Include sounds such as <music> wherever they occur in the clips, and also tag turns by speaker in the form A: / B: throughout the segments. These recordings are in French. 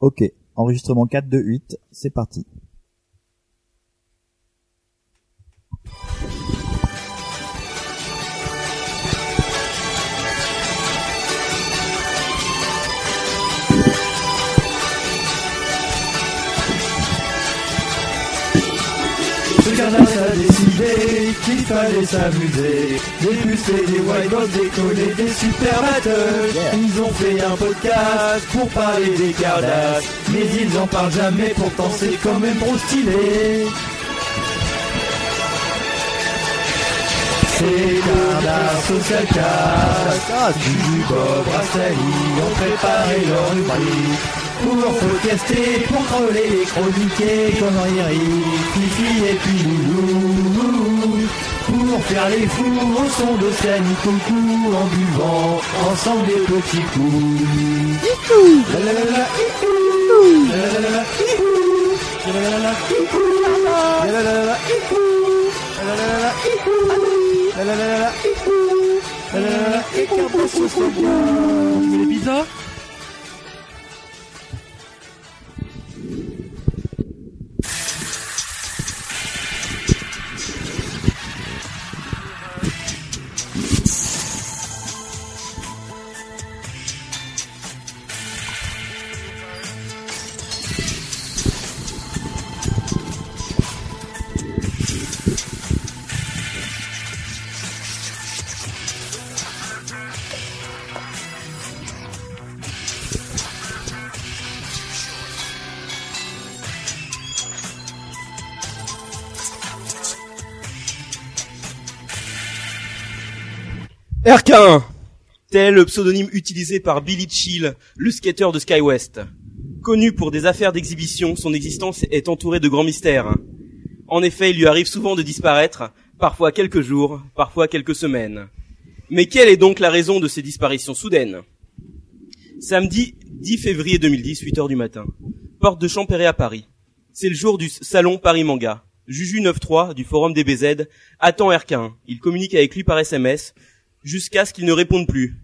A: Ok, enregistrement 4 2 8, c'est parti.
B: Ce carnaval a décidé qu'il fallait s'amuser. Des puces et des white boys, des collés, des super battles.
A: Yeah.
B: Ils ont fait un podcast pour parler des Cardass. Mais ils en parlent jamais, pourtant c'est quand même trop stylé. C'est Cardass Social Cast. Du Bob Rastali ont préparé leur rubrique Pour podcaster, pour troller et chroniquer comme Riri, Fifi et puis Loulou Pour faire les fous au son de Sani Coucou En buvant ensemble des petits coups La la la la, hihou. La la la la, hihou. La la la la, hihou. La la la la, hihou. La la la la, hihou. La la la la, hihou. La la la la, hihou. Tu veux des pizzas
C: Erkin Tel le pseudonyme utilisé par Billy Chill, le skateur de Skywest. Connu pour des affaires d'exhibition, son existence est entourée de grands mystères. En effet, il lui arrive souvent de disparaître, parfois quelques jours, parfois quelques semaines. Mais quelle est donc la raison de ces disparitions soudaines Samedi 10 février 2010, 8 heures du matin. Porte de Champéret à Paris. C'est le jour du salon Paris Manga. Juju 93 du forum DBZ attend Erkin. Il communique avec lui par SMS jusqu'à ce qu'il ne réponde plus.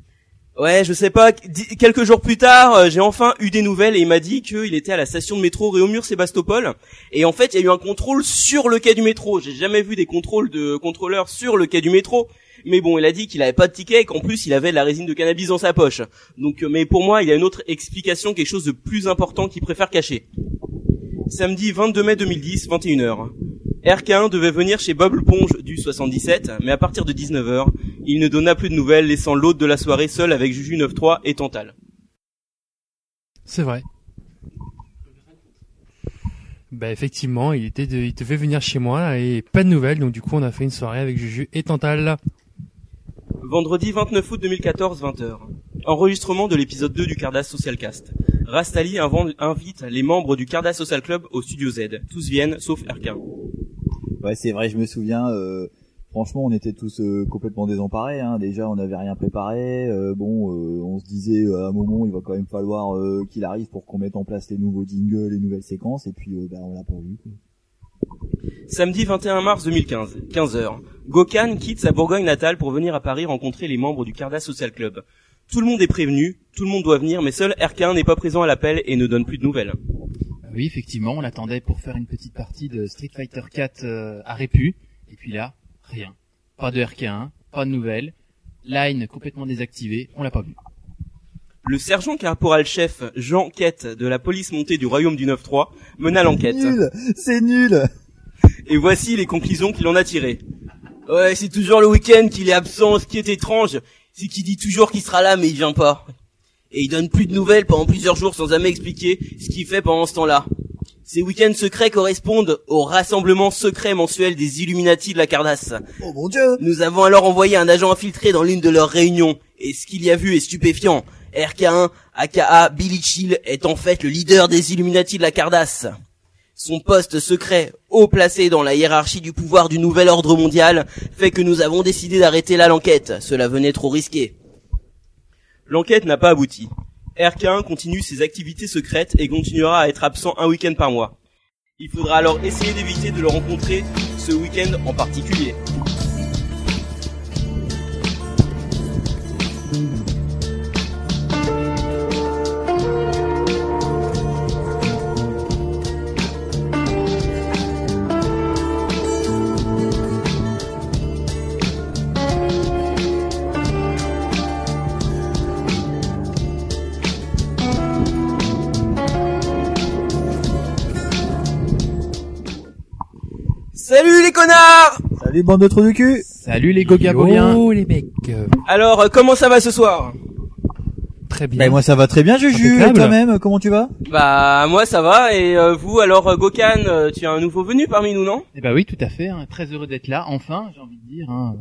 C: Ouais, je sais pas, qu- di- quelques jours plus tard, euh, j'ai enfin eu des nouvelles et il m'a dit qu'il était à la station de métro Réaumur-Sébastopol. Et en fait, il y a eu un contrôle sur le quai du métro. J'ai jamais vu des contrôles de contrôleurs sur le quai du métro. Mais bon, il a dit qu'il avait pas de ticket et qu'en plus, il avait de la résine de cannabis dans sa poche. Donc, euh, mais pour moi, il y a une autre explication, quelque chose de plus important qu'il préfère cacher. Samedi 22 mai 2010, 21h. RK1 devait venir chez Bob Ponge du 77, mais à partir de 19h, il ne donna plus de nouvelles, laissant l'hôte de la soirée seul avec Juju 93 et Tantal.
D: C'est vrai. Bah effectivement, il était de, il te fait venir chez moi et pas de nouvelles, donc du coup on a fait une soirée avec Juju et Tantal.
C: Vendredi 29 août 2014, 20h. Enregistrement de l'épisode 2 du Cardass Social Cast. Rastali invan- invite les membres du Cardass Social Club au Studio Z. Tous viennent, sauf RK1.
A: Ouais, c'est vrai, je me souviens. euh, franchement, on était tous euh, complètement désemparés. Hein. Déjà, on n'avait rien préparé. euh, bon, euh, on se disait euh, à un moment, il va quand même falloir euh, qu'il arrive pour qu'on mette en place les nouveaux jingles, les nouvelles séquences. Et puis, euh, bah, on l'a pas vu. quoi.
C: Samedi 21 mars 2015, 15h. Gokan quitte sa Bourgogne natale pour venir à Paris rencontrer les membres du Cardass Social Club. Tout le monde est prévenu, tout le monde doit venir, mais seul RK1 n'est pas présent à l'appel et ne donne plus de nouvelles.
E: Bah Oui, effectivement, on l'attendait pour faire une petite partie de Street Fighter 4 à Répu. Et puis là, rien. Pas de RK1, pas de nouvelles. Line complètement désactivée, on l'a pas vu.
C: Le sergent caporal-chef Jean Quête de la police montée du royaume du 9-3 mena l'enquête.
A: Nul, c'est nul.
C: Et voici les conclusions qu'il en a tirées. Ouais, c'est toujours le week-end qu'il est absent, ce qui est étrange, c'est qu'il dit toujours qu'il sera là mais il vient pas. Et il donne plus de nouvelles pendant plusieurs jours sans jamais expliquer ce qu'il fait pendant ce temps-là. Ces week-ends secrets correspondent au rassemblement secret mensuel des Illuminati de la Cardass.
A: Oh mon dieu.
C: Nous avons alors envoyé un agent infiltré dans l'une de leurs réunions, et ce qu'il y a vu est stupéfiant. RK1, aka Billy Chill, est en fait le leader des Illuminati de la Cardass. Son poste secret, haut placé dans la hiérarchie du pouvoir du nouvel ordre mondial, fait que nous avons décidé d'arrêter là l'enquête. Cela venait trop risqué. L'enquête n'a pas abouti. RK1 continue ses activités secrètes et continuera à être absent un week-end par mois. Il faudra alors essayer d'éviter de le rencontrer ce week-end en particulier. Salut les connards
A: Salut bande de trous du cul
E: Salut les gogabobiens.
D: Oh les mecs, euh,
C: Alors, euh, comment ça va ce soir
D: très bien.
A: Bah moi ça va très bien Juju, et
D: Impeccable.
A: toi-même, comment tu vas
C: Bah, moi ça va, et euh, vous alors, euh, Gokan, euh, tu es un nouveau venu parmi nous, non
E: Eh ben oui, tout à fait. hein. Très heureux d'être là. Enfin, j'ai envie de dire. Hein.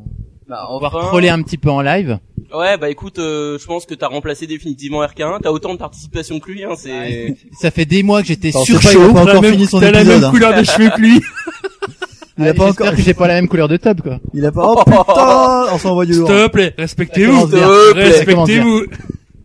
C: Bah,
E: On va troller un petit peu en live.
C: Ouais, bah écoute, euh, je pense que t'as remplacé définitivement RK1, t'as autant de participation que lui, hein,
A: Ah,
C: c'est...
E: Ça fait des mois que j'étais
A: T'en
E: sur
A: sais pas, il a
E: chaud.
A: pas
D: T'as la
A: encore
D: même-
A: fini son
D: t'as la
A: épisode.
D: même couleur de cheveux que lui.
A: Il a pas
E: J'espère
A: encore
E: que j'ai pas la même couleur de top quoi.
A: Il a pas Oh
E: <laughs>
A: putain, on s'envoie du lourd.
D: S'il te plaît, respectez-vous.
A: S'il te
C: plaît.
D: Respectez-vous.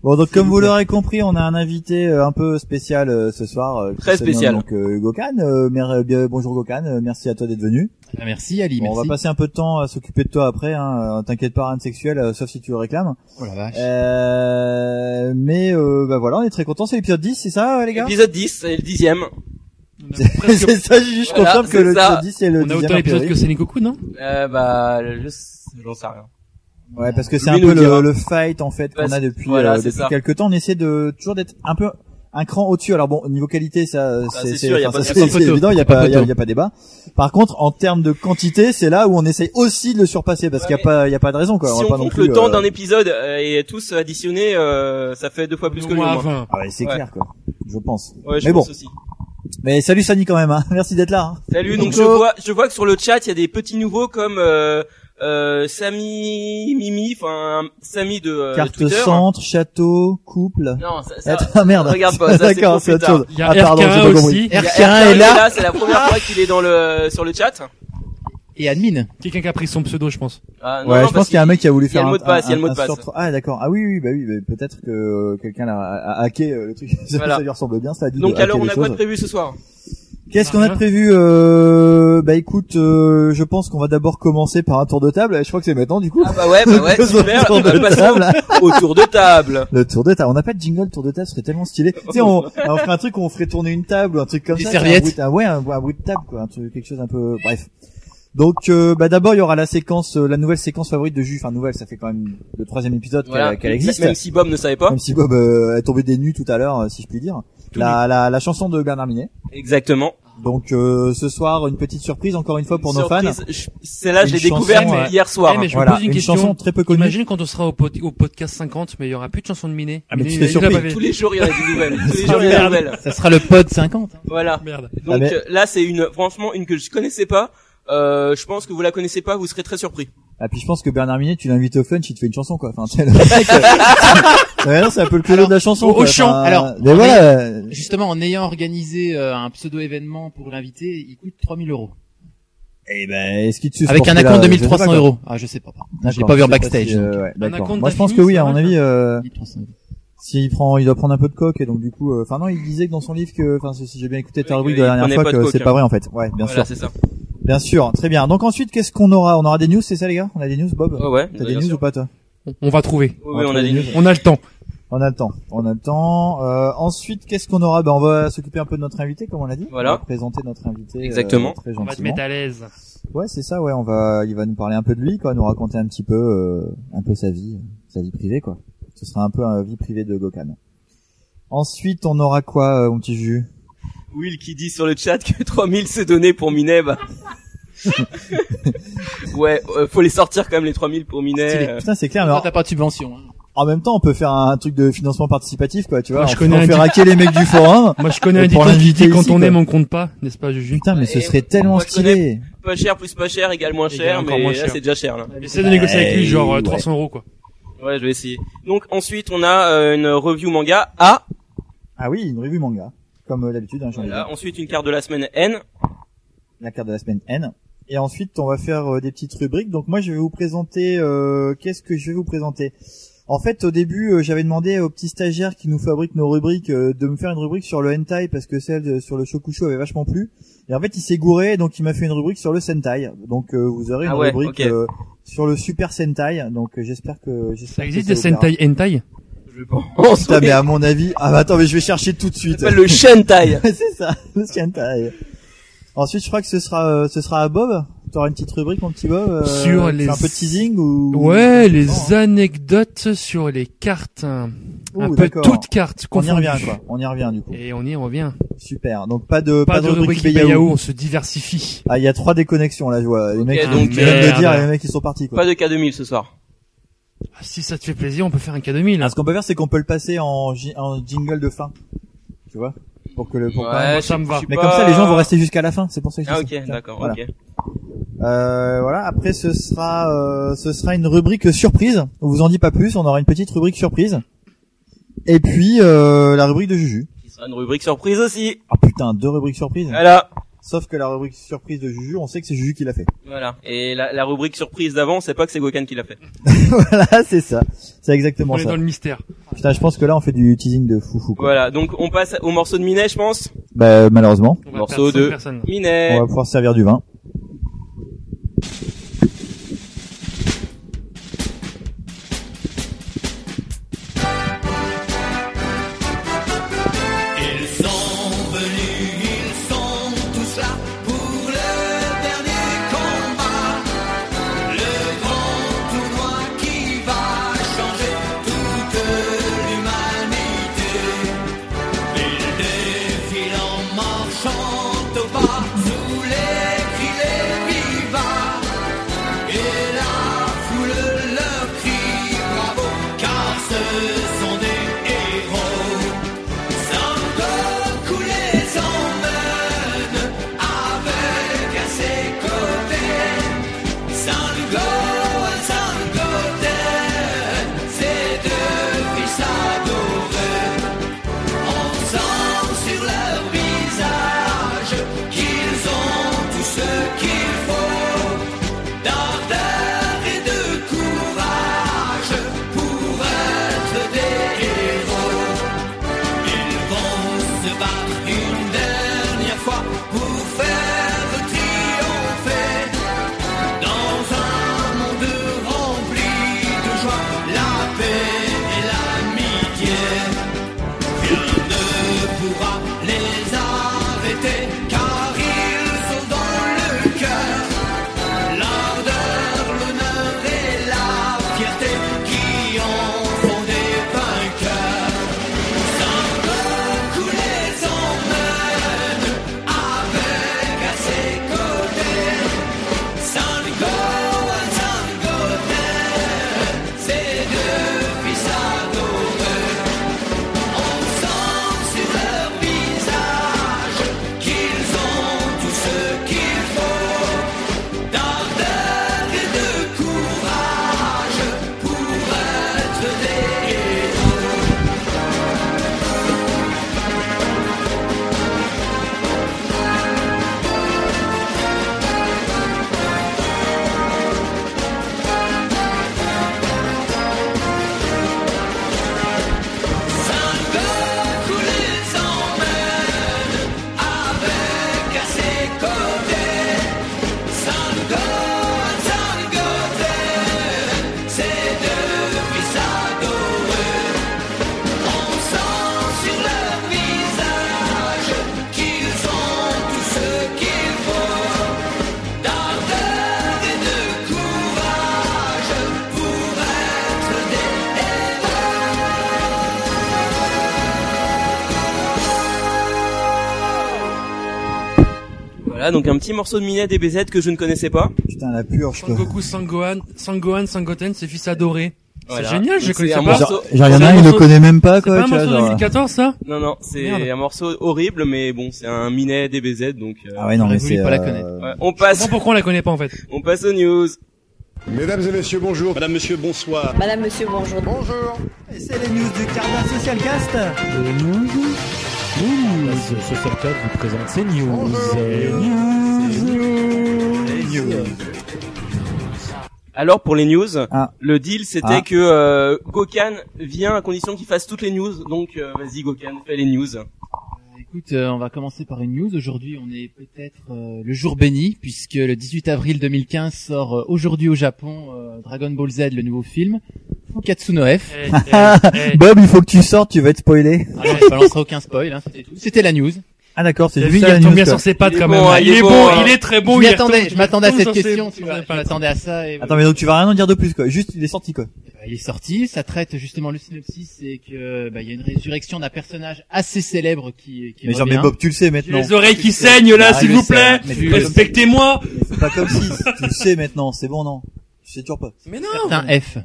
A: Bon donc comme vous l'aurez compris, on a un invité euh, un peu spécial euh, ce soir. euh, qui
C: Très
A: se nomme
C: spécial.
A: Donc euh, Gokan, euh, mer- euh, bien- bonjour Gokan, euh, merci à toi d'être venu.
E: Ah, merci Ali,
A: Bon, on va
E: merci.
A: passer un peu de temps à s'occuper de toi après, hein, euh, t'inquiète pas, rien de sexuel, euh, sauf si tu le réclames.
E: Oh la vache.
A: Euh, mais euh, bah voilà, on est très content, c'est l'épisode 10, c'est ça euh, les gars
C: Épisode 10, c'est le dixième.
A: <laughs> <laughs> C'est ça, je je
C: Voilà,
A: confirme que
C: c'est
A: le
C: ça.
A: l'épisode 10 c'est le
D: On
A: 10
D: a autant d'épisodes que Sonic Goku, non
C: Euh, bah, je... j'en sais rien.
A: Ouais, parce que c'est
C: Lui
A: un peu
C: nous dira.
A: le, le fight en fait
C: Ouais,
A: qu'on a
C: c'est-
A: depuis,
C: voilà,
A: euh,
C: c'est
A: depuis
C: ça.
A: quelques temps. On essaie de toujours d'être un peu un cran au-dessus. Alors bon, niveau qualité, ça, euh, c'est
C: Ça, Ah, c'est sûr, y a
A: enfin,
C: pas-
A: ça,
C: y a pas
A: c'est- c'est
E: photo.
A: évident, il y a
E: pas
A: pas, y a,
E: photo.
A: y a pas débat. Par contre, en termes de quantité, c'est là où on essaye aussi de le surpasser parce
C: Ouais,
A: qu'il y a
C: mais
A: pas, il y a pas de raison quoi. va
C: si on
A: pas
C: compte
A: non plus,
C: le temps
A: euh,
C: d'un épisode euh, et tous additionnés, euh, ça fait deux fois plus que
D: Au
C: lui. au
D: moins
C: moins.
D: 20.
A: Ah ouais, c'est
C: Ouais.
A: clair quoi. Je pense.
C: Ouais, je
A: Mais
C: pense
A: bon.
C: aussi.
A: Mais salut Sani quand même. Hein. <laughs> Merci d'être là. hein.
C: Salut, donc je
A: Bonjour.
C: vois, je vois que sur le chat, il y a des petits nouveaux comme euh, euh, Samy, Mimi, enfin Samy de euh,
A: Carte
C: Twitter.
A: centre, château, couple.
C: Non, ça, ça-
A: Ah merde.
C: regarde pas, ça, c'est
A: D'accord,
C: pour
A: c'est
C: plus
A: autre
C: tard.
A: chose.
D: Il y a
A: Ah pardon,
D: RK1
A: j'ai pas compris.
D: aussi.
C: il y a
E: RK1 est
C: RK1
E: là
C: c'est la première fois qu'il est dans le sur le chat.
E: et admin.
D: Quelqu'un qui a pris son pseudo, je pense.
C: Ah, non,
A: ouais,
C: non,
A: je
C: parce
A: pense qu'il y a un mec qui a voulu
C: il y a
A: faire
C: le
A: un
C: mot de passe, il y a
A: un-
C: le mot de
A: un sur
C: passe.
A: trois. Ah d'accord. Ah oui, oui, bah oui, mais peut-être que euh, quelqu'un l'a- a, a hacké euh, le truc. <laughs> Ça-
C: Voilà.
A: ça lui ressemble bien, ça a dit
C: Donc
A: de
C: alors,
A: hacker
C: on
A: les
C: a quoi de
A: choses.
C: prévu
A: <laughs>
C: ce soir
A: Qu'est-ce qu'on a de prévu euh, Bah écoute, euh, je pense qu'on va d'abord commencer par un tour de table. Je crois que c'est maintenant du coup.
C: Ah bah ouais,
A: <laughs>
C: bah ouais,
A: Faisons
C: super.
A: le tour
C: Bah,
A: de
C: passons
A: table. hein.
C: au tour de table.
A: Le tour de table. On n'a pas de jingle tour de table, ce serait tellement
C: <laughs>
A: stylé. tu sais, on, on ferait un truc où on ferait tourner une table ou un truc comme
E: Des
A: ça.
E: serviettes.
A: tu sais, Un bruit, un- ouais, un, un bruit de table, quoi, un truc, quelque chose un peu. Bref. Donc, euh, bah d'abord, il y aura la séquence, euh, la nouvelle séquence favorite de Jus. Enfin, nouvelle, ça fait quand même le troisième épisode qu'elle-
C: Voilà,
A: qu'elle existe.
C: Même si Bob ne savait pas.
A: Même si Bob euh, est tombé des nues tout à l'heure, euh, si je puis dire. La, la, la chanson de Bernard Minet.
C: Exactement.
A: Donc euh, ce soir, une petite surprise encore une fois pour nos fans.
C: Surprise, je- Celle-là,
A: Une
C: je l'ai
A: chanson,
C: découverte
A: ouais.
C: hier soir.
D: Eh, mais je me
A: voilà,
D: pose une question.
A: chanson très peu connue.
D: Imagine quand on sera au, pod- au podcast 50, mais il y aura plus de chansons de Minet.
A: Ah, mais
D: Minet,
A: tu t'es
D: il l'a
A: surpris.
D: pas fait.
C: Tous les jours, il y en a des
A: <laughs>
C: nouvelles. Tous les jours, il y en a des nouvelles.
E: Ça sera le pod 50. hein.
C: Voilà.
D: Merde.
A: Ah,
C: Donc
A: mais-
C: euh, là, c'est une, franchement, une que je connaissais pas. Euh, je pense que vous la connaissez pas, vous serez très surpris.
A: Ah puis je pense que Bernard Minet, tu l'invites au lunch, il te fait une chanson quoi. Enfin, c'est le mec, euh, ouais, non, c'est un peu le culot
E: Alors,
A: de la chanson.
E: au- au
A: quoi.
E: chant,
A: Enfin,
E: alors,
A: mais
E: on
A: voilà. euh,
E: Justement, en ayant organisé euh, un pseudo événement pour l'invité, il coûte 3000 euros.
A: Eh ben, est-ce qu'il te suce
E: Avec
A: pour
E: un
A: que là,
E: acompte de
A: je sais pas,
E: 1300
A: quoi.
E: euros. Ah, je sais pas.
A: D'accord,
E: J'ai pas vu
A: je
E: en
A: sais si,
E: backstage,
A: euh,
E: donc.
A: ouais, d'accord.
D: acompte
A: Moi, je pense que
D: d'infini,
A: oui. À
D: ça
A: mon
D: va,
A: avis, euh,
E: 1300 euros.
A: s'il prend, il doit prendre un peu de coke et donc du coup, euh, enfin non, il disait que dans son livre que, enfin si j'ai bien écouté ta
C: Oui,
A: rubrique
C: que
A: de
C: il
A: la dernière
C: prenait pas
A: fois,
C: de
A: que
C: coke,
A: c'est
C: hein.
A: pas vrai en fait. Ouais, bien sûr.
C: voilà, c'est ça.
A: Bien sûr, très bien. Donc ensuite, qu'est-ce qu'on aura On aura des news, c'est ça les gars On a des news, Bob
C: Oh, ouais.
A: T'as des
C: bien
A: news
C: sûr.
A: ou pas toi
D: On- On va trouver.
C: Oui, oui, on a des news.
D: On a le temps.
A: On a le temps, on a le temps. Euh, ensuite, qu'est-ce qu'on aura ben, On va s'occuper un peu de notre invité, comme on l'a dit. On
C: Voilà.
A: va présenter notre invité. euh,
C: Exactement.
A: très
D: On va te
A: gentiment.
D: mettre à l'aise.
A: Ouais, c'est ça. Ouais, on va. Il va nous parler un peu de lui, quoi, nous raconter un petit peu, euh, un peu sa vie, euh, sa vie privée, quoi. Ce sera un peu la vie privée de Gokan. Ensuite, on aura quoi, euh, mon petit jus
C: Will qui dit sur le chat que <laughs> 3000 c'est donné pour Minet,
A: <laughs>
C: bah. ouais, euh, faut les sortir quand même les 3000 pour Minet. euh.
A: Putain, c'est clair. Mais
E: Toi,
A: en,
E: t'as pas de subvention. hein.
A: en même temps, on peut faire un truc de financement participatif, quoi. Tu vois,
D: Moi, je
A: on,
D: connais
A: on
D: un
A: fait
D: type- <laughs>
A: raquer les mecs du forum.
D: Moi, je connais
A: Et
D: un
A: pour
D: dicton qui
A: l'inviter
D: dit quand
A: ici,
D: on
A: quoi.
D: aime, on compte pas, n'est-ce pas, Juju
A: Putain, mais ce
C: Et
A: serait tellement
C: moi, je connais-
A: stylé.
C: Pas cher plus pas cher égale moins cher,
D: Égale encore
C: mais
D: moins
C: là,
D: cher.
C: c'est déjà cher là.
D: J'essaie de négocier avec lui, genre euh,
A: Ouais.
D: 300 euros, quoi.
C: Ouais, je vais essayer. Donc ensuite, on a euh, une review manga A.
A: Ah oui, une revue manga, comme euh, d'habitude. Hein, j'ai envie de dire.
C: Voilà. Ensuite, une carte de la semaine N.
A: la carte de la semaine N. Et ensuite, on va faire euh, des petites rubriques. Donc moi, je vais vous présenter. euh, Qu'est-ce que je vais vous présenter En fait, au début, euh, j'avais demandé au petit stagiaire qui nous fabrique nos rubriques euh, de me faire une rubrique sur le hentai parce que celle de- sur le shokusho avait vachement plu. Et en fait, il s'est gouré, donc il m'a fait une rubrique sur le sentai. Donc euh, vous aurez une
C: Ah ouais,
A: rubrique
C: ok.
A: euh, sur le super sentai. Donc euh, j'espère que
D: Ça
A: j'espère que
D: existe des
A: vous plaira.
D: Sentai Hentai
C: Je <laughs> pense.
A: Putain, mais à mon avis, ah bah attends, mais je vais chercher tout de suite.
C: s'appelle
A: <laughs>
C: le Shentai.
A: c'est ça, le Scientai. Ensuite, je crois que ce sera, euh, ce sera à Bob. T'auras une petite rubrique, mon petit Bob. euh,
D: Sur
A: c'est
D: les-
A: un peu de teasing ou
D: Ouais,
A: Non,
D: les anecdotes sur les cartes. hein. un
A: Oh,
D: peu
A: d'accord.
D: toutes
A: On
D: cartes
A: y
D: confondues.
A: revient quoi. On y revient du coup.
D: Et on y revient.
A: Super. Donc pas de
D: Pas, de rubrique
A: Yahoo.
D: Yahoo, on se diversifie.
A: Ah, il y a trois déconnexions là, je vois. Les mecs
C: Ok,
A: ils
C: donc, euh,
A: viennent de
D: merde.
A: dire et les mecs ils sont partis quoi.
C: Pas de K2000 ce soir.
D: Ah, si ça te fait plaisir, on peut faire un K2000.
A: Ah, ce qu'on peut faire c'est qu'on peut le passer en, ji- en jingle de fin. Tu vois Pour que le Euh, pour quand même-
D: ça me va.
C: je suis
A: Mais
C: pas-
A: comme ça les gens vont rester jusqu'à la fin, c'est pour ça que je
C: Bah. Ah
A: dis ça.
C: ok, d'accord,
A: Voilà.
C: ok.
A: Euh, voilà, après ce sera euh, ce sera une rubrique surprise. On vous en dit pas plus, on aura une petite rubrique surprise. Et puis euh, la rubrique de Juju.
C: Ce sera une rubrique surprise aussi.
A: Ah putain, deux rubriques surprises.
C: Voilà,
A: Sauf que la rubrique surprise de Juju, on sait que c'est Juju qui l'a fait. <laughs>
C: voilà. Et la, la rubrique surprise d'avant, c'est pas que c'est Gokan qui l'a fait.
A: voilà, c'est ça. C'est
D: on
A: exactement
D: est dans
A: ça.
D: le mystère.
A: Putain, je pense que là on fait du teasing de foufou quoi.
C: Voilà, donc on passe au morceau de Minet, je pense.
A: Bah malheureusement,
D: On va
C: Morceau
D: perdre cinq
C: de-
D: personnes.
C: Minet.
A: on va pouvoir se servir du vin.
F: Ils sont venus, ils sont tous là pour le dernier combat. Le grand tournoi qui va changer toute l'humanité. Ils défilent en marchant au pas sous les cris des vivats. Et la foule leur crie bravo car ce sont des héros. Sangoku les emmène avec à ses côtés. Sango, Sangoten, ces deux fils adorés. On sent sur leur visage qu'ils ont tout ce qu'il faut. D'ardeur et de courage pour être des héros. Ils vont se battre une dernière fois pour faire triompher dans un monde rempli de joie, la paix et l'amitié. Rien ne pourra les arrêter car ils sont dans le cœur. L'ardeur, l'honneur et la fierté qui en font des vainqueurs. Sangoku les emmène avec à ses côtés. Sango, Sango, ces deux fils adorés. On sent sur leur visage qu'ils ont tout ce qu'il faut. D'ardeur et de courage pour être des héros. Sangoku les emmène avec à ses côtés. Sango, Sango, ces deux fils adorés. On sent sur leur visage qu'ils ont tout ce qu'il faut. D'ardeur et de courage pour être des héros.
C: Voilà, donc un petit morceau de Minet et BZ que je ne connaissais pas.
A: Putain, la purge quoi.
D: Sangoku, Sangohan, Sangohan, Sangoten, ses fils adorés.
C: Voilà.
D: C'est génial, je
C: Donc,
D: connaissais
C: c'est un
D: pas.
C: morceau-
A: Genre, genre, y en
D: C'est
A: a
D: un
A: un, il le
D: morceau-
A: connaît même pas
D: C'est pas
A: quoi. tu
D: un
A: hein. vois,
D: morceau de
A: genre.
D: 2014, ça
C: Non, non, c'est
D: Merde.
C: un morceau horrible, mais bon, c'est un Minet et BZ, donc... euh,
A: Ah ouais, non,
E: J'aurais
A: mais
E: voulu
A: c'est.
E: pas la
A: euh,
E: connaître.
C: ouais, on
D: Je
C: passe,
D: comprends pourquoi on la connaît pas, en fait.
C: on passe aux news.
G: Mesdames et messieurs, bonjour.
H: Madame, monsieur, bonsoir.
I: Madame, monsieur, bonjour.
B: Et c'est les news du Carda Social Cast.
C: Alors pour les news,
A: Ah.
C: le deal c'était
A: Ah.
C: que euh, Gokan vient à condition qu'il fasse toutes les news, donc euh, vas-y Gokan, fais les news.
E: Écoute, euh, on va commencer par une news. Aujourd'hui, on est peut-être euh, le jour béni, puisque le 18 avril 2015 sort euh, aujourd'hui au Japon euh, Dragon Ball Z, le nouveau film, Fukatsu no F.
D: <laughs> Eh, eh, eh.
A: Bob, Ah il faut que tu sortes, tu vas être spoilé.
E: Alors, je balancerai aucun spoil, hein, c'était tout. C'était la news.
A: Ah d'accord, c'est
D: T'as
A: du
D: vu, il
A: Vegan
D: tombe
A: News,
D: bien
A: quoi.
D: sur ses pattes
C: Il est
D: quand
C: bon,
D: même.
C: hein,
D: il est bon,
C: hein.
D: il est très bon.
E: je
D: il
E: m'attendais,
D: retombe-
E: je m'attendais à
D: il retombe sur
E: cette
D: ses-
E: question, tu
D: sur
E: vois,
D: ses
E: je
D: pattes.
E: m'attendais à ça. Et
A: Attends, mais donc tu vas rien en dire de plus quoi. Juste, il est sorti quoi.
E: Bah, Il est sorti, ça traite justement le synopsis, c'est que bah, il y a une résurrection d'un personnage assez célèbre qui, qui
A: mais genre,
E: revient.
A: mais Bob, tu le sais
D: J'ai
A: maintenant.
D: les oreilles qui saignent là,
A: Ah,
D: s'il
A: je
D: vous
A: sais,
D: plaît.
A: mais
E: tu-
D: Respectez-moi.
A: Mais c'est pas comme si. tu le sais maintenant, c'est bon non Tu sais toujours pas.
D: Mais non.
E: Certain F.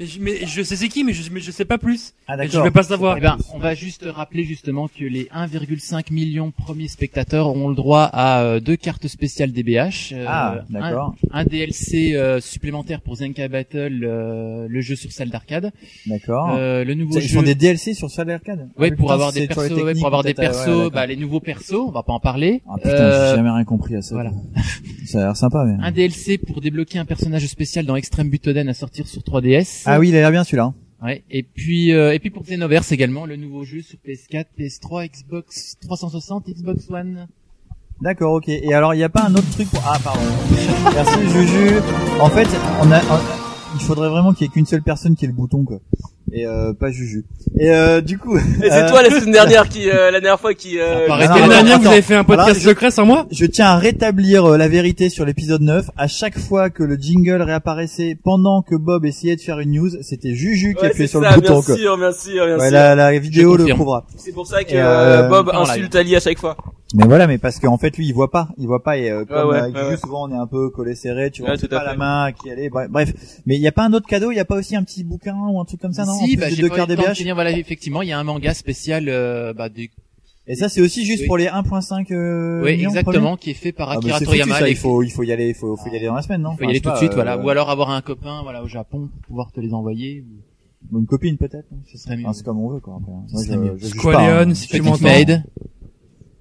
D: Mais je, mais je sais c'est qui, mais je, mais je sais pas plus.
A: Ah
D: Et je vais pas savoir.
E: Eh ben, on va juste rappeler justement que les 1,5 million premiers spectateurs auront le droit à euh, deux cartes spéciales DBH, euh,
A: Ah,
E: un,
A: d'accord,
E: un DLC euh, supplémentaire pour Zenkai Battle, euh, le jeu sur salle d'arcade,
A: d'accord.
E: euh, le nouveau
A: Ah. Ils
E: jeu.
A: font des DLC sur Salle Arcade.
E: Ouais,
A: Ah,
E: pour
A: putain,
E: avoir
A: c'est
E: des
A: sur les
E: persos, ouais,
A: techniques,
E: pour avoir des
A: peut-être,
E: persos,
A: ah, ouais, d'accord.
E: bah les nouveaux persos, on va pas en parler.
A: Ah putain,
E: Euh,
A: j'ai jamais rien compris à ça.
E: voilà.
A: Ça a l'air sympa, mais.
E: un DLC pour débloquer un personnage spécial dans Extreme Butoden à sortir sur 3DS.
A: Ah oui, il a l'air bien celui-là.
E: Ouais. Et puis euh, et puis pour Xenoverse également le nouveau jeu sur PS4, PS3, Xbox 360, Xbox One.
A: D'accord, ok. Et alors, il n'y a pas un autre truc pour... Ah, pardon. <laughs> Merci, Juju. En fait, on a... on- Il faudrait vraiment qu'il y ait qu'une seule personne qui ait le bouton, quoi. Et euh, pas Juju. Et euh, du coup...
C: <laughs> Et c'est
A: euh,
C: toi la semaine dernière qui, euh, la dernière fois qui, euh,
E: Bah,
A: Ah non,
D: Arrêtez
A: non,
D: la
A: non,
D: dernière, vous
A: attends.
D: avez fait un podcast
A: Alors, je-
D: secret sans moi.
A: Je tiens à rétablir euh, la vérité sur l'épisode 9. À chaque fois que le jingle réapparaissait pendant que Bob essayait de faire une news, c'était Juju qui
C: ouais,
A: appuyait
C: c'est
A: sur
C: ça,
A: le bouton,
C: bien
A: quoi.
C: sûr, bien sûr, bien
A: Ouais,
C: sûr.
A: la, la vidéo le
E: confirme.
A: prouvera.
C: C'est pour ça que
A: Et,
C: euh,
A: euh,
C: Bob
E: en live.
C: insulte Ali à chaque fois.
A: Mais voilà, mais parce qu'en fait, lui, il voit pas, il voit pas, et euh, comme
C: ouais,
A: avec
C: ouais,
A: Juju,
C: ouais.
A: souvent, on est un peu collé serré, tu
C: Ouais,
A: vois,
C: tout à
A: pas
C: fait.
A: la main à qui elle est, bref. bref. Mais il y a pas un autre cadeau, il y a pas aussi un petit bouquin ou un truc comme ça, non? en
E: si,
A: plus
E: bah,
A: des
E: j'ai
A: deux
E: pas eu
A: quarts
E: le temps de
A: DBH.
E: finir, voilà effectivement il y a un manga spécial euh, bah, du-
A: Et ça, c'est aussi juste
E: Oui.
A: pour les 1.5, euh,
E: ouais,
A: millions
E: exactement qui est fait par
A: premiers Ah,
E: Akira
A: bah, c'est foutu,
E: Toriyama.
A: ça,
E: les-
A: il faut, il faut y aller, il faut, faut y aller dans la semaine, non?
E: faut
A: Enfin,
E: y
A: je
E: aller
A: sais
E: tout de
A: pas,
E: suite
A: euh,
E: voilà ou alors avoir un copain voilà au Japon pour pouvoir te les envoyer. ou-
A: Ou une copine, peut-être. hein.
E: Ce serait mieux.
A: Enfin, c'est comme on veut, quoi, après. hein.
E: Ce
A: Moi,
E: serait mieux.
A: je, je juge pas,
D: Squalion,
A: hein.
D: si tu
E: Petite
D: m'entends.
E: Maid.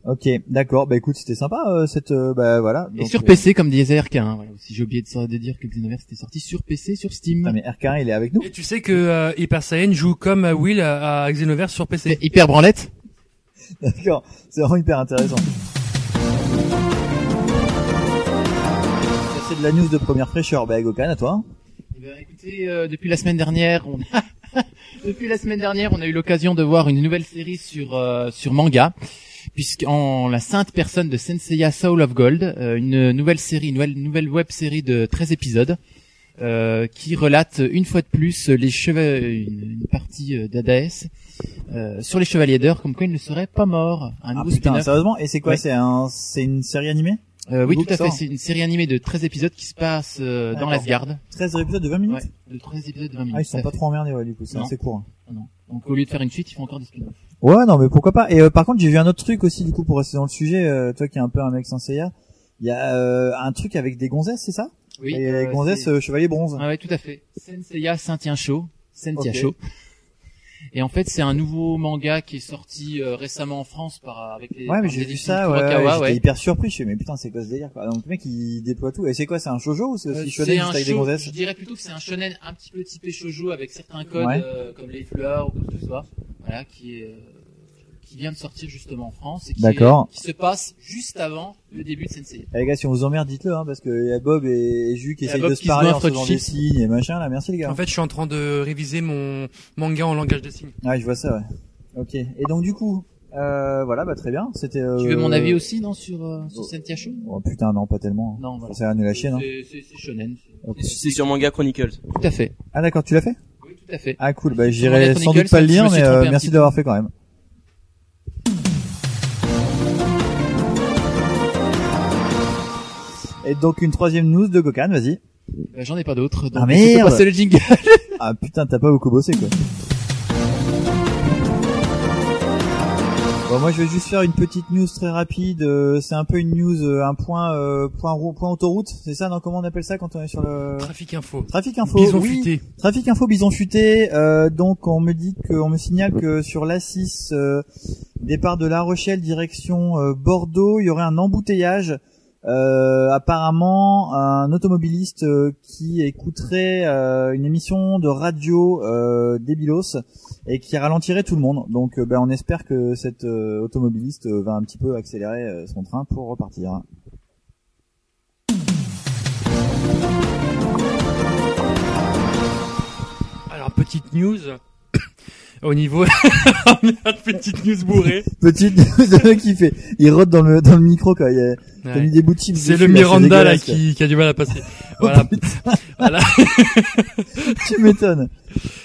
A: Ok, d'accord. Bah, écoute, c'était sympa, euh, cette, euh, bah, voilà.
E: Et
A: Donc,
E: sur
A: euh,
E: PC comme disait RK1 voilà. aussi j'ai oublié de, de dire que Xenoverse était sorti sur PC sur Steam.
A: putain, Ah, mais RK1, il est avec nous.
D: Et tu sais que euh, Hyper Saiyan joue comme euh, Will à, à Xenoverse sur
E: C'est
D: PC.
E: hyper branlette.
A: D'accord. C'est vraiment hyper intéressant. Ça, C'est de la news de première fraîcheur. Bah, Gokan, à toi.
E: Eh ben, écoutez, euh, depuis la semaine dernière, on a <laughs> depuis la semaine dernière, on a eu l'occasion de voir une nouvelle série sur euh, sur manga, puisqu'en la sainte personne de Senseiya Soul of Gold, euh, une nouvelle série, une nouvelle, nouvelle web série de 13 épisodes. euh, qui relate une fois de plus les cheveux, une, une partie euh, d'Hadès euh, sur les chevaliers d'or, comme quoi ils ne seraient pas morts. Un
A: Ah,
E: nouveau
A: putain,
E: spin-off.
A: sérieusement. Et c'est quoi?
E: Ouais.
A: C'est un, c'est une série animée?
E: Euh, oui,
A: nouveau
E: tout à
A: qui
E: fait.
A: sort.
E: C'est une série animée de 13 épisodes qui se passe euh,
A: D'accord.
E: dans l'Asgard.
A: 13 épisodes de 20 minutes?
E: Ouais, de 13 épisodes de 20 minutes.
A: Ah, ils
E: tout
A: sont
E: à
A: pas
E: fait.
A: trop emmerdés, ouais, du coup. C'est
E: Non.
A: assez court. hein.
E: Donc au lieu de faire une suite, ils font encore des spin-offs.
A: Ouais, non, mais pourquoi pas. Et euh, par contre, j'ai vu un autre truc aussi, du coup, pour rester dans le sujet, euh, toi qui es un peu un mec senseiya. Il y a euh, un truc avec des gonzesses, c'est ça?
E: Oui.
A: Et les gonzesses euh, chevalier bronze.
E: Ah ouais, tout à fait. Senseiya Saint-Tien Show. Sentia
A: Ok.
E: Show. Et en fait, c'est un nouveau manga qui est sorti euh, récemment en France par avec les
A: Ouais, mais
E: par
A: j'ai
E: les
A: vu
E: éditions
A: ça, ouais, ouais,
E: Furukawa,
A: j'étais
E: ouais.
A: hyper surpris, je suis mais putain, c'est quoi ce délire, quoi. Donc, le mec, il déploie tout. Et c'est quoi, c'est un shoujo ou c'est
E: Euh,
A: aussi
E: c'est
A: shonen
E: un
A: juste avec des
E: show-
A: gonzesses?
E: je dirais plutôt que c'est un shonen un petit peu typé shoujo avec certains codes
A: Ouais.
E: euh, comme les fleurs ou quoi que ce soit. Voilà, qui est euh, qui vient de sortir justement en France et qui, est-
A: D'accord.
E: qui se passe juste avant le début de Senseiya.
A: Eh, les gars, si on vous emmerde, dites-le, hein, parce que y a Bob et, et Ju qui
E: Y a
A: essayent
E: Bob
A: de se
E: qui se
A: parler en
E: goinfre de
A: faisant des
E: chips.
A: signes et machin, là. Merci, les gars.
D: En fait, je suis en train de réviser mon manga en langage des signes.
A: Ah, je vois ça, ouais. Ok. Et donc, du coup, euh, voilà, bah, très bien. C'était, euh...
E: Tu veux mon avis aussi non sur euh, sur Sentia Show
A: Oh, putain, non, pas tellement.
E: Non, voilà.
A: Ça sert à nous la chienne, hein.
E: C'est c'est- c'est shonen.
A: Ok.
C: C'est sur Manga Chronicles.
E: Tout à fait.
A: Ah, d'accord, tu l'as fait?
E: Oui, tout à fait.
A: Ah, cool. Bah,
E: Sur
A: j'irai
E: la
A: sans
E: Chronicle,
A: doute pas le
E: je me
A: lire,
E: suis
A: mais,
E: trompé
A: euh,
E: un
A: merci
E: petit
A: d'avoir fait quand même. Et donc, une troisième news de Gokan, vas-y.
E: Bah, J'en ai pas d'autres. donc
A: Ah,
E: laissez
A: merde.
E: passer le jingle.
A: Ah putain, t'as pas beaucoup bossé quoi. Bon, moi je vais juste faire une petite news très rapide. euh, c'est un peu une news, euh, un point, euh, point, rou- point autoroute. C'est ça, non Comment on appelle ça quand on est sur le
D: Trafic info.
A: trafic info
D: Bison
A: oui.
D: futé.
A: Trafic info bison futé. euh, donc on me dit que, on me signale que sur l'A6, euh, départ de La Rochelle direction euh, Bordeaux, il y aurait un embouteillage. Euh, apparemment, un automobiliste euh, qui écouterait euh, une émission de radio euh, débilos et qui ralentirait tout le monde. Donc, euh, ben, on espère que cet euh, automobiliste euh, va un petit peu accélérer euh, son train pour repartir. <laughs>
D: Alors petite news. <laughs> au niveau <laughs> Merde, petite news bourrée.
A: Petite de qui fait, il rote dans le dans le micro quand il y a t'as
D: Ouais.
A: mis des bouts de chips
D: C'est
A: dessus,
D: le
A: là,
D: Miranda là
A: dégueulasse,
D: qui, qui a du mal à passer.
A: <laughs>
D: Voilà.
A: Tu m'étonnes.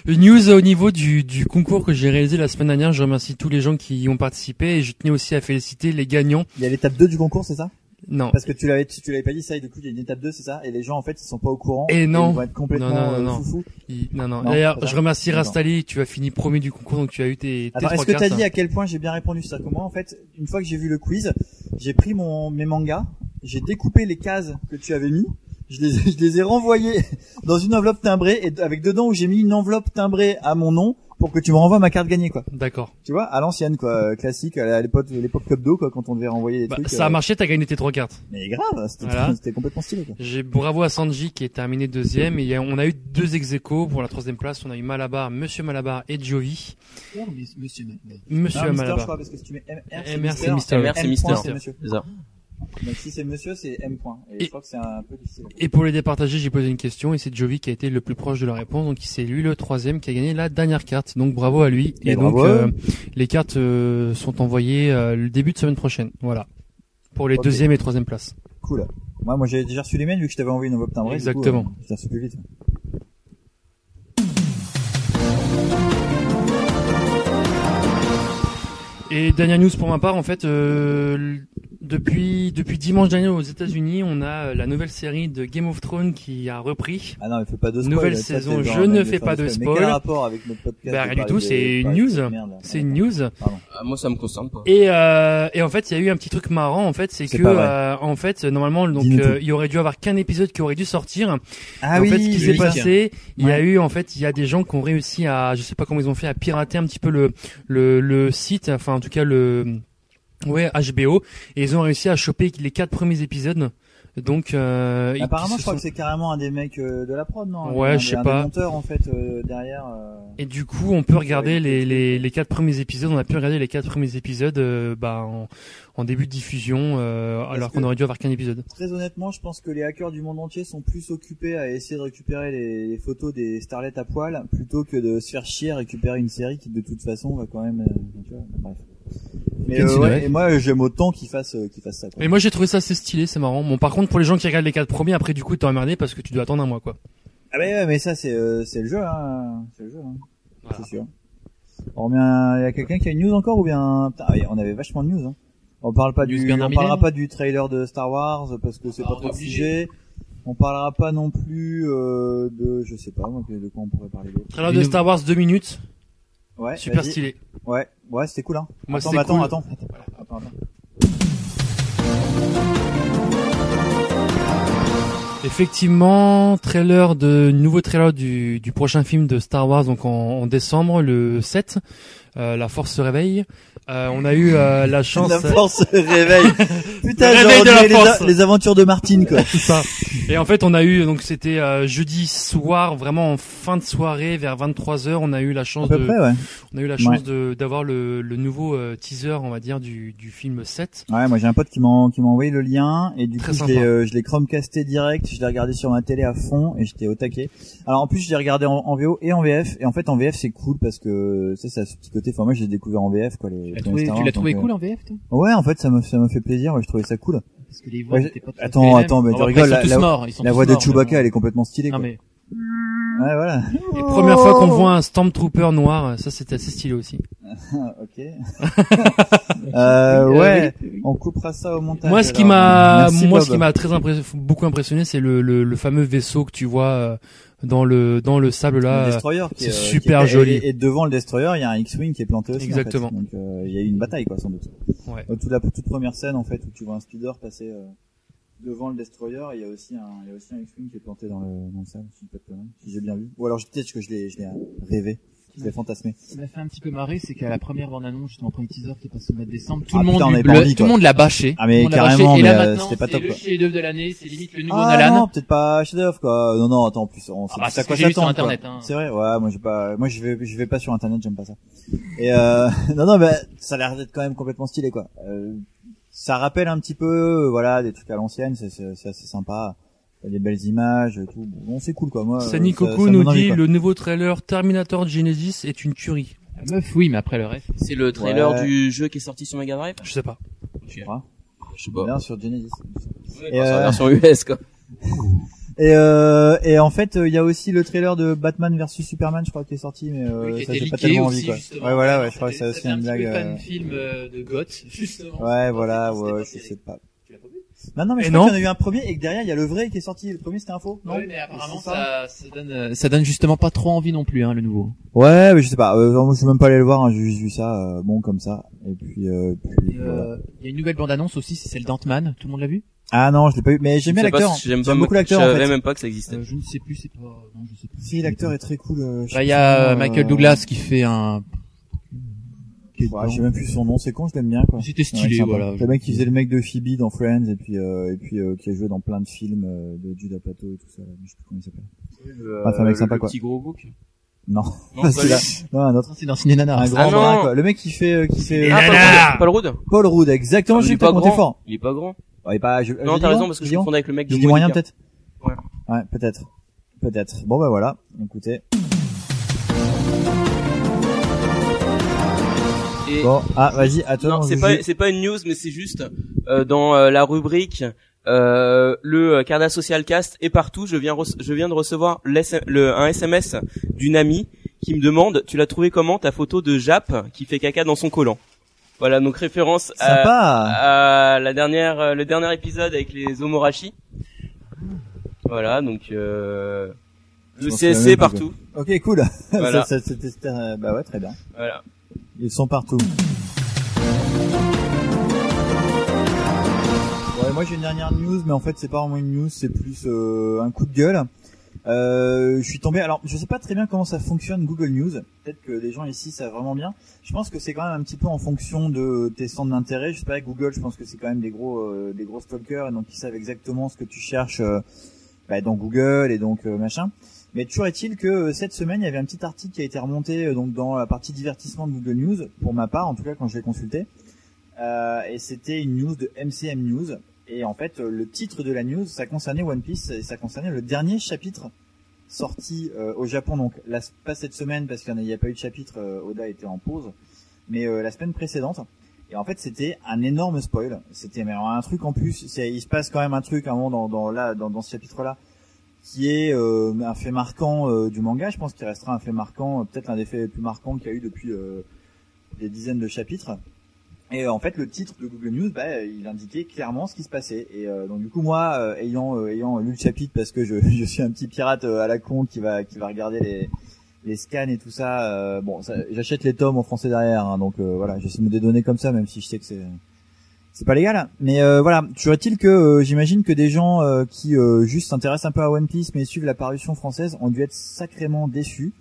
D: Une news au niveau du, du concours que j'ai réalisé la semaine dernière. Je remercie tous les gens qui y ont participé et je tenais aussi à féliciter les gagnants.
A: Il y a l'étape 2 du concours, c'est ça
D: Non.
A: Parce que tu l'avais tu l'avais pas dit ça et du coup il y a une étape 2, c'est ça Et les gens en fait, ils sont pas au courant
D: Et non.
A: ils vont être complètement
D: Non, non, non,
A: euh,
D: non.
A: foufous.
D: il- non, non.
A: Non,
D: D'ailleurs,
A: c'est
D: je remercie
A: Non.
D: Rastali. Tu as fini premier du concours, donc tu as eu tes, tes
A: Alors, est-ce
D: trois
A: que
D: cartes.
A: t'as dit à quel point j'ai bien répondu C'est-à-dire que moi, en fait, une fois que j'ai vu le quiz, j'ai pris mon, mes mangas, j'ai découpé les cases que tu avais mis, je les, <laughs> je les ai renvoyées <laughs> dans une enveloppe timbrée et avec dedans où j'ai mis une enveloppe timbrée à mon nom pour que tu me renvoies ma carte gagnée, quoi.
D: D'accord.
A: Tu vois, à l'ancienne, quoi, euh, classique, à l'époque, l'époque Club Do, quoi, quand on devait renvoyer des
D: Bah,
A: trucs.
D: ça
A: euh,
D: a marché. T'as gagné tes trois cartes.
A: Mais grave, c'était
D: Voilà.
A: <laughs> c'était complètement stylé, quoi.
D: J'ai bravo à Sanji qui est terminé deuxième et il y a- on a eu deux ex aequo pour la troisième place. On a eu Malabar, Monsieur Malabar et Jovi.
E: Oh, mais- Monsieur Macron.
D: Monsieur
A: Non, Ah, Mister, je
D: Malabar.
A: crois, parce que si tu mets MR, c'est
D: MR
A: Mister.
D: c'est Mister.
C: MR, c'est
A: M point,
C: Mister.
A: c'est monsieur.
C: C'est ça.
A: Donc si c'est monsieur, c'est M point. Et,
D: Et-
A: je crois que c'est un peu difficile.
D: Et pour les départager, j'ai posé une question et c'est Jovi qui a été le plus proche de la réponse. Donc c'est lui le troisième qui a gagné la dernière carte. Donc bravo à lui.
A: Et
D: Et, donc
A: bravo.
D: euh, les cartes euh, sont envoyées euh, le début de semaine prochaine. Voilà. Pour les
A: Ok.
D: deuxième et troisième places.
A: Cool. Moi, moi j'avais déjà reçu les mails vu que je t'avais envoyé une enveloppe timbrée. du coup,
D: Exactement.
A: euh, je l'ai reçu plus vite.
D: Et dernière news pour ma part, en fait, euh, l- depuis depuis dimanche dernier aux États-Unis, on a euh, la nouvelle série de Game of Thrones qui a repris.
A: Ah non, mais fais pas de spoil.
D: Nouvelle
A: ça,
D: saison,
A: c'est dans
D: je
A: un
D: ne
A: mail
D: fais
A: fin
D: pas de
A: Mais quel
D: spoil.
A: rapport avec notre podcast
D: Bah,
A: de
D: rien du
A: parler
D: tout,
A: de-
D: c'est une
A: parler de
D: news.
A: cette merde, là.
D: C'est une news.
C: Ah, Moi, ça me concerne pas.
D: Et, euh, et en fait, il y a eu un petit truc marrant. En fait, c'est
A: C'est
D: que
A: pas vrai.
D: euh, en fait, normalement, donc
A: Dis-nous
D: euh, il y aurait dû avoir qu'un épisode qui aurait dû sortir.
A: Ah
D: en
A: oui,
D: fait, ce qui s'est
E: leak.
D: passé, il y a
A: Ouais.
D: eu en fait, il y a des gens qui ont réussi à, je sais pas comment ils ont fait, à pirater un petit peu le le, le site, enfin en tout cas le ouais HBO, et ils ont réussi à choper les quatre premiers épisodes. Donc euh, ils-
A: Apparemment,
D: ils
A: je
D: se
A: crois
D: sont-
A: que c'est carrément un des mecs euh, de la prod, non
D: Ouais,
A: Un-
D: je sais
A: un
D: pas.
A: monteur en fait euh, derrière. euh,
D: Et du coup, on peut regarder les, les, les quatre premiers épisodes. On a pu regarder les quatre premiers épisodes euh, bah, en, en début de diffusion, euh, alors
A: que-
D: qu'on aurait dû avoir qu'un épisode.
A: Très honnêtement, je pense que les hackers du monde entier sont plus occupés à essayer de récupérer les, les photos des starlets à poil plutôt que de se faire chier à récupérer une série qui de toute façon va quand même. euh, tu vois, bref. Mais
E: Quel
A: euh, ouais,
E: silhouette.
A: et moi, j'aime autant qu'ils fassent euh, qu'ils fassent ça. Quoi.
D: Et moi, j'ai trouvé ça assez stylé, c'est marrant. Bon, par contre, pour les gens qui regardent les quatre premiers, après, du coup, t'es emmerdé parce que tu dois attendre un mois, quoi.
A: Ah bah ouais, mais ça c'est euh, c'est le jeu, hein. c'est le jeu, hein.
D: Voilà.
A: c'est sûr. On revient, il y a quelqu'un qui a une news encore ou bien Putain, ah ouais, on avait vachement de news. Hein. On parle pas
E: News
A: du,
E: Bernard
A: on parlera
E: Minet
A: pas du trailer de Star Wars parce que c'est
E: Ah,
A: pas
E: on
A: trop
E: est
A: le
E: obligé.
A: sujet. On parlera pas non plus euh, de, je sais pas, moi, de quoi on pourrait parler d'autre.
D: Trailer de
E: Une-
D: Star Wars, deux minutes,
A: Ouais,
D: super
A: vas-y.
D: stylé.
A: Ouais, ouais, c'était cool. Hein.
D: Moi,
A: attends,
D: c'était
A: mais attends,
D: cool.
A: attends, attends, attends.
D: Effectivement, trailer de nouveau trailer du, du prochain film de Star Wars, donc en, en décembre, le 7, euh, La Force se réveille. Euh, on a eu euh, la
A: <laughs>
D: chance.
A: La force se
D: <laughs>
A: réveille. Putain,
D: Le
A: genre,
D: réveil
A: on
D: de la
A: dirait les,
D: force.
A: a- les aventures de Martine quoi.
D: tout ça. Et en fait, on a eu donc c'était euh, jeudi soir, vraiment en fin de soirée, vers 23 h on a eu la
A: à
D: chance
A: peu
D: de,
A: près, ouais.
D: on a eu la chance de d'avoir le, le nouveau euh, teaser, on va dire, du, du film 7.
A: Ouais, moi j'ai un pote qui m'a qui m'a envoyé le lien et du
D: Très
A: coup je
D: sympa.
A: l'ai euh, je l'ai chromecasté direct, je l'ai regardé sur ma télé à fond et j'étais au taquet. Alors en plus je l'ai regardé en, en VO et en VF et en fait en VF c'est cool parce que ça ça a ce petit côté. Enfin moi j'ai découvert en VF quoi les.
E: Tu l'as
A: les
E: trouvé,
A: Star
E: tu
A: Wars,
E: l'as trouvé
A: donc,
E: cool en VF, toi
A: euh, Ouais en fait ça me ça me fait plaisir, ouais, je trouvais ça cool.
E: Parce que les voix
A: Ouais,
E: n'étaient pas tout à fait
A: attends,
E: les
A: attends,
E: mêmes.
A: mais
E: Bon,
A: tu
E: après,
A: rigoles,
E: ils sont
A: la-
E: tous
A: la-
E: morts, ils sont
A: La
E: tous
A: voix de
E: morts,
A: Chewbacca
E: mais-
A: elle est complètement stylée.
E: Non
A: Quoi.
E: mais
A: Ouais voilà. <laughs>
D: Et première fois qu'on voit un Stormtrooper noir, ça c'était assez stylé aussi.
A: ok. Ah, euh,
E: <laughs> Euh,
A: ouais.
E: oui, oui.
A: On coupera ça au montage.
D: Moi, ce qui
A: alors.
D: m'a,
A: Merci,
D: moi,
A: Bob.
D: ce qui m'a très impré- beaucoup impressionné, c'est le, le, le fameux vaisseau que tu vois euh, dans le dans le sable
A: Le
D: là. euh,
A: Destroyer qui est,
D: c'est
A: euh,
D: super
A: qui est-
D: joli.
A: Et, et devant le Destroyer, il y a un X-Wing qui est planté aussi. en fait.
D: Exactement.
A: Donc euh, il y a eu une bataille quoi sans doute.
D: Ouais.
A: Euh, Toute la toute première scène en fait où tu vois un speeder passer euh, devant le Destroyer, il y a aussi un il y a aussi un X-Wing qui est planté dans le dans le sable, si je dis pas de conneries, si j'ai bien vu. Ou alors peut-être que je l'ai je l'ai rêvé, je l'ai fantasmé.
E: Ce qui m'a fait un petit peu marrer, c'est qu'à la première bande-annonce, justement, premier teaser qui est passé au mois de décembre, tout
A: Ah,
E: le monde,
A: putain, on
E: lui-
A: avait pas
E: le-
A: envie,
E: tout le
A: quoi.
E: monde l'a bâché.
A: Ah, mais
E: Tout le monde l'a
A: carrément,
E: bâché. Et
A: mais,
E: là,
A: euh,
E: maintenant,
A: c'était pas
E: c'est
A: top,
E: le
A: quoi.
E: chef-d'œuvre de l'année, c'est limite le nouveau
A: ah
E: Nolan.
A: non, peut-être pas chef d'œuvre quoi. Non non, attends en plus on sait
E: Ah bah,
A: plus
E: c'est
A: à
E: ce
A: quoi
E: que j'ai vu sur
A: s'attendre, quoi.
E: Internet, hein.
A: C'est vrai, ouais, moi j'ai pas moi je vais je vais pas sur internet, j'aime pas ça. Et euh, <laughs> non non, mais ça a l'air d'être quand même complètement stylé quoi. Euh, ça rappelle un petit peu euh, voilà des trucs à l'ancienne, c'est c'est c'est assez sympa. Il y a des belles images et tout. Bon, c'est cool quoi moi. euh,
D: Sani
A: ça- ça
D: Coco
A: me
D: nous
A: donne envie,
D: dit
A: quoi.
D: le nouveau trailer Terminator Genesis est une tuerie.
E: Ah La meuf, oui, mais après le reste.
C: C'est le trailer
A: Ouais.
C: du jeu qui est sorti sur Mega Drive
D: Je sais pas.
C: Je sais
A: Bien sur Genesis.
C: Ouais, enfin,
A: Et,
C: c'est
A: euh,
C: la version US quoi.
A: Et, euh, et en fait, euh, il y a aussi le trailer de Batman versus Superman, je crois, qui est sorti, mais euh, ça j'ai pas tellement envie. Quoi. Ouais, voilà, Ah ouais, je crois que c'est aussi une blague. euh,
E: fan film euh, de Goth, justement.
A: Ouais, voilà,
E: C'était pas
A: ouais, je
E: terrible.
A: sais pas.
E: Tu l'as pas vu
A: Non, non, mais je
D: Et
A: crois
D: non.
A: qu'il y en a eu un premier et que derrière il y a le vrai qui est sorti. Le premier c'était un faux, non
E: Ouais, mais apparemment
A: C'est ça
E: ça, ça donne, euh, ça donne justement pas trop envie non plus, hein, le nouveau.
A: Ouais, mais je sais pas. Euh, non, moi, je suis même pas allé le voir. hein, J'ai juste vu ça, euh, bon comme ça. Et puis, euh, puis
E: Et,
A: voilà.
E: euh, Il y a une nouvelle bande-annonce aussi, c'est celle d'Ant-Man. Tout le monde l'a vu
A: ah non, je l'ai pas eu. Mais j'aime bien
C: Je sais pas
A: l'acteur. hein.
C: si- j'aime pas
A: J'aime beaucoup
C: moi-
A: l'acteur.
C: Je
A: En
C: savais
A: fait.
C: même pas que ça existait.
E: Euh, Je ne sais plus, c'est pas. Non, je sais plus.
A: Si l'acteur est très cool. euh, je
E: Bah,
A: sais
E: il y a
A: pas,
E: euh, Michael
A: euh,
E: Douglas qui fait un. qui est
A: Ouais, je sais
E: dedans.
A: même plus son nom. C'est con, je l'aime bien quoi.
E: C'était
A: Ouais,
E: stylé,
A: sympa.
E: voilà.
A: Le mec qui faisait le mec de Phoebe dans Friends et puis euh, et puis euh, qui a joué dans plein de films euh, de Judah Pato et tout ça. là. Je sais plus comment il s'appelle. Enfin, Ah, un mec sympa, quoi.
C: Euh, Petit gros bouc.
A: Non, <laughs>
C: Non,
A: c'est là. Non, un autre.
E: Ah Non, C'est dans Ciné
A: Un
E: Nana.
A: grand
C: non.
A: bras quoi. Le mec qui fait euh, qui fait
D: Ah,
C: Ah, Paul Rudd. Paul Rudd
A: Paul Rudd. Exactement.
C: Ah, Il
A: J'ai
C: est pas
A: pas compté
C: grand.
A: fort. Euh,
C: Il est pas grand.
A: Ouais, pas, je,
C: Non,
A: je
C: t'as
A: dis
C: raison
A: non,
C: parce que
A: je
C: je
A: dis non.
C: confondais avec le mec
A: Je
C: de
A: dis moyen
C: Monica.
A: peut-être.
C: Ouais.
A: Ouais, peut-être. Peut-être. Bon bah voilà. Écoutez.
C: Et-
A: Bon, ah vas-y, à toi.
C: Non,
A: mon
C: c'est
A: Juju.
C: pas c'est pas une news, mais c'est juste euh, dans euh, la rubrique euh, le euh, Carda Social Cast est partout. Je viens rece- je viens de recevoir l'S- le, un SMS d'une amie qui me demande tu l'as trouvé comment ta photo de Jap qui fait caca dans son collant. Voilà donc référence à,
A: Sympa.
C: à la dernière euh, le dernier épisode avec les Omorashi. Voilà donc euh,
A: Je
C: le
A: pense qu'il y a
C: CSC
A: même pas
C: partout.
A: Ok, cool. <laughs>
C: Voilà.
A: ça, ça, c'était- c'était, euh, bah ouais, très bien.
C: Voilà.
A: Ils sont partout. Ouais, moi j'ai une dernière news, mais en fait c'est pas vraiment une news, c'est plus euh, un coup de gueule. Euh, je suis tombé. Alors, je sais pas très bien comment ça fonctionne Google News. Peut-être que les gens ici savent vraiment bien. Je pense que c'est quand même un petit peu en fonction de tes centres d'intérêt. Je sais pas Google. Je pense que c'est quand même des gros, euh, des gros stalkers, et donc ils savent exactement ce que tu cherches euh, bah, dans Google et donc euh, machin. Mais toujours est-il que euh, cette semaine, il y avait un petit article qui a été remonté euh, donc dans la partie divertissement de Google News, pour ma part, en tout cas quand je l'ai consulté. Euh, et c'était une news de MCM News. Et en fait, euh, le titre de la news, ça concernait One Piece et ça concernait le dernier chapitre sorti euh, au Japon. Donc, la, pas cette semaine parce qu'il n'y a, il y a pas eu de chapitre, euh, Oda était en pause, mais euh, la semaine précédente. Et en fait, c'était un énorme spoil. C'était mais alors, un truc en plus. c'est- Il se passe quand même un truc à un moment dans, dans, là, dans, dans ce chapitre-là qui est euh, un fait marquant euh, du manga. Je pense qu'il restera un fait marquant, euh, peut-être l'un des faits les plus marquants qu'il y a eu depuis euh, des dizaines de chapitres. Et euh, en fait, le titre de Google News, bah, euh, il indiquait clairement ce qui se passait. Et euh, donc du coup, moi, euh, ayant euh, ayant lu le chapitre parce que je, <laughs> je suis un petit pirate euh, à la con qui va qui va regarder les les scans et tout ça. euh, bon, ça- j'achète les tomes en français derrière, hein, donc euh, voilà, j'essaie de me dédonner comme ça, même si je sais que c'est c'est pas légal. Mais euh, voilà, toujours est-il que euh, j'imagine que des gens euh, qui euh, juste s'intéressent un peu à One Piece mais suivent la parution française ont dû être sacrément déçus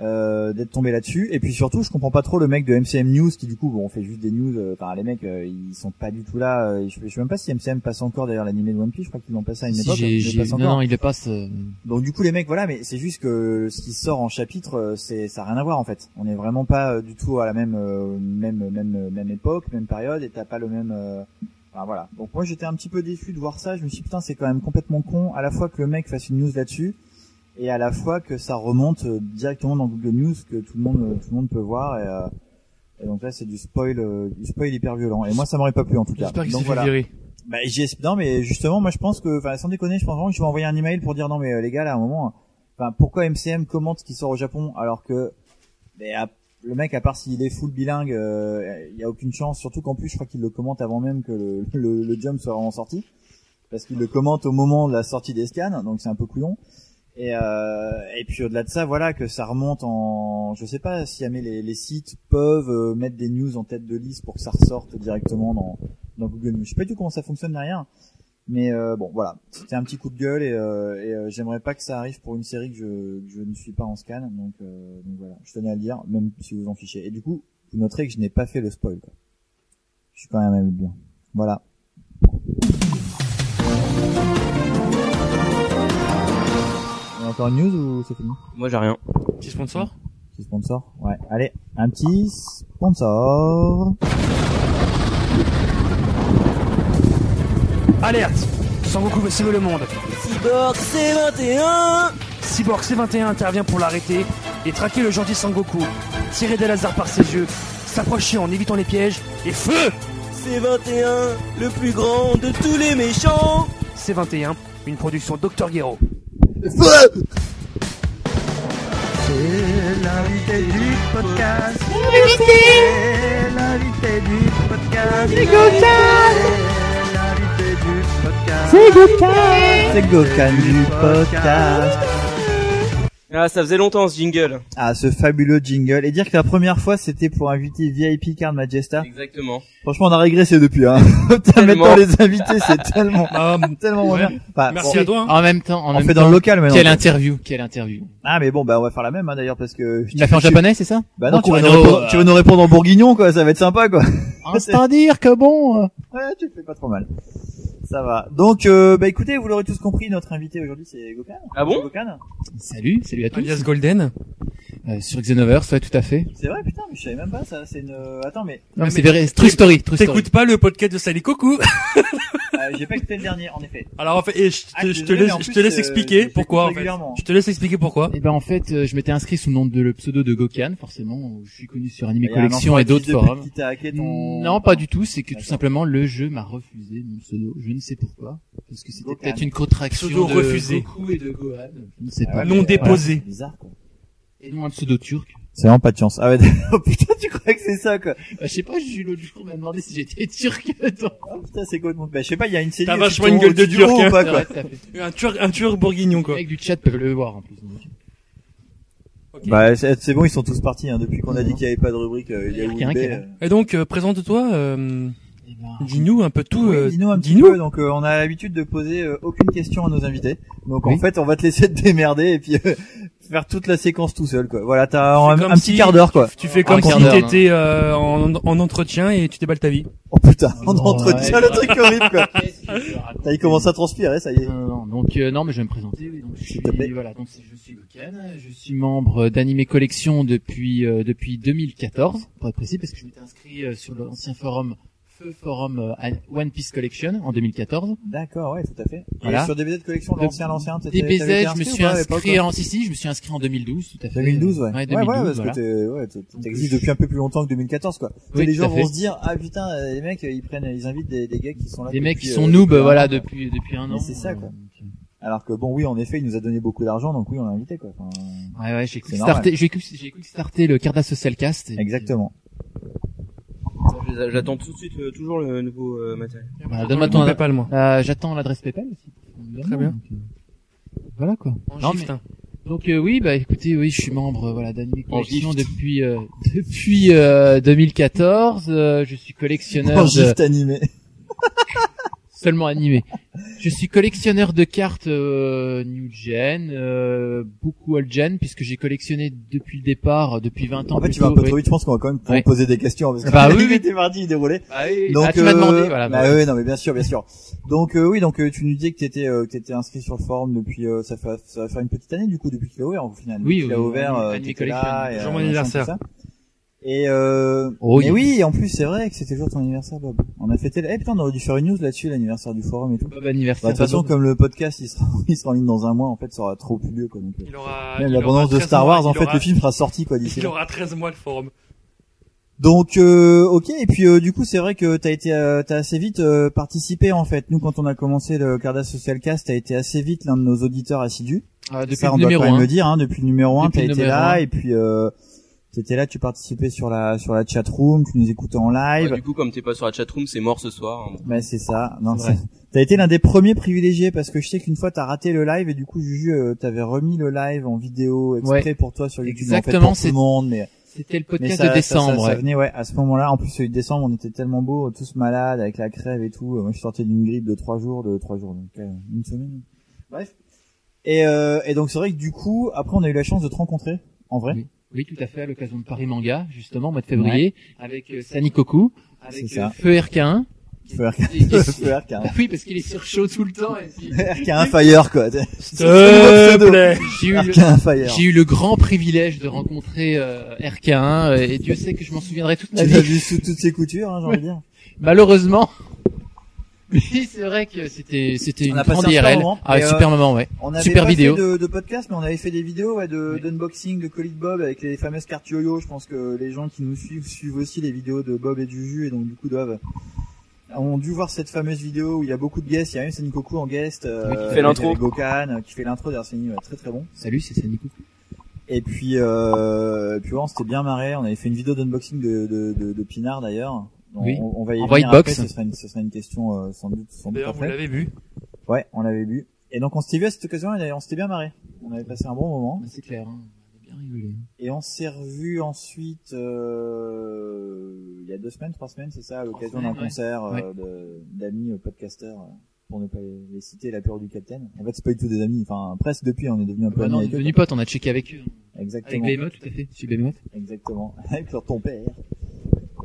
A: euh, d'être tombés là-dessus. Et puis surtout, je comprends pas trop le mec de MCM News qui du coup, bon, on fait juste des news. euh, Enfin, les mecs, euh, ils sont pas du tout là. euh, je, je sais même pas si MCM passe encore d'ailleurs l'animé de One Piece. Je crois qu'ils l'ont passé à une
E: Si,
A: époque.
E: j'ai-
A: mais il
E: j'ai-
A: passe
E: Non,
A: encore.
E: non, il le passe. euh,
A: Donc du coup les mecs voilà mais c'est juste que ce qui sort en chapitre euh, c'est ça a rien à voir en fait. On n'est vraiment pas euh, du tout à la même euh, même même même époque, même période et t'as pas le même euh, enfin, voilà. Donc moi j'étais un petit peu déçu de voir ça, je me suis dit, putain c'est quand même complètement con à la fois que le mec fasse une news là-dessus et à la fois que ça remonte euh, directement dans Google News que tout le monde euh, tout le monde peut voir et, euh, et donc là c'est du spoil euh, du spoil hyper violent et moi ça m'aurait pas plu en tout cas.
D: J'espère qu'il s'est
A: Donc
D: fait
A: voilà.
D: virer.
A: Bah, j'espère. Non, mais justement, moi, je pense que, enfin, sans déconner, je pense vraiment que je vais envoyer un email pour dire non, mais euh, les gars, là, à un moment, enfin, pourquoi MCM commente ce qui sort au Japon alors que, mais, à- le mec, à part s'il est full bilingue, euh, il y a aucune chance. Surtout qu'en plus, je crois qu'il le commente avant même que le, <laughs> le, le jump soit en sortie, parce qu'il le commente au moment de la sortie des scans, donc c'est un peu couillon. Et, euh, et puis au-delà de ça, voilà que ça remonte en, je sais pas si jamais les, les sites peuvent euh, mettre des news en tête de liste pour que ça ressorte directement dans, dans Google News. Je sais pas du tout comment ça fonctionne derrière, mais euh, bon voilà, c'était un petit coup de gueule et, euh, et, euh, j'aimerais pas que ça arrive pour une série que je, que je ne suis pas en scan, donc, euh, donc voilà, je tenais à le dire, même si vous en fichez. Et du coup, vous noterez que je n'ai pas fait le spoil. Quoi. Je suis quand même allé bien. Voilà. Il y a encore une news ou c'est fini
C: Moi j'ai rien.
D: Petit sponsor
A: Petit sponsor Ouais. Allez, un petit sponsor.
B: Alerte Sangoku veut sauver le monde. Cyborg C21 Cyborg C21 intervient pour l'arrêter et traquer le gentil Sangoku.
H: tirer des lasers par ses yeux, s'approcher en évitant les pièges, et feu
C: C'est 21, le plus grand de tous les méchants
H: C21, une production Dr Guéraud.
B: C'est l'invité du podcast. C'est l'invité du podcast. C'est L'invité du podcast. C'est
A: C'est Gokan du podcast.
C: Ah, ça faisait longtemps ce jingle.
A: Ah, ce fabuleux jingle. Et dire que la première fois, c'était pour inviter VIP Card Majesta.
C: Exactement.
A: Franchement, on a régressé depuis, hein. <laughs> Putain,
C: Tellement.
A: maintenant les invités, c'est tellement,
D: Ah,
A: tellement
D: Ouais.
A: moins bien. Enfin,
D: merci
A: bon,
D: à toi. hein.
E: En même temps, en
A: on
E: même
A: fait
E: temps,
A: dans le local maintenant.
E: quelle interview, quelle interview.
A: Ah, mais bon, bah, on va faire la même, hein, d'ailleurs, parce que...
E: Tu l'as fait en japonais, c'est ça
A: Bah non,
E: Donc,
A: tu vas,
E: on
A: nous
E: est au-
A: répondre, tu vas nous répondre en bourguignon, quoi. Ça va être sympa, quoi.
E: Ah, C'est-à-dire que bon. euh,
A: Ouais, tu le fais pas trop mal. Ça va. Donc, euh, bah écoutez, vous l'aurez tous compris, notre invité aujourd'hui c'est Gokan.
C: Ah bon
A: Gokan
E: Salut, salut à tous.
D: Alias Golden.
E: Euh, sur Xenoverse, ouais, tout à fait.
A: C'est vrai, putain, mais je savais même pas ça. C'est une. euh, Attends, mais
E: Non, mais c'est
D: mais-
E: vrai, true story, true story.
D: T'écoutes pas le podcast de Sally Coucou
A: euh, j'ai pas écouté le dernier, en effet.
D: Alors en fait, et je te,
A: Ah, je suis
D: je te
A: désolé,
D: laisse,
A: mais en
D: je te
A: plus,
D: laisse
A: euh, je
D: expliquer
A: l'écoute
D: pourquoi. en fait.
A: régulièrement.
D: Je te laisse expliquer pourquoi.
E: Et ben en fait, euh, je m'étais inscrit sous le nom de le pseudo de Gokan, forcément. où Je suis connu sur Anime
A: Il y a un
E: Collection
A: enfant
E: et d'autres
A: de pute
E: forums.
A: Qui t'a hacké ton...
E: Non, pas du tout. C'est que tout
A: D'accord.
E: simplement le jeu m'a refusé mon pseudo. Je ne sais pourquoi. Parce que c'était
A: Gokan.
E: peut-être une contraction
D: Pseudo
E: de
D: refusé.
E: Goku et de Gohan. Je ne sais
A: Ah
E: pas.
A: ouais,
D: Non
A: mais,
D: déposé.
A: ouais, c'est bizarre, quoi.
E: Et non un pseudo turc.
A: C'est vraiment pas de chance. Ah ouais. <laughs> oh putain, tu crois que c'est ça quoi
E: Bah, je sais pas. J'ai eu l'autre jour on m'a demandé si j'étais turc. Attends.
A: Oh putain, c'est quoi de monde Bah je sais pas, il y a une série.
D: T'as
A: au-dessus
D: vachement
A: du-
D: une gueule de
A: au-dessus du
D: turc,
A: haut ou
D: hein.
A: pas,
E: C'est
A: quoi
E: vrai, ça fait-
D: Un tueur, un tueur bourguignon
E: Les
D: quoi.
E: mecs du chat peuvent le voir en plus.
A: Bah c'est c'est bon, ils sont tous partis hein, depuis qu'on a dit qu'il y avait pas de rubrique. euh, Il y a
E: Il y a rien qui est là.
A: eu
D: Et donc euh, présente-toi, euh,
E: Eh ben,
D: dis-nous un peu tout.
A: Oui,
D: euh,
A: dis-nous un petit
D: dis-nous.
A: peu. Donc, euh, on a l'habitude de poser euh, aucune question à nos invités. Donc, en
E: Oui.
A: fait, on va te laisser <laughs> te démerder et puis euh, faire toute la séquence tout seul, quoi. Voilà, t'as
D: C'est
A: un,
D: comme
A: un petit
D: si-
A: quart d'heure, quoi.
D: Tu fais comme si
E: quart d'heure,
D: t'étais euh, en, en entretien et tu déballes ta vie.
A: Oh putain, <laughs> on
E: Ouais.
A: entretient le truc horrible, quoi.
E: qu'est-ce que je raconte
A: T'as il commence à transpirer, ça y est.
E: Non, non, non. donc euh, non mais je vais me présenter oui, donc je suis
A: te plaît.
E: voilà donc c'est- je suis Gokan, je suis membre d'Anime Collection depuis euh, depuis 2014 pour être précis parce que je m'étais inscrit euh, sur l'ancien forum Feu Forum euh, à One Piece Collection en 2014
A: D'accord, ouais, tout à fait.
E: Voilà.
A: Et sur DBZ de collection,
E: De-
A: l'ancien, l'ancien, t'étais- t'avais été
E: DBZ je me
A: inscrit
E: suis
A: ou pas à l'époque, hein
E: inscrit
A: quoi
E: en si si je me suis inscrit en 2012 tout à fait
A: 2012, ouais.
E: ouais,
A: Ouais,
E: 2012
A: ouais, parce
E: voilà.
A: que t'es- ouais, t'es- t'existes depuis un peu plus longtemps que 2014, quoi.
E: Oui,
A: les
E: tout
A: gens
E: à fait.
A: vont se dire, ah putain, euh, les mecs, ils prennent, ils invitent des, des gars qui sont là.
E: les mecs qui
A: depuis,
E: sont
A: euh,
E: noobs
A: depuis un
E: voilà
A: an, quoi.
E: depuis depuis un
A: Mais
E: an
A: c'est ça,
E: euh,
A: quoi.
E: donc,
A: Alors que bon, oui, en effet, il nous a donné beaucoup d'argent, donc oui, on l'a invité, quoi. Enfin,
E: Ouais, ouais, j'ai cru
A: C'est
E: starter, j'ai cru, j'ai cru starter le Carda Social Cast. et-
A: Exactement.
C: J'attends tout de suite euh, toujours le nouveau euh, matériel.
E: Voilà, donne-moi ton,
A: Bah,
D: PayPal moi.
E: euh, j'attends l'adresse PayPal aussi.
D: Très bien.
E: Donc, euh, Voilà, quoi.
D: En
E: Non,
D: shift,
E: mais-
D: hein.
E: Donc, euh, oui, bah, écoutez, oui, je suis membre, euh, voilà, d'Anime
C: En
E: Collection
C: gift.
E: depuis, euh, <laughs> depuis, euh, 2014. euh, je suis
A: <laughs>
E: collectionneur
A: En
E: de,
A: gif animé.
E: seulement animé. Je suis collectionneur de cartes euh, New Gen, euh, beaucoup Old Gen, puisque j'ai collectionné depuis le départ, euh, depuis 20 ans.
A: En fait, tu
E: plutôt,
A: vas un peu
E: oui.
A: trop vite. Je pense qu'on va quand même pouvoir
E: Oui.
A: poser des questions parce que <laughs>
E: Bah oui, oui.
A: t'es parti, il déroulait.
E: Ah oui,
A: Donc,
E: ah, tu m'as demandé,
A: euh,
E: voilà.
A: Bah oui, non, mais bien sûr, bien sûr. Donc euh, oui, donc euh, tu nous disais que t'étais euh, que t'étais inscrit sur le forum depuis euh, ça fait ça va faire une petite année du coup depuis qu'il a ouvert au final.
E: Oui,
A: il a
E: oui,
A: ouvert.
E: oui,
A: euh,
E: Anime
A: t'étais là,
E: Collection.
A: et,
D: Jour
A: euh,
D: mon
A: machin,
D: anniversaire.
A: tout ça. Et euh,
E: Oh,
A: mais
E: il-
A: oui, en plus c'est vrai que c'était toujours ton anniversaire Bob. On a fêté. le- Eh putain, on aurait dû faire une news là-dessus l'anniversaire du forum et tout.
E: Bob
A: Bah,
E: anniversaire.
A: de toute façon,
E: Bob.
A: comme le podcast il sera <laughs> il sera en ligne dans un mois, en fait, ça aura trop plus lieu quoi. Donc, euh,
D: Il
E: Ah,
D: aura.
A: même
D: il
A: l'abondance
D: aura
A: de
D: 13
A: Star
D: mois,
A: Wars, en
D: il
A: fait,
D: aura-
A: le film sera sorti
E: <laughs>
A: quoi d'ici
D: Il
A: là.
D: aura 13 mois le forum.
A: Donc euh, ok et puis euh, du coup c'est vrai que t'as été euh, t'as assez vite euh, participé en fait nous quand on a commencé le Carda Social Cast t'as été assez vite l'un de nos auditeurs assidus
E: Ah, depuis
A: ça on
E: le
A: doit
E: numéro
A: quand même
E: un.
A: le dire hein, depuis le numéro 1
E: Depuis
A: t'as
E: le
A: été
E: numéro
A: là
E: un.
A: et puis euh, t'étais là tu participais sur la sur la chat room tu nous écoutais en live
C: Ouais, du coup, comme t'es pas sur la chatroom, c'est mort ce soir. hein.
A: bah c'est ça non
E: C'est vrai.
A: c'est- t'as été l'un des premiers privilégiés parce que je sais qu'une fois t'as raté le live et du coup Juju euh, t'avais remis le live en vidéo exprès pour toi sur YouTube mais
E: Exactement,
A: en fait, pour tout
E: c'est-
A: le monde mais
E: C'était le
A: Mais
E: podcast
A: ça,
E: de décembre.
A: ça, ça, ça
E: ouais.
A: venait ouais à ce moment-là. En plus celui de décembre, on était tellement beaux, tous malades avec la crève et tout. Euh, Moi, je sortais d'une grippe de trois jours, de trois jours, donc euh, une semaine. Bref. Et, euh, et donc c'est vrai que du coup, après, on a eu la chance de te rencontrer en vrai.
E: Oui, tout à fait, à l'occasion de Paris Manga, justement, au mois de février, avec euh, Sani Koku, avec
A: C'est ça.
E: euh, Feu RK1.
A: Feu RK1.
E: Et- et- <laughs>
A: RK, hein.
E: <laughs> oui, parce qu'il est sur chaud tout le temps. et puis-
A: RK1 Fire quoi.
D: S'il
A: te
D: te plaît.
E: J'ai eu, le-
A: RK1 Fire.
E: j'ai eu le grand privilège de rencontrer euh, RK1, euh, et Dieu sait que je m'en souviendrai toute ma
A: Tu l'as
E: vie.
A: vu sous toutes ses coutures, hein, j'ai envie de dire.
E: Malheureusement, <laughs> Oui, c'est vrai que c'était c'était
A: On
E: une
A: a passé
E: grande
A: un super
E: IRL.
A: moment,
E: Ah,
A: et, euh,
E: super moment, ouais.
A: On avait
E: Super
A: pas
E: vidéo.
A: fait de, de podcast, mais on avait fait des vidéos ouais, de
E: Ouais.
A: d'unboxing de colis de Bob avec les fameuses cartes yo-yo. Je pense que les gens qui nous suivent suivent aussi les vidéos de Bob et du jus et donc du coup doivent ont dû voir cette fameuse vidéo où il y a beaucoup de guests. Il y a même Senikoku en guest, euh,
E: Oui, qui fait
A: avec
C: l'intro.
A: Gokan euh, qui fait l'intro d'Arseny, ouais, très très bon.
E: Salut, c'est Sani Coucou.
A: Et puis, euh, et puis ouais, on s'était bien marré. On avait fait une vidéo d'unboxing de, de, de, de Pinard d'ailleurs. On,
E: Oui.
A: on, on va y
E: En
A: venir
E: white
A: après,
E: box.
A: Ce sera une, ce sera une question euh, sans doute, sans doute
D: D'ailleurs, vous
A: après.
D: l'avez vu.
A: Ouais, on l'avait vu. Et donc on s'était vu à cette occasion et on s'était bien marré. On avait passé un bon moment.
E: C'est clair. Hein. On a bien rigolé.
A: Et on s'est revu ensuite euh, il y a deux semaines, trois semaines, c'est ça, à l'occasion d'un
E: semaines, ouais.
A: concert euh, de- d'amis euh, podcasters, euh, pour ne pas les, les citer, la peur du capitaine. En fait, c'est pas du tout des amis. Enfin, presque depuis, on est devenu un peu
E: Bah
A: amis
E: non, on est
A: avec eux,
E: devenu pote, on a checké avec eux. hein.
A: quoi. Exactement.
E: Avec Behemoth, tout à fait. Je suis Behemoth.
A: Exactement. <laughs> Avec leur ton père.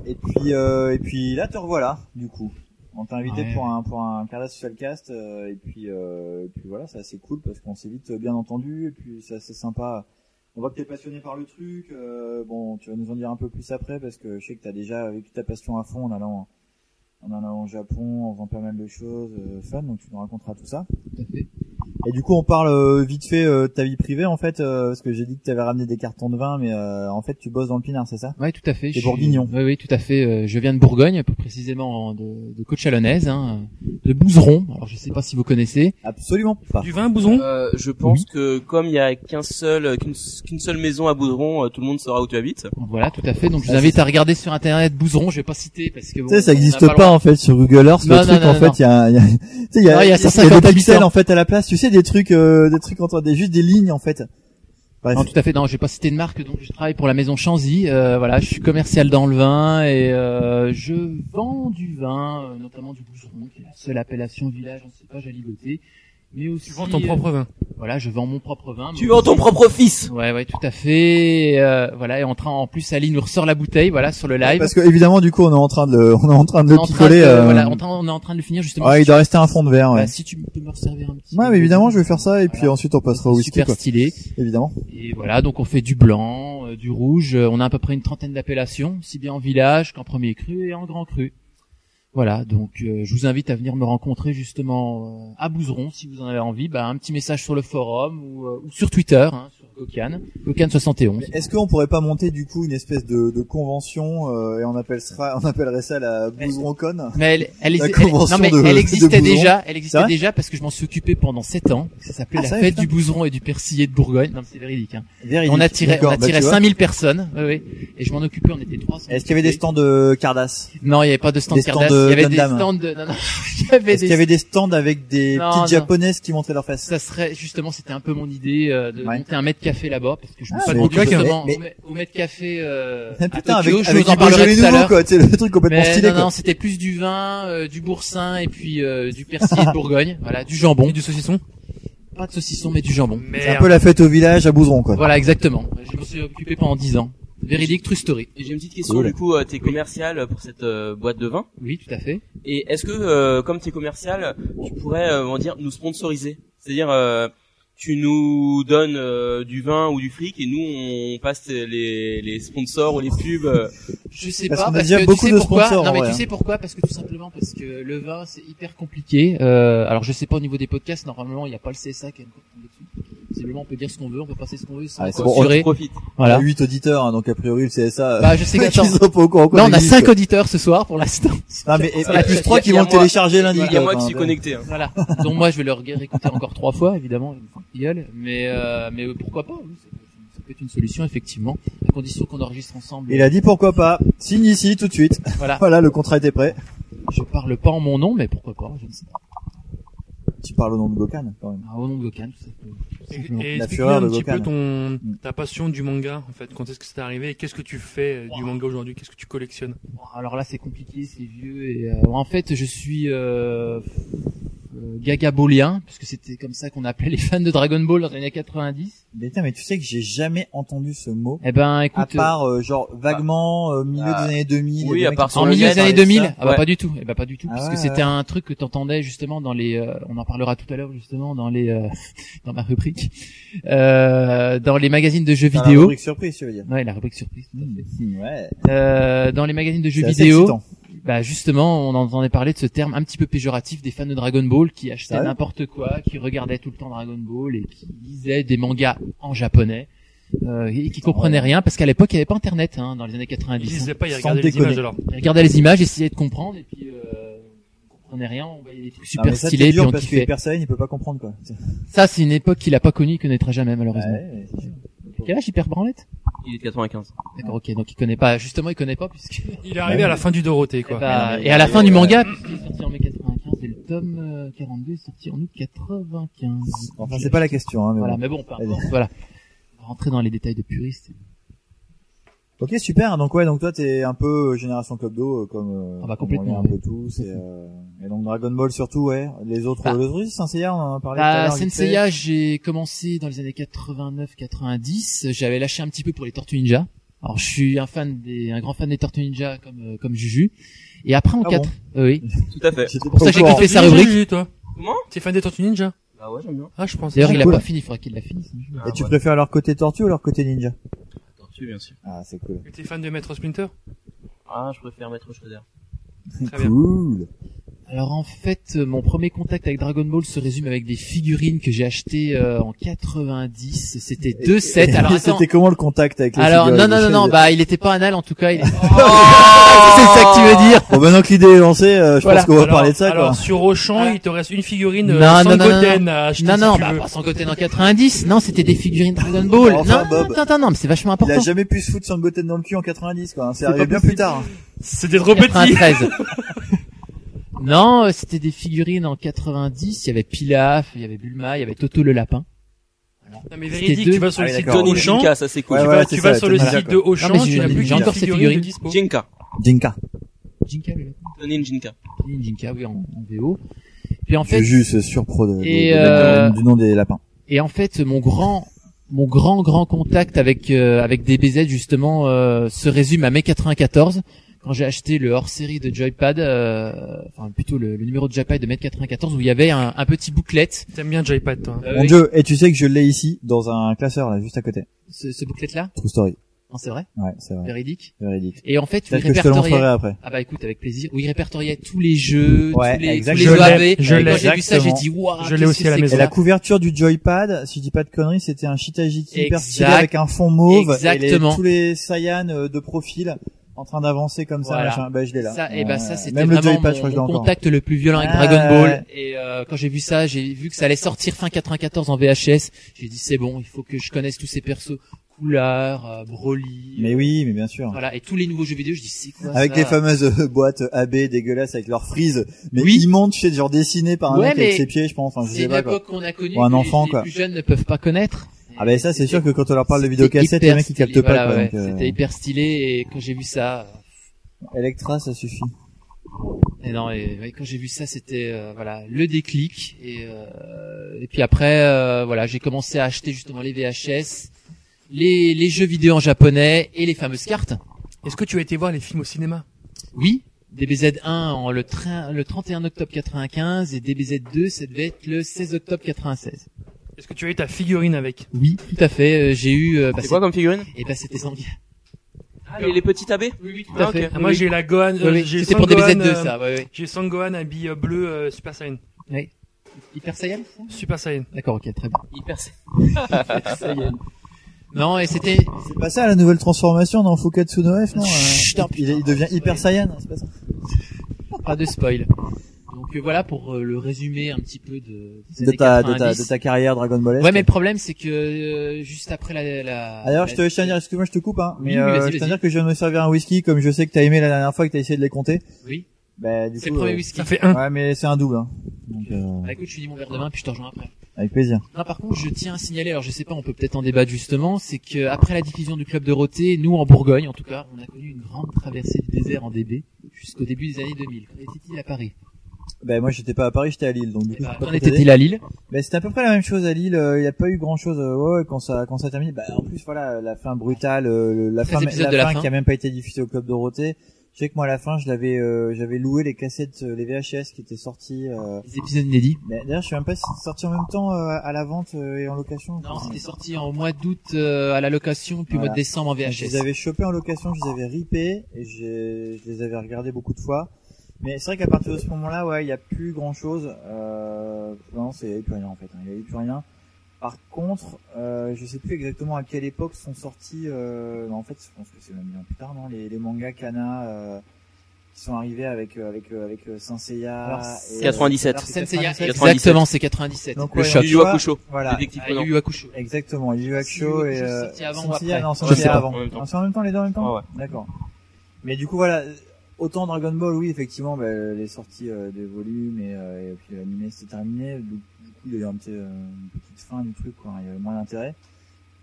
A: Et puis, euh, et puis là, te revoilà, du coup. On t'a invité
E: Ouais.
A: pour un pour un quart d'heure social cast euh, et puis euh, et puis voilà c'est assez cool parce qu'on s'est vite bien entendu et puis c'est assez sympa. On voit que t'es passionné par le truc. euh, bon, tu vas nous en dire un peu plus après parce que je sais que t'as déjà vécu ta passion à fond en allant en allant au Japon, en faisant pas mal de choses euh, fun. Donc tu nous raconteras tout ça.
E: Tout à fait.
A: Et du coup, on parle euh, vite fait euh, de ta vie privée en fait euh, parce que j'ai dit que t'avais ramené des cartons de vin, mais euh, en fait tu bosses dans le pinard, c'est ça
E: Ouais, tout à fait.
A: T'es
E: je suis-
A: bourguignon.
E: Oui, oui, tout à fait. euh, Je viens de Bourgogne, plus précisément de, de Côte-Chalonnaise, hein, de Bouzeron. Alors, je sais pas si vous connaissez.
A: Absolument pas.
D: Ah. Du vin, bouson
C: Euh, je pense que comme il y a qu'un seul, euh, qu'une qu'une seule maison à Boudron, euh, tout le monde saura où tu habites.
E: Voilà, tout à fait. Donc, je vous
A: Ah,
E: invite à regarder sur Internet Bouzeron. Je vais pas citer parce que... bon,
A: Tu sais, ça
E: on a
A: existe
E: le
A: pas,
E: droit.
A: en fait sur Google Earth.
E: Non,
A: le
E: non,
A: truc,
E: non,
A: en
E: non.
A: fait, il y a, <laughs> il y a- tu sais, il y a,
E: Ouais, il y a
A: il y a
E: 150
A: des pixels
E: habitants.
A: en fait à la place. Tu sais, des trucs, euh, des trucs entre des juste des lignes en fait. Bref.
E: Non, tout à fait. Non, j'ai pas cité de marque, donc je travaille pour la maison Chanzy. Euh, voilà, je suis commercial dans le vin et euh, je vends du vin, euh, notamment du Boucheron, qui est la seule appellation village, on sait pas, jaligoté. Mais aussi,
D: Tu vends ton
E: euh,
D: propre vin.
E: Voilà, je vends mon propre vin.
C: Tu
E: mais
C: vends
E: aussi-
C: ton propre fils.
E: Ouais, ouais, tout à fait. Et, euh, voilà, et en train, en plus, Ali nous ressort la bouteille, voilà, sur le live.
A: Parce que évidemment, du coup, on est en train de, le- <laughs> on est en train de
E: On est
A: le
E: en train
A: picoler.
E: de-
A: euh,
E: voilà, en train- on est en train de le finir justement.
A: ouais,
E: Si
A: il
E: tu-
A: doit rester un fond de verre.
E: bah,
A: Ouais.
E: si tu peux me resservir un petit.
A: Ouais, mais évidemment, je vais faire ça et puis
E: Voilà.
A: ensuite on passera au
E: C'est
A: whisky,
E: Super
A: quoi.
E: stylé.
A: Évidemment.
E: Et voilà, donc on fait du blanc, euh, du rouge. euh, on a à peu près une trentaine d'appellations, si bien en village qu'en premier cru et en grand cru. Voilà, donc euh, je vous invite à venir me rencontrer justement euh, à Bouzeron si vous en avez envie. Bah, un petit message sur le forum ou, euh, ou sur Twitter, hein, sur Gokan, Gokan71.
A: Mais Est-ce qu'on pourrait pas monter du coup une espèce de, de convention euh, et on appellera, on appellerait ça la bouseroncon
E: Mais elle, elle,
A: La
E: exi- elle-
A: convention
E: non, mais
A: de-
E: elle
A: de
E: existait
A: Bouzeron.
E: déjà, elle
A: C'est
E: existait
A: vrai
E: déjà parce que je m'en suis occupé pendant sept ans. Ça s'appelait
A: Ah,
E: la
A: ça,
E: fête
A: putain.
E: du bouseron et du persillé de Bourgogne. Non, mais c'est véridique. Hein.
A: Véridique.
E: On attirait, on
A: D'accord, bah,
E: attirait
A: tu vois.
E: 5000 personnes. Oui, oui. Et je m'en occupais, on était 300.
A: Est-ce qu'il y avait des stands de Cardass
E: Non, il n'y avait pas de stand
A: Des stands
E: Cardass.
A: de
E: Il y avait des
A: Gundam.
E: stands de, non, <laughs> non. Il y avait
A: Est-ce
E: des,
A: qu'il y avait des stands avec des
E: Non,
A: petites
E: non.
A: japonaises qui montraient leurs fesses
E: ça serait, justement, c'était un peu mon idée, euh, de
A: Ouais.
E: monter un maître café là-bas, parce que je me
A: Ah,
E: suis
A: mais
E: rendu
A: tu vois que-
E: justement
A: mais-
E: au ma- au maître café, euh,
A: Ah,
E: à
A: putain, avec,
E: Tokyo. Je
A: avec
E: vous en
A: du
E: parlerai
A: Beaujolais
E: tout à
A: nouveau,
E: l'heure.
A: quoi. C'est le truc complètement
E: Mais
A: stylé,
E: non,
A: quoi.
E: non, c'était plus du vin, euh, du boursin et puis euh, du persil de
A: <laughs>
E: Bourgogne. Voilà, du jambon.
D: Et du saucisson
E: Pas de saucisson, mais du jambon.
A: C'est
D: Merde.
A: un peu la fête au village à Bouzeron, quoi.
E: Voilà, exactement. Je me suis occupé pendant 10 ans. Véridique, true story.
C: Et j'ai une petite question.
A: Cool.
C: Du coup, euh, t'es commercial pour cette euh, boîte de vin.
E: Oui, tout à fait.
C: Et est-ce que, euh, comme t'es commercial, tu pourrais, euh, on va dire, nous sponsoriser C'est-à-dire, euh, tu nous donnes euh, du vin ou du fric et nous, on passe les, les sponsors ou les pubs. euh.
E: Je sais
A: Parce
E: pas
A: qu'on a
E: parce
A: déjà
E: que
A: beaucoup
E: tu sais
A: de
E: pourquoi.
A: sponsors,
E: non
A: en
E: mais
A: vrai,
E: tu
A: hein.
E: sais pourquoi Parce que tout simplement parce que le vin c'est hyper compliqué. Euh, alors je sais pas au niveau des podcasts. Normalement il n'y a pas le CSA qui a une corde tombée dessus. Visiblement on peut dire ce qu'on veut, on peut passer ce qu'on veut sans
A: Ah, c'est
E: quoi
A: bon, on-
E: assurer.
C: Profite.
A: On <laughs> a
E: Voilà.
A: 8 auditeurs, hein, donc a priori le CSA.
E: Bah
A: <laughs>
E: je sais
A: qu'ils
E: qu'attends.
A: sont pas au courant qu'on
E: Là on a
A: existe,
E: 5
A: quoi.
E: auditeurs ce soir pour l'instant.
A: Non, mais et,
E: Ça va,
A: et plus
E: ça,
A: 3
E: y a-
A: qui
E: y a
A: vont le
E: moi.
A: télécharger lundi.
C: Il y
A: quoi.
C: a moi qui
A: Enfin,
C: suis
A: ouais.
C: connecté. hein.
E: Voilà. Donc moi je vais leur réécouter encore trois fois évidemment, une fois qu'ils gueulent. Mais euh, mais pourquoi pas oui, ça peut être une- Ça peut être une solution effectivement, à condition qu'on enregistre ensemble.
A: Il a dit pourquoi pas. Signe ici tout de suite.
E: Voilà.
A: Voilà, le contrat était prêt.
E: Je parle pas en mon nom, mais pourquoi pas Je ne sais pas.
A: Tu parles au nom de Gokan quand même.
E: Ah, Au nom de Gokan, tout simplement. Tout
D: Et,
E: simplement.
D: et
A: La
D: explique-nous
A: fureur
D: un
A: de
D: petit
A: Gokhan.
D: peu ton,
A: Mm.
D: ta passion du manga, en fait. Quand est-ce que c'est arrivé et qu'est-ce que tu fais euh, du manga aujourd'hui Qu'est-ce que tu collectionnes
E: Bon, Alors là, c'est compliqué, c'est vieux. Et euh, en fait, je suis euh, euh, gagabolien, puisque c'était comme ça qu'on appelait les fans de Dragon Ball dans les années 90.
A: Mais Putain, mais tu sais que j'ai jamais entendu ce mot.
E: Eh ben, écoute,
A: À part, euh, genre, vaguement, euh, milieu
C: Ah.
A: des années 2000.
C: Oui,
A: il y a
C: à
A: des
C: part
A: mecs qui
C: sur
E: en
C: le
A: parlaient
E: milieu
A: de
E: des
A: ça.
E: années 2000, ah bah
C: ouais.
E: pas du tout. Eh ben pas du tout,
A: Ah
E: puisque
A: ouais,
E: c'était
A: ouais.
E: un truc que t'entendais justement dans les. euh, on en parlera tout à l'heure justement dans les euh, <laughs> dans ma rubrique, euh, dans les magazines de jeux
A: Enfin, la
E: vidéo.
A: rubrique surprise, tu veux dire. Hmm.
E: Ouais, la rubrique surprise. tout à fait.
A: Ouais.
E: Euh, dans les magazines de jeux
A: C'est assez
E: vidéo.
A: excitant.
E: bah justement, on entendait parler de ce terme un petit peu péjoratif des fans de Dragon Ball qui achetaient
A: Sérieux
E: n'importe quoi, qui regardaient tout le temps Dragon Ball et qui lisaient des mangas en japonais euh, et qui
A: Ah
E: comprenaient rien parce qu'à l'époque il n'y avait pas internet hein, dans les années 90.
D: Ils
E: hein.
D: disaient pas, ils
A: Sans
D: regardaient les
A: déconner.
D: images alors.
E: Ils regardaient les images, essayaient de comprendre et puis euh, on comprenait rien, on voyait des trucs
A: Ah,
E: super
A: mais ça, c'est
E: stylés puis
A: dur
E: on
A: parce que
E: kiffait.
A: Personne, il peut pas comprendre quoi.
E: Ça c'est une époque qu'il a pas connue, il connaîtra jamais malheureusement.
A: Ouais, c'est sûr.
E: Quel âge Hyper Branlette
C: Il est de 95.
E: D'accord, ok, donc il connaît pas. Justement, il connaît pas puisque.
D: Il est arrivé à la fin du Dorothée, quoi.
E: Eh ben,
A: Ouais,
E: et à la
A: ouais,
E: fin du
A: ouais.
E: manga, puisqu'il est sorti en mai 95, et le tome euh, 42 est sorti en août 95.
A: Enfin, c'est pas la question. Hein, mais
E: Voilà,
A: bon.
E: mais bon, peu importe, voilà. On va rentrer dans les détails de puriste.
A: Ok, super. Donc ouais, donc toi t'es un peu euh, génération club d'eau euh, comme euh,
E: Ah bah,
A: comme
E: complètement,
A: on est un peu tous et, euh, et donc Dragon Ball surtout ouais. Les autres
E: Bah.
A: le Russes, Senseiya, on en a parlé
E: Bah,
A: tout à l'heure. vite fait.
E: Senseiya, j'ai commencé dans les années 89-90. J'avais lâché un petit peu pour les Tortues Ninja. Alors, je suis un fan des, un grand fan des Tortues Ninja comme, euh, comme Juju. Et après, en
A: Ah
E: 4, euh, oui.
C: Tout à fait.
A: J'étais pas
E: pour ça
A: au
E: que j'ai
A: courant.
E: kiffé. Fais sa
D: Ninja,
E: rubrique.
D: Gigi, toi.
C: Comment
D: T'es fan des Tortues Ninja
C: Bah ouais, j'aime bien.
D: Ah, je pense.
E: D'ailleurs, il a
A: cool.
E: pas fini, il faudrait qu'il la finisse.
A: Et tu préfères leur côté tortue ou leur côté ninja
C: Tortue, bien sûr.
A: Ah, c'est cool.
D: T'es fan de Maître Splinter
C: Ah, je préfère Maître Schroeder.
D: Très bien.
A: Cool.
E: Alors en fait, euh, mon premier contact avec Dragon Ball se résume avec des figurines que j'ai achetées euh, en 90. C'était
A: Et-
E: deux sets. Alors
A: Et
E: attends.
A: <laughs> C'était comment le contact avec les
E: Alors non
A: figurines
E: non non
A: Est-ce
E: non,
A: que-
E: bah il était pas anal en tout
A: <laughs>
E: cas. Il... c'est ça que tu veux dire
A: Bon, maintenant que l'idée est lancée, euh, je
E: Voilà.
A: pense qu'on va
D: Alors-
A: parler de ça
D: Alors,
A: quoi.
D: sur Auchan,
E: Ah.
D: il te reste une figurine
E: Non,
D: euh, sans
E: non, non,
D: Goten à acheter.
E: Non
D: si
E: non,
D: tu
E: bah
D: veux.
E: pas sans côté en 90. Non, c'était des figurines Dragon Ball.
A: Enfin,
E: non,
A: Bob.
E: non, attends, non, mais c'est vachement
A: Il a
E: important.
A: jamais pu se foutre sans Goten dans le cul en 90 quoi. hein. C'est
E: pas
A: arrivé bien
E: possible.
A: plus tard.
D: C'était trop
A: <laughs>
D: petit.
E: 93. non, euh, c'était des figurines en 90. Il y avait Pilaf, il y avait Bulma, il y avait Toto le lapin.
D: Non, mais
E: C'était
D: véridique,
E: deux.
D: tu vas sur
A: Ah
D: le
A: oui,
D: site de
A: d'accord,
C: Donnie
A: oui.
D: Auchan,
C: Jinka, ça c'est cool.
A: Ouais,
D: tu
A: ouais,
D: vas,
A: c'est
D: tu
A: ça,
D: vas sur le
A: Ninja,
D: site
A: quoi.
D: de Auchan,
E: Non, mais j'ai-
D: tu n'as
E: j'ai
D: plus qu'une
E: encore ces
D: figurine de
E: figurines.
D: dispo.
C: Jinka.
A: Jinka.
E: Jinka le lapin.
C: Donnie Jinka.
E: Jinka, oui, en, en VO. Puis en fait,
A: Juju, ce surpro de, de-
E: Et,
A: de-
E: euh,
A: du nom des lapins.
E: Et en fait, mon grand, mon grand, grand contact avec euh, avec DBZ justement euh, se résume à mai 94 quand j'ai acheté le hors-série de Joypad, euh, enfin plutôt le, le numéro de Joypad de mai 94 où il y avait un, un petit booklet.
D: T'aimes bien Joypad, toi.
E: Euh,
A: Mon dieu, et tu sais que je l'ai ici, dans un classeur, là, juste à côté.
E: ce, ce booklet-là,
A: True story.
E: non c'est vrai,
A: Ouais, c'est vrai.
E: véridique.
A: Véridique.
E: Et en fait, où il
A: Peut-être que je te le montrerai
E: répertoriait.
A: après.
E: Ah bah écoute, avec plaisir. Où il répertoriait tous les jeux,
A: Ouais,
E: tous les, tous
A: exact. Je
E: les
A: l'ai,
E: OAV.
D: je
E: Et
D: l'ai.
E: quand j'ai vu ça, j'ai
A: Exactement.
E: dit waouh.
D: Je l'ai
E: qu'est-ce
D: aussi
E: que
D: à la
E: c'est que
D: maison.
A: Et
E: ça
A: la couverture du joypad, si je dis pas de conneries, c'était un Shitaji qui hyper stylé
E: Exact.
A: avec un fond mauve et
E: Exactement.
A: les, tous les Saiyans euh, de profil en train d'avancer comme ça.
E: Voilà.
A: machin. Bah, je l'ai là.
E: Ça, et ben ça,
A: Ouais.
E: c'était
A: Même le
E: vraiment
A: joypad, je crois que je l'ai
E: mon, mon
A: encore.
E: contact le plus violent avec
A: Ah,
E: Dragon
A: ouais.
E: Ball. Et euh, quand j'ai vu ça, j'ai vu que ça allait sortir fin 94 en VHS. J'ai dit c'est bon, il faut que je connaisse tous ces persos, couleurs, euh, Broly,
A: Mais oui, mais bien sûr.
E: voilà, et tous les nouveaux jeux vidéo. Je dis c'est quoi
A: Avec
E: ça
A: les fameuses euh, <laughs> boîtes AB dégueulasses avec leurs frises, mais
E: Oui.
A: immondes, tu sais, genre dessinées par un
E: Ouais,
A: mec
E: mais
A: avec ses pieds, je pense. Enfin, je
E: C'est
A: sais
E: une
A: pas quoi.
E: époque qu'on a connue.
A: Pour un
E: que
A: enfant,
E: les
A: quoi.
E: plus jeunes ne peuvent pas connaître.
A: Ah ben ça, c'est sûr que quand on leur parle de
E: C'était
A: vidéocassette, les
E: hyper
A: mecs ils captent
E: stylé,
A: pas.
E: voilà,
A: quoi,
E: ouais.
A: donc, euh,
E: C'était hyper stylé et quand j'ai vu ça,
A: Electra, ça suffit.
E: Et non, et, ouais, quand j'ai vu ça, c'était euh, voilà le déclic. Et, euh, et puis après, euh, voilà, j'ai commencé à acheter justement les VHS, les, les jeux vidéo en japonais et les fameuses cartes.
D: Est-ce que tu as été voir les films au cinéma
E: Oui, DBZ1 en le, train, le 31 octobre 95 et DBZ2, ça devait être le 16 octobre 96.
D: Est-ce que tu as eu ta figurine avec
E: Oui, tout à fait. euh, j'ai eu. Euh, bah,
C: C'est quoi comme figurine
E: Et bah c'était Zangief.
C: Ah, les, les petits abbés
E: Oui, oui, tout
C: à
E: à
C: fait.
E: fait.
D: Ah, Moi, j'ai la Gohan. euh, j'ai
E: C'était pour
D: Sangohan,
E: DBZ2
D: euh,
E: ça. Ouais, ouais.
D: J'ai Sangohan habillé euh, bleu euh, Super Saiyan.
E: Hyper Saiyan. ça
D: Super Saiyan.
E: D'accord, ok, très bien.
C: Hyper.
E: <laughs> Hyper Saiyan. Non, et c'était
A: C'est pas ça la nouvelle transformation dans Fukatsu no F, non
E: Chut,
A: Euh,
E: putain,
A: il, il devient hyper
E: ouais.
A: saiyan, hein, c'est pas ça
E: pas de spoil. Donc euh, voilà pour euh, le résumé un petit peu de, des
A: de
E: années
A: ta, de, ta,
E: 90.
A: de ta carrière Dragon Ball S,
E: Ouais, mais le
A: quoi.
E: problème c'est que euh, juste après la. la
A: Ah, D'ailleurs, je te
E: la-
A: je tiens à dire, excuse-moi, je te coupe, hein, mais
E: Oui, oui,
A: euh, je
E: vas-y,
A: tiens à
E: vas-y.
A: dire que je viens de me servir un whisky, comme je sais que t'as aimé la dernière fois et que t'as essayé de les compter.
E: Oui.
A: Bah, du
E: C'est
A: coup,
E: le premier
A: euh,
E: whisky.
D: Ça fait un.
A: Ouais, mais c'est un double, hein. Donc, euh,
E: Bah, écoute, je finis mon verre de vin puis je te rejoins après.
A: avec plaisir.
E: Non, par contre, je tiens à signaler, alors je sais pas, on peut peut-être en débattre justement, c'est que après la diffusion du club de Roté, nous en Bourgogne en tout cas, on a connu une grande traversée du désert en DB jusqu'au début des années 2000. Quand était-il à Paris
A: Bah, moi, j'étais pas à Paris, j'étais à Lille, donc du
E: Eh
A: coup,
E: ben,
A: je peux
E: Quand
A: pas t'aider.
E: était-il à Lille
A: Bah, c'était à peu près la même chose à Lille. euh, Il n'y a pas eu grand chose. ouais, quand ça, quand ça termine. Bah, en plus, voilà, la fin brutale, euh, la
E: 13
A: fin,
E: épisodes
A: la
E: de la
A: fin
E: fin.
A: qui a même pas été diffusée au club Dorothée. Je sais que moi à la fin, je l'avais, euh, j'avais loué les cassettes, euh, les VHS qui étaient sortis. euh,
E: Les épisodes inédits.
A: mais D'ailleurs, je sais même pas si c'est sorti en même temps euh, à la vente euh, et en location.
E: Non, c'était sorti en mois d'août euh, à la location, puis au mois
A: Voilà.
E: de décembre en
A: Je les
E: VHS.
A: avais chopés en location, je les avais ripés et j'ai- je les avais regardés beaucoup de fois. Mais c'est vrai qu'à partir de ce moment-là, ouais, il n'y a plus grand-chose. Euh, non, c'est il y avait plus rien en fait. hein, Il n'y avait plus rien. Par contre, euh, je sais plus exactement à quelle époque sont sortis. Euh, non, en fait, je pense que c'est même bien plus tard, non Les, les mangas Kana euh, qui sont arrivés avec euh, avec euh, avec euh, Saint Seiya
E: Alors,
A: et,
C: 97.
A: alors, c'est
E: Saint Seiya,
A: 97.
E: exactement, c'est 97.
A: Donc,
E: le
A: ouais,
E: choc.
A: tu
C: Yu Yu
A: vois,
C: Hakusho.
A: Voilà,
C: Détective
E: Ah,
C: Conan.
E: Yu Yu Hakusho.
A: Exactement, Yu Yu Hakusho
E: Yu Yu
A: et
E: Hakusho
A: euh,
E: sorti avant ou
A: Saint Seiya,
E: après
A: non, Saint
E: Je sais
A: Seiya
E: pas.
A: avant.
C: En même temps.
A: Ah, C'est en même temps les deux en même temps.
C: Ah ouais.
A: D'accord. Mais du coup voilà, autant Dragon Ball, oui effectivement, bah, les sorties euh, des volumes et, euh, et puis l'animé c'était terminé. Du, du coup il y a eu un petit, euh, une petite fin du truc, quoi. il y avait moins d'intérêt.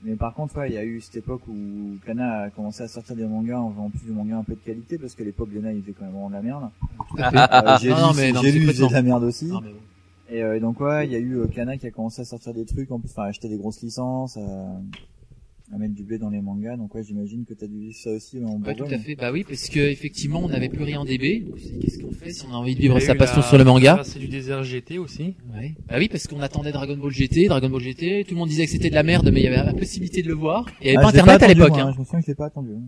A: Mais par contre, ouais, il y a eu cette époque où Kana a commencé à sortir des mangas en vendant plus du manga un peu de qualité parce que l'époque Lena il faisait quand même vraiment de la merde. Euh, j'ai
E: Ah, non,
A: lu,
E: mais non,
A: j'ai
E: c'est
A: lu,
E: pas
A: c'est de
E: tant.
A: la merde aussi.
E: Non, mais bon.
A: Et euh, donc ouais, il y a eu euh, Kana qui a commencé à sortir des trucs, en plus, enfin, à acheter des grosses licences, à, à mettre du blé dans les mangas. Donc ouais, j'imagine que t'as dû vivre ça aussi en
E: Ouais, tout à
A: Bourgogne.
E: fait. Bah oui, parce que effectivement, on n'avait plus rien en DB. Donc, c'est- Qu'est-ce qu'on fait si on a envie
D: Il
E: de
D: y
E: vivre
D: a
E: sa
D: eu
E: passion
D: la-
E: sur le
D: la
E: manga
D: traversée du désert GT aussi.
E: Ouais. Bah oui, parce qu'on attendait Dragon Ball GT, Dragon Ball GT. Tout le monde disait que c'était de la merde, mais il y avait la possibilité de le voir. Il n'y avait
A: Ah,
E: pas
A: je l'ai
E: Internet à
A: attendu,
E: l'époque.
A: moi,
E: hein.
A: hein, Je me souviens que je l'ai pas attendu. hein.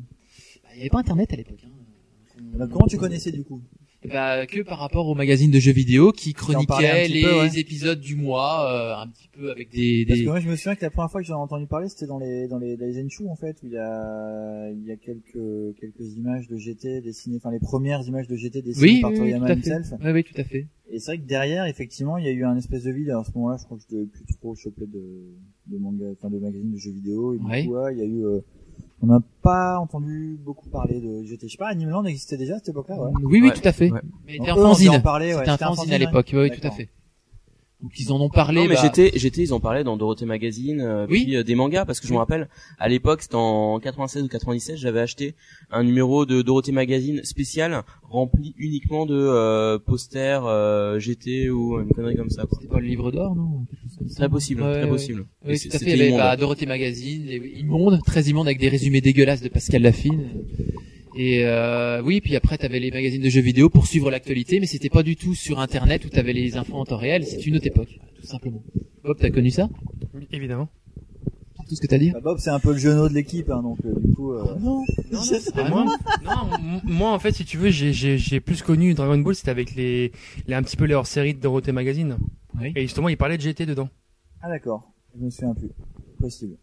E: Bah, Il n'y avait pas Internet à l'époque. hein.
A: Alors, Bah, comment tu connaissais du coup
E: bah, que par rapport au magazine de jeux vidéo qui
A: parlait
E: chroniquait
A: un petit
E: les
A: peu, ouais.
E: épisodes du mois euh, un petit peu avec des,
A: Parce
E: des...
A: que moi, je me souviens que la première fois que j'en ai entendu parler, c'était dans les dans les, dans les Zenshu, en fait, où il y a il y a quelques quelques images de GT dessinées, enfin les premières images de GT dessinées
E: oui,
A: par
E: oui, oui, tout
A: Toriyama
E: à fait.
A: himself.
E: Oui, oui, tout à fait.
A: Et c'est vrai que derrière, effectivement, il y a eu un espèce de vide. À ce moment-là, je crois que je devais plus trop choper de, de manga, enfin de magazines de jeux vidéo. Et
E: Ouais.
A: du coup, ouais, il y a eu, euh, on n'a pas entendu beaucoup parler de GT. Je sais pas, Animeland existait déjà à cette époque-là, ouais.
E: Oui, oui,
C: Ouais.
E: tout à fait.
C: Ouais.
E: Mais
A: Donc,
E: c'était
A: eux, on
E: un
A: devait en
E: fanzine.
A: parler, ouais,
E: C'était un fanzine à
A: ouais.
E: l'époque. Oui, oui, tout à
A: D'accord.
E: fait. Donc ils en ont parlé.
C: Non, mais
E: bah,
C: j'étais, j'étais, ils en parlaient dans Dorothée Magazine, euh,
E: Oui.
C: puis euh, des mangas, parce que je me rappelle, à l'époque, c'était en 96 ou 97, j'avais acheté un numéro de Dorothée Magazine spécial, rempli uniquement de euh, posters euh, GT ou une connerie comme ça. quoi.
E: C'était pas le livre d'or, non
C: Très possible,
E: Ouais,
C: très
E: ouais.
C: possible. Et
E: Oui,
C: c'est-
E: tout à fait.
C: c'était
E: Il y avait
C: immonde.
E: bah, Dorothée Magazine, les- immonde, très immonde, avec des résumés dégueulasses de Pascal Laffine. Et euh, oui, puis après, t'avais les magazines de jeux vidéo pour suivre l'actualité, mais c'était pas du tout sur Internet où t'avais les infos en temps réel. C'est une autre époque, tout simplement. Bob, t'as connu ça
D: Évidemment.
E: Tout ce que t'as dit
A: Bah, Bob, c'est un peu le jeuneau de l'équipe, hein, donc euh, du coup. euh,
E: Non.
D: Non, non, Ah, moi, <laughs> non, m- moi, en fait, si tu veux, j'ai- j'ai j'ai plus connu Dragon Ball, c'était avec les, les un petit peu les hors-série de Dorothée Magazine.
E: Oui.
D: Et justement, il parlait de GT dedans.
A: Ah d'accord, je me souviens plus. Possible.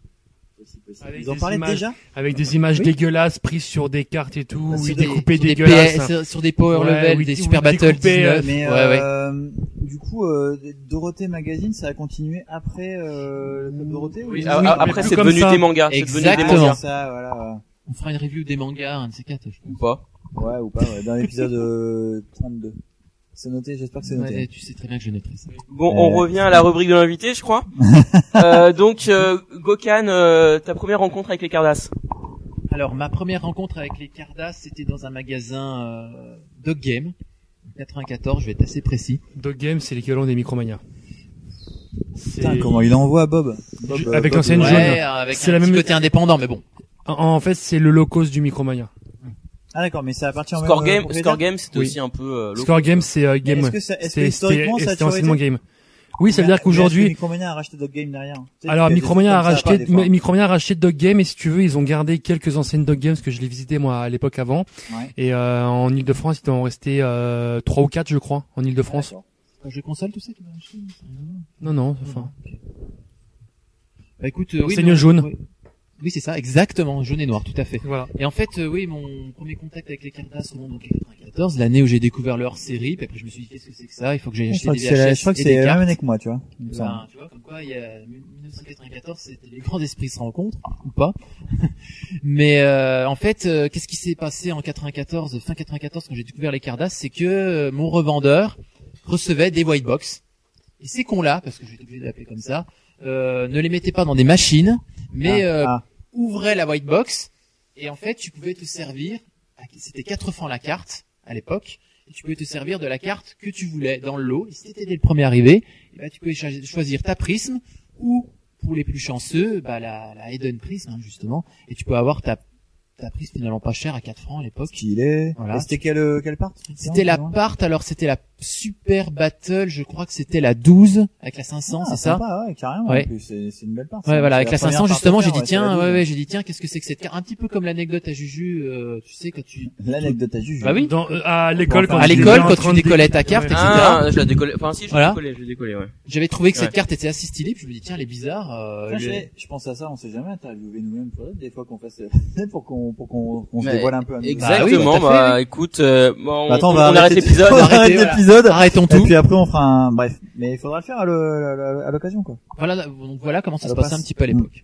A: Possible, possible.
D: Avec
A: Ils en
D: des
A: parlaient
D: images.
A: déjà
D: Avec des images
A: Ah, bah, Oui.
D: dégueulasses prises sur des cartes et tout,
A: Ah,
D: où
A: c'est
D: il
A: des-
D: découpait
E: sur des,
D: dégueulasse.
E: PS, sur des Power
D: Ouais,
E: Level,
D: oui,
E: des
D: oui,
E: Super
D: oui,
E: Battle
D: découpé,
E: 19.
A: Mais
E: ouais, ouais.
A: euh, du coup, euh, Dorothée Magazine, ça a continué après euh, le Club Dorothée ou-
C: Oui,
D: Oui,
C: a- a-
D: mais
C: après,
D: plus
C: c'est
D: comme
C: devenu
D: ça.
C: des mangas. C'est devenu des
E: Exactement.
C: mangas.
A: Ça, voilà.
E: On fera une review des mangas, un de ces quatre. Je pense.
C: Ou pas.
A: Ouais, ou pas, ouais. dans l'épisode euh, 32. C'est noté, j'espère que c'est noté.
E: Ouais, tu sais très bien que je noterai ça.
C: Bon, on
A: Euh,
C: revient à la rubrique de l'invité, je crois. euh, donc, euh, Gokan, euh, ta première rencontre avec les Cardass.
E: Alors, ma première rencontre avec les Cardas, c'était dans un magasin euh, Dog Game, en 94, je vais être assez précis.
D: Dog Game, c'est l'équivalent des Micromania.
A: Putain,
D: C'est-
A: comment il envoie Bob, Bob,
D: Je-
A: euh,
D: avec
A: Bob,
D: l'ancienne
A: euh,
D: jaune.
E: ouais, avec
D: C'est
E: un
D: la
E: petit
D: même-
E: côté indépendant, mais bon.
D: En, en fait, c'est le locos du Micromania.
A: Ah d'accord, mais ça appartient au même
C: Score
A: euh,
C: Game,
A: propriétaire
C: Score Game, c'était
D: Oui.
C: aussi un peu. euh,
D: Score Game, c'est
A: Bah,
D: euh,
A: Mais
D: Game.
A: Est-ce que, ça, est-ce que
D: C'est-
A: historiquement
D: c'était-
A: ça a
D: C'était
A: toujours été
D: anciennement Game. Oui, ça veut dire qu'aujourd'hui,
A: Micromania a racheté Dog Game derrière. Tu sais, il y
D: Alors
A: a des
D: Micromania a
A: trucs comme ça,
D: racheté
A: des fois.
D: Mi- Micromania a racheté Dog Game et si tu veux ils ont gardé quelques anciennes Dog Games que je l'ai visité moi à l'époque avant
A: Ouais.
D: et euh, en ile de france il en restait euh, 3 ou 4 je crois en ile de france
A: D'accord.
E: Un jeu Euh, console, tout ça, tu m'as acheté
D: Non non enfin
E: Bah écoute, euh, oui,
D: Enseigne
E: non,
D: jaune.
E: Oui, Oui, c'est ça, exactement, jaune et noir, tout à fait.
D: voilà.
E: Et en fait, euh, oui, mon premier contact avec les Cardas remonte donc en 94, l'année où j'ai découvert leur série, puis après je me suis dit qu'est-ce que c'est que ça, il faut que
A: Je
E: j'aille acheter
A: crois
E: des
A: que c'est la-
E: VHS
A: je crois que
E: et des
A: c'est la
E: cartes.
A: même année que moi, tu vois. il me semble.
E: Ben, tu vois, comme quoi, il y a 1994, c'était les grands esprits se rencontrent, ou pas. <laughs> Mais euh, en fait, euh, qu'est-ce qui s'est passé en 94, fin 94, quand j'ai découvert les Cardas, c'est que euh, mon revendeur recevait des white box. Et ces cons-là, parce que je vais être obligé de l'appeler comme ça, euh, ne les mettaient pas dans des machines, mais
A: Ah,
E: euh,
A: ah.
E: ouvraient la white box, et en fait, tu pouvais te servir, à- c'était 4 francs la carte, à l'époque, et tu pouvais te servir de la carte que tu voulais dans le lot, et si t'étais le premier arrivé, eh ben, tu pouvais cho- choisir ta prisme ou pour les plus chanceux, bah, la, la Eden Prism hein, justement, et tu peux avoir ta t'as pris finalement pas cher à 4 francs à l'époque.
A: Stylé.
E: Voilà.
A: Et C'était quelle, euh, quelle part
E: C'était la part, alors c'était la Super Battle, je crois que c'était la 12 avec la 500, c'est ça
A: Ah, Ouais, carrément.
E: Ouais.
A: En plus, C'est c'est une belle part.
E: Ouais,
A: ça.
E: voilà,
A: C'est
E: avec la
A: première
E: 500
A: part
E: justement,
A: de
E: j'ai
A: faire,
E: dit tiens,
A: c'est la
E: ouais,
A: double.
E: ouais, j'ai dit tiens, qu'est-ce que c'est que cette carte Un petit peu comme l'anecdote à Juju, euh, tu sais quand tu
A: L'anecdote à Juju.
E: Bah oui.
D: Dans, euh, à l'école, quand
E: à
D: tu
E: l'école
D: étais en
E: quand
D: train
E: tu
D: de
E: décollais
D: dé-
E: ta carte,
D: Ouais.
E: etc.
C: Ah, je la décollais. Enfin, si, je
E: Voilà.
C: la décollais, je l'ai décollée, ouais.
E: J'avais trouvé que cette
C: Ouais.
E: carte était assez stylée, puis je me dis tiens, elle est bizarre. euh,
A: Tiens,
E: le-
A: je sais, Je pense à ça, on sait jamais interviewer nous-mêmes. faudrait Des fois qu'on fasse, <laughs> pour qu'on, pour qu'on, qu'on se
C: Mais
A: dévoile un peu. à nous.
C: Exactement.
E: oui, tout
C: Bah,
E: à fait, oui.
C: écoute, euh, bon, on,
A: Attends, on
C: on
A: va
C: arrête
A: arrêter-
E: <laughs>
C: l'épisode. <laughs>
A: on arrête
E: Arrêtez, voilà.
A: l'épisode.
E: Arrêtons
A: Et
E: tout.
A: puis après, on fera un, bref. Mais il faudra le faire à le- à le- à l'occasion, quoi.
E: Voilà, donc voilà comment ça
A: Ça
E: se passait
A: passe.
E: un petit peu à l'époque.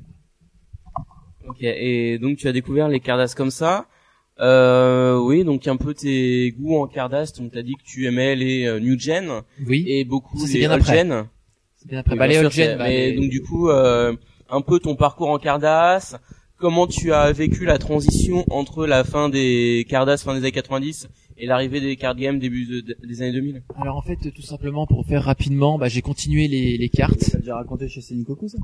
C: Ok. Et donc tu as découvert les Cardass comme ça. Euh, oui, donc un peu tes goûts en Cardass. Donc t'as dit que tu aimais les euh, New Gen
E: Oui.
C: et beaucoup
E: Ça, c'est
C: les
E: bien
C: Old
E: après.
C: Gen.
E: C'est Mm. bien après.
C: Oui,
E: Bah,
C: bien
E: les
C: sûr,
E: old gen,
C: c'est-
E: bah,
C: mais
E: les-
C: donc du coup, euh, un peu ton parcours en Cardass, comment tu as vécu la transition entre la fin des Cardass fin des années 90 et l'arrivée des card games début de- des années 2000
E: Alors en fait, tout simplement pour faire rapidement, bah, j'ai continué les, les cartes.
A: T'as déjà raconté chez Senikoku, ça?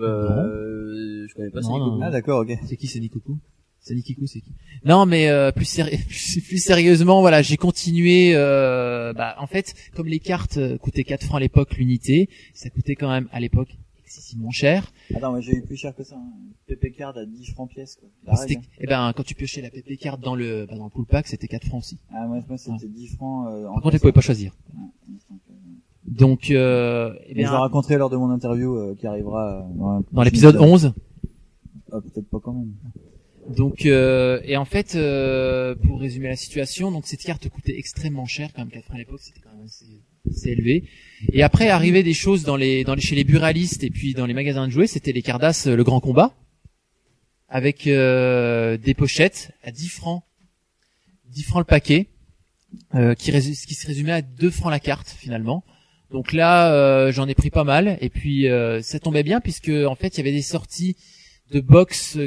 C: euh, Je connais pas
E: Non,
C: ça.
E: non, non.
A: Ah, d'accord, ok.
E: C'est qui c'est Nikoku C'est Nikiku, c'est qui Non, mais euh, plus, séri- <laughs> plus- plus sérieusement, voilà, j'ai continué. euh, bah, en fait, comme les cartes euh, coûtaient 4 francs à l'époque l'unité, ça coûtait quand même à l'époque excessivement cher.
A: Attends, mais j'ai eu plus cher que ça. hein. PP card à 10 francs pièce, quoi. La
E: C'était-
A: règle. hein.
E: Eh ben, quand tu piochais la PP carte dans le bah, dans le pool pack, c'était 4 francs aussi.
A: Ah, moi, moi, c'était 10 francs, euh, en
E: Mmh. Par contre, tu
A: pièce.
E: pouvais pas choisir. Donc, euh, eh
A: Mais je le
E: bien,
A: raconterai lors de mon interview, euh, qui arrivera, euh, dans, un-
E: dans l'épisode 11,
A: Ah, peut-être pas quand même.
E: Donc euh, et en fait euh, pour résumer la situation, donc cette carte coûtait extrêmement cher quand même 4 francs à l'époque, c'était quand même assez, assez élevé. Et après arrivaient des choses dans les dans les chez les buralistes et puis dans les magasins de jouets, c'était les Cardass euh, le grand combat avec euh, des pochettes à 10 francs. 10 francs le paquet euh, qui résu- qui se résumait à 2 francs la carte finalement. Donc là, euh, j'en ai pris pas mal et puis euh, ça tombait bien puisque en fait, il y avait des sorties de box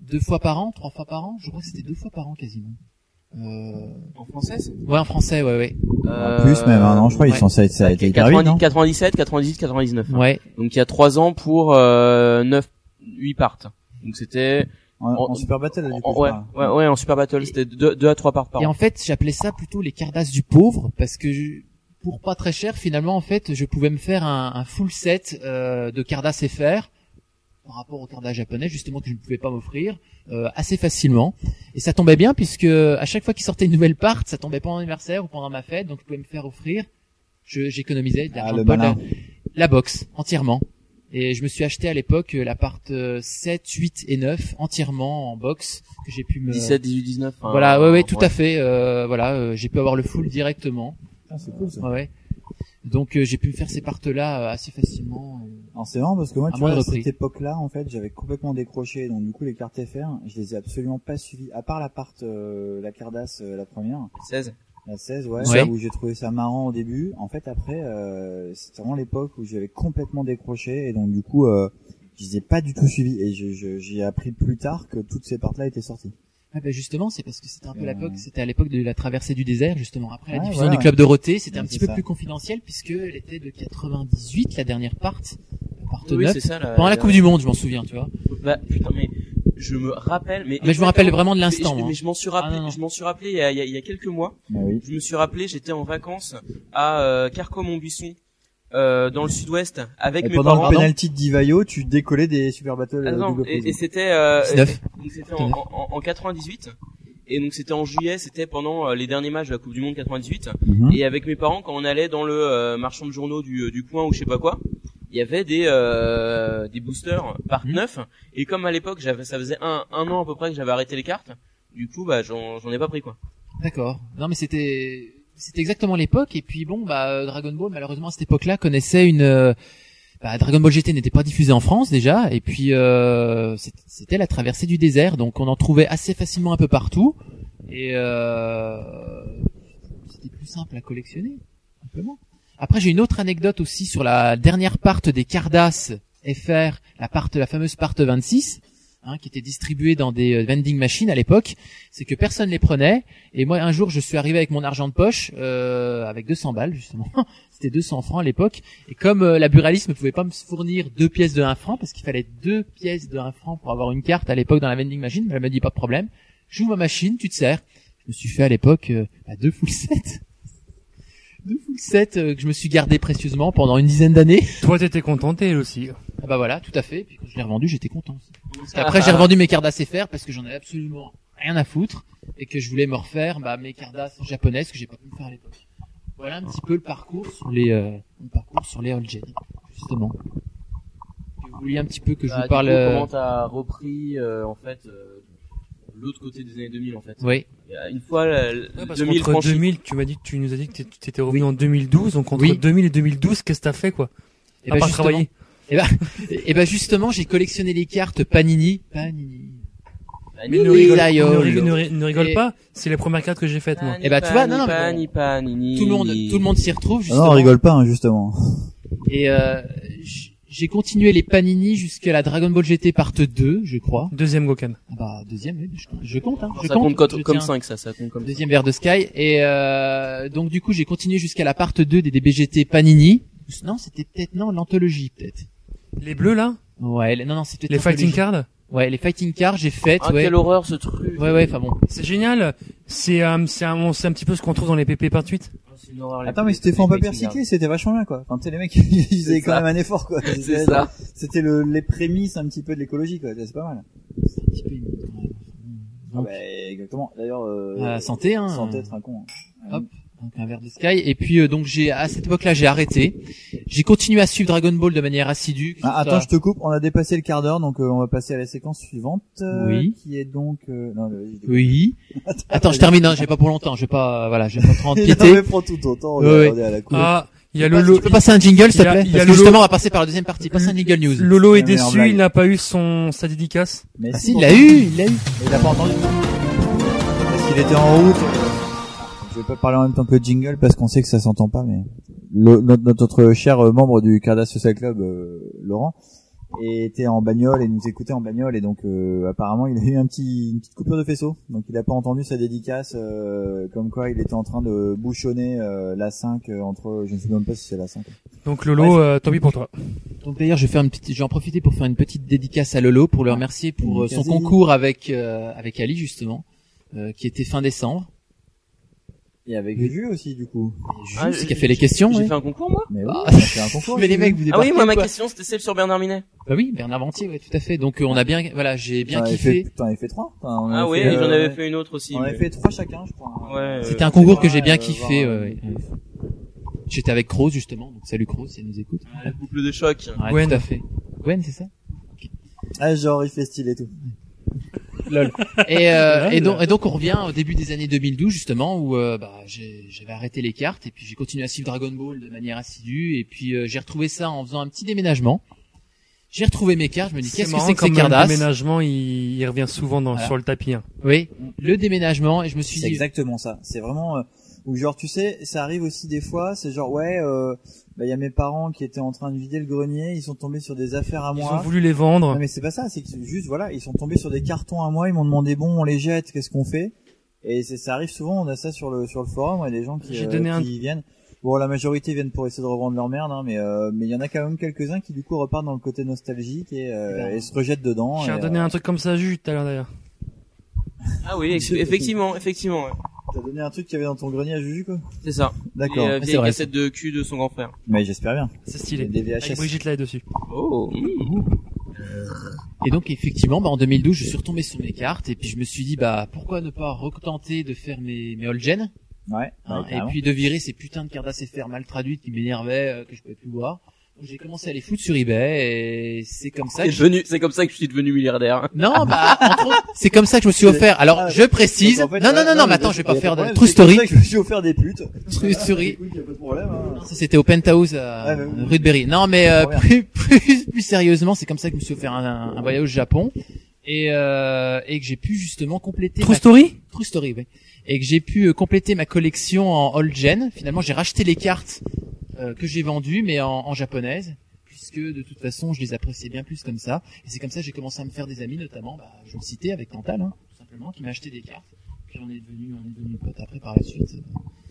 E: deux fois par an, trois fois par an, je crois que c'était deux fois par an quasiment. Euh...
I: En français, c'est
E: Ouais, en français, ouais, ouais.
A: En plus, même, hein, non, je crois,
E: ouais.
A: ils sont censés
C: Bah,
A: être hyper vite,
C: 90,
A: non?
C: 97, 98, 99.
E: Ouais,
C: Donc il y a 3 ans pour euh, 9, 8 parts. Donc c'était...
A: En, en
E: Oh.
C: en-
A: Super Battle, là, du coup.
C: en- ouais,
A: je crois.
C: ouais, ouais, en Super Battle, c'était 2, à 3 parts par
E: Et
C: an.
E: en fait, j'appelais ça plutôt les cardasses du pauvre parce que je- pour pas très cher, finalement, en fait, je pouvais me faire un, un full set euh, de cardasses FR par rapport aux cardasses japonais, justement que je ne pouvais pas m'offrir euh, assez facilement. Et ça tombait bien puisque à chaque fois qu'il sortait une nouvelle part, ça tombait pendant l'anniversaire ou pendant ma fête, donc je pouvais me faire offrir. Je- J'économisais de
A: Ah,
E: l'argent
A: le
E: de poche, la-
A: malin.
E: la box entièrement. Et je me suis acheté à l'époque euh, la part euh, 7, 8 et 9 entièrement en box que j'ai pu me
C: 17, 18, 19. hein.
E: voilà, ouais, ouais, tout
C: Ouais.
E: à fait. euh, voilà, euh, j'ai pu avoir le full directement.
A: Ah, c'est cool, ça.
E: Ouais, ouais. Donc euh, j'ai pu me faire ces parts-là euh, assez facilement. euh.
A: Alors c'est marrant parce que moi,
E: À
A: tu
E: moindre
A: vois, à
E: prix.
A: cette époque-là, en fait, j'avais complètement décroché. Donc du coup, les cartes FR, je les ai absolument pas suivies. À part la part, euh, la cardasse, euh, la première,
C: 16.
A: la 16, ouais,
E: Ouais.
A: où j'ai trouvé ça marrant au début. En fait, après, euh, c'était vraiment l'époque où j'avais complètement décroché et donc du coup, euh, je les ai pas du tout suivies. Et je- je- j'ai appris plus tard que toutes ces partes-là étaient sorties.
E: Ah, ben justement, c'est parce que c'était un peu
A: Euh.
E: l'époque, c'était à l'époque de la traversée du désert justement. Après la
A: Ouais,
E: diffusion
A: voilà.
E: du club Dorothée, c'était un
A: Ouais,
E: petit
A: c'est
E: peu
A: ça.
E: plus confidentiel puisque elle était de 98 la dernière part, la part
C: Oui,
E: 9.
C: c'est ça. Là,
E: Pendant la Coupe du Monde, je m'en souviens, tu vois.
C: Bah, putain, mais je me rappelle. Mais,
E: Mais je me rappelle vraiment de l'instant.
C: Mais, je-
E: hein.
C: mais je m'en suis rappelé.
E: Ah, non, non.
C: Je m'en suis rappelé il y, a, il y a- il y a quelques mois.
A: Mais Ah oui.
C: Je me suis rappelé. J'étais en vacances à euh, Carcombe-en-Buisson, euh, dans le Sud-Ouest, avec
A: Et
C: mes
A: pendant
C: parents.
A: le penalty de Divayo, tu décollais des Super Battle
C: Ah,
A: euh,
C: non,
A: double
C: et,
A: pose.
C: et c'était euh,
E: 19.
C: donc c'était en, en, en 98. Et donc c'était en juillet, c'était pendant euh, les derniers matchs de la Coupe du Monde 98.
E: Hein
A: Mhm.
C: Et avec mes parents, quand on allait dans le euh, marchand de journaux du, du coin ou je sais pas quoi, il y avait des euh, des boosters par
E: Mhm.
C: neuf. Et comme à l'époque, j'avais ça faisait un, un an à peu près que j'avais arrêté les cartes. Du coup, bah j'en j'en ai pas pris quoi.
E: D'accord. Non, mais c'était c'était exactement l'époque. Et puis bon, bah euh, Dragon Ball, malheureusement à cette époque-là, connaissait une euh, bah, Dragon Ball GT n'était pas diffusé en France déjà. Et puis euh, c'est- c'était la traversée du désert, donc on en trouvait assez facilement un peu partout. Et euh, c'était plus simple à collectionner, simplement. Après, j'ai une autre anecdote aussi sur la dernière part des Cardass FR, la part, la fameuse part 26. hein, qui étaient distribués dans des euh, vending machines à l'époque, c'est que personne les prenait. Et moi, un jour, je suis arrivé avec mon argent de poche, euh, avec 200 balles justement. <laughs> C'était 200 francs à l'époque. Et comme euh, la buraliste ne pouvait pas me fournir deux pièces de 1 franc, parce qu'il fallait deux pièces de 1 franc pour avoir une carte à l'époque dans la vending machine, elle m'a dit pas de problème. J'ouvre ma machine, tu te sers. Je me suis fait à l'époque euh, bah, deux full sets. <laughs> Deux full sets euh, que je me suis gardé précieusement pendant une dizaine d'années.
A: Mhm.
D: Toi, t'étais content, et elle aussi.
E: Ah bah voilà, tout à fait. Puis quand je l'ai revendu, j'étais content. aussi. Parce
I: Ah,
E: qu'après,
I: bah,
E: j'ai revendu mes cardas CFR parce que j'en avais absolument rien à foutre et que je voulais me refaire bah, mes cardas japonaises que j'ai pas pu me faire à l'époque. Voilà un petit peu le parcours sur les euh, mon parcours sur les All Jedi, justement. Vous vouliez un petit peu que je
I: Bah,
E: vous
I: du
E: parle.
I: coup,
E: euh,
I: Comment t'as repris euh, en fait euh, l'autre côté des années 2000 en fait.
E: Oui.
I: Une fois la-
D: Ouais, parce
I: 2000
D: qu'entre
I: franchi-
D: 2000, tu m'as dit, tu nous as dit que t'es- tu t'étais revenu en 2012, donc entre
E: Oui.
D: 2000 et 2012, qu'est-ce que t'as fait, quoi?
E: Et
I: Ah,
D: à
E: bah,
D: part
E: justement-
D: travailler.
E: Et ben justement, j'ai collectionné les cartes Panini. Panini.
I: Bah,
D: Mais ne
E: Oui,
D: rigole,
E: la
D: ne,
E: gueule.
D: ri- ne ri- ne rigole
E: Et-
D: pas, c'est les premières cartes que j'ai faites, moi.
I: Pani,
E: Eh bah, tu vois, non, non, mais
I: pani, pani,
E: Tout le monde,
I: pani.
E: tout le monde s'y retrouve
A: Ah non,
E: justement.
A: on rigole pas, hein, justement.
E: Et euh, j- j'ai continué les Panini jusqu'à la Dragon Ball GT Part 2, je crois.
D: Deuxième Gokan.
E: Ah Bah deuxième, oui, je compte. Je compte, hein, je
I: Ça compte
E: je
I: co- comme
E: tiens.
I: 5 ça, ça compte comme ça.
E: Deuxième verre de Sky. Et euh, donc du coup, j'ai continué jusqu'à la Part 2 des DBGT Panini. Non, c'était peut-être non l'anthologie peut-être.
D: Les bleus, là?
E: Ouais, les- non non, c'était
D: Les fighting cards?
E: Ouais, les fighting cards, j'ai fait.
I: Ah,
E: ouais.
I: quelle horreur ce truc.
E: ouais ouais, enfin bon.
D: C'est génial. C'est, euh, c'est un, c'est un petit peu ce qu'on trouve dans les PP par suite.
I: Ah, c'est une horreur, les
A: Attends,
I: trucs,
A: mais c'était fait en
I: les
A: papier
I: mecs, ils
A: recyclé, c'était vachement bien, quoi. Enfin, tu sais, les mecs, <laughs> ils faisaient
I: C'est
A: quand
I: ça.
A: même un effort, quoi.
I: regardent. C'est ça.
A: C'était le, les prémices un petit peu de l'écologie, quoi. C'est pas mal.
E: C'est un petit peu une-
A: Ah
E: Donc.
A: bah, exactement. D'ailleurs, euh,
E: Euh, santé hein.
A: sans être un con. hein.
E: donc un verre de Sky. Et puis euh, donc j'ai à cette époque-là j'ai arrêté. J'ai continué à suivre Dragon Ball de manière assidue. que ce
A: Ah,
E: soit-
A: attends, je te coupe. On a dépassé le quart d'heure, donc euh, on va passer à la séquence suivante, euh,
E: Oui.
A: qui est donc. euh, non, le- j'ai- <laughs>
E: Ah, Oui. Attends, je termine. Hein, j'ai pas pour longtemps. Je vais pas euh, voilà, je vais
D: <laughs>
E: pas
A: <laughs>
E: trop en
A: Il
E: piéter.
A: avait prend tout autant.
E: Ouais, ouais.
A: regardez à la coupe.
D: Ah, il y a
E: Le,
D: Lolo.
E: tu peux passer un jingle,
D: il
E: s'il
D: y
E: te
D: a-
E: plaît
D: il y
E: Parce
D: a
E: que
D: le-
E: justement, on va passer par la deuxième partie. Passe un jingle news.
D: Lolo est
A: Mais en
D: déçu,
A: blague.
D: il n'a pas eu son, sa dédicace.
A: Mais
E: Ah
A: si,
E: si, il
A: pour-
E: l'a eu, il l'a eu.
A: Il a pas entendu. Parce qu'il était en route. Je vais pas parler en même temps que le jingle parce qu'on sait que ça s'entend pas, mais le- notre, notre, notre cher euh, membre du Cardas Social Club, euh, Laurent, était en bagnole et nous écoutait en bagnole et donc euh, apparemment il a eu un petit, une petite coupure de faisceau, donc il a pas entendu sa dédicace, euh, comme quoi il était en train de bouchonner euh, la 5 euh, entre, je ne sais même pas si c'est la 5.
D: Donc Lolo, euh, tant pis pour toi.
E: Donc d'ailleurs, je vais faire une petite, je vais en profiter pour faire une petite dédicace à Lolo pour le remercier pour euh, son
A: Dédicace.
E: concours avec euh, avec Ali justement, euh, qui était fin décembre.
A: Et avec Juju aussi du coup.
E: Et Jules,
I: Ah,
E: c'est
I: j'ai-
E: qui a fait les questions.
I: J'ai
E: ouais.
I: fait un concours moi
A: Mais oui,
E: Ah.
A: on a Bah, fait un concours.
E: <laughs> Mais les mecs, vous
I: Ah oui,
E: débarquez,
I: moi ma
E: quoi.
I: question c'était celle sur Bernard Minet.
E: Bah oui, Bernard Ventier, ouais, tout à fait. Donc euh, on a bien, voilà, j'ai bien
A: T'en avais
E: kiffé.
A: fait- T'en avais fait trois. Enfin, on
I: Ah
A: avait
I: oui,
A: fait,
I: j'en
A: euh,
I: avais fait une autre aussi.
A: On
I: mais-
A: avait fait trois chacun, je crois.
I: Ouais, euh,
E: C'était un concours
A: c'est
E: que j'ai bien
A: vrai, euh,
E: kiffé.
A: voir,
E: ouais, ouais. J'étais avec Rose justement, donc salut Rose si elle nous écoute.
I: Le couple de choc.
E: Ouais,
D: Gwen.
E: tout à fait. Gwen, c'est ça
A: Ah, genre, il fait style et tout.
E: et, euh,
D: Lol.
E: et, donc, et donc on revient au début des années 2012 justement où euh, bah, j'ai- j'avais arrêté les cartes et puis j'ai continué à suivre Dragon Ball de manière assidue et puis euh, j'ai retrouvé ça en faisant un petit déménagement. J'ai retrouvé mes cartes, je me dis qu'est-ce que
D: marrant
E: c'est que
D: comme euh,
E: ces
D: le
E: cartes
D: déménagement, il, il revient souvent dans,
E: Voilà.
D: sur le tapis. hein.
E: Oui, le déménagement et je me suis
A: C'est
E: dit
A: exactement ça. C'est vraiment, euh, ou genre, tu sais, ça arrive aussi des fois, c'est genre, ouais, euh, bah, il y a mes parents qui étaient en train de vider le grenier, ils sont tombés sur des affaires à
D: Ils
A: moi.
D: ont voulu les
A: Non,
D: vendre.
A: mais c'est pas ça, c'est que juste, voilà, ils sont tombés sur des cartons à moi, ils m'ont demandé, bon, on les jette, qu'est-ce qu'on fait? Et c'est- ça arrive souvent, on a ça sur le, sur le forum, il y a des gens qui,
D: J'ai
A: euh,
D: donné un-
A: qui viennent. Bon, la majorité viennent pour essayer de revendre leur merde, hein, mais euh, mais il y en a quand même quelques-uns qui du coup repartent dans le côté nostalgique et, euh, et se rejettent dedans.
D: J'ai
A: et, euh,
D: donné un truc comme ça à Jules tout à l'heure d'ailleurs.
I: Ah oui, ex- effectivement, effectivement. ouais.
A: euh, T'as donné un truc qu'il y avait dans ton grenier à Juju, quoi
I: C'est ça. Et
A: D'accord.
I: euh,
E: c'est
I: vieille
E: vrai,
I: cassette de cul de son grand frère.
A: Mais j'espère bien.
D: C'est
A: Il y a
D: stylé.
A: des
D: Avec
A: VHS.
D: Brigitte là dessus.
I: Oh.
E: Et donc effectivement, bah, en 2012, je suis retombé sur mes cartes et puis je me suis dit bah pourquoi ne pas retenter de faire mes mes all gen
A: Ouais.
E: hein,
A: ouais,
E: et
A: carrément.
E: puis de virer ces putains de cartes faire mal traduites qui m'énervaient euh, que je pouvais plus voir. Donc j'ai commencé à les foutre sur eBay et c'est comme ça
I: C'est
E: que
I: devenu, c'est comme ça que je suis devenu milliardaire.
E: Non, bah, entre autres, c'est comme ça que je me suis offert. Alors, je précise.
A: Donc, en fait,
E: non, non,
A: Ah, ouais,
E: non, non, mais
A: mais
E: attends, je vais pas
A: y a
E: faire de
A: problème,
E: true
A: c'est pour
E: story.
A: ça que Je me suis offert des putes.
E: <laughs> True story.
A: Écoute, y a pas de problème. hein.
E: Ça, c'était au penthouse à
A: Ah, bah oui.
E: rue de Berry. Non, mais euh,
A: Trop
E: plus, <laughs> plus, plus sérieusement, c'est comme ça que je me suis offert un, un voyage au Japon et euh, et que j'ai pu justement compléter
D: True
E: ma-
D: Story
E: True Story, oui. Et que j'ai pu euh, compléter ma collection en old gen. Finalement, j'ai racheté les cartes euh, que j'ai vendues, mais en, en japonaise. Puis puisque de toute façon, je les appréciais bien plus comme ça. Et c'est comme ça que j'ai commencé à me faire des amis, notamment, bah, je le citais avec Cantal, hein, tout simplement, qui m'a acheté des cartes. Puis on est devenu, on est devenu potes après par la suite.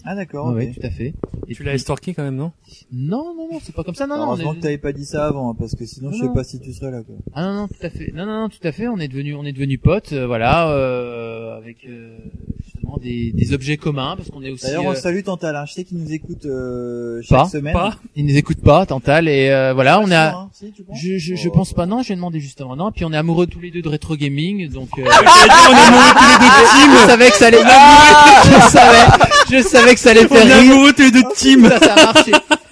A: Ah
E: Ouais,
A: d'accord.
E: ouais,
A: ok.
E: tout à fait. Et
D: Tu l'as estorqué quand même, non
E: Non, non, non, c'est pas comme ça. Non, non, on est-
A: Heureusement que t'avais pas dit ça avant, hein, parce que sinon je
E: Non.
A: sais pas si tu serais là. Quoi.
E: Ah non, non, tout à fait. Non, non, non, tout à fait. On est devenu, on est devenu potes, euh, voilà, euh, avec euh, justement des, des objets communs, parce qu'on est aussi.
A: D'ailleurs, on
E: euh,
A: salue Tantal, hein. je sais qu'il nous écoute euh, chaque
E: Pas,
A: semaine.
D: Pas
E: ils nous écoutent pas, Tantal, et euh, voilà, on a.
A: Hein, si, tu penses
E: Je, je, je
A: Oh,
E: pense pas. Non, j'ai demandé justement. Non, puis on est amoureux tous les deux de rétro gaming, donc. Euh... Je savais que ça allait. Je savais. Je savais que ça allait
D: On est
E: faire rire.
D: amoureux tous les deux de Tim
E: Ça, ça a marché.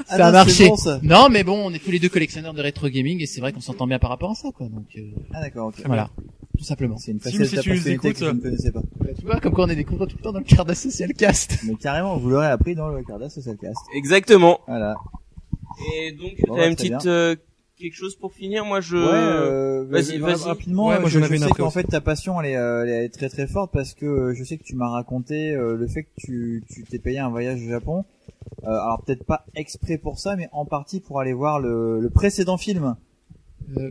A: Ah
E: Ça a
A: non,
E: marché.
A: c'est bon, ça.
E: Non, mais bon, on est tous les deux collectionneurs de rétro gaming, et c'est vrai qu'on s'entend bien par rapport à ça, quoi. Donc euh,
A: Ah d'accord, ok.
E: voilà, tout simplement.
A: C'est une
D: Si,
A: facette
D: mais
A: de
D: si
A: la
D: tu nous
A: personnalité que
D: écoutes,
A: je ne connaissais pas.
E: Bah, Tu vois, comme quoi on est des tout le temps dans le quart social cast.
A: Mais carrément, vous l'aurez appris dans le Cardas Social Cast.
C: Exactement.
A: Voilà.
C: Et donc,
A: Bon,
C: t'as
A: bah,
C: une
A: très
C: petite euh, quelque chose pour finir. Moi, je.
A: Ouais, euh,
C: vas-y,
A: ra-
C: vas-y.
A: Rapidement,
D: Ouais, moi,
A: moi, je,
D: j'en
A: je
D: avais une
A: sais
D: après
A: qu'en
D: aussi.
A: fait ta passion elle est, euh, elle est très très forte parce que euh, je sais que tu m'as raconté euh, le fait que tu tu t'es payé un voyage au Japon. Euh, alors peut-être pas exprès pour ça, mais en partie pour aller voir le, le précédent film.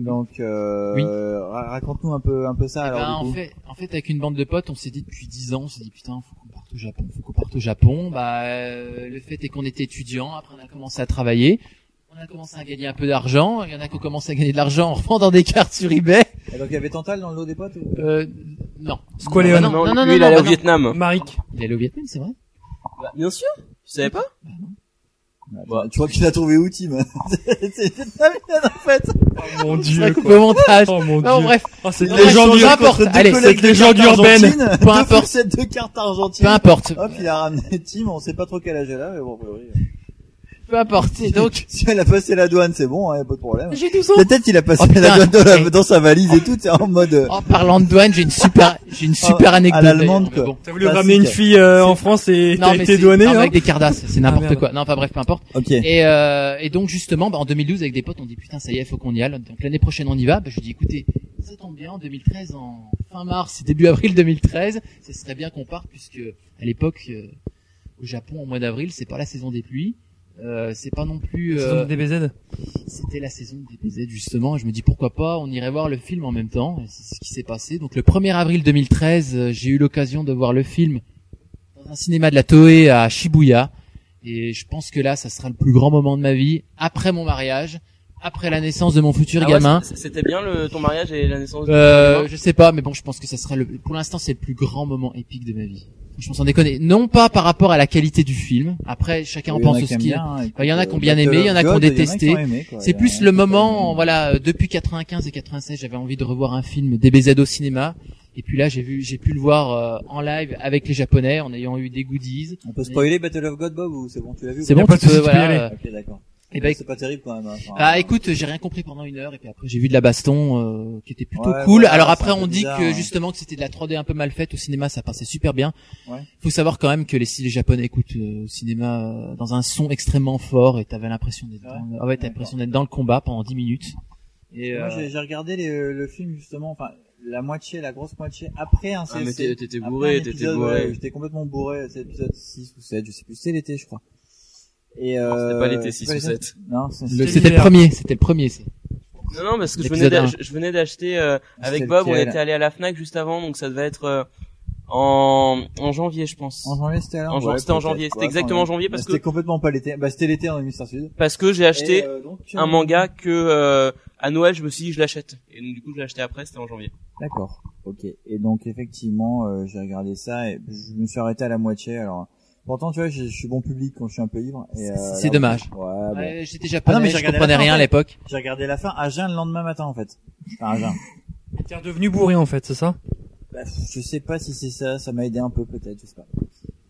A: Donc euh,
E: Oui.
A: ra- raconte-nous un peu un peu ça. alors,
E: Ben,
A: du
E: en
A: coup.
E: fait, en fait, avec une bande de potes, on s'est dit depuis 10 ans, on s'est dit putain, faut qu'on parte au Japon, faut qu'on parte au Japon. Bah, euh, le fait est qu'on était étudiants, après on a commencé à travailler, on a commencé à gagner un peu d'argent. Il y en a qui ont commencé à gagner de l'argent en revendant des cartes sur eBay.
A: Et Ah, donc il y avait Tantal dans le lot des potes. ou-
E: Euh, non.
D: Squaleon.
E: Bah non, non, non, non,
C: Ah lui, il
E: non,
C: allait
E: bah
C: au
E: non.
C: Vietnam.
D: Marik.
E: Il est allé au Vietnam, c'est vrai.
C: Bah, bien sûr. Tu savais pas
A: Bah, Tu vois qu'il a trouvé où Tim <laughs> C'est- c'est pas bien, en fait.
D: Oh mon
E: Je la
D: dieu.
E: coupe
D: quoi.
E: au montage.
D: Oh mon
E: Non,
D: dieu.
E: bref,
D: Oh, c'est
E: Non,
D: une légende
E: mais
D: urbaine.
E: importe.
A: Contre deux
E: Allez,
A: collègues
D: cette
A: de
D: légende
A: cartes
D: urbaine.
A: argentines,
E: Ben, Peu importe.
A: Deux fourchettes de cartes
E: peu
A: argentines.
E: importe,
A: Hop, il a ramené Tim, on sait pas trop quel âge elle a, mais bon, a priori. euh.
E: peu importe. Et donc,
A: Si elle a passé la douane, c'est bon, hein, y a pas de problème.
E: j'ai 12 ans.
A: Peut-être il a passé
E: Oh, putain.
A: la douane dans, la-
E: Eh.
A: dans sa valise et tout, c'est en mode. euh,
E: En parlant de douane, j'ai une super, j'ai une super
A: à
E: anecdote.
A: l'allemande,
E: d'ailleurs, mais
A: quoi.
E: bon.
D: T'as voulu ramener une
A: Classique.
D: fille euh, en France et
E: Non,
D: t'as
E: mais
D: été
E: c'est-
D: douané.
E: non, mais
D: hein.
E: avec des cardasses, c'est
D: Ah,
E: n'importe
D: merde.
E: quoi. Non, enfin bref, peu importe.
A: Ok.
E: Oh. Et, euh, et donc justement, bah, en 2012, avec des potes, on dit putain, ça y est, faut qu'on y aille. Donc l'année prochaine, on y va. Bah, je lui dis, écoutez, ça tombe bien, en 2013, en fin mars, début avril 2013, ce serait bien qu'on parte puisque à l'époque, euh, au Japon, au mois d'avril, c'est pas la saison des pluies. Euh, c'est pas non plus.
D: Saison
E: euh,
D: de DBZ.
E: C'était la saison des DBZ justement. Et je me dis pourquoi pas, on irait voir le film en même temps. Et C'est ce qui s'est passé. Donc le 1er avril 2013, euh, j'ai eu l'occasion de voir le film dans un cinéma de la Toei à Shibuya. Et je pense que là, ça sera le plus grand moment de ma vie après mon mariage, après la naissance de mon futur
C: Ah ouais,
E: gamin.
C: c- C'était bien le ton mariage et la naissance. de-
E: Euh, je sais pas, mais bon, je pense que ça sera le. Pour l'instant, c'est le plus grand moment épique de ma vie. Je pense en déconner. Non pas par rapport à la qualité du film. Après, chacun en
A: Il y en a
E: pense
A: qui
E: ce
A: aiment
E: qu'il.
A: bien, hein,
E: il y en a
A: écoute,
E: qui ont bien
A: euh,
E: aimé, il y en a qui ont
A: God,
E: détesté.
A: qui ont aimé, quoi.
E: C'est
A: Il y en
E: plus
A: a
E: le
A: qui ont
E: moment,
A: aimé.
E: voilà, euh, depuis 95 et 96, j'avais envie de revoir un film DBZ au cinéma. Et puis là, j'ai vu, j'ai pu le voir euh, en live avec les Japonais, en ayant eu des goodies.
A: On peut spoiler Battle of God Bob ou c'est bon, tu l'as vu
E: C'est
A: ou
E: bon,
D: pas
E: tu
D: de souci,
E: peux,
D: tu peux y aller.
E: voilà.
A: pas
E: euh,
A: Ok, d'accord.
E: et ben,
A: c'est pas terrible quand même. hein. Enfin,
E: bah écoute, j'ai rien compris pendant une heure, et puis après j'ai vu de la baston euh, qui était plutôt
A: Ouais,
E: cool.
A: voilà,
E: Alors
A: c'est
E: après,
A: un peu
E: on dit
A: bizarre,
E: que
A: ouais.
E: justement que c'était de la 3D un peu mal faite au cinéma, ça passait super bien.
A: Ouais.
E: Faut savoir quand même que les les Japonais écoutent euh, au cinéma euh, dans un son extrêmement fort, et t'avais l'impression d'être,
A: Ouais.
E: dans le- ah ouais, t'as l'impression d'être dans le combat pendant 10 minutes. Et
A: Moi,
E: euh,
A: j'ai j'ai regardé les- le film justement, enfin la moitié, la grosse moitié après un
I: Ah, mais
A: CFC.
I: t'es- t'étais
A: Après
I: bourré,
A: un
I: t'étais
A: épisode,
I: bourré.
A: ouais, J'étais complètement bourré, c'est l'épisode 6 ou 7, je sais plus, c'était l'été je crois. Et
I: Non,
A: euh,
I: C'était pas l'été 6
A: c'est
I: ou
A: pas l'été.
I: 7.
A: Non, c'est-
E: le-
D: C'était
E: c'était le
D: l'hiver.
E: premier, c'était le premier, c'est.
C: Non, non, parce que je venais
E: L'épisode
C: d'a-
E: un.
C: je- je venais d'acheter euh, avec
A: Ah, C'était
C: Bob. On
A: lequel
C: était allé à la Fnac juste avant, donc ça devait être euh, en en janvier, je pense.
A: En janvier, c'était là.
C: En janvier, c'était en janvier, c'était exactement en janvier parce que-
A: Bah, c'était complètement pas l'été. Bah, c'était l'été en hémisphère sud.
C: Parce que j'ai acheté
A: Et, euh, donc, euh,
C: un manga que euh, à Noël, je me suis dit je l'achète. Et donc du coup, je l'ai acheté après. C'était en janvier.
A: D'accord. Ok. Et donc effectivement, euh, j'ai regardé ça et je me suis arrêté à la moitié. Alors, pourtant, tu vois, je je suis bon public quand je suis un peu ivre. et, euh,
E: C'est
A: là,
E: dommage.
A: Ouais. bon.
E: Ouais, j'étais
A: Ah
E: japonais,
A: non, mais j'ai
E: je
A: regardé
E: comprenais
A: la fin,
E: rien
A: en
E: à
A: fait.
E: l'époin.
A: J'ai regardé la fin à jeun le lendemain matin en fait. Enfin,
E: <laughs>
A: à jeun.
D: T'es redevenu bourré en fait, c'est ça
A: Bah, pff, je sais pas si c'est ça. Ça m'a aidé un peu peut-être. Je sais pas.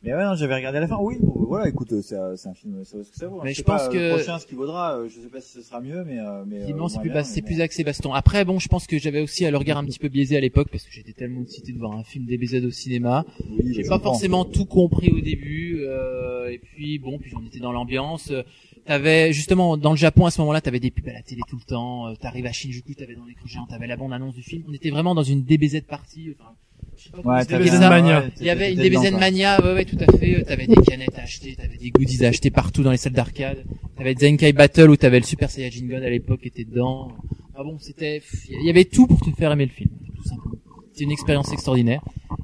A: Mais ouais, non, j'avais regardé la fin. Oui, bon, voilà. Écoute, euh, c'est euh, c'est un film, ça vaut ce que ça vaut. hein.
E: Mais je
A: sais
E: pense
A: pas, euh,
E: que-
A: le prochain, ce qui vaudra, euh, je sais pas si ce sera mieux, mais euh, mais. euh,
E: Effectivement, c'est
A: moins
E: plus,
A: bien,
E: bas- c'est
A: mais
E: plus
A: bon.
E: axé baston. Après, bon, je pense que j'avais aussi à le regard un petit peu biaisé à l'époque parce que j'étais tellement excité de voir un film DBZ au cinéma.
A: Oui,
E: J'ai
A: je
E: pas
A: comprends.
E: forcément tout compris au début. euh, et puis, bon, puis j'en étais dans l'ambiance. Euh, T'avais justement dans le Japon à ce moment-là, t'avais des pubs à la télé tout le temps. euh, T'arrives à Shinjuku, t'avais dans l'écran géant, t'avais la bande-annonce du film. On était vraiment dans une DBZ partie. Enfin, je sais pas comment
A: Ouais,
E: expliquer
A: t'avais
E: ça.
A: un-
D: Mania.
A: ouais,
E: Il y avait une
A: t'étais dedans,
E: DBZ
A: quoi.
E: Mania, ouais, ouais, tout à fait. Euh, T'avais des canettes à acheter, t'avais des goodies à acheter partout dans les salles d'arcade. T'avais Zenkai Battle où t'avais le Super Saiyajin God à l'époque qui était dedans. Ah bon, c'était, il y avait tout pour te faire aimer le film. tout simplement. C'était une expérience extraordinaire.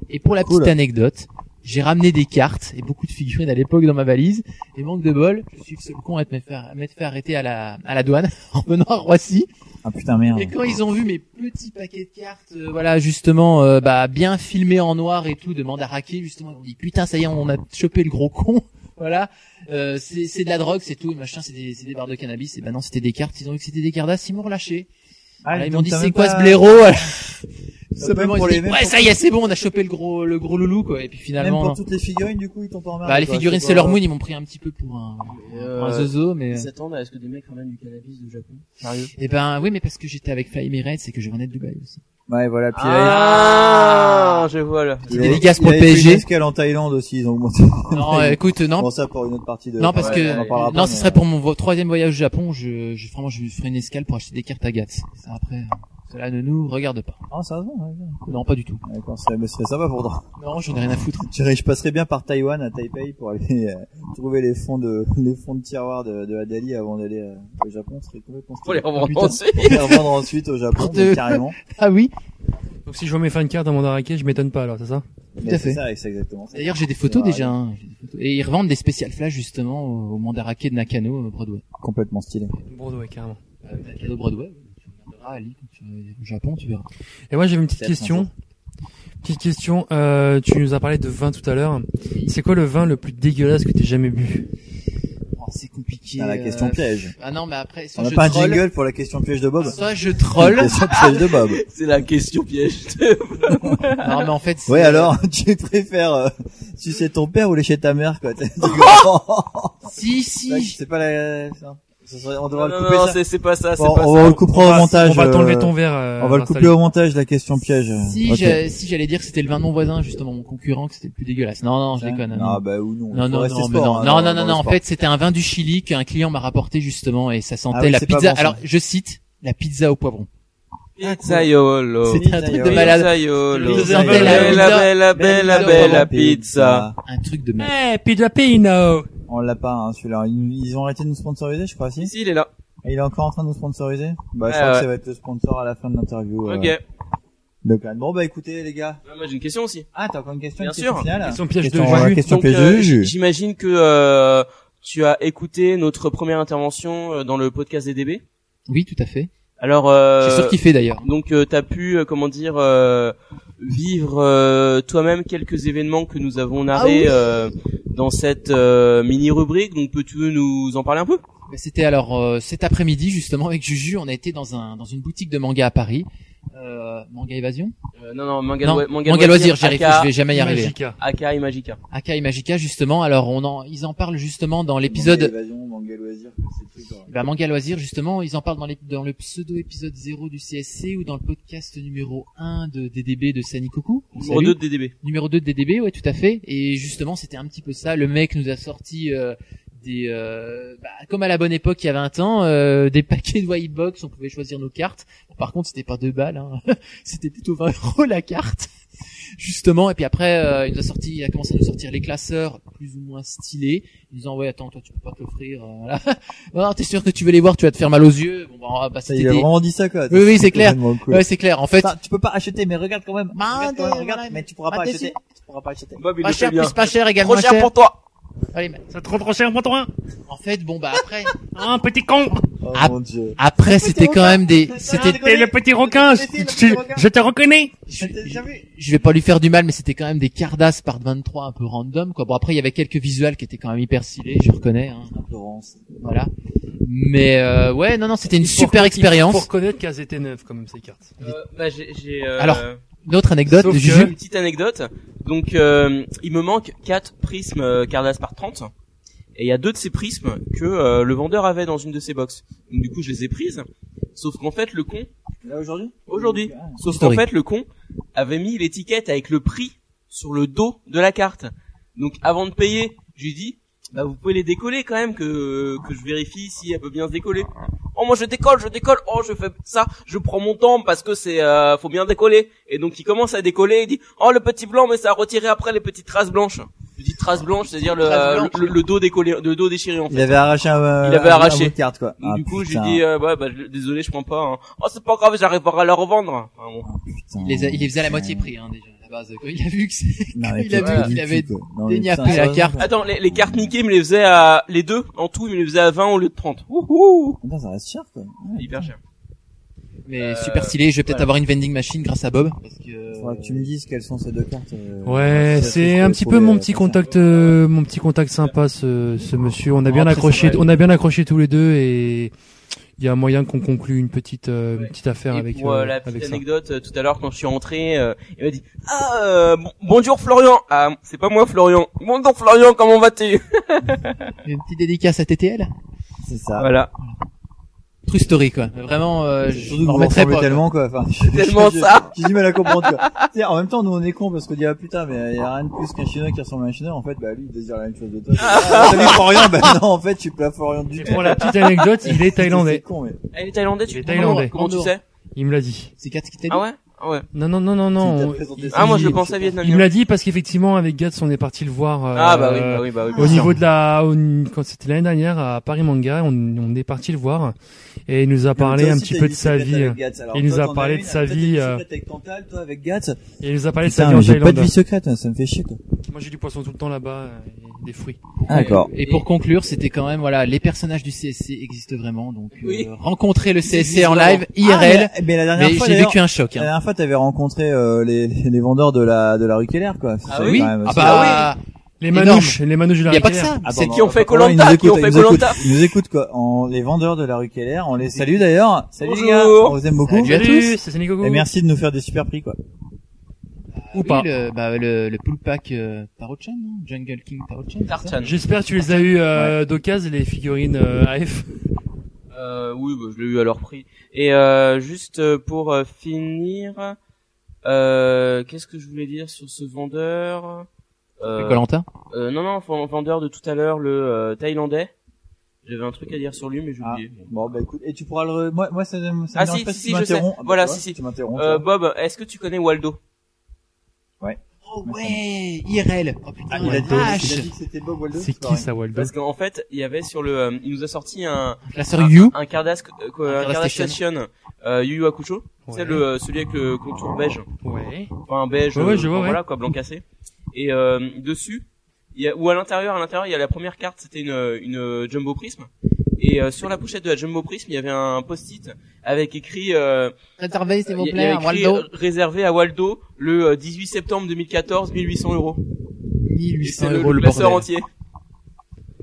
E: Et pour la petite
A: Cool.
E: anecdote, j'ai ramené des cartes et beaucoup de figurines à l'époque dans ma valise. Et manque de bol, je suis le seul con à te m'être fait, à m'être fait arrêter à la, à la douane <laughs> en venant à Roissy.
A: Ah putain merde.
E: Et quand ils ont vu mes petits paquets de cartes, euh, voilà, justement, euh, bah, bien filmés en noir et tout, de Mandaraki, justement, ils ont dit, putain, ça y est, on a chopé le gros con. <laughs> voilà, euh, c'est c'est de la drogue, c'est tout, machin, c'est des, c'est des barres de cannabis. Et bah non, c'était des cartes, ils ont vu que c'était des cartes d'as, ils m'ont relâché.
I: Ah,
A: Ah,
E: Voilà, ils m'ont dit, c'est quoi ce blaireau? Voilà. Tout simplement,
A: pour
E: ils
A: les-
E: ont dit, ouais, ça y est, c'est bon, on a chopé le gros, le gros loulou, quoi. Et puis
A: Même
E: finalement,
A: pour
E: non.
A: toutes les figurines, du coup, ils t'ont pas remarqué.
E: bah, les
A: quoi,
E: figurines
A: c'est pas-
E: Sailor Moon, ils m'ont pris un petit peu pour un, pour un zozo,
I: euh,
E: mais.
I: Ils s'attendent à ce que des mecs ramènent du cannabis du Japon. Sérieux
E: Et ben, oui, mais parce que j'étais avec Fly Emirates et que je venais de Dubaï aussi.
A: Ouais, voilà. Puis
C: Ah, je vois là.
A: il y avait-
E: dédicace
A: il y
E: pour
A: avait fait
E: PSG.
A: une escale en Thaïlande aussi, ils ont augmenté. <laughs>
E: Non, euh, écoute, non,
A: Bon, ça pour une autre partie de.
E: Non parce
A: Ouais,
E: que euh,
A: on en parlera
E: non,
A: après,
E: ce
A: mais-
E: serait pour mon vo- troisième voyage au Japon. Je, je vraiment, je ferai une escale pour acheter des cartes à Gats. Ça, après, euh, cela ne nous regarde pas.
A: Ah, sérieusement, ouais,
E: Non, pas du tout.
A: ouais. D'accord, ça- mais ce serait sympa pourtant.
E: Non, j'en ai rien à foutre.
A: J'irais- <laughs> Je passerais bien par Taïwan à Taipei pour aller euh, trouver les fonds de <laughs> les fonds de tiroir de, de Adali avant d'aller euh, au Japon. Ce serait complètement
C: Faut les
A: stylé.
C: revendre
E: Putain.
C: ensuite.
A: Pour les revendre ensuite au Japon,
E: De-
A: mais
E: <laughs>
A: carrément.
E: Ah oui.
D: Donc si je vois mes fan cards à Mandarake, je m'étonne pas alors, c'est ça
A: Mais
E: à
A: c'est
E: fait.
A: ça, et c'est exactement ça.
E: D'ailleurs, j'ai des photos
A: C'est
E: déjà. hein. J'ai des photos. Et ils revendent des spéciales flash justement au, au Mandarake de Nakano euh, Broadway.
A: Complètement stylé.
D: Broadway carrément.
E: Euh, Nakano Broadway. Tu regarderas Ali quand tu vas au Japon, tu verras.
D: Et moi j'avais une petite
A: C'est
D: question. Petite question, euh, tu nous as parlé de vin tout à l'heure. C'est quoi le vin le plus dégueulasse que t'aies jamais bu
E: Oh, c'est compliqué.
A: Ah, la
E: euh,
A: question piège.
E: Ah non, mais après, soit
A: On n'a
E: je
A: pas un
E: troll,
A: jingle pour la question piège de Bob.
E: soit
A: <laughs>
E: je troll.
A: Question piège de Bob.
C: C'est la question piège. <laughs>
E: non, mais en fait. c'est-
A: Ouais alors, <laughs> tu préfères euh, sucer ton père ou lécher ta mère quoi
E: <laughs>
A: t'es- t'es grand.
E: Si, si.
A: Ouais, C'est pas la. ça- ça serait- On devra
C: Non,
A: le
C: non,
A: couper
C: non,
A: ça.
C: c'est c'est pas ça, c'est
A: Bon,
C: pas
A: on
C: ça.
A: va le couper au
D: va-
A: montage.
D: On va t'enlever
A: euh,
D: ton verre. euh,
A: On va le couper
D: Vincent.
A: au montage la question piège.
E: Si,
A: Euh, Ok.
E: j'a- si j'allais dire que c'était le vin de mon voisin, justement, mon concurrent, que c'était le plus dégueulasse. Non, non, je déconne.
A: Ah
E: Non,
A: bah ou non.
E: non,
A: faut
E: non,
A: rester
E: non, mais
A: sport,
E: non,
A: hein,
E: non,
A: dans-
E: non,
A: dans
E: non,
A: le
E: non, en
A: sport.
E: fait, c'était un vin du Chili qu'un client m'a rapporté, justement, et ça sentait
A: Ah oui,
E: la
A: c'est pas
E: pizza.
A: bon, ça.
E: Alors, je cite, la pizza au poivron.
C: Pizza yolo.
A: C'est
E: C'était un truc de
A: Pizza
E: malade.
C: Pizza yolo.
E: Le
A: deuxième
C: Bella,
A: pizza.
C: bella, bella, bella,
E: Bella
C: bella pizza.
E: Un truc de malade.
D: Eh, Pizza Pino
A: On l'a pas hein, celui-là. Ils, ils ont arrêté de nous sponsoriser, je crois si.
C: Ici, il est là.
A: Et il est encore en train de nous sponsoriser. Bah je crois
C: Ah,
A: que
C: ouais.
A: ça va être le sponsor à la fin de l'interview. euh,
C: Ok. Ah,
A: de Clan. Bon bah écoutez les gars.
C: Moi, j'ai une question aussi.
A: Ah t'as encore une question.
C: Bien
A: une question
C: sûr.
A: finale
D: Question piège de
A: Question-
D: jus. hein.
A: question
C: Donc,
A: piège
C: euh,
A: de
C: j-
A: jus.
C: j'imagine que euh, tu as écouté notre première intervention euh, dans le podcast des DB.
E: Oui, tout à fait.
C: Alors,
E: J'ai
C: euh,
E: surkiffé d'ailleurs.
C: donc euh, t'as pu, euh, comment dire, euh, vivre euh, toi-même quelques événements que nous
A: Ah
C: avons narrés euh, dans cette euh, mini rubrique. Donc, peux-tu nous en parler un peu
E: Mais C'était alors, euh, cet après-midi, justement, avec Juju, on a été dans un, dans une boutique de manga à Paris. Euh, manga évasion?
C: Euh, Non, non, manga,
E: Non,
C: Loi- manga,
E: manga loisir, j'y arrive,
C: Aka,
E: je vais jamais y arriver.
D: Magica.
C: Aka et Magica.
E: Akai Magica, justement. Alors, on en, ils en parlent justement dans l'épisode
A: Manga évasion, manga loisir, c'est tout, quoi.
E: Bah, Manga Loisir, justement, ils en parlent dans, les, dans le pseudo-épisode 0 du CSC ou dans le podcast numéro 1 de DDB de Sani Coucou. On
C: Numéro
E: salue.
C: 2 de DDB.
E: Numéro 2 de DDB, ouais, tout à fait. Et justement, c'était un petit peu ça. Le mec nous a sorti euh, des... euh, bah, comme à la bonne époque, il y a 20 ans, euh, des <laughs> paquets de white box, on pouvait choisir nos cartes. Bon, par contre, c'était pas deux balles, hein. <laughs> c'était plutôt 20 <laughs> euros la carte. Justement, et puis après, euh, il nous a sorti, il a commencé à nous sortir les classeurs plus ou moins stylés, en disant ouais attends toi tu peux pas te l'offrir, euh, <laughs> voilà. Non, non, t'es sûr que tu veux les voir, tu vas te faire mal aux yeux. Bon bah, bah
A: Ça,
E: c'était
A: il a
E: des-
A: vraiment dit ça quoi.
E: Oui, oui, c'est clair.
A: complètement cool.
E: ouais c'est clair. En fait,
A: Putain, tu peux pas acheter, mais regarde quand même.
E: Bah,
A: regarde, quand même,
E: ouais,
A: regarde,
E: voilà,
A: mais tu pourras
E: bah,
A: pas
E: t'es
A: acheter.
E: sûr.
A: Tu pourras pas acheter.
C: Bob, il
E: pas
C: le fait
E: cher
C: bien.
E: plus pas cher égale
C: Trop
E: moins
C: cher
E: cher.
C: pour toi.
E: Allez, mais-
D: Ça te rend trop cher, moi
E: hein
D: toi
E: en fait bon bah après,
D: Hein, petit con
A: Oh
E: Ah.
A: mon dieu.
E: après c'était quand même des, c'était
D: T'es le petit requin
A: Mais si, le
D: je-
A: petit
D: je-
A: requin.
D: Je te reconnais
E: je-
A: T'as déjà vu
E: je vais pas lui faire du mal, mais c'était quand même des cardasses par 23 un peu random, quoi. Bon, après, il y avait quelques visuels qui étaient quand même hyper stylés, je reconnais, hein.
A: Florence.
E: Voilà. Mais, euh, ouais, non, non, c'était une
D: Il faut
E: super
D: recon-
E: expérience.
D: Pour connaître qu'elles étaient neuves quand même ces cartes.
C: Euh, bah, j'ai, j'ai, euh,
E: Alors, Une autre anecdote,
D: Sauf
E: de
D: que-
E: Juju.
C: j'ai une petite anecdote. Donc, euh, il me manque 4 prismes euh, Cardas par 30. Et il y a deux de ces prismes que euh, le vendeur avait dans une de ses box. Donc, du coup, je les ai prises. Sauf qu'en fait, le con,
A: Là aujourd'hui
C: aujourd'hui,
A: Ah.
C: sauf qu'en
E: Historique.
C: fait, le con avait mis l'étiquette avec le prix sur le dos de la carte. Donc, avant de payer, je lui dis, bah, vous pouvez les décoller quand même que, que je vérifie si elle peut bien se décoller. Oh, moi, je décolle, je décolle. Oh, je fais ça. Je prends mon temps parce que c'est, euh, faut bien décoller. Et donc, il commence à décoller. Il dit, oh, le petit blanc, mais ça a retiré après les petites traces blanches. Petite trace blanche, c'est-à-dire le,
E: Trace
C: euh,
E: blanche.
C: le, le dos décollé, le dos déchiré en fait.
A: Il avait arraché un, euh,
C: Il avait
A: un-
C: arraché.
A: un bout de carte, quoi.
C: Donc,
A: Ah,
C: du coup, j'ai
A: putain,
C: dit, euh, ouais, bah, je- désolé, je prends pas. hein. Oh, c'est pas grave, j'arriverai à la revendre. Enfin, bon.
A: putain.
E: Il les, a- il les faisait à la moitié prix, hein, déjà, à la base. Quand il a vu que c'est <laughs>
A: Non, mais
E: il a
A: pas
E: vu
A: du
E: qu'il
A: tout,
E: avait
A: quoi. Non, mais
E: déniappé
A: putain,
E: la
A: ça-
E: carte.
C: Ah, Attends, les, les cartes niquées, il me les faisait à les deux en tout, il me les faisait à 20 au lieu de 30. Wouhou
A: Putain, ça reste cher, quoi.
C: C'est hyper cher.
E: Mais
C: Euh,
E: super stylé, je vais peut-être
C: ouais.
E: avoir une vending machine grâce à Bob. Parce que...
A: Faudra que tu me dises quelles sont ces deux cartes. euh,
D: Ouais,
A: si ça se
D: c'est
A: trouve,
D: un
A: faut
D: petit
A: les-
D: peu mon
A: faut
D: petit
A: les-
D: contact, euh, mon petit contact sympa, ce, ce monsieur. On a bien
E: Après, ça
D: accroché,
E: va aller.
D: on a bien accroché tous les deux et il y a moyen qu'on conclue une petite, euh, une
C: Ouais.
D: petite affaire
C: Et
D: avec,
C: pour euh,
D: euh,
C: la petite
D: avec ça.
C: anecdote, euh, tout à l'heure quand je suis rentré, euh, il m'a dit Ah, euh, bon- bonjour Florian Ah, c'est pas moi Florian Bonjour Florian, comment vas-tu
E: Une petite dédicace à TTL.
A: C'est ça.
C: Voilà,
E: True story, quoi. Vraiment, euh, je
A: Surtout que
E: m'en
A: vous
E: remettrai
A: ressemblez
E: pas. quoi.
A: tellement quoi. Enfin, je-
C: tellement
A: je-
C: ça.
A: J'ai du mal à comprendre quoi. Tu sais, en même temps, nous on est cons parce qu'on dit ah putain mais y a rien de plus qu'un chinois qui ressemble à un chinois. En fait, bah lui il désire la même chose de toi. Ah, Salut Florian. Bah non, en fait, je suis pas Florian du
D: Et
A: tout.
D: pour la petite anecdote, il est
A: <laughs> C'est
D: thaïlandais.
A: con mais.
C: Elle Ah, est thaïlandais, tu
D: Il est
C: comprends
D: thaïlandais.
C: Comment tu
E: Condor.
C: sais
D: Il me l'a dit.
E: C'est Kat qui t'a dit.
C: Ah ouais Ah ouais.
D: Non, non, non, non,
A: Il t'a
D: non.
A: présenté
D: il-
A: ça.
C: Ah, moi je le
A: Il-
C: pensais
D: Il me
C: vietnamien.
D: l'a dit parce qu'effectivement, avec Gats, on est parti le voir. euh,
C: Ah bah oui, bah oui, bah oui.
D: Au niveau de la, au- quand c'était l'année dernière à Paris Manga, on, on est parti le voir et il nous a parlé
A: Toi
D: un
A: aussi,
D: petit
A: t'as
D: peu
A: une
D: de sa
A: bicyclette
D: vie.
A: avec Gatz. Alors,
D: Il nous
A: toi,
D: a
A: t'en
D: parlé
A: as
D: de
A: une,
D: sa
A: toi, t'as une
D: vie,
A: bicyclette
D: euh,
A: avec Cantal, toi avec Gatz.
D: Et il nous a parlé de sa vie
A: Putain,
D: en
A: j'ai pas
D: Thaïlande.
A: de vie secrète, hein, ça me fait chier quoi.
D: Qui mangeait du poisson tout le temps là-bas euh, et des fruits.
A: D'accord.
E: Et pour conclure, c'était quand même, voilà, les personnages du CSC existent vraiment, donc,
C: Oui.
E: euh, rencontrer le CSC en
C: existent Ah,
E: live, IRL,
A: mais, mais la dernière
E: mais
A: fois,
E: j'ai
A: d'ailleurs,
E: vécu un choc,
A: la
C: euh,
E: hein.
A: dernière fois, t'avais rencontré euh, les, les les vendeurs de la de la rue Keller quoi. Ça,
C: Ah
A: c'est
C: oui.
A: quand même-
E: Ah
A: c'est-
E: bah,
D: Les
E: Énorme.
D: manouches, les manouches de la
E: y a pas que
D: rivière.
E: ça.
A: Attends,
E: C'est
A: non,
C: qui ont fait
A: attends, attends,
C: Koh-Lanta,
A: ils nous
C: qui ont
A: écoutent,
C: fait
A: ils nous écoutent,
C: Koh-Lanta.
A: Ils nous écoutent quoi. On, les vendeurs de la rue Keller, on les salue d'ailleurs. Salut
C: Bonjour.
A: les gars, on vous aime beaucoup.
E: Salut à tous.
D: Salut, c'est Sanigogo.
A: Et merci de nous faire des super prix quoi.
D: Ou pas.
E: le, bah, le, le pool pack, euh, Tarot-chan, non? Jungle King Tarot-chan. c'est ça
C: Tartan.
D: J'espère que tu les as eu euh, d'occasion les figurines euh, AF.
C: Euh, oui, bah, je l'ai eu à leur prix. Et euh, juste euh, pour euh, finir, euh, qu'est-ce que je voulais dire sur ce vendeur
E: Le
C: euh,
E: Koh-Lanta.
C: euh, Non, non, ven- vendeur de tout à l'heure, le euh, thaïlandais. J'avais un truc à dire sur lui, mais j'ai oublié.
A: Bon bah écoute, et tu pourras le, moi, moi ça, ça me
C: Ah,
A: dérange
C: si,
A: pas
C: si,
A: si
C: si,
A: tu
C: je sais.
A: m'interromps. Ah, bah,
C: Voilà,
A: tu vois,
C: si, si.
A: Tu m'interromps.
C: Euh,
A: toi.
C: Bob, est-ce que tu connais Waldo
E: Oh ouais, IRL. Oh putain,
A: Ah, il a dit, il a
E: vache.
A: dit que c'était Bob Waldo.
D: C'est
A: pareil.
D: qui ça, Waldo
C: Parce qu'en fait, il y avait sur le, euh, il nous a sorti un
E: La sœur
D: Ah,
E: You.
C: un Cardass, euh, quoi,
E: Un
C: un Kardashian, euh, Yu Yu Hakusho,
D: Ouais.
C: c'est le euh, celui avec le contour beige.
D: ah, Ouais.
C: enfin un beige
D: Ouais, ouais,
C: euh,
D: je vois,
C: enfin,
D: ouais.
C: voilà quoi blanc cassé et euh, dessus il y a, ou à l'intérieur à l'intérieur il y a la première carte c'était une une euh, jumbo prisme et euh, sur la pochette de la jumbo prisme il y avait un post-it avec écrit euh,
E: Réservez,
C: il
E: s'il
C: y a- il y a écrit, euh, réservé à Waldo le euh, 18 septembre 2014 1800 euros Et
E: 1800
C: c'est le,
E: euros le
C: le classeur
E: bordel.
C: entier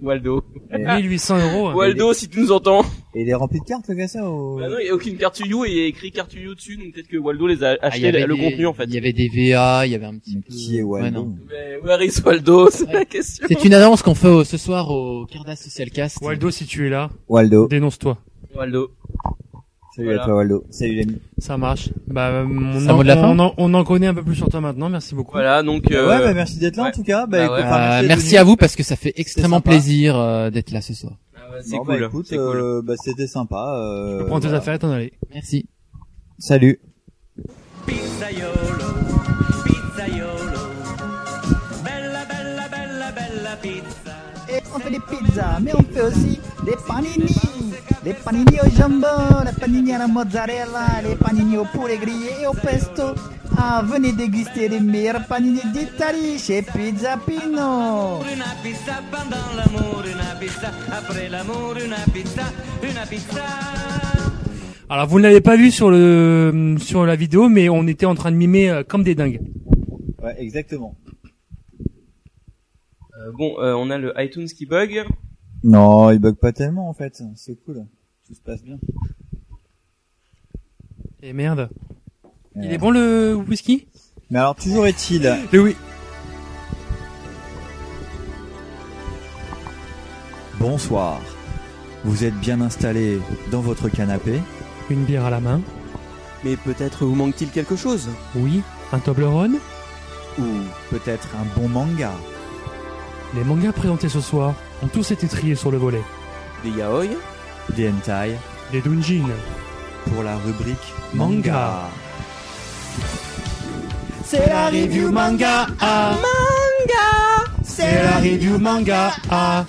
C: Waldo
D: 1800 euros. hein.
C: Waldo si tu nous entends
A: Et il est rempli de cartes le gars ça ou...
C: bah non il y a aucune carte You et il y a écrit carte You dessus donc peut-être que Waldo les a
E: Ah, il y
C: acheté
E: avait
C: le
E: des-
C: contenu en fait
E: Il y avait des VA, il y avait un petit
A: Mais
E: peu...
A: Qui est
E: Ouais,
A: Waldo
E: non.
C: mais where is Waldo c'est
E: Ouais.
C: la question
E: C'est une annonce qu'on fait au- ce soir au Cardass Social Cast.
D: Waldo, si tu es là,
A: Waldo.
D: dénonce-toi.
C: Waldo
A: Salut
C: Voilà.
A: à toi Waldo. Salut l'ami.
D: Ça marche. Bah, euh, on
E: Ça
D: en,
E: vaut de la
D: on, en, on en connaît un peu plus sur toi maintenant. Merci beaucoup.
C: voilà
E: Ah
C: donc euh,
A: Ouais bah merci d'être là
C: ouais.
A: en tout cas. Bah,
C: Bah,
A: écoute,
C: ouais.
A: enfin,
E: Euh,
A: d'être
E: merci
A: venu.
E: à vous parce que ça fait extrêmement
A: sympa.
E: plaisir euh, d'être là ce soir.
C: Ah ouais, c'est
A: Bon,
C: cool.
A: Bah, écoute,
C: c'est cool.
A: euh, bah, c'était sympa. Euh,
D: Prends tes
A: voilà.
D: affaires et t'en aller.
E: Merci.
A: Salut.
B: Pizzaiolo, pizzaiolo. Bella, bella, bella, bella pizza.
J: Et on fait des pizzas, mais on fait aussi des panini. Des panini au jambon, des panini à la mozzarella, des panini au poulet grillé et au pesto. Ah, venez déguster les meilleurs panini d'Italie chez Pizza Pino.
B: Una pizza pendant l'amour, una pizza après l'amour, una pizza, una pizza.
D: Alors, vous ne l'avez pas vu sur le, euh, sur la vidéo, mais on était en train de mimer euh, comme des dingues.
A: Ouais exactement.
C: Euh, bon, euh, on a le iTunes qui bug.
A: Non il bug pas tellement en fait. C'est cool. Tout se passe bien.
D: Et merde. Il
A: Ouais.
D: est bon le whisky?
A: Mais alors toujours est-il.
D: Le oui.
A: Bonsoir. Vous êtes bien installé dans votre canapé
D: Une bière à la main.
C: Mais peut-être vous manque-t-il quelque chose
D: Oui. Un Toblerone.
A: ou peut-être un bon manga,
D: Les mangas présentés ce soir ont tous été triés sur le volet.
C: Des yaoi
A: des hentai
D: Des Dunjin.
A: pour la rubrique
D: Manga.
A: manga.
J: C'est la review manga.
B: Ah. C'est la review manga. Ah,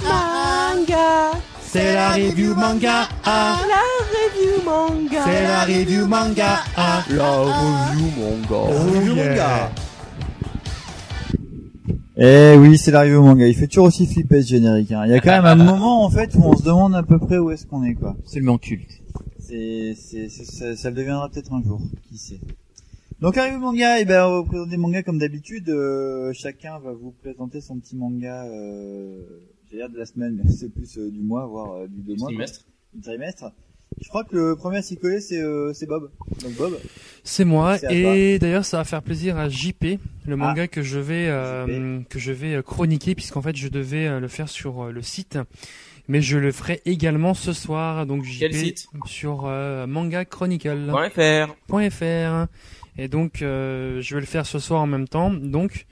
K: Manga,
B: c'est la review manga. Ah,
K: la review manga.
B: c'est la review manga. Ah,
I: La review, mon gars.
A: Review
B: yeah.
A: manga. Eh oui, c'est l'arrivée au manga. Il fait toujours aussi flipper ce générique. hein. Il y a quand même un moment en fait où on se demande à peu près où est-ce qu'on est quoi.
E: Absolument culte.
A: C'est, c'est, c'est- ça, ça le deviendra peut-être un jour, qui sait. Donc arrive au manga, et ben on vous présente des mangas comme d'habitude. euh, chacun va vous présenter son petit manga. Euh, j'ai l'air de la semaine, mais <laughs> c'est plus euh, du mois, voire euh, du deux mois.
I: Trimestre.
A: Du trimestre. Je crois que le premier à s'y coller, c'est euh, c'est Bob. Donc Bob.
D: C'est moi
A: C'est à
D: et d'ailleurs ça va faire plaisir à JP, le manga que je vais euh, que je vais chroniquer puisqu'en fait je devais euh, le faire sur euh, le site, mais je le ferai également ce soir donc JP
C: Quel site
D: sur euh, manga chronicle.
C: Point fr.
D: .fr. Et donc, euh, je vais le faire ce soir en même temps. Donc,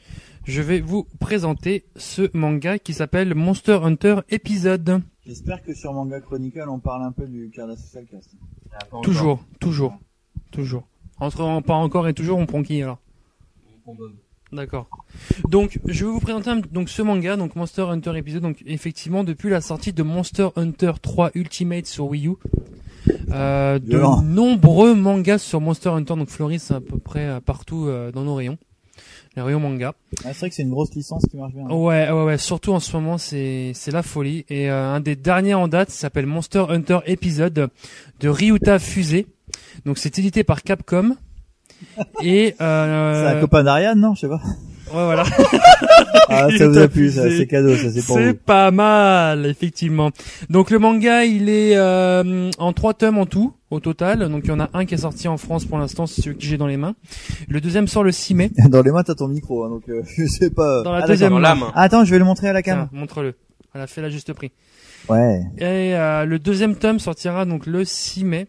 D: je vais vous présenter ce manga qui s'appelle Monster Hunter épisode.
A: J'espère que sur Manga Chronicle, on parle un peu du Carda Social Cast.
I: Ah, pas encore.
D: Toujours, toujours, toujours. Entre en- pas encore et toujours, on prend qui alors
I: Bon, bon.
D: D'accord. Donc, je vais vous présenter un- donc ce manga, donc Monster Hunter épisode. Donc, effectivement, depuis la sortie de Monster Hunter 3 Ultimate sur Wii U, euh, de
A: Violent.
D: nombreux mangas sur Monster Hunter donc fleurissent à peu près euh, partout euh, dans nos rayons, les rayons manga.
A: Ah, c'est vrai que c'est une grosse licence qui marche bien.
D: Ouais, ouais, ouais. Surtout en ce moment, c'est c'est la folie. Et euh, un des derniers en date s'appelle Monster Hunter épisode de Ryuta Fusée. Donc c'est édité par Capcom. Et
A: <laughs> C'est
D: euh,
A: un copain d'Ariane, non Je
D: <laughs>
A: sais pas.
D: ouais, voilà.
A: Ah,
D: Il
A: ça vous
D: t'a
A: a plu, ça,
D: fusé.
A: c'est cadeau, ça, c'est pour
D: C'est
A: vous.
D: pas mal, effectivement. Donc le manga, il est euh, en trois tomes en tout, au total. Donc il y en a un qui est sorti en France pour l'instant, c'est celui que j'ai dans les mains. Le deuxième sort le 6 mai.
A: <laughs> Dans les mains, t'as ton micro, hein, donc euh, <laughs> je sais pas.
D: Dans la
A: Ah,
D: deuxième
A: d'accord.
C: Dans l'âme.
A: Attends, je vais le montrer à la cam.
D: Tiens, montre-le. Voilà, fais-la juste prix.
A: Ouais.
D: Et euh, le deuxième tome sortira donc le 6 mai.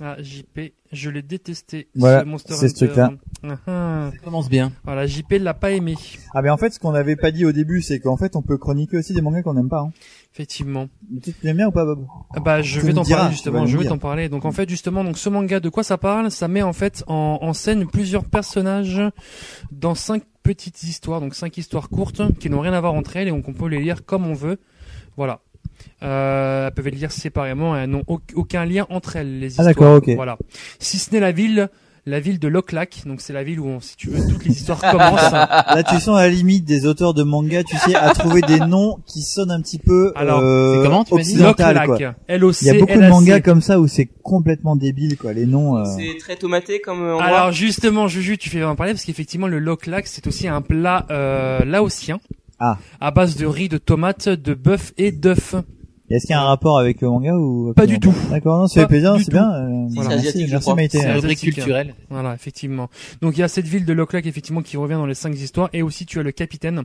D: Ah, JP, je l'ai détesté.
A: Voilà,
D: ce Monster
A: c'est ce
D: Hunter.
A: truc-là.
D: Ah, ah.
E: Ça commence bien.
D: Voilà, JP l'a pas aimé,
A: Ah mais en fait, ce qu'on n'avait pas dit au début, c'est qu'en fait, on peut chroniquer aussi des mangas qu'on n'aime pas. Hein.
D: effectivement.
A: Mais Tu t'aimes bien ou pas, Bob
D: Ah Bah, je
A: Tu
D: vais
A: nous
D: t'en
A: diras, tu
D: parler
A: vas
D: justement.
A: nous
D: Je vais
A: dire.
D: t'en parler. Donc en fait justement, donc ce manga, de quoi ça parle Ça met en fait en, en scène plusieurs personnages dans cinq petites histoires, donc cinq histoires courtes qui n'ont rien à voir entre elles et donc on peut les lire comme on veut. Voilà. Euh, elles peuvent les lire séparément, elles n'ont au- aucun lien entre elles. Les histoires.
A: Ah, d'accord, ok.
D: Voilà. Si ce n'est la ville, la ville de Loclac, donc c'est la ville où, on, si tu veux, toutes les histoires
A: <laughs>
D: commencent.
A: Là, tu sens la limite des auteurs de mangas, tu sais, à trouver des noms qui sonnent un petit peu
D: Alors,
A: euh,
E: c'est comment, tu m'as dit
A: occidental, quoi.
D: Loclac, LOC,
A: Il y a beaucoup de
D: LAC.
A: mangas comme ça où c'est complètement débile, quoi. Les noms. euh,
C: C'est très tomaté comme euh, endroit.
D: Alors justement, Juju, tu fais en parler parce qu'effectivement le loklak c'est aussi un plat euh, laotien
A: Ah.
D: à base de riz, de tomates, de bœuf et d'œuf.
A: Est-ce qu'il y a un rapport avec le manga ou
D: Pas du tout.
A: D'accord, non, c'est
D: Pas
A: plaisir, c'est
D: du tout.
A: bien. euh,
I: C'est
A: voilà.
I: asiatique,
A: Merci,
I: je
A: merci
I: crois.
A: Maïté.
E: C'est
D: C'est
E: la
A: ouais.
E: rubrique
D: asiatique, hein.
E: culturelle.
D: Voilà, effectivement. Donc il y a cette ville de Loclac effectivement qui revient dans les cinq histoires et aussi tu as le capitaine. En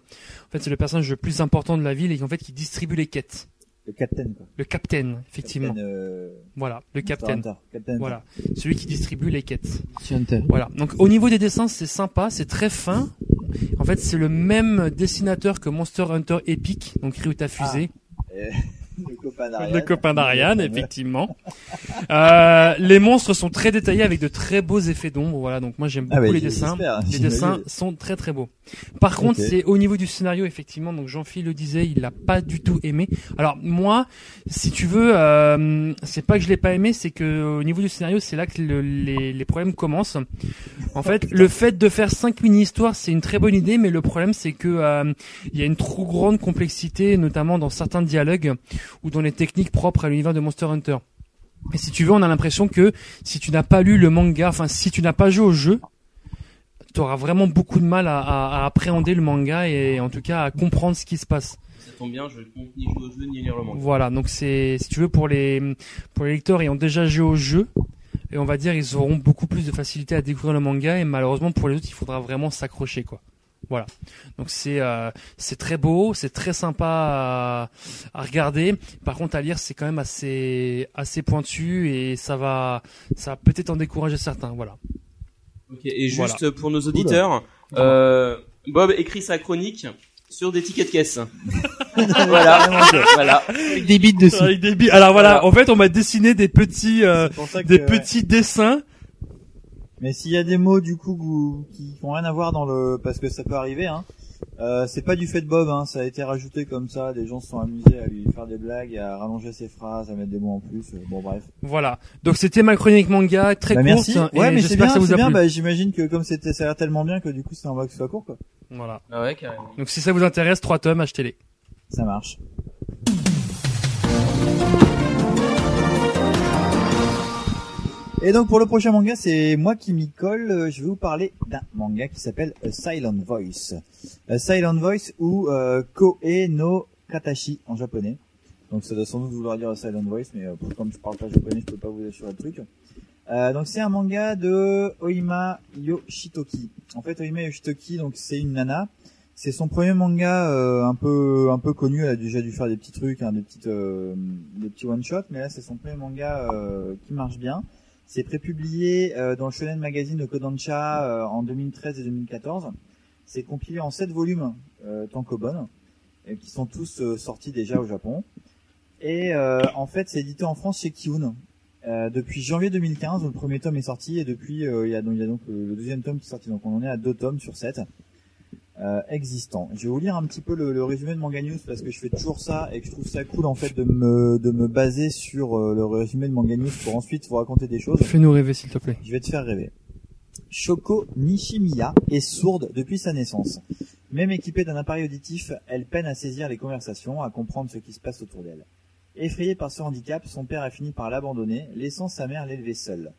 D: fait, c'est le personnage le plus important de la ville et en fait qui distribue les quêtes.
A: Le Captain, quoi.
D: Le capitaine, effectivement.
A: Captain, euh,
D: Voilà, le capitaine.
A: Hunter, Captain.
D: Voilà, celui qui distribue les quêtes.
E: Monsieur Hunter.
D: Voilà. Donc au niveau des dessins, c'est sympa, c'est très fin. En fait, c'est le même dessinateur que Monster Hunter Epic, donc Ryuta Fusée,
A: Le copain
D: le
A: d'Ariane.
D: copain d'Ariane, effectivement. euh, les monstres sont très détaillés avec de très beaux effets d'ombre. Voilà, donc moi j'aime
A: Ah,
D: beaucoup
A: bah,
D: les dessins.
A: j'espère,
D: Les
A: j'imagine.
D: dessins sont très très beaux. Par contre,
A: Ok.
D: c'est au niveau du scénario effectivement. Donc Jean-Phil le disait, il l'a pas du tout aimé. Alors moi, si tu veux, euh, c'est pas que je l'ai pas aimé, c'est que euh, au niveau du scénario, c'est là que le- les, les problèmes commencent.
A: Ah,
D: En fait, le fait de faire cinq mini-histoires, c'est une très bonne idée, mais le problème c'est que euh, il y a une trop grande complexité, notamment dans certains dialogues ou dans les techniques propres à l'univers de Monster Hunter. Et si tu veux, on a l'impression que si tu n'as pas lu le manga, enfin si tu n'as pas joué au jeu, tu auras vraiment beaucoup de mal à, à- à appréhender le manga et en tout cas à comprendre ce qui se passe.
I: Ça tombe bien, je compte ni jouer au jeu ni lire le manga.
D: Voilà, donc c'est si tu veux pour les pour les lecteurs ayant déjà joué au jeu, et on va dire ils auront beaucoup plus de facilité à découvrir le manga et malheureusement pour les autres il faudra vraiment s'accrocher quoi. Voilà. Donc c'est euh, c'est très beau, c'est très sympa à, à regarder. Par contre à lire c'est quand même assez assez pointu et ça va ça va peut-être en décourager certains. Voilà.
C: Ok, et juste
D: Voilà.
C: euh, pour nos auditeurs, euh, Bob écrit sa chronique sur des tickets de
D: <laughs>
C: caisse. voilà, voilà.
E: Avec des bites dessus.
D: Avec des billes. Ah, Alors voilà, en fait on m'a dessiné des petits euh,
A: C'est pour ça que,
D: des
A: ouais.
D: petits dessins
A: Mais s'il y a des mots du coup gou- qui n'ont rien à voir dans le, parce que ça peut arriver, hein. Euh, c'est pas du fait de Bob, hein, ça a été rajouté comme ça. Des gens se sont amusés à lui faire des blagues, à rallonger ses phrases, à mettre des mots en plus. euh, Bon bref.
D: Voilà. Donc c'était ma chronique manga très
A: Bah,
D: courte. hein,
A: merci. Ouais,
D: et
A: mais c'est
D: j'espère
A: bien,
D: que ça vous
A: c'est
D: a
A: bien.
D: plu.
A: Bah, j'imagine que comme c'était, ça a l'air tellement bien que du coup, c'est un bug que ce soit court, quoi.
D: Voilà.
I: Ah ouais, carrément.
D: Donc si ça vous intéresse, trois tomes, achetez-les.
A: Ça marche. Et donc pour le prochain manga, c'est moi qui m'y colle. Euh, Je vais vous parler d'un manga qui s'appelle A Silent Voice. A Silent Voice ou euh, Koe no Katashi en japonais. Donc ça doit sans doute vouloir dire A Silent Voice, mais euh, comme je parle pas japonais, je peux pas vous assurer le truc. Euh, donc c'est un manga de Oima Yoshitoki. En fait, Oima Yoshitoki, donc c'est une nana. C'est son premier manga euh, un peu un peu connu. Elle a déjà dû faire des petits trucs, hein, des petites euh, des petits one shots, mais là c'est son premier manga euh, qui marche bien. C'est prépublié euh, dans le Shonen Magazine de Kodansha euh, en 2013 et 2014. C'est compilé en 7 volumes euh, tankobon, et qui sont tous euh, sortis déjà au Japon. Et euh, en fait, c'est édité en France chez Kiun. Euh, depuis janvier 2015, le premier tome est sorti et depuis euh, il y, a donc- il y a donc euh, le deuxième tome qui est sorti. Donc on en est à deux tomes sur sept euh, existants. Je vais vous lire un petit peu le, le résumé de Manga News parce que je fais toujours ça et que je trouve ça cool en fait de me de me baser sur euh, le résumé de Manga News pour ensuite vous raconter des choses.
D: Fais-nous rêver s'il te plaît.
A: Je vais te faire rêver. Shoko Nishimiya est sourde depuis sa naissance. Même équipée d'un appareil auditif, elle peine à saisir les conversations, à comprendre ce qui se passe autour d'elle. Effrayé par ce handicap, son père a fini par l'abandonner, laissant sa mère l'élever seule.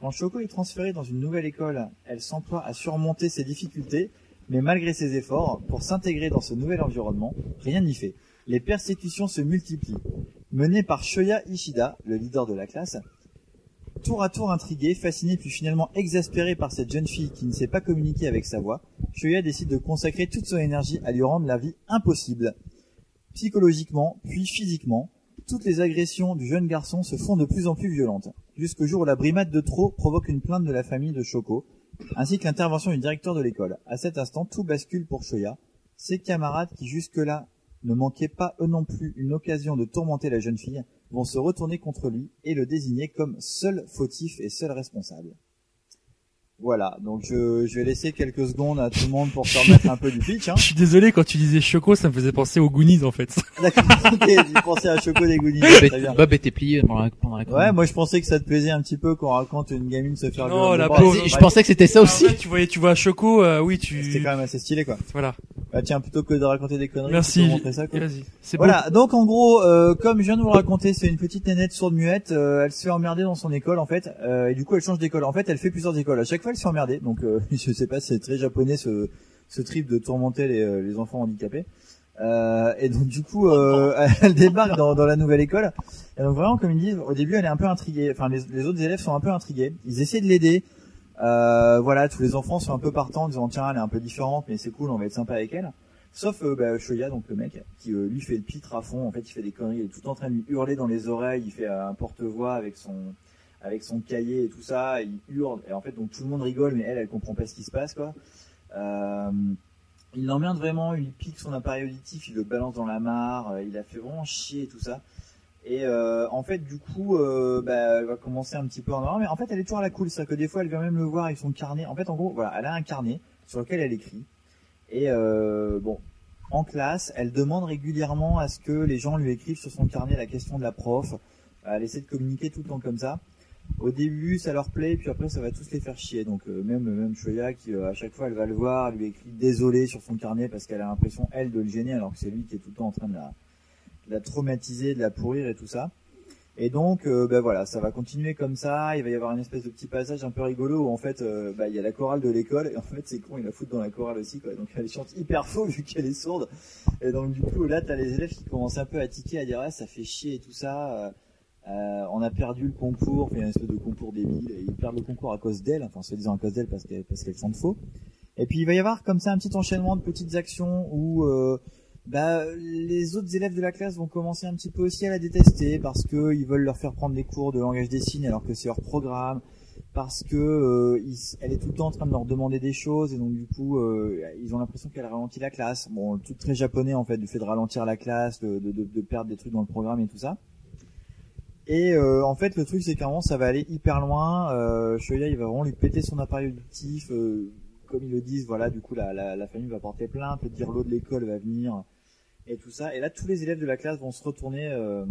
A: Quand Shoko est transférée dans une nouvelle école, elle s'emploie à surmonter ses difficultés, mais malgré ses efforts, pour s'intégrer dans ce nouvel environnement, rien n'y fait. Les persécutions se multiplient. Menées par Shoya Ishida, le leader de la classe, Tour à tour intrigué, fasciné puis finalement exaspéré par cette jeune fille qui ne sait pas communiquer avec sa voix, Shoya décide de consacrer toute son énergie à lui rendre la vie impossible. Psychologiquement, puis physiquement, toutes les agressions du jeune garçon se font de plus en plus violentes, jusqu'au jour où la brimade de trop provoque une plainte de la famille de Shoko, ainsi que l'intervention du directeur de l'école. À cet instant, tout bascule pour Shoya. Ses camarades qui jusque-là ne manquaient pas eux non plus une occasion de tourmenter la jeune fille, vont se retourner contre lui et le désigner comme seul fautif et seul responsable. Voilà, donc je, je vais laisser quelques secondes à tout le monde pour se remettre un peu du pitch. Hein.
D: Je suis désolé quand tu disais Choco, ça me faisait penser aux Goonies en fait.
A: D'accord, <laughs> ok, tu pensais à Choco des Goonies,
E: Bob
A: très bien.
E: était- Bob était plié pendant la, pendant la
A: Ouais,
E: chronique.
A: moi je pensais que ça te plaisait un petit peu qu'on raconte une gamine se faire
D: Oh,
A: violer.
D: la
A: Bon,
D: pauvre.
A: bref,
E: Je pensais que c'était ça aussi.
D: Ah ouais, tu voyais, tu vois Choco, euh, oui
A: C'était
D: tu.
A: quand même assez stylé quoi.
D: Voilà.
A: Bah tiens, plutôt que de raconter des conneries,
D: Merci.
A: plutôt montrer ça quoi.
D: Vas-y. C'est bon.
A: Voilà, donc en gros, euh, comme je viens de vous le raconter, c'est une petite nénette sourde muette, euh, elle se fait emmerder dans son école en fait, euh, et du coup elle change d'école. En fait, elle fait plusieurs écoles. À chaque fois, elle se fait emmerder. Donc euh, <laughs> je sais pas, c'est très japonais ce, ce trip de tourmenter les, euh, les enfants handicapés. Euh, et donc du coup, euh, <laughs> elle débarque dans, dans la nouvelle école. Et donc vraiment, comme ils disent, au début, elle est un peu intriguée. Enfin, les, les autres élèves sont un peu intrigués. Ils essaient de l'aider. Euh, voilà, tous les enfants sont un peu partants, en disant tiens, elle est un peu différente, mais c'est cool, on va être sympa avec elle. Sauf euh, bah, Shoya, donc le mec, qui euh, lui fait le pitre à fond. En fait, il fait des conneries. Il est tout le temps en train de lui hurler dans les oreilles. Il fait euh, un porte-voix avec son avec son cahier et tout ça. Il hurle. Et en fait, donc tout le monde rigole, mais elle, elle comprend pas ce qui se passe, quoi. Euh, il l'emmerde vraiment. Il lui pique son appareil auditif. Il le balance dans la mare. euh, Il a fait vraiment chier et tout ça. Et euh, en fait, du coup, euh, bah, elle va commencer un petit peu en noir, mais en fait, elle est toujours à la cool. C'est-à-dire que des fois, elle vient même le voir avec son carnet. En fait, en gros, voilà, elle a un carnet sur lequel elle écrit. Et euh, bon, en classe, elle demande régulièrement à ce que les gens lui écrivent sur son carnet la question de la prof. Elle essaie de communiquer tout le temps comme ça. Au début, ça leur plaît, puis après, ça va tous les faire chier. Donc euh, même même Shoya, qui euh, à chaque fois, elle va le voir, elle lui écrit désolé sur son carnet parce qu'elle a l'impression elle de le gêner, alors que c'est lui qui est tout le temps en train de la, de la traumatiser, de la pourrir et tout ça. Et donc, euh, ben voilà, ça va continuer comme ça. Il va y avoir une espèce de petit passage un peu rigolo où en fait, euh, bah, il y a la chorale de l'école et en fait, c'est con, il la foutent dans la chorale aussi, quoi. Donc elle chante hyper faux vu qu'elle est sourde. Et donc du coup, là, t'as les élèves qui commencent un peu à tiquer, à dire ah, ça fait chier et tout ça. euh, euh, on a perdu le concours, il y a une espèce de concours débile. Et ils perdent le concours à cause d'elle, enfin, se disant à cause d'elle parce qu'elle parce qu'elle chante faux. Et puis il va y avoir comme ça un petit enchaînement de petites actions où euh, bah, les autres élèves de la classe vont commencer un petit peu aussi à la détester parce que ils veulent leur faire prendre des cours de langage des signes alors que c'est leur programme, parce que euh, ils- elle est tout le temps en train de leur demander des choses et donc du coup euh, ils ont l'impression qu'elle ralentit la classe. Bon, le truc très japonais en fait, du fait de ralentir la classe, de, de, de- de perdre des trucs dans le programme et tout ça. Et euh, en fait, le truc c'est qu'à un moment ça va aller hyper loin. Euh, Shoya il va vraiment lui péter son appareil auditif. euh, comme ils le disent, voilà, du coup, la, la, la famille va porter plainte, le dirlo de l'école va venir, et tout ça. Et là, tous les élèves de la classe vont se retourner euh,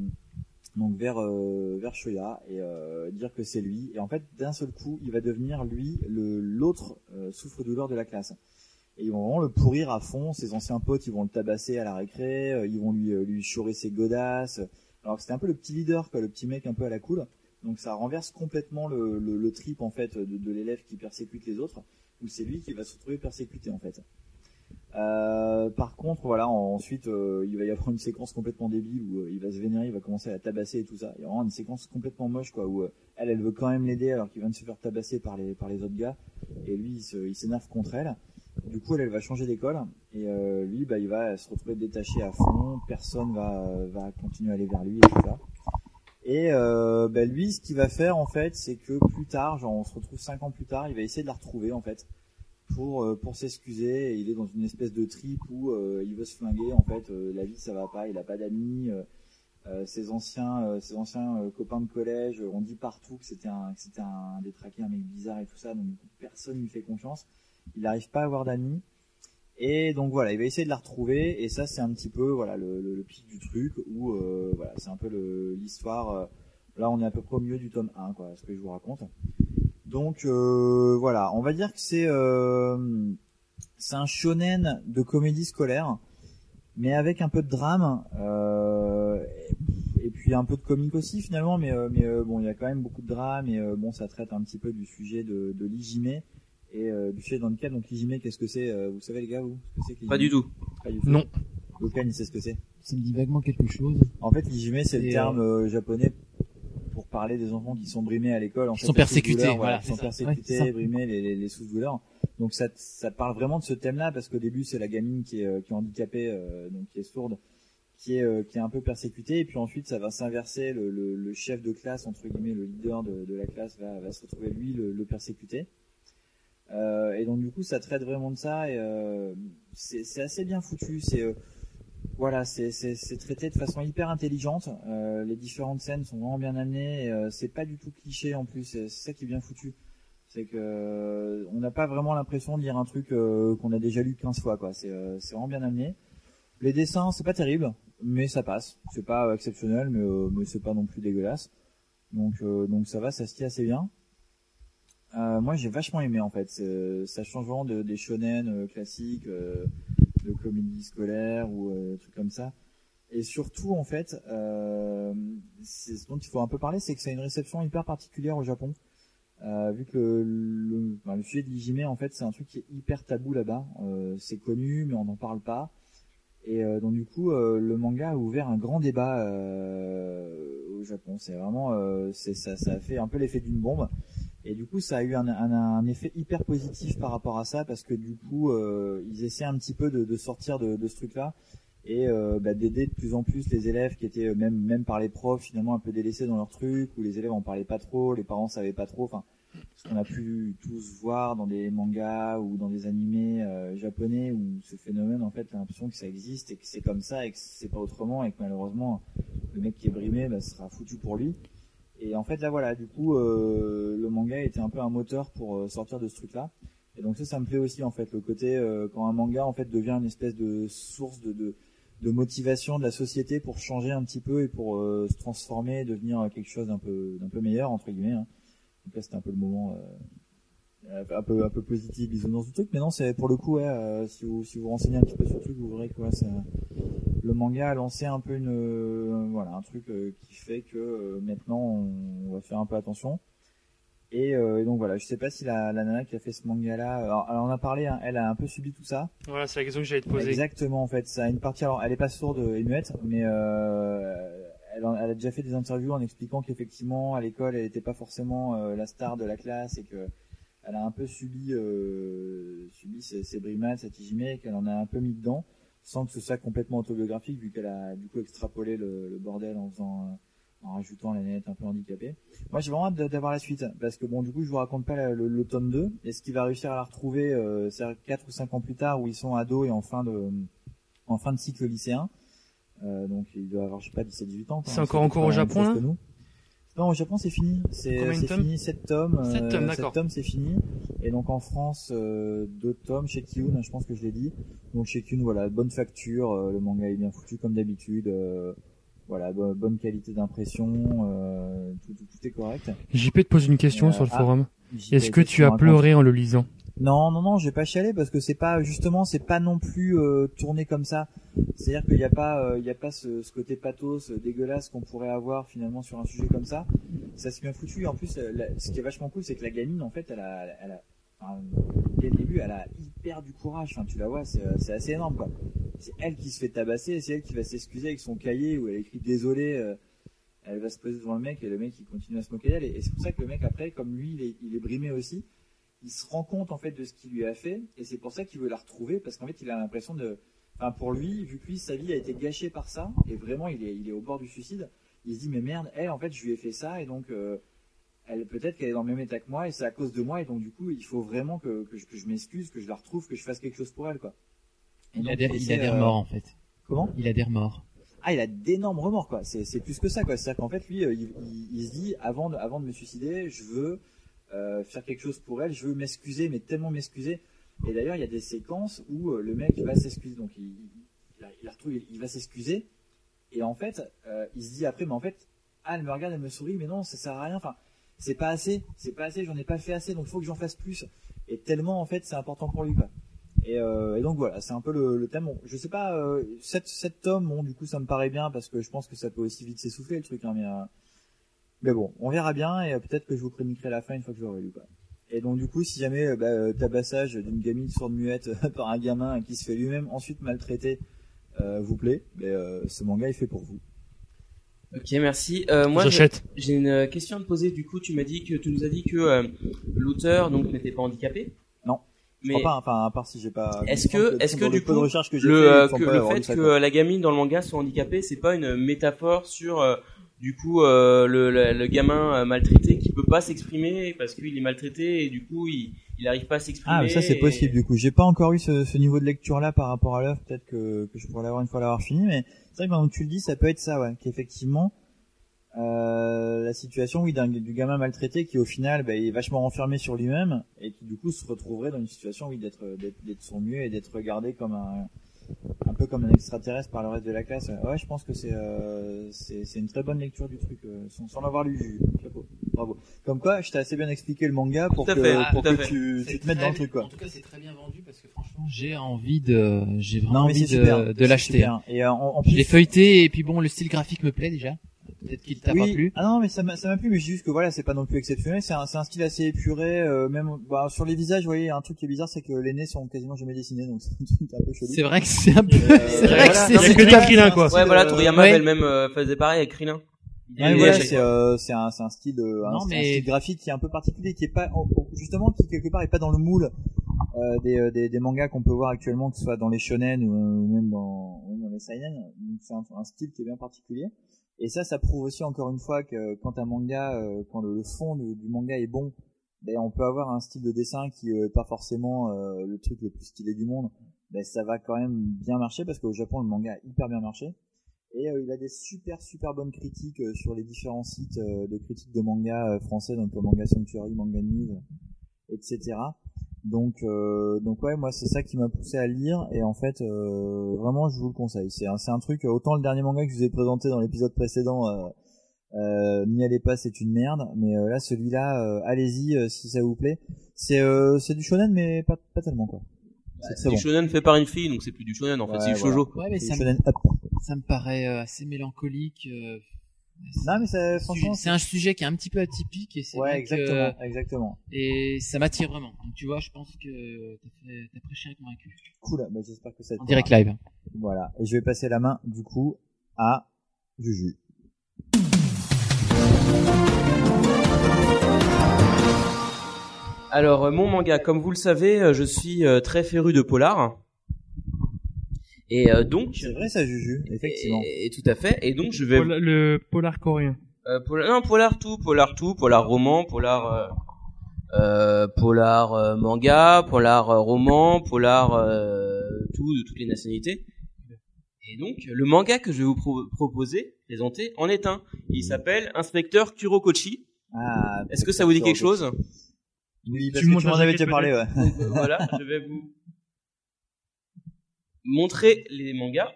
A: donc vers euh, vers Shoya et euh, dire que c'est lui. Et en fait, d'un seul coup, il va devenir lui le l'autre euh, souffre-douleur de la classe. Et ils vont vraiment le pourrir à fond. Ses anciens potes, ils vont le tabasser à la récré, euh, ils vont lui euh, lui chiorer ses godasses. Alors que c'était un peu le petit leader, quoi, le petit mec un peu à la cool. Donc ça renverse complètement le, le, le trip en fait de, de l'élève qui persécute les autres, où c'est lui qui va se retrouver persécuté en fait. Euh, par contre, voilà, en- ensuite, euh, il va y avoir une séquence complètement débile où euh, il va se vénérer, il va commencer à la tabasser et tout ça. Il y a vraiment une séquence complètement moche, quoi, où euh, elle, elle veut quand même l'aider alors qu'il vient de se faire tabasser par les par les autres gars, et lui, il se- il s'énerve contre elle. Du coup, elle, elle va changer d'école, et euh, lui, bah, il va se retrouver détaché à fond. Personne va va continuer à aller vers lui et tout ça. Et euh, bah, lui, ce qu'il va faire en fait, c'est que plus tard, genre on se retrouve cinq ans plus tard, il va essayer de la retrouver en fait pour euh, pour s'excuser. Et il est dans une espèce de trip où euh, il veut se flinguer en fait. euh, la vie, ça va pas. Il a pas d'amis. euh, euh, ses anciens euh, ses anciens euh, copains de collège, euh, on dit partout que c'était un que c'était un détraqué, un mec bizarre et tout ça. Donc du coup, personne lui fait confiance. Il n'arrive pas à avoir d'amis. Et donc voilà, il va essayer de la retrouver. Et ça, c'est un petit peu voilà le, le, le pic du truc où euh, voilà, c'est un peu le- l'histoire. euh, là, on est à peu près au milieu du tome 1, quoi, ce que je vous raconte. Donc euh, voilà, on va dire que c'est euh, c'est un shonen de comédie scolaire, mais avec un peu de drame euh, et puis un peu de comique aussi finalement. Mais euh, mais euh, bon, il y a quand même beaucoup de drame et euh, bon, ça traite un petit peu du sujet de, de l'IJME et euh, du sujet dans lequel donc l'IJME, qu'est-ce que c'est euh, Vous savez les gars, vous ce que c'est que l'IJME
C: Pas du tout.
A: E? Pas du tout.
D: Non.
A: Locan, il sait ce que c'est.
E: Ça me dit vaguement quelque chose.
A: En fait, l'IJME, c'est le
E: Et,
A: terme euh, japonais pour parler des enfants qui sont brimés à l'école. En
E: Qui
A: fait,
E: sont
A: les sous-douleurs,
E: persécutés, voilà,
A: qui
E: c'est
A: sont
E: ça.
A: persécutés,
E: Ouais, c'est ça.
A: brimés, les, les, les sous-douleurs. Donc ça, ça parle vraiment de ce thème-là parce qu'au début, c'est la gamine qui est, euh, qui est handicapée, euh, donc qui est sourde, qui est, euh, qui est un peu persécutée. Et puis ensuite, ça va s'inverser. Le, le, le chef de classe, entre guillemets, le leader de, de la classe, va, va se retrouver lui le, le persécuté. Euh, et donc du coup, ça traite vraiment de ça et euh, c'est c'est assez bien foutu. C'est euh, voilà, c'est c'est- c'est traité de façon hyper intelligente. Euh, les différentes scènes sont vraiment bien amenées. et, euh, c'est pas du tout cliché en plus. C'est c'est ça qui est bien foutu. C'est que euh, on n'a pas vraiment l'impression de lire un truc euh, qu'on a déjà lu 15 fois. quoi. C'est euh, c'est vraiment bien amené. Les dessins, c'est pas terrible, mais ça passe. C'est pas euh, exceptionnel, mais, euh, mais c'est pas non plus dégueulasse. Donc euh, donc ça va, ça se tient assez bien. Euh, moi, j'ai vachement aimé en fait. C'est- euh, Ça change vraiment de- des shonen euh, classiques, euh, de comédie scolaire ou euh, trucs comme ça. Et surtout, en fait, euh, c'est ce dont il faut un peu parler, c'est que c'est une réception hyper particulière au Japon. Euh, vu que le, le- enfin, le sujet de l'ijime, en fait, c'est un truc qui est hyper tabou là-bas. Euh, c'est connu, mais on n'en parle pas. Et euh, donc du coup, euh, le manga a ouvert un grand débat euh, au Japon. C'est vraiment, euh, c'est ça, ça a fait un peu l'effet d'une bombe. Et du coup, ça a eu un, un- un effet hyper positif par rapport à ça, parce que du coup, euh, ils essaient un petit peu de, de sortir de, de ce truc-là et euh, bah, d'aider de plus en plus les élèves qui étaient euh, même même par les profs finalement un peu délaissés dans leur truc, où les élèves en parlaient pas trop, les parents savaient pas trop. Enfin, ce qu'on a pu tous voir dans des mangas ou dans des animés euh, japonais où ce phénomène en fait t'as l'impression que ça existe et que c'est comme ça et que c'est pas autrement et que malheureusement le mec qui est brimé bah, sera foutu pour lui et en fait là voilà du coup euh, le manga était un peu un moteur pour euh, sortir de ce truc là et donc ça ça me plaît aussi en fait le côté euh, quand un manga en fait devient une espèce de source de, de de motivation de la société pour changer un petit peu et pour euh, se transformer devenir euh, quelque chose d'un peu d'un peu meilleur entre guillemets hein. Donc là, c'était un peu le moment euh, un peu un peu positif, dissonance du truc. Mais non, c'est pour le coup, ouais, euh, si vous si vous renseignez un petit peu sur le truc, vous verrez que ouais, ça, le manga a lancé un peu une euh, voilà un truc euh, qui fait que euh, maintenant on, va faire un peu attention. Et, euh, et donc voilà, je sais pas si la, la nana qui a fait ce manga là, alors, alors on a parlé, hein, elle a un peu subi tout ça.
D: Voilà, c'est la question que j'allais te poser.
A: Exactement, en fait, ça a une partie. Alors, elle est pas sourde et muette, mais euh, elle, en- elle a déjà fait des interviews en expliquant qu'effectivement, à l'école, elle n'était pas forcément euh, la star de la classe et que elle a un peu subi euh, subi ses, ses brimades, sa tijimée, et qu'elle en a un peu mis dedans, sans que ce soit complètement autobiographique, vu qu'elle a du coup extrapolé le, le bordel en faisant euh, en rajoutant les lettres un peu handicapées. Moi, j'ai vraiment hâte de- d'avoir la suite, parce que bon, du coup, je vous raconte pas la- le, le tome 2, et ce qui va réussir à la retrouver, euh, c'est 4 ou 5 ans plus tard, où ils sont ados et en fin de, en fin de cycle lycéen. Euh, donc, il doit avoir, je sais pas, 17-18 ans. quoi.
D: C'est encore en cours au
A: pas la même
D: Japon,
A: chose
D: là
A: que nous. Non, au Japon, c'est fini. C'est
D: Combien de
A: c'est
D: tomes
A: fini, 7 tomes. euh,
D: Sept tomes,
A: sept
D: d'accord.
A: tomes, c'est fini. Et donc en France, 2 tomes chez Kiyun, hein, je pense que je l'ai dit. Donc chez Kiyun, voilà, bonne facture, euh, le manga est bien foutu comme d'habitude. euh, voilà, bo- bonne qualité d'impression, euh, tout, tout- tout est correct.
D: JP te pose une question
A: Euh,
D: sur le
A: ah,
D: forum.
A: JP,
D: Est-ce que
A: qu'est-ce
D: tu as
A: raconte
D: pleuré en le lisant
A: non, non, non, j'ai pas chialé parce que c'est pas justement, c'est pas non plus euh, tourné comme ça. C'est-à-dire qu'il n'y a pas, euh, il y a pas ce, ce côté pathos euh, dégueulasse qu'on pourrait avoir finalement sur un sujet comme ça. Ça s'est bien foutu. En plus, euh, la- ce qui est vachement cool, c'est que la gamine, en fait, elle a, elle a, enfin, dès le début, elle a hyper du courage. Enfin, tu la vois, c'est euh, c'est assez énorme, quoi. C'est elle qui se fait tabasser, c'est elle qui va s'excuser avec son cahier où elle écrit désolé. euh, elle va se poser devant le mec et le mec il continue à se moquer d'elle et, et c'est pour ça que le mec après comme lui il est, il est brimé aussi il se rend compte en fait de ce qu'il lui a fait et c'est pour ça qu'il veut la retrouver parce qu'en fait il a l'impression de enfin pour lui vu que lui sa vie a été gâchée par ça et vraiment il est il est au bord du suicide il se dit mais merde elle en fait je lui ai fait ça et donc euh, elle peut-être qu'elle est dans le même état que moi et c'est à cause de moi et donc du coup il faut vraiment que, que je, que je m'excuse que je la retrouve que je fasse quelque chose pour elle quoi Et
E: Il a
A: donc,
E: des, il a
A: essaie,
E: des
A: euh,
E: remords, en fait.
A: Comment
E: Il a des remords.
A: ah, il a d'énormes remords, quoi. C'est, c'est plus que ça, quoi. C'est-à-dire qu'en fait, lui, euh, il, il- il se dit, avant de, avant de me suicider, je veux euh, faire quelque chose pour elle, je veux m'excuser, mais tellement m'excuser. Et d'ailleurs, il y a des séquences où euh, le mec va s'excuser. Donc, il, il la- il la retrouve, il, il va s'excuser. Et en fait, euh, il se dit après, mais en fait, ah, elle me regarde, elle me sourit, mais non, ça sert à rien. Enfin, c'est pas assez, c'est pas assez, j'en ai pas fait assez, donc faut que j'en fasse plus. Et tellement, en fait, c'est important pour lui, quoi. Et, euh, et donc voilà, c'est un peu le, le thème. Bon, je sais pas, euh, 7, tomes, bon, du coup, ça me paraît bien parce que je pense que ça peut aussi vite s'essouffler le truc. Hein, mais, euh, mais bon, on verra bien et euh, peut-être que je vous chroniquerai la fin une fois que j'aurai lu. Quoi. Et donc du coup, si jamais euh, bah, euh, tabassage d'une gamine sourde muette <laughs> par un gamin qui se fait lui-même ensuite maltraiter euh, vous plaît, mais, euh, ce manga est fait pour vous.
C: Ok, merci. Euh, moi, j'ai-
D: J'achète.
C: j'ai une euh, question à te poser. Du coup, tu m'as dit que tu nous as dit que euh, l'auteur donc n'était pas handicapé.
A: Non.
C: Mais
A: Enfin, hein, enfin, à part si j'ai pas.
C: est-ce
A: il me
C: que
A: semble
C: est-ce
A: dans
C: que
A: le
C: du
A: peu de
C: coup
A: recherche que j'ai
C: le,
A: fait, il me
C: euh,
A: semble
C: que
A: pas
C: le
A: avoir
C: fait
A: lu ça,
C: que
A: quoi.
C: euh, la gamine dans le manga soit handicapée, c'est pas une métaphore sur euh, du coup euh, le, le- le gamin euh, maltraité qui peut pas s'exprimer parce qu'il est maltraité et du coup il il arrive pas à s'exprimer.
A: Ah, mais ça c'est
C: et-
A: possible du coup. J'ai pas encore eu ce, ce niveau de lecture là par rapport à l'œuvre. Peut-être que, que je pourrais l'avoir une fois l'avoir fini. Mais c'est vrai que maintenant que tu le dis, ça peut être ça, ouais. Qu'effectivement, euh, la situation, oui, d'un, du gamin maltraité qui au final bah, est vachement renfermé sur lui-même et qui du coup se retrouverait dans une situation, oui, d'être d'être, d'être son mieux et d'être regardé comme un un peu comme un extraterrestre par le reste de la classe. Ouais, je pense que c'est euh, c'est c'est une très bonne lecture du truc euh, sans, sans l'avoir lu. Chapeau, bravo. Comme quoi, je t'ai assez bien expliqué le manga pour
C: Tout à
A: que
C: fait,
A: pour
C: tout à
A: que
C: fait.
A: tu, tu te mettes dans le truc quoi.
E: En tout cas, c'est très bien vendu parce que franchement, j'ai envie de, j'ai vraiment
A: Non, mais
E: envie
A: c'est super,
E: de, de
A: c'est
E: l'acheter.
A: super. Et, euh, en- en
E: je l'ai
A: plus-
E: feuilleté et puis bon, le style graphique me plaît déjà. Peut-être qu'il t'a pas
A: Oui.
E: plu.
A: Ah non, mais ça m'a ça m'a plu, mais je dis juste que voilà, c'est pas non plus exceptionnel. C'est un, c'est un style assez épuré, euh, même bah, sur les visages. Vous voyez, un truc qui est bizarre, c'est que les nez sont quasiment jamais dessinés, donc c'est un truc qui est un peu chelou.
E: C'est vrai que c'est un
A: Euh,
E: peu, <laughs> c'est vrai
A: voilà.
E: que c'est,
A: Non, mais
E: c'est-
D: que
A: voilà,
D: Krillin,
A: c'est un
D: quoi.
A: style,
C: Ouais, voilà,
A: euh,
C: Toriyama
E: ouais.
C: elle-même euh, faisait pareil avec Krillin.
A: Ouais,
C: Et-
A: voilà,
C: et-
A: c'est euh, c'est un, c'est un style, euh, un-
E: Non,
A: c'est un
E: mais-
A: style graphique qui est un peu particulier, qui est pas en- en- justement qui quelque part est pas dans le moule euh, des, euh, des, des mangas qu'on peut voir actuellement, que ce soit dans les shonen ou, euh, ou même dans, ou même dans les seinen. Donc c'est un, un style qui est bien particulier. Et ça, ça prouve aussi encore une fois que quand un manga, euh, quand le, le fond du, du manga est bon, ben on peut avoir un style de dessin qui euh, est pas forcément euh, le truc le plus stylé du monde, ben ça va quand même bien marcher parce qu'au Japon le manga a hyper bien marché. Et euh, il a des super super bonnes critiques euh, sur les différents sites euh, de critiques de manga euh, français, donc euh, Manga Sanctuary, Manga News, euh, etc. Donc euh, donc ouais, moi c'est ça qui m'a poussé à le lire et en fait euh, vraiment je vous le conseille. C'est un, c'est un truc euh, autant le dernier manga que je vous ai présenté dans l'épisode précédent. euh, euh, n'y allez pas, c'est une merde. Mais euh, là, celui-là, euh, allez-y euh, si ça vous plaît. C'est euh, c'est du shonen, mais pas, pas tellement quoi. C'est
C: C'est
A: très
C: du
A: bon.
C: shonen fait par une fille, donc c'est plus du shonen en fait,
A: Ouais,
C: c'est du
A: voilà.
C: shoujo.
E: Ouais, mais
A: C'est
E: ça
A: du
E: me,
A: shonen up.
E: ça me paraît euh, assez mélancolique. euh,
A: Non, mais ça,
E: c'est-
A: franchement,
E: c'est un sujet qui est un petit peu atypique et c'est
A: ouais,
E: vrai que- euh,
A: exactement, exactement.
E: et ça m'attire vraiment. Donc tu vois, je pense que t'as, fait, t'as prêché un convaincu.
A: Cool. Bah, J'espère que ça. te
E: En
A: plaira.
E: direct live.
A: Voilà. Et je vais passer la main du coup à Juju.
C: Alors euh, mon manga, comme vous le savez, euh, je suis euh, très féru de polar. Et euh, donc
A: C'est vrai ça, Juju. Effectivement.
C: Et, et tout à fait. Et donc je vais
D: Pol- le polar coréen.
C: euh, polar, non polar tout, polar tout, polar roman, polar euh, euh, polar euh, manga, polar euh, roman, polar euh, tout de toutes les nationalités. Et donc, le manga que je vais vous pro- proposer, présenter, en est un. Il s'appelle Inspecteur Kurokochi.
A: Ah,
C: Est-ce que ça vous dit quelque
A: Kurokochi.
C: chose
A: Oui,
C: parce
A: tu
C: que
A: m'en
C: tu m'en
A: avais
C: avais
A: déjà parlé, ouais.
C: peut-être. Donc,
A: <laughs>
C: euh, voilà, je vais vous montrer les mangas.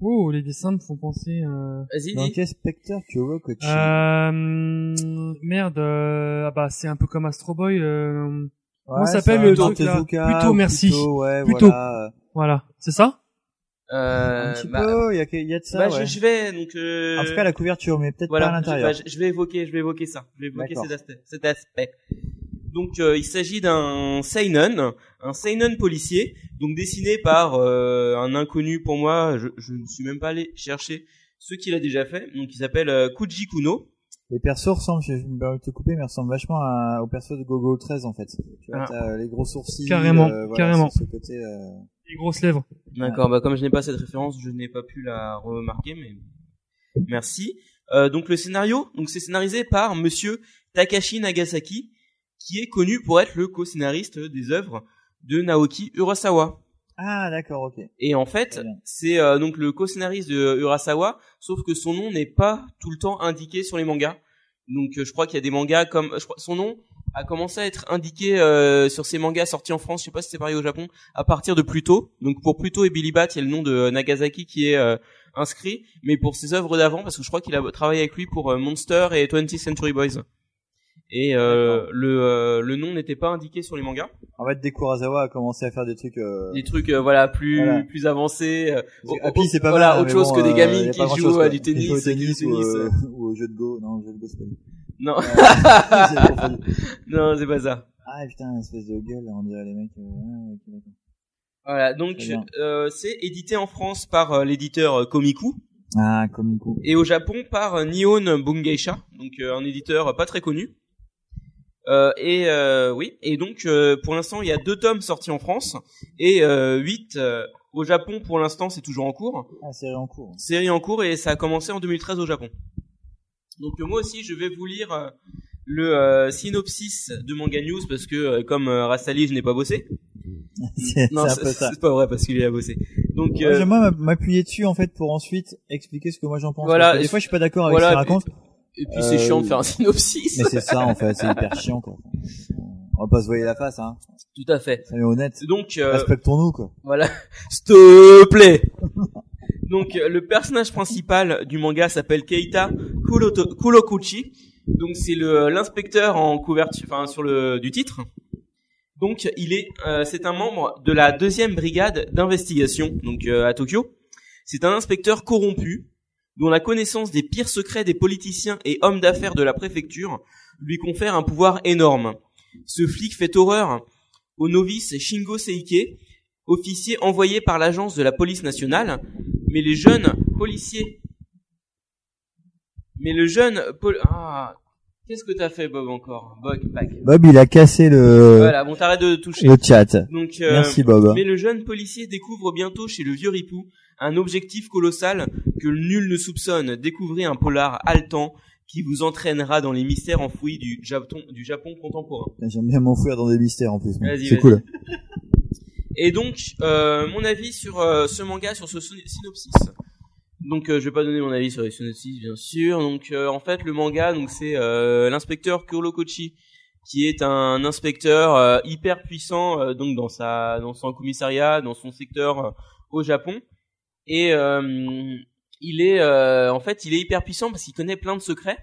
D: Oh, les dessins me font penser. Euh...
C: Vas-y,
A: Donc, Inspecteur Kurokochi.
D: Euh, merde, euh, ah bah c'est un peu comme Astro Boy. Euh... comment
A: Ouais,
D: s'appelle
A: c'est un
D: le truc là
A: Dantezuka,
D: Plutôt,
A: ou
D: merci.
A: Plutôt, ouais,
D: Plutôt.
A: voilà.
D: Voilà, c'est ça
C: Euh,
A: Un petit
C: bah,
A: peu, il y a, que- il y a de ça,
C: bah,
A: ouais.
C: je, je vais donc. Euh...
A: En tout cas, la couverture, mais peut-être
C: voilà,
A: pas à l'intérieur.
C: Je, bah, je- je vais évoquer, je vais évoquer ça. Je vais évoquer
A: D'accord.
C: cet aspect, cet aspect. Donc, euh, il s'agit d'un seinen, un seinen policier, donc dessiné par euh, un inconnu pour moi. Je, je ne suis même pas allé chercher ce qu'il a déjà fait. Donc, il s'appelle euh, Kuji Kuno.
A: Les persos ressemblent, je je me permets de te couper, mais ressemblent vachement à, aux persos de Gogo 13, en fait. Tu vois,
C: Ah.
A: t'as euh, les gros sourcils.
D: Carrément,
A: euh, voilà,
D: carrément.
A: sur Ce côté, euh,
D: Les grosses lèvres.
C: D'accord, bah comme je n'ai pas cette référence, je n'ai pas pu la remarquer, mais merci. Euh, donc le scénario, donc c'est scénarisé par Monsieur Takashi Nagasaki, qui est connu pour être le co-scénariste des œuvres de Naoki Urasawa.
A: Ah, d'accord, ok.
C: Et en fait,
A: Très bien.
C: c'est euh, donc le co-scénariste de euh, Urasawa, sauf que son nom n'est pas tout le temps indiqué sur les mangas. Donc euh, je crois qu'il y a des mangas comme je crois, son nom a commencé à être indiqué euh, sur ces mangas sortis en France, je sais pas si c'est pareil au Japon, à partir de Pluto. Donc pour Pluto et Billy Bat, il y a le nom de euh, Nagasaki qui est euh, inscrit, mais pour ses œuvres d'avant parce que je crois qu'il a travaillé avec lui pour euh, Monster et 20th Century Boys. Et euh, le euh, le nom n'était pas indiqué sur les mangas
A: En fait, dès qu'Urasawa a commencé à faire des trucs, euh,
C: des trucs euh, voilà plus
A: Voilà.
C: plus avancés euh,
A: Parce que
C: au-
A: Happy,
C: au-
A: c'est pas
C: voilà
A: mal,
C: autre
A: mais
C: chose
A: bon,
C: que des
A: euh, y
C: gamins
A: a
C: qui
A: pas grand-chose,
C: jouent
A: quoi.
C: à du tennis,
A: Plutôt au
C: qui
A: tennis
C: jouent
A: ou,
C: au tennis,
A: euh,
C: euh. <laughs>
A: ou au jeu de Go. Non, jeu de Go, c'est pas lui.
C: non <laughs>
A: Euh, c'est pour faire du-
C: non c'est pas ça
A: ah, putain, espèce de gueule, on dirait les mecs, euh, ouais, ok, d'accord.
C: voilà donc
A: Très bien.
C: euh, c'est édité en France par euh, l'éditeur euh, Komiku
A: Ah, comme coup.
C: et au Japon par euh, Nihon Bungeisha donc euh, un éditeur euh, pas très connu Euh, et euh, oui et donc euh, pour l'instant il y a deux tomes sortis en France et euh, huit euh, au Japon pour l'instant c'est toujours en cours
A: Ah, série en cours.
C: série en cours et ça a commencé en 2013 au Japon. Donc euh, moi aussi je vais vous lire euh, le euh, synopsis de Manga News parce que euh, comme euh, Rastali je n'ai pas bossé.
A: c'est c'est
C: Non
A: un
C: c'est
A: peu ça.
C: c'est pas vrai parce qu'il a bossé. Donc
A: Moi,
C: euh,
A: J'aime bien m'appuyer dessus, en fait, pour ensuite expliquer ce que moi j'en pense. Parce
C: Voilà,
A: que
C: et-
A: des fois, je suis pas d'accord avec
C: voilà,
A: ce qu'il raconte,
C: et puis c'est
A: euh,
C: chiant de faire un synopsis.
A: mais c'est ça, en fait, c'est hyper chiant, quoi. On va pas se voyer la face, hein.
C: Tout à fait.
A: Soyons honnêtes.
C: Donc euh,
A: Respectons-nous, quoi.
C: Voilà. <laughs> S'il te plaît. <laughs> Donc euh, le personnage principal du manga s'appelle Keita Kuroto- Kurokuchi. Donc c'est le l'inspecteur en couverture enfin sur le du titre. Donc il est euh, c'est un membre de la deuxième brigade d'investigation donc euh, à Tokyo. C'est un inspecteur corrompu dont la connaissance des pires secrets des politiciens et hommes d'affaires de la préfecture lui confère un pouvoir énorme. Ce flic fait horreur au novice Shingo Seike, officier envoyé par l'agence de la police nationale, mais les jeunes policiers. Mais le jeune pol- ah, qu'est-ce que t'as fait Bob encore Bug, back.
A: Bob, il a cassé le,
C: Voilà, bon t'arrêtes de toucher.
A: le chat.
C: Donc, euh,
A: Merci, Bob.
C: mais le jeune policier découvre bientôt chez le vieux Ripou un objectif colossal que nul ne soupçonne. Découvrez un polar haletant qui vous entraînera dans les mystères enfouis du Japon, du Japon contemporain.
A: Putain, J'aime bien m'enfouir dans des mystères, en plus. moi.
C: Vas-y,
A: C'est
C: vas-y.
A: cool.
C: Et donc, euh, mon avis sur euh, ce manga, sur ce syn- synopsis. Donc, euh, je vais pas donner mon avis sur les synopsis, bien sûr. Donc, euh, en fait, le manga, donc c'est euh, l'inspecteur Kurokochi, qui est un inspecteur euh, hyper puissant, euh, donc dans sa, dans son commissariat, dans son secteur euh, au Japon. Et euh, il est, euh, en fait, il est hyper puissant parce qu'il connaît plein de secrets.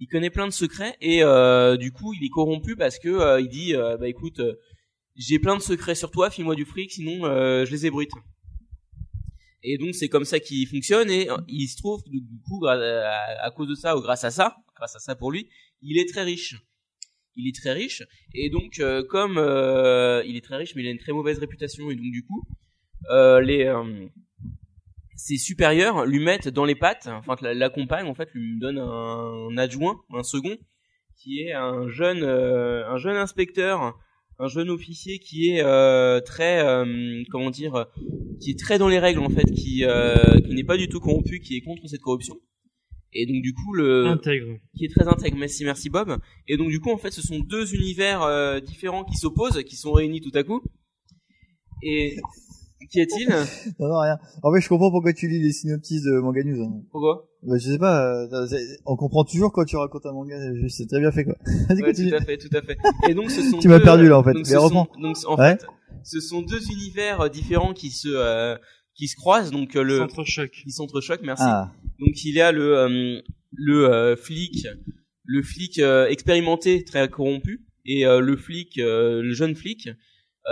C: Il connaît plein de secrets et euh, du coup, il est corrompu parce que euh, il dit, euh, bah écoute. euh, j'ai plein de secrets sur toi, file-moi du fric, sinon euh, je les ébruite. Et donc c'est comme ça qu'il fonctionne et euh, il se trouve que, du coup gra- à, à cause de ça ou grâce à ça, grâce à ça pour lui, il est très riche. Il est très riche et donc euh, comme euh, il est très riche mais il a une très mauvaise réputation et donc du coup euh, les euh, ses supérieurs lui mettent dans les pattes, enfin la, la compagne en fait lui donne un, adjoint, un second qui est un jeune euh, un jeune inspecteur un jeune officier qui est euh, très euh, comment dire euh, qui est très dans les règles en fait qui euh, qui n'est pas du tout corrompu qui est contre cette corruption et donc du coup le
D: Intègre.
C: qui est très intègre merci merci Bob et donc du coup en fait ce sont deux univers euh, différents qui s'opposent qui sont réunis tout à coup et Qu'y a-t-il
A: Non, non, rien. En fait, je comprends pourquoi tu lis les synoptises de Manga News. hein.
C: Pourquoi
A: Bah, je sais pas, euh, c'est- on comprend toujours quand tu racontes un manga, je- c'est très bien fait, quoi. <laughs> <laughs> Vas-y,
C: Ouais,
A: continue.
C: tout à fait, tout à fait. Et donc,
A: <laughs>
C: ce sont
A: Tu m'as
C: deux-
A: perdu, là, en fait.
C: Donc,
A: Mais
C: ce sont-
A: reprends.
C: donc, en
A: Ouais.
C: fait, ce sont deux univers euh, différents qui se euh, qui se croisent. Donc euh, le
D: S'entrechoquent.
C: Ils s'entrechoquent, merci.
A: Ah.
C: Donc il y a le euh, le euh, flic, le flic euh, expérimenté très corrompu et euh, le flic, euh, le jeune flic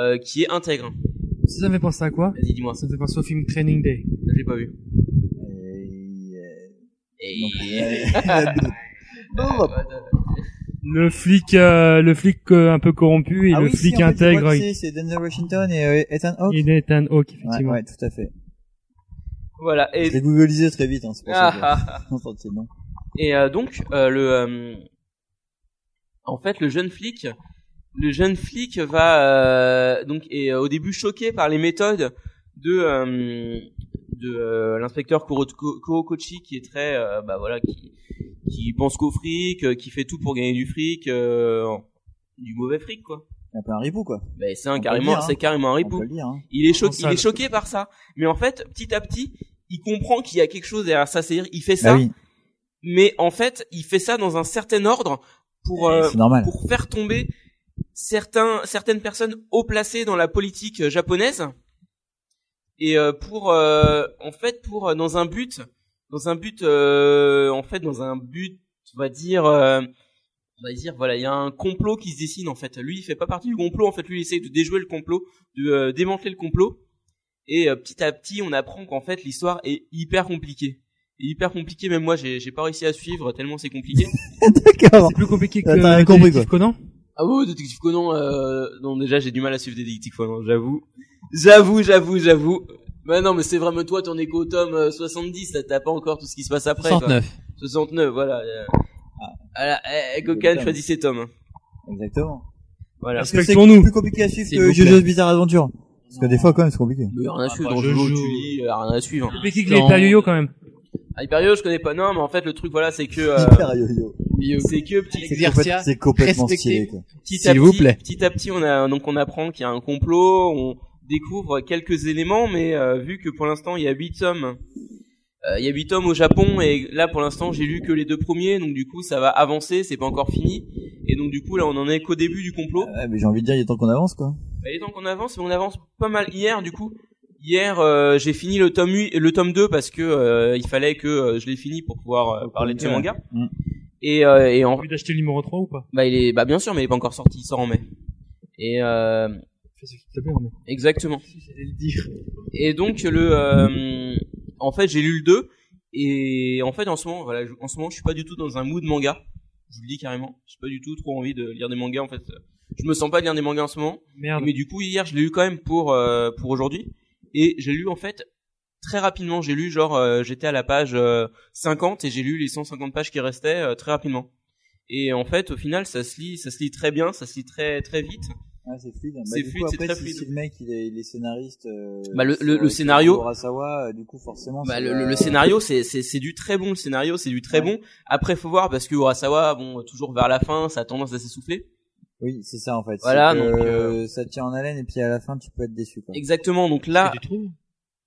C: euh, qui est intègre.
D: Ça me fait penser à quoi
C: Vas-y, dis-moi.
D: Ça me fait penser au film Training Day.
C: Je l'ai pas vu.
A: euh,
C: Et...
A: Ah. <laughs>
C: <laughs> bah,
D: Le flic, euh, le flic euh, un peu corrompu et
A: Ah
D: le
A: oui, si,
D: flic
A: en fait, je
D: intègre.
A: vois qui C'est c'est Denzel Washington et euh, Ethan Hawke.
D: Il est un Hawke,
A: Ouais,
D: effectivement.
A: ouais, tout à fait.
C: Voilà.
A: Je
C: <laughs>
A: l'ai
C: Et,
A: googlisé très vite, hein, c'est pour ça
C: Ah,
A: que <laughs> on sortit le nom.
C: et euh, donc euh, le euh, en fait le jeune flic, le jeune flic va euh, donc est euh, au début choqué par les méthodes de euh, de euh, l'inspecteur Kuro- Ko- Kurokochi qui est très euh, bah voilà qui qui pense qu'au fric, euh, qui fait tout pour gagner du fric, euh, du mauvais fric quoi.
A: Il y a plein un ribou, quoi.
C: Ben c'est un
A: On peut
C: carrément,
A: le dire, hein.
C: c'est carrément un
A: On
C: ripou.
A: peut le dire, hein.
C: Il est choqué, il
D: sale.
C: est choqué par ça. Mais en fait, petit à petit, il comprend qu'il y a quelque chose derrière ça. C'est-à-dire, il fait ça,
A: Bah oui,
C: mais en fait, il fait ça dans un certain ordre pour euh,
A: c'est
C: <laughs>
A: normal.
C: pour faire tomber certains certaines personnes haut placées dans la politique euh, japonaise et euh, pour euh, en fait pour euh, dans un but dans un but euh, en fait dans un but on va dire euh, on va dire voilà il y a un complot qui se dessine en fait lui il fait pas partie du complot en fait lui il essaie de déjouer le complot de euh, démanteler le complot et euh, petit à petit on apprend qu'en fait l'histoire est hyper compliquée Et hyper compliquée même moi j'ai j'ai pas réussi à suivre tellement c'est compliqué
A: D'accord.
D: C'est plus compliqué que
A: T'as rien
D: euh,
A: compris,
D: Détective Conan.
C: ah oui, détective Conan, euh, non déjà j'ai du mal à suivre des détectives Conan, j'avoue. J'avoue, j'avoue, j'avoue. Bah non, mais c'est vraiment toi, t'en es qu'au tome euh, 70, là, t'as pas encore tout ce qui se passe après. quoi.
E: 69.
C: 69, voilà. euh. Voilà, eh, eh, Cocan choisit ses tomes. hein.
A: Exactement.
C: Voilà.
A: Est-ce que c'est
D: Respectons-nous.
A: plus compliqué à suivre
C: S'il
A: que
C: vous plaît.
A: JoJo's Bizarre Adventure Parce que des fois, quand même, c'est compliqué.
C: Mais rien à suivre,
E: bah,
C: dans
E: je
C: Jojo,
E: joue.
C: tu dis, euh, rien à suivre. Ah,
D: Mais qui les
E: Non.
D: Payoyo quand même.
C: Hyperio, je connais pas, non, mais en fait, le truc, voilà, c'est que, euh,
A: Hyper yo-yo.
C: c'est que petit,
A: C'est
E: Exercia,
A: complète- C'est complètement
E: respectez.
A: stylé, quoi.
C: petit à
E: S'il
C: petit,
E: vous plaît.
C: petit à petit, on a donc on apprend qu'il y a un complot, on découvre quelques éléments, mais euh, vu que pour l'instant il y a huit tomes, euh, il y a huit tomes au Japon et là pour l'instant j'ai lu que les deux premiers, donc du coup ça va avancer, c'est pas encore fini, et donc du coup là on en est qu'au début du complot.
A: Ouais, mais j'ai envie de dire, il est temps qu'on avance, quoi.
C: Bah, et donc on avance, mais on avance pas mal. Hier, du coup, hier euh, j'ai fini le tome 8, le tome 2 parce que euh, il fallait que euh, je l'ai fini pour pouvoir euh, parler de ce manga.
A: Mm.
C: Et, euh, et en
D: T'as envie d'acheter le numéro 3 ou pas
C: bah il est bah bien sûr mais il est pas encore sorti, il sort en mai. Et euh,
D: Fais ce qui te plaît, mais...
C: Exactement. Et donc le, euh, en fait, j'ai lu le 2 et en fait en ce moment, voilà, je- en ce moment, je suis pas du tout dans un mood manga. Je vous le dis carrément, j'ai pas du tout trop envie de lire des mangas en fait. Je me sens pas de lire des mangas en ce moment.
D: Merde.
C: Mais du coup, hier, je l'ai lu quand même pour euh, pour aujourd'hui et j'ai lu en fait très rapidement. J'ai lu genre euh, j'étais à la page euh, 50 et j'ai lu les 150 pages qui restaient euh, très rapidement. Et en fait, au final, ça se lit, ça se lit très bien, ça se lit très très vite.
A: Ah, c'est fluide. Bah,
C: C'est
A: du
C: fluide,
A: coup,
C: c'est
A: après,
C: très
A: si-
C: fluide.
A: Si le mec, il est, il est scénariste. euh,
C: Bah, le-
A: sur-
C: le- le
A: sur
C: scénario-
A: Urasawa, euh, du coup, forcément.
C: Bah,
A: c'est,
C: le, le-
A: euh,
C: le scénario, c'est c'est c'est du très bon. Le scénario, c'est du très
A: Ouais.
C: bon. Après, faut voir parce que Urasawa, bon, toujours vers la fin, ça a tendance à s'essouffler.
A: Oui, c'est ça, en fait.
C: Voilà,
A: C'est que,
C: donc,
A: euh, Ça tient en haleine, et puis à la fin, tu peux être déçu, quoi.
C: Exactement. Donc
D: Ah,
C: là,
E: Tu trouves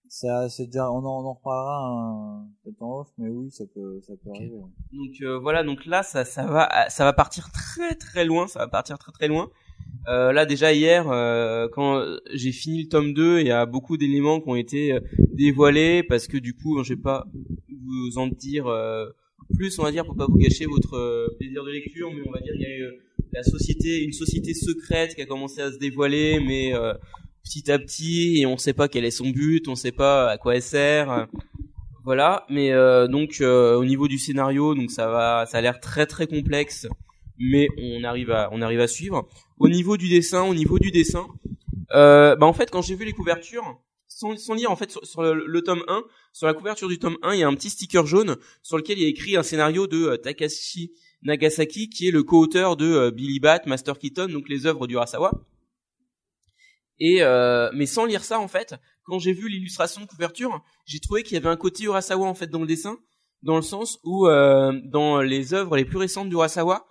A: Ça, c'est déjà, on en, on en reparlera, hein, peut-être en off, mais oui, ça peut, ça peut arriver. ouais.
C: donc euh, voilà, donc là, ça ça va ah, ça va partir très très loin. Ça va partir très très loin. Euh, là déjà hier, euh, quand j'ai fini le tome 2, il y a beaucoup d'éléments qui ont été euh, dévoilés parce que du coup, je vais pas vous en dire euh, plus, on va dire, pour pas vous gâcher votre euh, plaisir de lecture, mais on va dire il y a eu euh, la société, une société secrète qui a commencé à se dévoiler, mais euh, petit à petit, et on sait pas quel est son but, on sait pas à quoi elle sert. euh, Voilà, mais euh, donc euh, au niveau du scénario, donc ça va, ça a l'air très très complexe, mais on arrive à, on arrive à suivre. Au niveau du dessin, au niveau du dessin, euh, bah en fait quand j'ai vu les couvertures, sans, sans lire en fait sur, sur le, le tome 1, sur la couverture du tome 1, il y a un petit sticker jaune sur lequel il y a écrit un scénario de euh, Takashi Nagasaki, qui est le co-auteur de euh, Billy Bat, Master Keaton, donc les œuvres du Rasawa. Et euh, mais sans lire ça en fait, quand j'ai vu l'illustration de couverture, j'ai trouvé qu'il y avait un côté Urasawa en fait dans le dessin, dans le sens où euh, dans les œuvres les plus récentes d'Urasawa,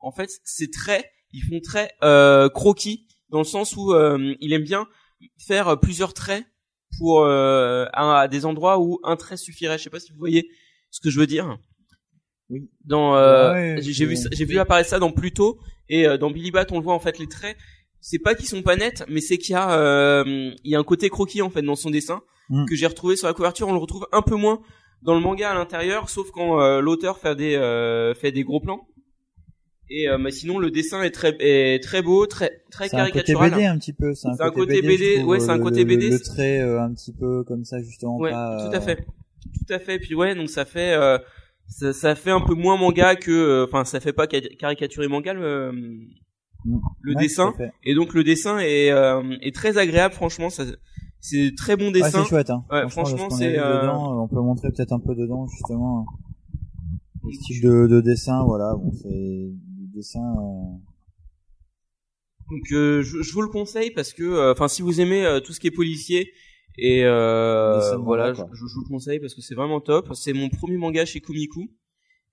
C: en fait, ses traits, ils font très euh, croquis, dans le sens où euh, il aime bien faire euh, plusieurs traits pour euh, à, à des endroits où un trait suffirait. Je sais pas si vous voyez ce que je veux dire.
A: Oui.
C: Dans euh,
A: Ouais,
C: j'ai j'ai vu
A: bon.
C: ça- j'ai vu apparaître ça dans Pluto et euh, dans Billy Bat on le voit en fait les traits. C'est pas qu'ils sont pas nets, mais c'est qu'il y a euh, il y a un côté croquis en fait dans son dessin
A: Mm.
C: que j'ai retrouvé sur la couverture. On le retrouve un peu moins dans le manga à l'intérieur, sauf quand euh, l'auteur fait des euh, fait des gros plans. Et euh, mais sinon le dessin est très est très beau, très très
A: C'est un côté hein,
C: caricatural.
A: BD un petit peu. C'est un, côté
C: BD,
A: je trouve,
C: ouais, c'est un
A: le-
C: côté
A: le-
C: BD.
A: Le trait euh, un petit peu comme ça justement.
C: Ouais,
A: pas,
C: tout à
A: euh,
C: fait. Tout à fait. Puis ouais, donc ça fait euh, ça, ça fait un peu moins manga que euh, enfin ça fait pas cari- caricaturer manga le, le
A: Mm. Ouais,
C: dessin
A: tout à fait.
C: et donc le dessin est euh, est très agréable franchement, ça c'est très bon
A: Ouais,
C: dessin.
A: c'est chouette. Hein.
C: Ouais,
A: parce
C: franchement,
A: qu'on a
C: c'est
A: vu
C: euh,
A: dedans, euh, on peut montrer peut-être un peu dedans justement. Le style de, de dessin, voilà. Bon, c'est du dessin. euh,
C: Donc euh, je, je vous le conseille parce que euh, enfin si vous aimez euh, tout ce qui est policier et euh,
A: Dessin de manga,
C: voilà, je,
A: quoi.
C: je- je vous le conseille parce que c'est vraiment top. C'est mon premier manga chez Komiku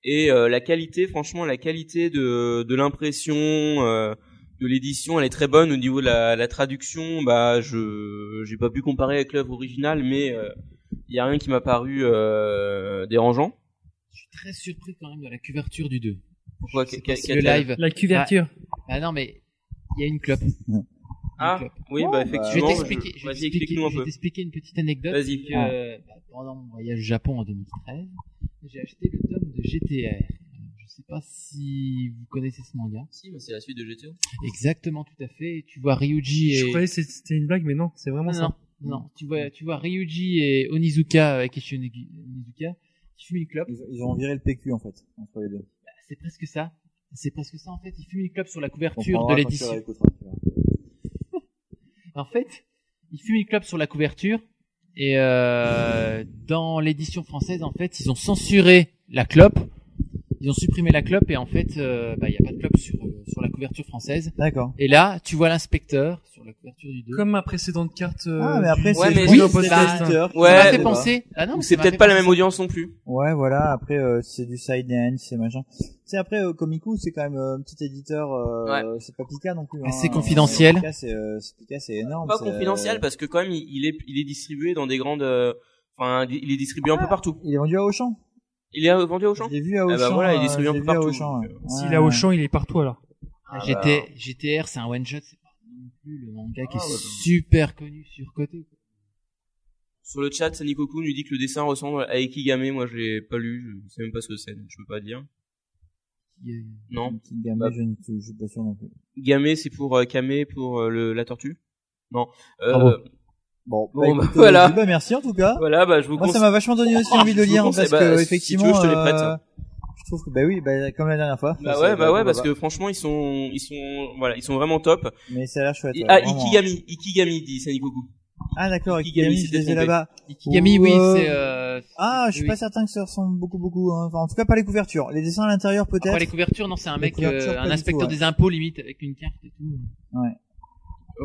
C: et euh, la qualité, franchement, la qualité de de l'impression, euh, de l'édition, elle est très bonne au niveau de la, la traduction. Bah je j'ai pas pu comparer avec l'œuvre originale, mais il y a rien qui m'a paru euh, dérangeant.
E: Très surpris quand même de la couverture du 2.
C: Pourquoi
E: C'est
C: quel-
E: parce que
C: quel-
E: le live.
D: La couverture.
E: Ah, ah non, mais il y a une clope.
C: Ah
E: Une clope.
C: oui, bah effectivement.
E: Je vais t'expliquer. je vais
C: Vas-y,
E: t'expliquer-
C: explique-nous un
E: je vais
C: peu.
E: t'expliquer une petite anecdote.
C: Vas-y.
E: c'est que, bah, pendant mon voyage au Japon en 2013, j'ai acheté le tome de GTR. Je sais pas si vous connaissez ce manga.
I: Si, mais c'est la suite de GTO.
E: Exactement, tout à fait. Et Tu vois Ryuji et...
D: Je croyais que c'est- c'était une blague, mais non, c'est vraiment
E: non,
D: ça.
E: non, non. Tu vois, tu vois Ryuji et Onizuka, euh, Kishi Oni- Onizuka, qui fument une clope.
A: Ils, ils ont viré le PQ en fait entre les deux.
E: C'est presque ça. C'est presque ça, en fait. Ils fument une clope sur la
A: On
E: couverture
A: prendra
E: de
A: quand tu
E: l'édition.
A: réécouteras, tu vois.
E: En fait, ils fument une clope sur la couverture. Et euh, dans l'édition française, en fait, ils ont censuré la clope. Ils ont supprimé la clope et en fait, euh, bah, il n'y a pas de clope sur, euh, sur la couverture française.
A: D'accord.
E: Et là, tu vois l'inspecteur sur la couverture du 2.
D: Comme ma précédente carte. euh,
A: Ah, mais après,
D: du-
A: c'est-
D: du
A: oui,
D: Neo
A: c'est
D: Podcast. hein.
A: la- euh, Twitter,
C: ouais,
A: ça m'a
E: fait
C: bah,
E: penser. Ah non,
C: donc
E: ça
C: c'est
E: m'a
C: peut-être
E: fait
C: pas la
E: penser.
C: même audience non plus.
A: Ouais, voilà. Après, euh, c'est du side dance, c'est machin. C'est après euh, Komiku, c'est quand même euh, un petit éditeur. euh, C'est pas Pika non plus.
E: Assez
A: hein.
E: confidentiel.
A: Pika, c'est euh, c'est- Pika, c'est énorme.
C: pas
A: c'est, euh,
C: confidentiel parce que quand même il, il est il est distribué dans des grandes euh, enfin il est distribué un peu partout.
A: Il est vendu à Auchan.
C: Il est vendu à Auchan
A: J'ai vu à
C: Eh ben
A: Auchan.
C: voilà, il est
A: euh,
C: distribué un
A: j'ai
C: peu
A: vu à
C: partout,
A: Auchan,
C: donc,
A: ouais.
D: S'il
E: Ah,
A: Ouais,
D: est à
A: ouais.
D: Auchan, il est partout alors.
C: Ah,
E: GT, GTR, c'est un one shot. C'est pas non plus le manga qui
C: Ah,
E: est
C: ouais.
A: bah.
E: super connu sur côté.
C: Sur le chat, Sanikoku nous dit que le dessin ressemble à Ikigame. Moi, je l'ai pas lu, je sais même pas ce que c'est, donc je peux pas dire. Non,
A: King Gamma,
C: Bah.
A: je ne je suis pas sûr non plus.
C: Game c'est pour euh, Kame pour euh, le, la tortue. Non. Euh,
E: Bravo.
A: Ah Bon, bah,
C: Bon, bah,
A: écoute, euh,
C: voilà.
A: Duba, merci en tout cas.
C: Voilà, bah je vous
A: Moi, ça
C: conseille-
A: m'a vachement donné aussi envie de
C: <laughs> Je vous
A: lire
C: conseille,
A: parce
C: bah,
A: que
C: si-
A: effectivement,
C: si tu veux, je te les prête.
A: euh, je trouve que bah oui, bah, comme la dernière fois.
C: Bah
A: Ça,
C: ouais,
A: c'est-
C: bah ouais,
A: bah,
C: parce
A: bah,
C: que franchement, ils sont, ils sont, voilà, ils sont vraiment top.
A: Mais ça a l'air chouette.
C: Et-
A: ouais,
C: ah,
A: euh, vraiment.
C: Ikigami, Ikigami, dit Sanikoku.
A: Ah d'accord,
C: Ikigami,
A: Ikigami,
C: c'est
A: je les ai
C: défendu.
A: là-bas.
E: Ikigami, oui,
A: Ouais.
E: c'est... Euh,
A: Ah, je suis
E: oui.
A: pas certain que ça ressemble beaucoup beaucoup. hein. Enfin, en tout cas, pas les couvertures. Les dessins à l'intérieur
C: Ah,
A: peut-être.
E: Après les couvertures, non, c'est un
A: Les
E: mec,
A: couvertures,
E: euh,
A: pas
E: un
A: du tout,
E: inspecteur
A: ouais.
E: des impôts limite avec une carte et tout.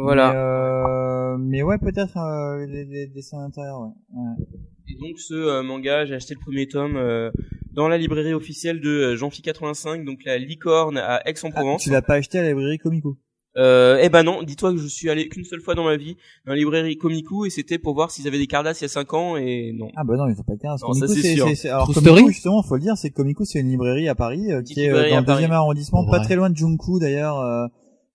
C: Voilà.
A: Mais, euh, mais ouais, peut-être euh, les, les dessins à l'intérieur. Ouais. Ouais.
C: Et donc ce euh, manga, j'ai acheté le premier tome euh, dans la librairie officielle de euh, Jean-Phi 85, donc la Licorne à
A: Ah,
C: Aix-en-Provence.
A: tu l'as pas acheté à la librairie Comico.
C: euh, eh ben non, dis-toi que je suis allé qu'une seule fois dans ma vie dans la librairie Komiku et c'était pour voir s'ils avaient des Cardass il y a 5 ans et non.
A: Ah bah non, ils ont pas 15.
C: Non,
A: Comico,
C: ça, c'est sûr.
A: alors
E: True
A: Comico,
E: story
A: justement, faut le dire, c'est que Comico, c'est une librairie à Paris euh,
C: Petite
A: qui est euh,
C: librairie
A: dans
C: à
A: le
C: Paris.
A: deuxième arrondissement,
E: Ouais.
A: pas très loin de Junku d'ailleurs. euh,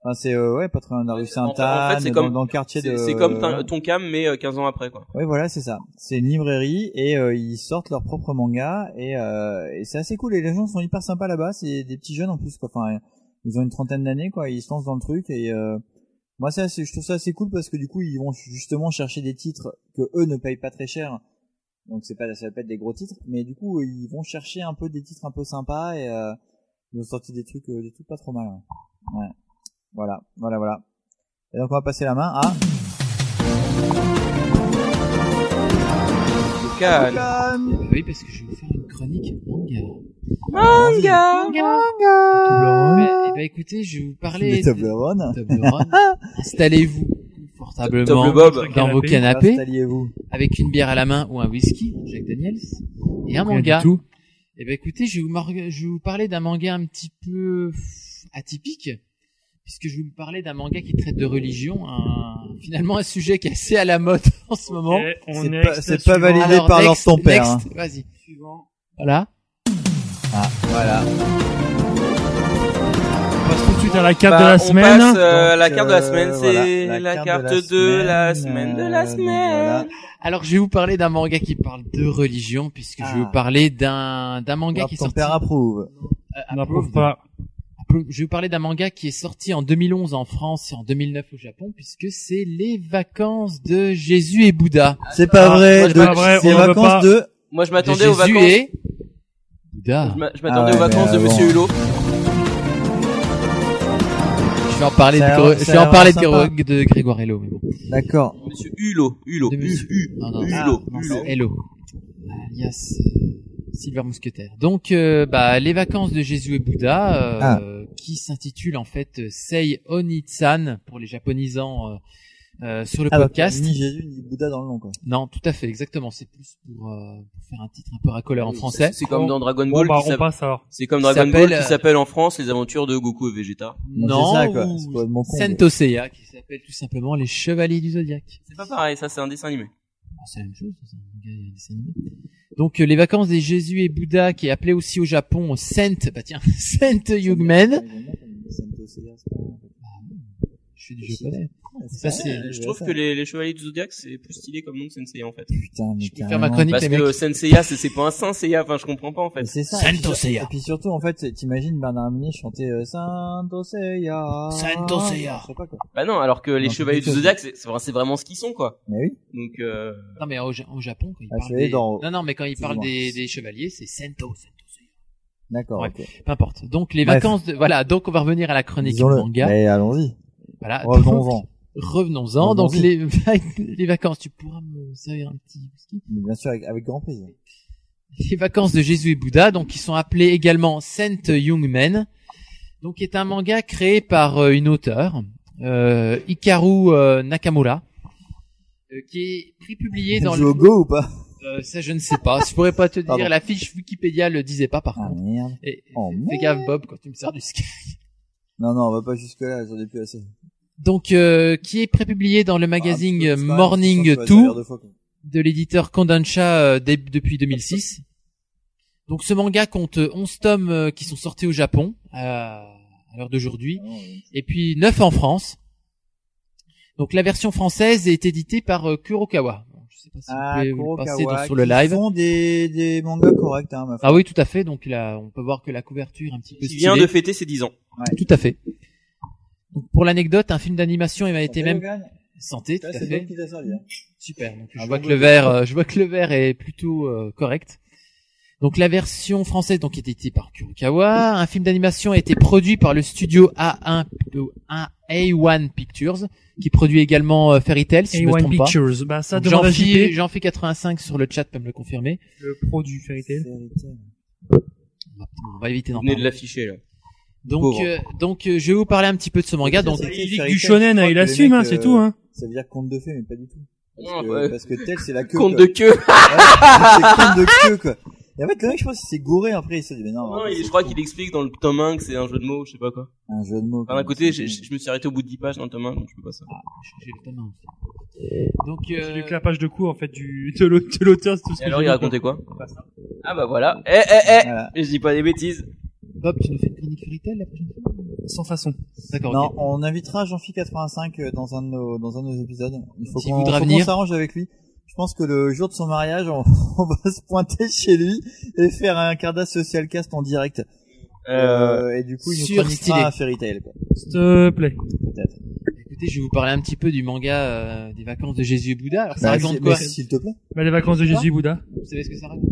A: Enfin, c'est euh, ouais, pas très loin de la rue
C: en fait,
A: Sainte-Anne,
C: c'est
A: dans,
C: comme-
A: dans le quartier
C: C'est
A: de.
C: c'est comme ton, ton cam mais euh, 15 ans après quoi.
A: Oui, voilà, c'est ça. C'est une librairie et euh, ils sortent leurs propres mangas et, euh, et c'est assez cool. Et les gens sont hyper sympas là-bas. C'est des petits jeunes en plus, quoi. Enfin, ils ont une trentaine d'années, quoi. Ils se lancent dans le truc et euh, moi, c'est assez- je trouve ça assez cool parce que du coup, ils vont justement chercher des titres que eux ne payent pas très cher. Donc, c'est pas, ça va pas être des gros titres, mais du coup, ils vont chercher un peu des titres un peu sympas et euh, ils ont sorti des trucs, euh, des trucs pas trop mal. ouais. Ouais. Voilà, voilà, voilà. Et donc, on va passer la main à. Ah,
C: Kokan.
E: Bah oui, parce que je vais vous faire une chronique manga.
K: Manga.
E: Eh ben- eh ben, écoutez, je vais vous
A: Les
E: parler de
A: Toblerones.
E: Toblerone.
A: <laughs>
E: Installez-vous
C: Table
E: confortablement
C: Bob.
E: dans vos
D: Canapé.
E: canapés
A: Installez-vous.
E: avec une bière à la main ou un whisky, Jack Daniels, et un
D: Rien du
E: manga.
D: tout.
E: Eh ben écoutez, je vais vous, mar- je vais vous parler d'un manga un petit peu atypique, puisque je vais vous parler d'un manga qui traite de religion, un- finalement un sujet qui est assez à la mode <laughs> en ce moment.
D: Et on
A: C'est pas-
D: est next
A: c'est pas
D: suivant.
A: validé
E: Alors,
A: par
E: next,
A: leur ton père. hein.
E: next, Vas-y. Suivant. Voilà.
A: Ah, voilà.
D: On passe tout de suite à la carte
C: Bah,
D: de la
C: on
D: semaine. hein.
C: passe, euh, à la
A: Donc,
C: carte de la
A: euh,
C: semaine, c'est
A: voilà,
C: la, carte, de la semaine, de la
A: euh, donc
C: semaine.
A: voilà.
E: Alors je vais vous parler d'un manga qui parle de religion, puisque je vais
A: Ah.
E: vous parler d'un d'un manga
A: Alors,
E: qui est
A: ton
E: sorti.
A: père approuve.
C: Ah,
E: euh,
D: On
E: approuve.
D: n'approuve pas.
E: Approuve. Je vais vous parler d'un manga qui est sorti en 2011 en France et en 2009 au Japon, puisque c'est les vacances de Jésus et Bouddha.
A: C'est pas
D: Ah,
A: vrai.
D: moi,
A: de-
D: c'est pas vrai,
A: C'est
D: on en veut
A: vacances
D: pas.
A: de.
C: Moi, je
E: De
C: m'attendais aux
E: Jésus
C: vacances.
E: et Bouddha.
C: Je m'a- je m'attendais
A: Ah
C: aux
A: ouais,
C: vacances
A: mais,
C: de
A: euh,
C: Monsieur
A: bon.
C: Hulot.
E: Je vais en parler,
A: Ça a
E: de,
A: l'air-
E: je
A: ça
E: vais
A: a
E: en
A: l'air
E: parler de,
A: sympa.
E: de Grégoirello. mais bon.
A: D'accord.
C: Monsieur Hulot, Hulot,
E: De Monsieur-
C: Hulot,
E: Non, non,
C: Hulot,
E: non,
C: Hulot.
E: c'est Hello. Alias euh, Silver Mousquetaire. Donc, euh, bah, les vacances de Jésus et Bouddha, euh,
A: Ah.
E: qui s'intitule en fait euh, Sei Onitsan pour les japonisants euh, euh, sur le
A: Ah, bah,
E: podcast.
A: Ni Jésus ni Bouddha dans le nom quoi.
E: Non, tout à fait, exactement. C'est plus pour, euh, pour faire un titre un peu racoleur en français.
C: C'est- C'est comme dans Dragon
D: Bon,
C: Ball.
D: bah,
C: qui
D: on
C: s'appelle-
D: passe alors.
C: C'est comme
E: Il
C: Dragon
E: s'appelle,
C: Ball qui
E: euh,
C: s'appelle en France les aventures de Goku et Vegeta.
A: Non,
E: Non,
A: c'est ça, quoi.
E: ou
A: C'est complètement con,
E: Saint Seiya, qui s'appelle tout simplement les Chevaliers du Zodiaque.
C: C'est pas pareil, ça c'est un dessin animé.
E: Ah, c'est la même chose, c'est un manga et un dessin animé. Donc euh, les vacances des Jésus et Bouddha, qui est appelé aussi au Japon Saint, bah tiens, <laughs> Saint Yugmen. Je suis du japonais. Ça,
A: Euh,
E: c'est-
A: Ah,
C: Je trouve que les, les Chevaliers du Zodiac c'est plus stylé comme nom que Senseiya en fait.
A: Putain, mais
E: Je peux faire
A: carrément.
E: ma chronique.
C: Parce
E: les
C: que
E: mecs.
C: Senseiya c'est c'est pas un Saint Seiya, enfin je comprends pas en
A: Mais
C: fait.
A: C'est ça.
E: Saint
A: et puis-
E: Oseya.
A: Et puis surtout, en fait, t'imagines Bernard Minet chanter euh, Saint Oseya.
E: Saint Oseya.
A: Je sais pas quoi.
C: Bah non, alors que les
A: Non,
C: Chevaliers
A: c'est plutôt-
C: du Zodiac c'est c'est vra- c'est vraiment ce qu'ils sont quoi.
A: Mais oui.
C: Donc euh,
E: Non mais au, Ja- au Japon, quand ils
A: Ah,
E: parlent
A: c'est
E: des...
A: dans-
E: Non, non, mais quand ils
A: Excuse-moi.
E: parlent des, des chevaliers, c'est Sento, Sento Seiya.
A: D'accord.
E: Ouais.
A: ok.
E: Peu importe. Donc les
A: Bref.
E: vacances de... Voilà, donc on va revenir à la chronique du
A: Disons-le.
E: manga.
A: Mais allons-y.
E: Voilà.
A: Revenons-en.
E: Donc, Revenons-en. Donc les... <laughs> les vacances, tu pourras me servir un petit whisky
A: Mais Bien sûr, avec, avec grand plaisir.
E: les vacances de Jésus et Bouddha, donc qui sont appelés également Saint Young Men, donc qui est un manga créé par euh, une auteure, euh, Hikaru euh, Nakamura, euh, qui est prépublié dans
A: Tu
E: le...
A: au go ou
E: <laughs>
A: pas
E: Euh, ça je ne sais pas, je pourrais pas te dire,
A: Pardon.
E: la fiche Wikipédia le disait pas par
A: Ah
E: contre.
A: merde.
E: Et,
A: Oh,
E: fais
A: merde.
E: gaffe Bob quand tu me sers du ski.
A: Non, non, on va pas jusque là, j'en ai plus assez.
E: Donc euh, qui est prépublié dans le magazine
A: Ah,
E: euh,
A: c'est pas-
E: Morning
A: c'est pas- ça a l'air
E: Tour
A: de faux, quoi.
E: de l'éditeur Kodansha euh, dé- depuis 2006. Donc ce manga compte 11 tomes euh, qui sont sortis au Japon euh, à l'heure d'aujourd'hui
A: Ah non, ouais.
E: et puis 9 en France. Donc la version française est éditée par euh, Kurokawa. Bon, Je sais pas si
A: Ah,
E: vous pouvez vous le
A: Kurokawa,
E: passer dans- sur le
A: qui
E: live.
A: font des, des mangas corrects, hein, ma foi.
E: Ah oui, tout à fait. Donc là, on peut voir que la couverture est un petit peu
C: il vient
E: stylée.
C: de fêter ses 10 ans.
E: Tout à fait. Donc, pour l'anecdote, un film d'animation il m'a été
A: Santé,
E: même
A: Logan.
E: santé, tout
A: Ah, Ça,
E: à
A: c'est
E: fait.
A: bon qui t'a servi, hein.
E: Super. Donc, je
A: Ah,
E: vois
A: bon,
E: que
A: bon.
E: le verre, euh, je vois que le verre est plutôt euh, correct. Donc la version française donc est éditée par Kurokawa. Un film d'animation a été produit par le studio A1 euh, A1 Pictures qui produit également euh, Fairy Tail si je me
D: A1
E: trompe pas.
D: Pictures. Bah, ça
E: Donc,
D: demande à
E: Jean-Phi
D: JP.
E: Jean-Phi 85 sur le chat peut me le confirmer.
D: Le pro du Fairy Tail.
E: On va- On va éviter
C: Vous
E: d'en
C: venez de
E: parler.
C: l'afficher là.
E: Donc
C: pauvre.
E: euh, donc euh, je vais vous parler un petit peu de ce manga. Donc
A: Ça, c'est-
D: Il
A: Fairy Tail,
D: du shonen,
A: je
D: hein,
A: crois
D: il
A: que le
D: assume,
A: mec,
D: hein, c'est
A: euh,
D: tout, hein.
A: Ça veut dire conte de fées, mais pas du tout. Parce
C: Non,
A: que,
C: ouais.
A: parce que tel,
C: <laughs>
A: c'est la queue.
C: Compte
A: quoi.
C: de queue.
A: Ouais, c'est conte de queue, quoi. Et en fait, le mec, je pense qu'il s'est gouré après. Il s'est dit, mais non.
C: Non,
A: en fait,
C: il-
A: Ah, c'est
C: je crois qu'il explique dans le tome 1 que c'est un jeu de mots, je sais pas quoi.
A: Un jeu de mots.
C: Enfin,
A: quoi.
C: d'un côté, j'ai- je me suis arrêté au bout de 10 pages dans le tome 1, donc je peux pas ça.
E: j'ai le tome un. Donc
D: C'est
E: euh,
D: du clapage de cou en fait du <laughs> de l'au- de l'auteur, c'est tout ce
C: Et
D: que
C: alors,
D: j'ai
C: il
D: dit.
C: racontait quoi Ah bah voilà. Eh, eh,
A: Voilà.
C: eh Je dis pas des bêtises.
E: Bob, tu nous fais une chronique Fairy Tail la prochaine fois
D: sans façon.
E: D'accord.
A: Non,
E: ok.
A: on invitera Jean-Phi85 dans un de nos, dans un de nos épisodes. Il faut
E: S'il
A: qu'on
E: voudra
A: faut qu'on
E: venir.
A: s'arrange avec lui. Je pense que le jour de son mariage, on, <laughs> on va se pointer chez lui et faire un cardas social cast en direct.
C: Euh,
A: et du coup, il nous
E: surstylé.
A: chroniquera un fairy tale, quoi.
D: S'il te plaît.
A: Peut-être.
E: Écoutez, je vais vous parler un petit peu du manga euh, des vacances de Jésus et Bouddha. Alors ça
A: Bah,
E: raconte
A: si-
E: quoi
A: mais S'il te plaît.
D: Bah, les vacances de
E: Je sais
D: Jésus Bouddha.
E: Vous savez ce que ça raconte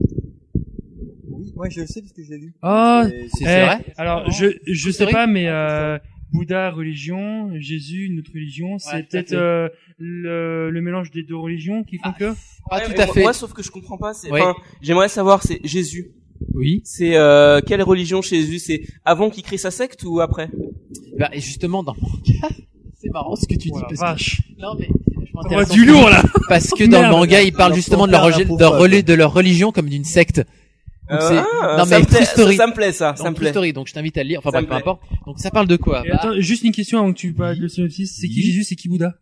A: Oui, moi je le sais parce que je l'ai lu.
D: Ah,
A: C'est-
E: C'est
D: Eh,
E: vrai
D: Alors je je sais
E: Historique.
D: pas mais euh, Bouddha religion, Jésus une autre religion, c'est
E: Ouais, tout à
D: peut-être
E: fait.
D: euh, le, le mélange des deux religions qui font que
E: Pas
C: ouais,
E: Ah, tout
C: mais
E: à
C: moi-
E: fait.
C: Moi, sauf que je comprends pas. c'est-
E: Oui.
C: Enfin, j'aimerais savoir, c'est Jésus.
E: Oui.
C: C'est euh, quelle religion chez Jésus C'est avant qu'il crée sa secte ou après
E: Bah, et justement, dans le manga, c'est marrant ce que tu dis.
D: Oh la
E: parce
D: vache.
E: que... Non, mais c'est
D: On
E: vachement
D: voit
E: intéressant.
D: du lourd là.
E: Parce que dans le
D: Merde.
E: manga, ils parlent
A: Leur
E: justement de leur,
A: pauvre
E: relig-
A: pauvre
E: de leur
A: pauvre.
E: reli- de leur religion comme d'une secte. Donc
C: Euh,
E: c'est-
C: ah, ça
E: non, mais
C: me
E: True
C: plaît,
E: Story.
C: ça- ça me plaît, ça,
E: Donc,
C: ça me
E: True
C: plaît.
E: Story, donc je t'invite à le lire.
C: Ça
E: Enfin, bref,
C: me
E: peu
C: plaît.
E: importe. Donc ça parle de quoi
D: Et
E: Bah,
D: attends, juste une question avant que tu parles de le synopsis. C'est qui Jésus, c'est qui Bouddha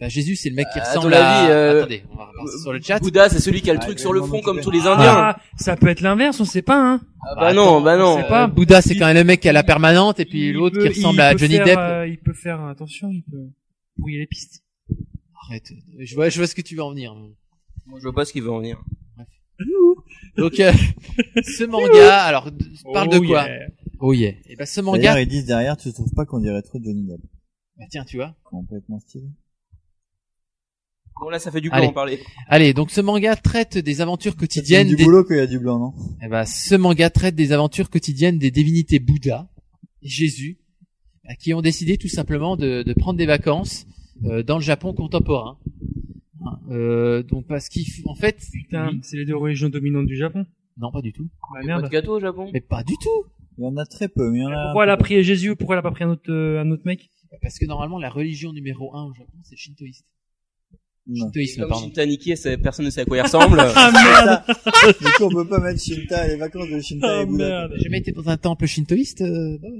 E: bah, Jésus, c'est le mec qui
D: Euh, à
E: ressemble
D: ton
E: à.
D: avis, euh,
E: Attendez, on va repartir sur le chat.
C: Bouddha, c'est celui qui a le truc sur le front comme tous les Indiens.
D: Ah, ça peut être l'inverse, on sait pas, hein.
C: Ah, bah non, bah non.
D: On sait pas.
E: Euh, Bouddha, c'est quand même le mec qui a la permanente, et puis l'autre qui
D: peut-
E: ressemble
D: il
E: à
D: peut
E: Johnny
D: faire,
E: Depp.
D: euh, il peut faire attention, il peut brouiller les pistes.
E: Arrête. Je vois, je vois ce que tu veux en venir.
C: Moi, je vois pas ce qu'il veut en venir.
E: Donc,
D: <laughs>
E: euh, ce manga, alors, d- parle de
D: Oh
E: quoi
D: yeah.
E: Oh yeah. Et bah, ce manga.
A: D'ailleurs, ils disent derrière, tu trouves pas qu'on dirait trop Johnny Depp
E: Bah, tiens, tu vois.
A: Complètement stylé.
C: Bon, là, ça fait du coup
E: Allez.
C: en parler.
E: Allez, donc ce manga traite des aventures
A: C'est
E: quotidiennes
A: du
E: des.
A: boulot qu'il y a du blanc, non
E: Eh ben, ce manga traite des aventures quotidiennes des divinités Bouddha et Jésus, euh, qui ont décidé tout simplement de, de prendre des vacances euh, dans le Japon contemporain. Hein, euh, donc parce qu'en fait,
D: Putain, c'est les deux religions dominantes du Japon.
E: non pas du tout,
D: Bah
C: Pas de
D: merde. Euh,
C: gâteau au Japon.
E: mais pas du tout,
A: Il y en a très peu, mais il y en a. <laughs>
D: Pourquoi elle a
E: <laughs>
D: pris Jésus Pourquoi elle a pas pris un autre, euh, un autre mec
E: parce que normalement la religion numéro un au Japon c'est le shintoïste.
A: Non.
E: Shintoïsme,
C: Comme
E: pardon.
C: Shinta Nikkei, ça- personne ne sait à quoi il
E: <laughs>
C: ressemble.
D: Ah merde
A: Du coup, on peut pas mettre Shinta, les vacances de Shinta
D: Ah
E: Oh,
A: et Bouddha.
D: merde
E: J'ai jamais été dans un temple shintoïste. euh, Bob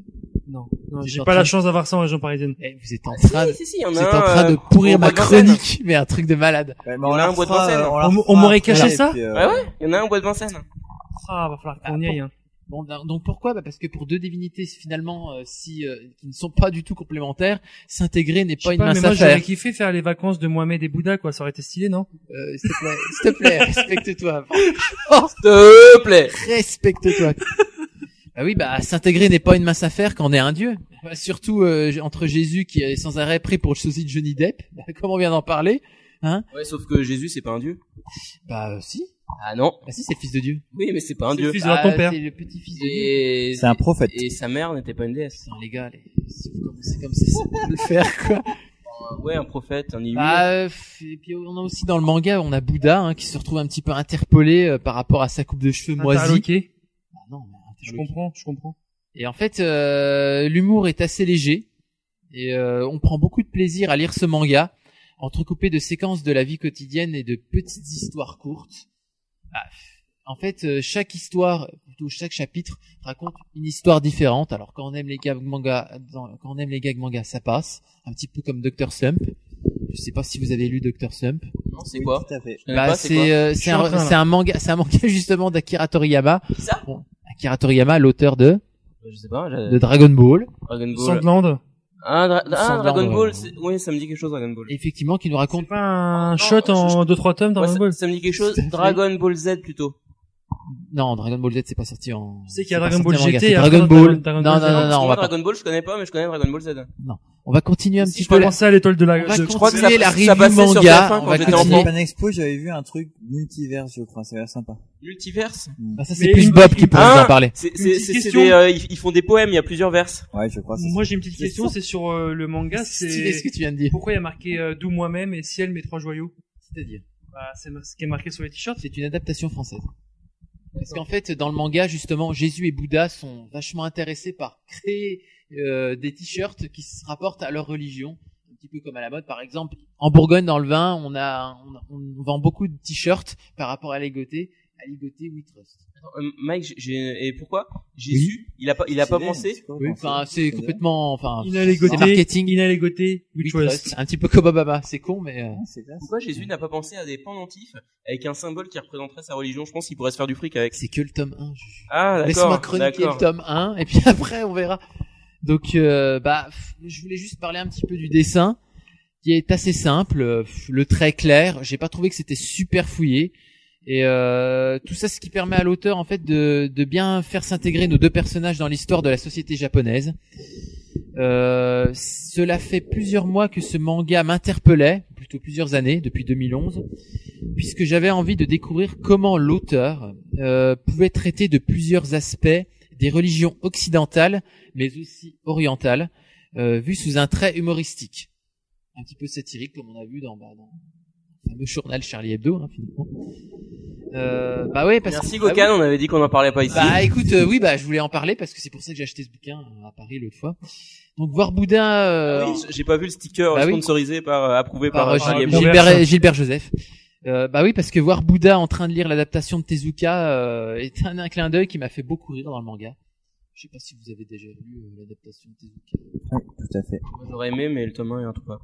D: Non,
E: Vous
D: j'ai
E: êtes
D: pas
E: en
D: la
E: train-
D: chance d'avoir ça en région parisienne.
E: Eh, vous êtes en train,
C: Si, si, si, il y en
E: vous
C: a
E: êtes
C: un,
E: en train de
C: euh,
E: pourrir
C: au
E: ma
C: bois de Vincennes.
E: chronique, mais un truc de malade.
A: Ouais, mais
C: Il y en a
A: la
C: un bois de
A: fera,
C: Vincennes.
A: euh, la
D: On- on
A: fera
D: m'aurait
A: après,
D: caché
A: et
D: ça
A: puis, euh,
C: Ouais, ouais, il y en a un au bois de Vincennes.
D: Ah, va falloir
E: Ah,
D: qu'on y aille. Hein.
E: Bon, d'un- donc pourquoi bah Parce que pour deux divinités finalement euh, si, euh, qui ne sont pas du tout complémentaires, s'intégrer n'est
D: Je
E: pas
D: sais
E: une
D: pas,
E: mince
D: mais moi
E: affaire.
D: j'aurais kiffé faire les vacances de Mohamed et Bouddha, quoi. Ça aurait été stylé, non
E: Euh, S'il te plaît, s'il te plaît,
D: <laughs>
E: respecte-toi.
C: S'il te plaît.
E: Respecte-toi. bah oui, bah s'intégrer n'est pas une mince affaire quand on est un dieu. Bah, surtout euh, entre Jésus qui est sans arrêt pris pour le sosie de Johnny Depp, bah, comme on vient d'en parler.
C: Ouais, sauf que Jésus, c'est pas un dieu.
E: Bah euh, si,
C: Ah non.
E: bah si c'est le fils de Dieu.
C: Oui, mais c'est pas un
D: C'est le
C: dieu.
D: fils de
E: Bah,
D: ton père.
E: C'est le petit-fils de Dieu.
C: Et...
A: C'est un prophète.
C: Et sa mère n'était pas une déesse.
E: Putain, les gars, les... si vous commencez comme ça, ça peut le faire quoi.
C: Euh, Ouais, un prophète, un illuminé.
E: Bah, euh, f- et puis on a aussi dans le manga, on a Bouddha hein, qui se retrouve un petit peu interpellé euh, par rapport à sa coupe de cheveux moisie.
D: Interloqué.
E: Ah non, mais
D: Je
E: interloqué.
D: comprends, je comprends.
E: Et en fait, euh, l'humour est assez léger et euh, on prend beaucoup de plaisir à lire ce manga, entrecoupé de séquences de la vie quotidienne et de petites histoires courtes. Ah, en fait, euh, chaque histoire, plutôt chaque chapitre, raconte une histoire différente. Alors quand on aime les gags manga, dans- quand on aime les gags manga, ça passe, un petit peu comme Dr Slump. Je sais pas si vous avez lu Dr Slump.
C: Non, c'est
A: oui,
C: quoi
A: Tout à fait.
C: Je connais
E: Bah,
C: pas, c'est quoi
E: c'est euh, c'est
D: suis en train,
E: un,
D: là.
E: c'est un manga, c'est un manga <laughs> justement d'Akira Toriyama.
C: Qui ça
E: Bon, Akira Toriyama, l'auteur de
C: Je sais pas, j'ai-
E: de Dragon Ball,
C: Dragon Ball.
D: Sandland.
C: Ah, Dra- ah,
E: Sandland,
C: Dragon
E: ouais.
C: Ball, c'est- oui, ça me dit quelque chose, Dragon Ball.
E: effectivement, qui nous
D: C'est
E: raconte.
D: pas un
C: Non,
D: shot
C: je-
D: en 2-3 tomes dans
C: Ouais,
D: Dragon Ball.
C: ça, ça me dit quelque chose.
E: Tout à fait.
C: Dragon Ball Z plutôt.
E: Non, Dragon Ball Z, c'est pas sorti en.
D: Je sais qu'il y a
E: c'est pas
D: Dragon
E: sorti
D: Ball
E: en manga,
D: GT
E: c'est
D: et
E: Dragon
D: après,
E: Ball.
D: Dragon
E: Non,
D: Ball
E: non, non,
D: Zero.
E: non,
C: Parce que
E: on
C: moi,
E: va pas.
C: Dragon Ball, je connais pas, mais je connais Dragon Ball Z.
E: On va continuer un petit
D: Je
E: peu. la-
D: pensais à l'étoile de la.
E: On va
D: de-
C: crois que
E: continuer
C: ça-
E: la
C: ça
E: review
C: passait sur TF1
E: manga.
C: quand
E: On va
C: j'étais
A: À
E: continuer.
C: enfant.
A: Japan Expo, j'avais vu un truc multiverse, je crois, ça a l'air sympa.
C: Multiverse
E: Bah, ça,
D: Mais
E: c'est plus
D: une-
E: Bob qui pourrait
C: Ah
E: nous en parler.
C: C'est,
D: Une
C: c'est,
D: petite
C: c'est, c'est
D: question.
C: des, euh, ils, ils font des poèmes, il y a plusieurs verses.
A: Ouais, je crois. c'est
D: Moi j'ai une petite
A: C'est
D: question,
A: fou.
D: c'est sur euh, le manga.
E: Stylé ce que
D: C'est
E: tu viens de dire.
D: pourquoi il y a marqué euh, d'où moi-même et ciel mes trois joyaux.
E: C'est-à-dire,
D: Bah, c'est mar- ce qui est marqué sur les t-shirts.
E: c'est une adaptation française. Parce qu'en fait, dans le manga, justement, Jésus et Bouddha sont vachement intéressés par créer euh, des t-shirts qui se rapportent à leur religion, un petit peu comme à la mode, par exemple. En Bourgogne, dans le vin, on a, on, on vend beaucoup de t-shirts par rapport à l'égoté, à l'égoté We Trust.
C: Euh, Mike, j'ai- j'ai, et pourquoi Jésus, il a pas, il a pas pensé
E: Enfin, c'est complètement, enfin,
D: Il a les
E: c'est
D: gotés.
E: marketing.
D: Il a les gotés. We
E: We
D: trust.
E: Trust. Un petit peu comme Obama, c'est con, mais. euh,
A: C'est classe.
C: Pourquoi Jésus n'a pas pensé à des pendentifs avec un symbole qui représenterait sa religion Je pense qu'il pourrait se faire du fric avec.
E: C'est que le tome 1. je-
C: Ah,
E: Laisse-moi
C: d'accord.
E: chroniquer
C: d'accord.
E: le tome 1 et puis <laughs> après on verra. Donc euh, bah pff, je voulais juste parler un petit peu du dessin qui est assez simple, euh, pff, le trait clair, j'ai pas trouvé que c'était super fouillé et euh, tout ça ce qui permet à l'auteur en fait de, de bien faire s'intégrer nos deux personnages dans l'histoire de la société japonaise. Euh, cela fait plusieurs mois que ce manga m'interpellait, plutôt plusieurs années, depuis 2011, puisque j'avais envie de découvrir comment l'auteur euh, pouvait traiter de plusieurs aspects des religions occidentales, mais aussi orientales, euh, vues sous un trait humoristique, un petit peu satirique, comme on a vu dans, bah, dans le fameux journal Charlie Hebdo, hein, finalement. Euh, bah ouais, parce
C: Merci
E: que bah oui.
C: Gokan, on avait dit qu'on en parlait pas ici.
E: Bah écoute, euh, oui, bah je voulais en parler parce que c'est pour ça que j'ai acheté ce bouquin euh, à Paris l'autre fois. Donc voir Bouddha euh,
C: Ah Oui, J'ai pas vu le sticker
E: Bah oui.
C: sponsorisé par, euh, approuvé par,
E: par, euh,
C: Charlie
E: Gil-
C: Hebdo.
E: Gilbert, Gilbert Joseph. Euh, bah oui, parce que voir Bouddha en train de lire l'adaptation de Tezuka euh, est un, un clin d'œil qui m'a fait beaucoup rire dans le manga. Je sais pas si vous avez déjà lu euh, l'adaptation de Tezuka.
A: Tout à fait.
C: Moi, J'aurais aimé, mais le tome 1 est un tout pas.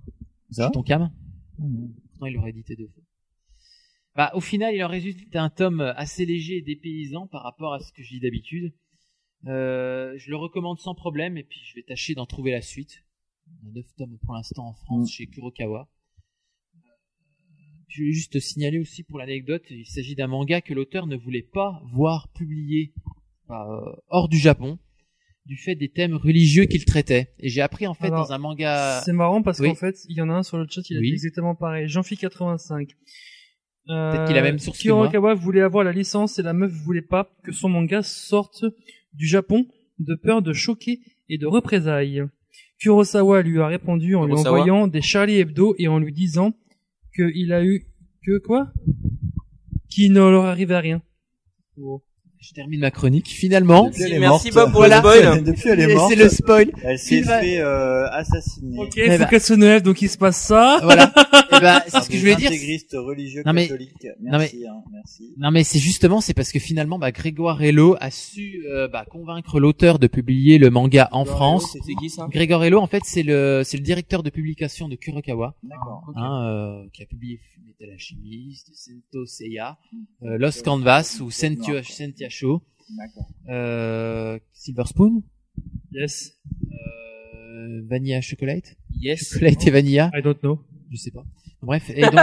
E: C'est ton cam
A: Mmh.
E: Pourtant, il l'aurait édité deux fois. Bah, au final, il en résulte un tome assez léger et dépaysant par rapport à ce que je dis d'habitude. Euh, je le recommande sans problème et puis je vais tâcher d'en trouver la suite. On a 9 tomes pour l'instant en France chez Kurokawa. Je vais juste signaler aussi pour l'anecdote, il s'agit d'un manga que l'auteur ne voulait pas voir publié euh, hors du Japon du fait des thèmes religieux qu'il traitait. Et j'ai appris en fait
D: Alors,
E: dans un manga...
D: C'est marrant parce
E: Euh, Oui.
D: qu'en fait, il y en a un sur le chat, il a
E: Oui.
D: dit exactement pareil. Jean-Fi85. Euh,
E: Peut-être qu'il a même source que moi.
D: Kurokawa voulait avoir la licence et la meuf voulait pas que son manga sorte du Japon de peur de choquer et de représailles. Kurosawa lui a répondu en lui
C: Kurosawa.
D: envoyant des Charlie Hebdo et en lui disant qu'il a eu que quoi Qu'il ne leur arrivait à rien.
E: Je termine ma chronique. Finalement,
A: Depuis, elle est
C: merci
A: morte.
C: Bob pour
E: Voilà.
A: <laughs>
C: le spoil.
A: Depuis, elle est morte.
E: c'est
C: <laughs>
E: le spoil.
A: Elle s'est
E: Il va-
A: fait euh, assassiner.
D: Ok,
E: Eh
D: faut
E: ben.
D: qu'elle se lève, donc il se passe ça.
E: Voilà. Eh ben, c'est
A: Par
E: ce que
A: des
E: je voulais dire.
A: Intégristes religieux
E: Non, mais-
A: catholiques.
E: non,
A: Merci, hein, merci.
E: Non mais c'est justement c'est parce que finalement bah, Grégoire Hello a su euh, bah, convaincre l'auteur de publier le manga en France.
C: C'est qui ça
E: Grégoire Hello en fait c'est le c'est le directeur de publication de Kurokawa
A: D'accord.
E: hein, euh, qui a publié Fumetal Alchimiste, Sento Seiya,
C: Hmm.
E: euh, Lost Canvas ou Sentio Sentiasho,
A: D'accord.
E: euh, Silver Spoon,
D: Yes.
E: euh, Vanilla Chocolate,
C: Yes.
E: Chocolate et Vanilla,
D: I don't know.
E: je sais pas. Bref et donc,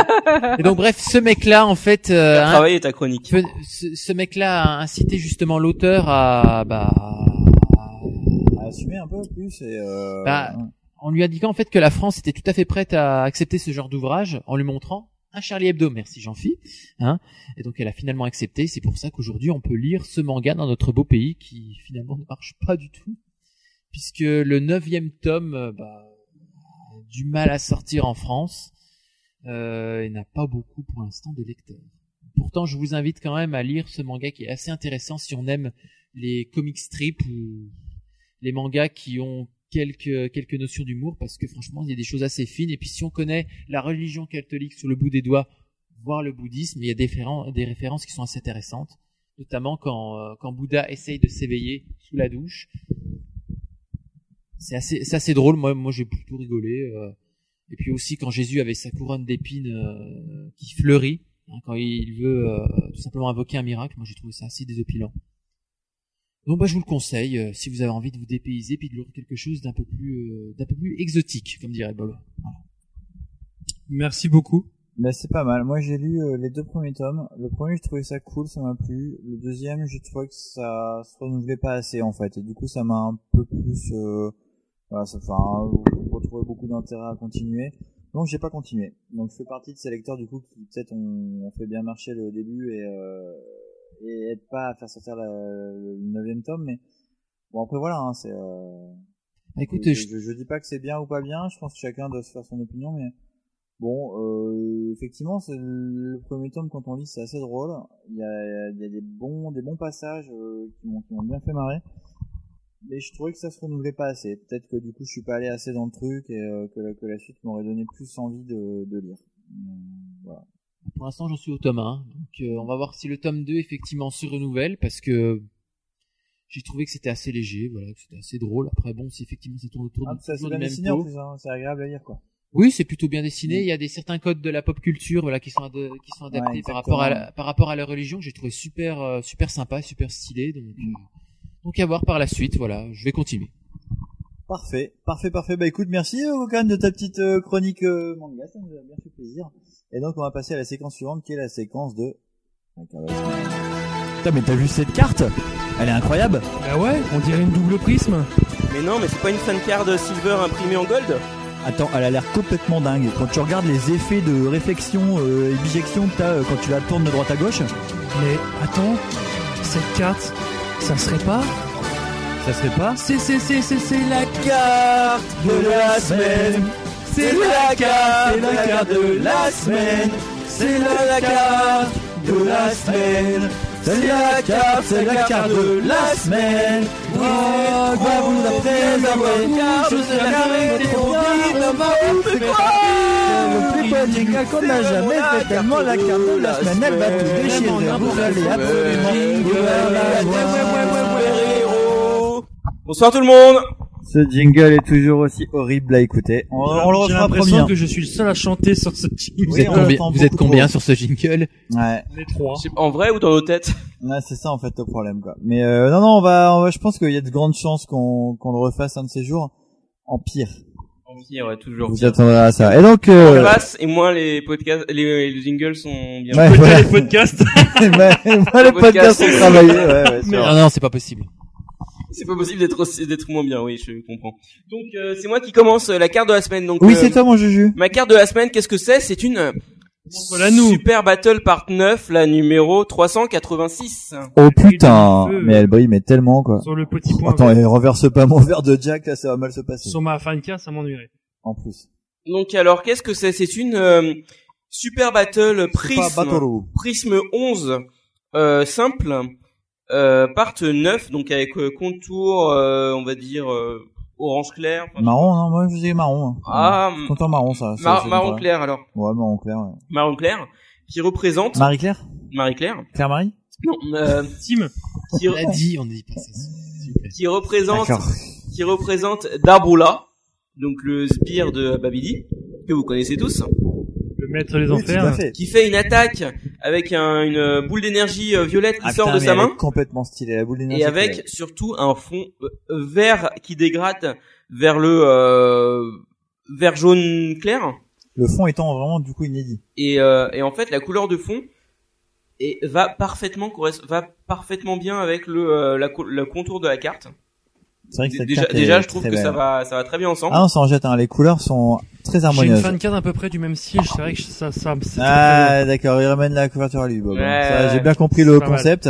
E: et donc bref ce mec là en fait euh, hein,
C: Travailler ta chronique.
E: Peu- ce, ce mec-là a incité justement l'auteur à, bah,
A: À Assumer un peu plus et euh,
E: Bah, en lui indiquant en fait que la France était tout à fait prête à accepter ce genre d'ouvrage, en lui montrant un Charlie Hebdo. Merci Jean-Phi. Hein et donc elle a finalement accepté. C'est pour ça qu'aujourd'hui on peut lire ce manga dans notre beau pays qui finalement ne marche pas du tout, puisque le neuvième tome euh, bah, a du mal à sortir en France euh, et n'a pas beaucoup pour l'instant de lecteurs. Pourtant, je vous invite quand même à lire ce manga qui est assez intéressant si on aime les comic strips ou les mangas qui ont quelques quelques notions d'humour parce que franchement, il y a des choses assez fines et puis si on connaît la religion catholique sous le bout des doigts, voire le bouddhisme, il y a des, référen- des références qui sont assez intéressantes, notamment quand euh, quand Bouddha essaye de s'éveiller sous la douche. C'est assez c'est assez drôle. Moi moi j'ai plutôt rigolé. euh. Et puis aussi quand Jésus avait sa couronne d'épines euh, qui fleurit, hein, quand il veut euh, tout simplement invoquer un miracle, moi j'ai trouvé ça assez désopilant. Donc bah je vous le conseille euh, si vous avez envie de vous dépayser puis de lire quelque chose d'un peu plus euh, d'un peu plus exotique, comme dirait Bob.
D: Merci beaucoup.
A: Bah, c'est pas mal. Moi, j'ai lu euh, les deux premiers tomes. Le premier, j'ai trouvé ça cool, ça m'a plu. Le deuxième, j'ai trouvé que ça se renouvelait pas assez, en fait. Et du coup, ça m'a un peu plus, euh, voilà, ça, enfin, euh, retrouvé beaucoup d'intérêt à continuer. Donc, j'ai pas continué. Donc, je fais partie de ces lecteurs, du coup, qui peut-être ont, ont fait bien marcher le début et, euh, et aident pas à faire sortir la- le neuvième tome, mais bon, après, voilà, hein, c'est, euh,
E: Bah, Écoute,
A: je,
E: je-
A: je- je dis pas que c'est bien ou pas bien, je pense que chacun doit se faire son opinion, mais bon, euh, effectivement, c'est le premier tome quand on lit, c'est assez drôle. Il y a, il y a des bons, des bons passages euh, qui m'ont qui m'ont bien fait marrer. Mais je trouvais que ça se renouvelait pas assez. Peut-être que du coup, je suis pas allé assez dans le truc et euh, que, la, que la suite m'aurait donné plus envie de, de lire. Hum, Voilà.
E: Pour l'instant, j'en suis au tome 1. Donc, euh, on va voir si le tome 2 effectivement se renouvelle parce que j'ai trouvé que c'était assez léger, voilà, que c'était assez drôle. Après, bon, c'est effectivement, c'est tourne autour
A: Ah,
E: du-
A: ça c'est
E: toujours
A: bien
E: du même
A: dessiné en
E: pot.
A: plus, hein, c'est agréable à lire quoi.
E: Oui, c'est plutôt bien dessiné. Il y a des certains codes de la pop culture, voilà, qui sont ad- qui sont adaptés
A: Ouais,
E: par
A: exactement.
E: rapport à la, par rapport à la religion. que J'ai trouvé super euh, super sympa, super stylé. Donc,
A: Mm.
E: euh, donc à voir par la suite. Voilà, je vais continuer.
A: Parfait, parfait, parfait. Bah écoute, merci euh, Wokan de ta petite euh, chronique euh, manga, ça nous a bien fait plaisir. Et donc on va passer à la séquence suivante qui est la séquence de...
B: Putain, mais t'as vu cette carte Elle est incroyable
D: Bah ouais, on dirait une double prisme.
C: Mais non, mais c'est pas une fan card silver imprimée en gold
B: Attends, elle a l'air complètement dingue. Quand tu regardes les effets de réflexion euh, et bijection que t'as euh, quand tu la tournes de droite à gauche,
D: Mais attends, cette carte, ça serait pas
B: ça serait pas
D: C'est c'est c'est c'est c'est la
B: de la semaine
D: c'est la carte,
B: la carte de la semaine C'est la carte de la semaine C'est la carte, c'est la carte de la semaine Quoi vous la présenter Je suis la carte de la semaine le jingle qu'on n'a jamais fait tellement la carte de la semaine elle va tout déchirer. Vous allez absolument vous allez
C: Bonsoir tout le monde.
A: Ce jingle est toujours aussi horrible à écouter. On, Oh, on le
D: J'ai
A: refera
D: l'impression
A: premier.
D: que je suis le seul à chanter sur ce jingle.
A: Vous êtes Oui, on combien- entend vous êtes beaucoup combien trop.
E: sur ce jingle
A: Ouais.
D: <laughs> Les trois.
C: En vrai ou dans nos têtes
A: Ouais, c'est ça en fait le problème quoi. Mais euh, non non, on va, on va- je pense qu'il y a de grandes chances qu'on qu'on le refasse un de ces jours en pire.
C: En pire, ouais, toujours.
A: Vous
C: pire.
A: attendrez à ça. Et donc euh,
C: On passe, et moins les podcasts, les, les jingles sont bien.
A: <laughs> Ouais, voilà. <laughs> Ouais, ouais, les podcasts
C: sont
A: sont travaillés, ouais, ouais, c'est
C: Mais
A: vrai.
E: Ah non, c'est pas possible.
C: C'est pas possible d'être aussi- d'être moins bien, oui, je comprends. Donc euh, c'est moi qui commence euh, la carte de la semaine. Donc
A: Oui,
C: euh,
A: c'est toi, mon Juju.
C: Ma carte de la semaine, qu'est-ce que c'est C'est une euh, Super Battle Part 9, la numéro 386.
A: Oh putain, mais elle brille mais tellement quoi.
D: Sur le petit point,
A: Attends,
D: ouais.
A: et renverse pas mon verre de Jack, là ça va mal se passer.
D: Sur ma Fanka, ça m'ennuierait.
A: En plus.
C: Donc alors qu'est-ce que c'est C'est une euh, Super Battle Prism,
A: Battle.
C: Prism 11 euh, simple euh, part 9 donc avec euh, contour euh, on va dire euh, orange clair. enfin,
A: Marron, non, moi je dis marron. hein.
C: Ah,
A: Ouais. Je suis content marron ça. ça,
C: Mar-
A: ça me
C: marron
A: paraît.
C: clair, alors.
A: Ouais, marron clair. ouais.
C: marron clair qui représente
A: Marie Claire
C: Marie Claire
A: Claire Marie
C: non euh,
D: Tim
C: qui
E: On l'a dit, on dit pas ça.
A: Ah.
C: qui représente
D: <laughs>
A: D'accord.
C: qui représente Darbula donc le sbire de Babidi que vous connaissez tous
D: Le maître des enfers.
C: qui fait une attaque avec un- une euh, boule d'énergie euh, violette qui
A: Ah,
C: sort
A: putain,
C: de
A: mais
C: sa
A: elle
C: main
A: est complètement stylée la boule d'énergie.
C: et avec
A: qu'elle a.
C: surtout un fond euh, vert qui dégrade vers le euh, vert jaune clair
A: le fond étant vraiment du coup inédit.
C: et, euh, et en fait la couleur de fond est- va parfaitement corres- va parfaitement bien avec le euh, la co- le contour de la carte.
A: C'est vrai que cette
C: déjà
A: carte
C: déjà
A: est
C: je trouve
A: très
C: que ça
A: belle.
C: va ça va très bien ensemble.
A: Ah, on s'en jette hein, les couleurs sont très
D: J'ai une
A: harmonieuses.
D: Fanka à peu près du même style. C'est vrai que ça, ça, c'est très-
A: Ah, d'accord, il ramène la couverture à lui. Bob.
D: Ouais,
A: Ça,
D: ouais.
A: J'ai bien compris
D: C'est
A: le
D: pas mal.
A: concept.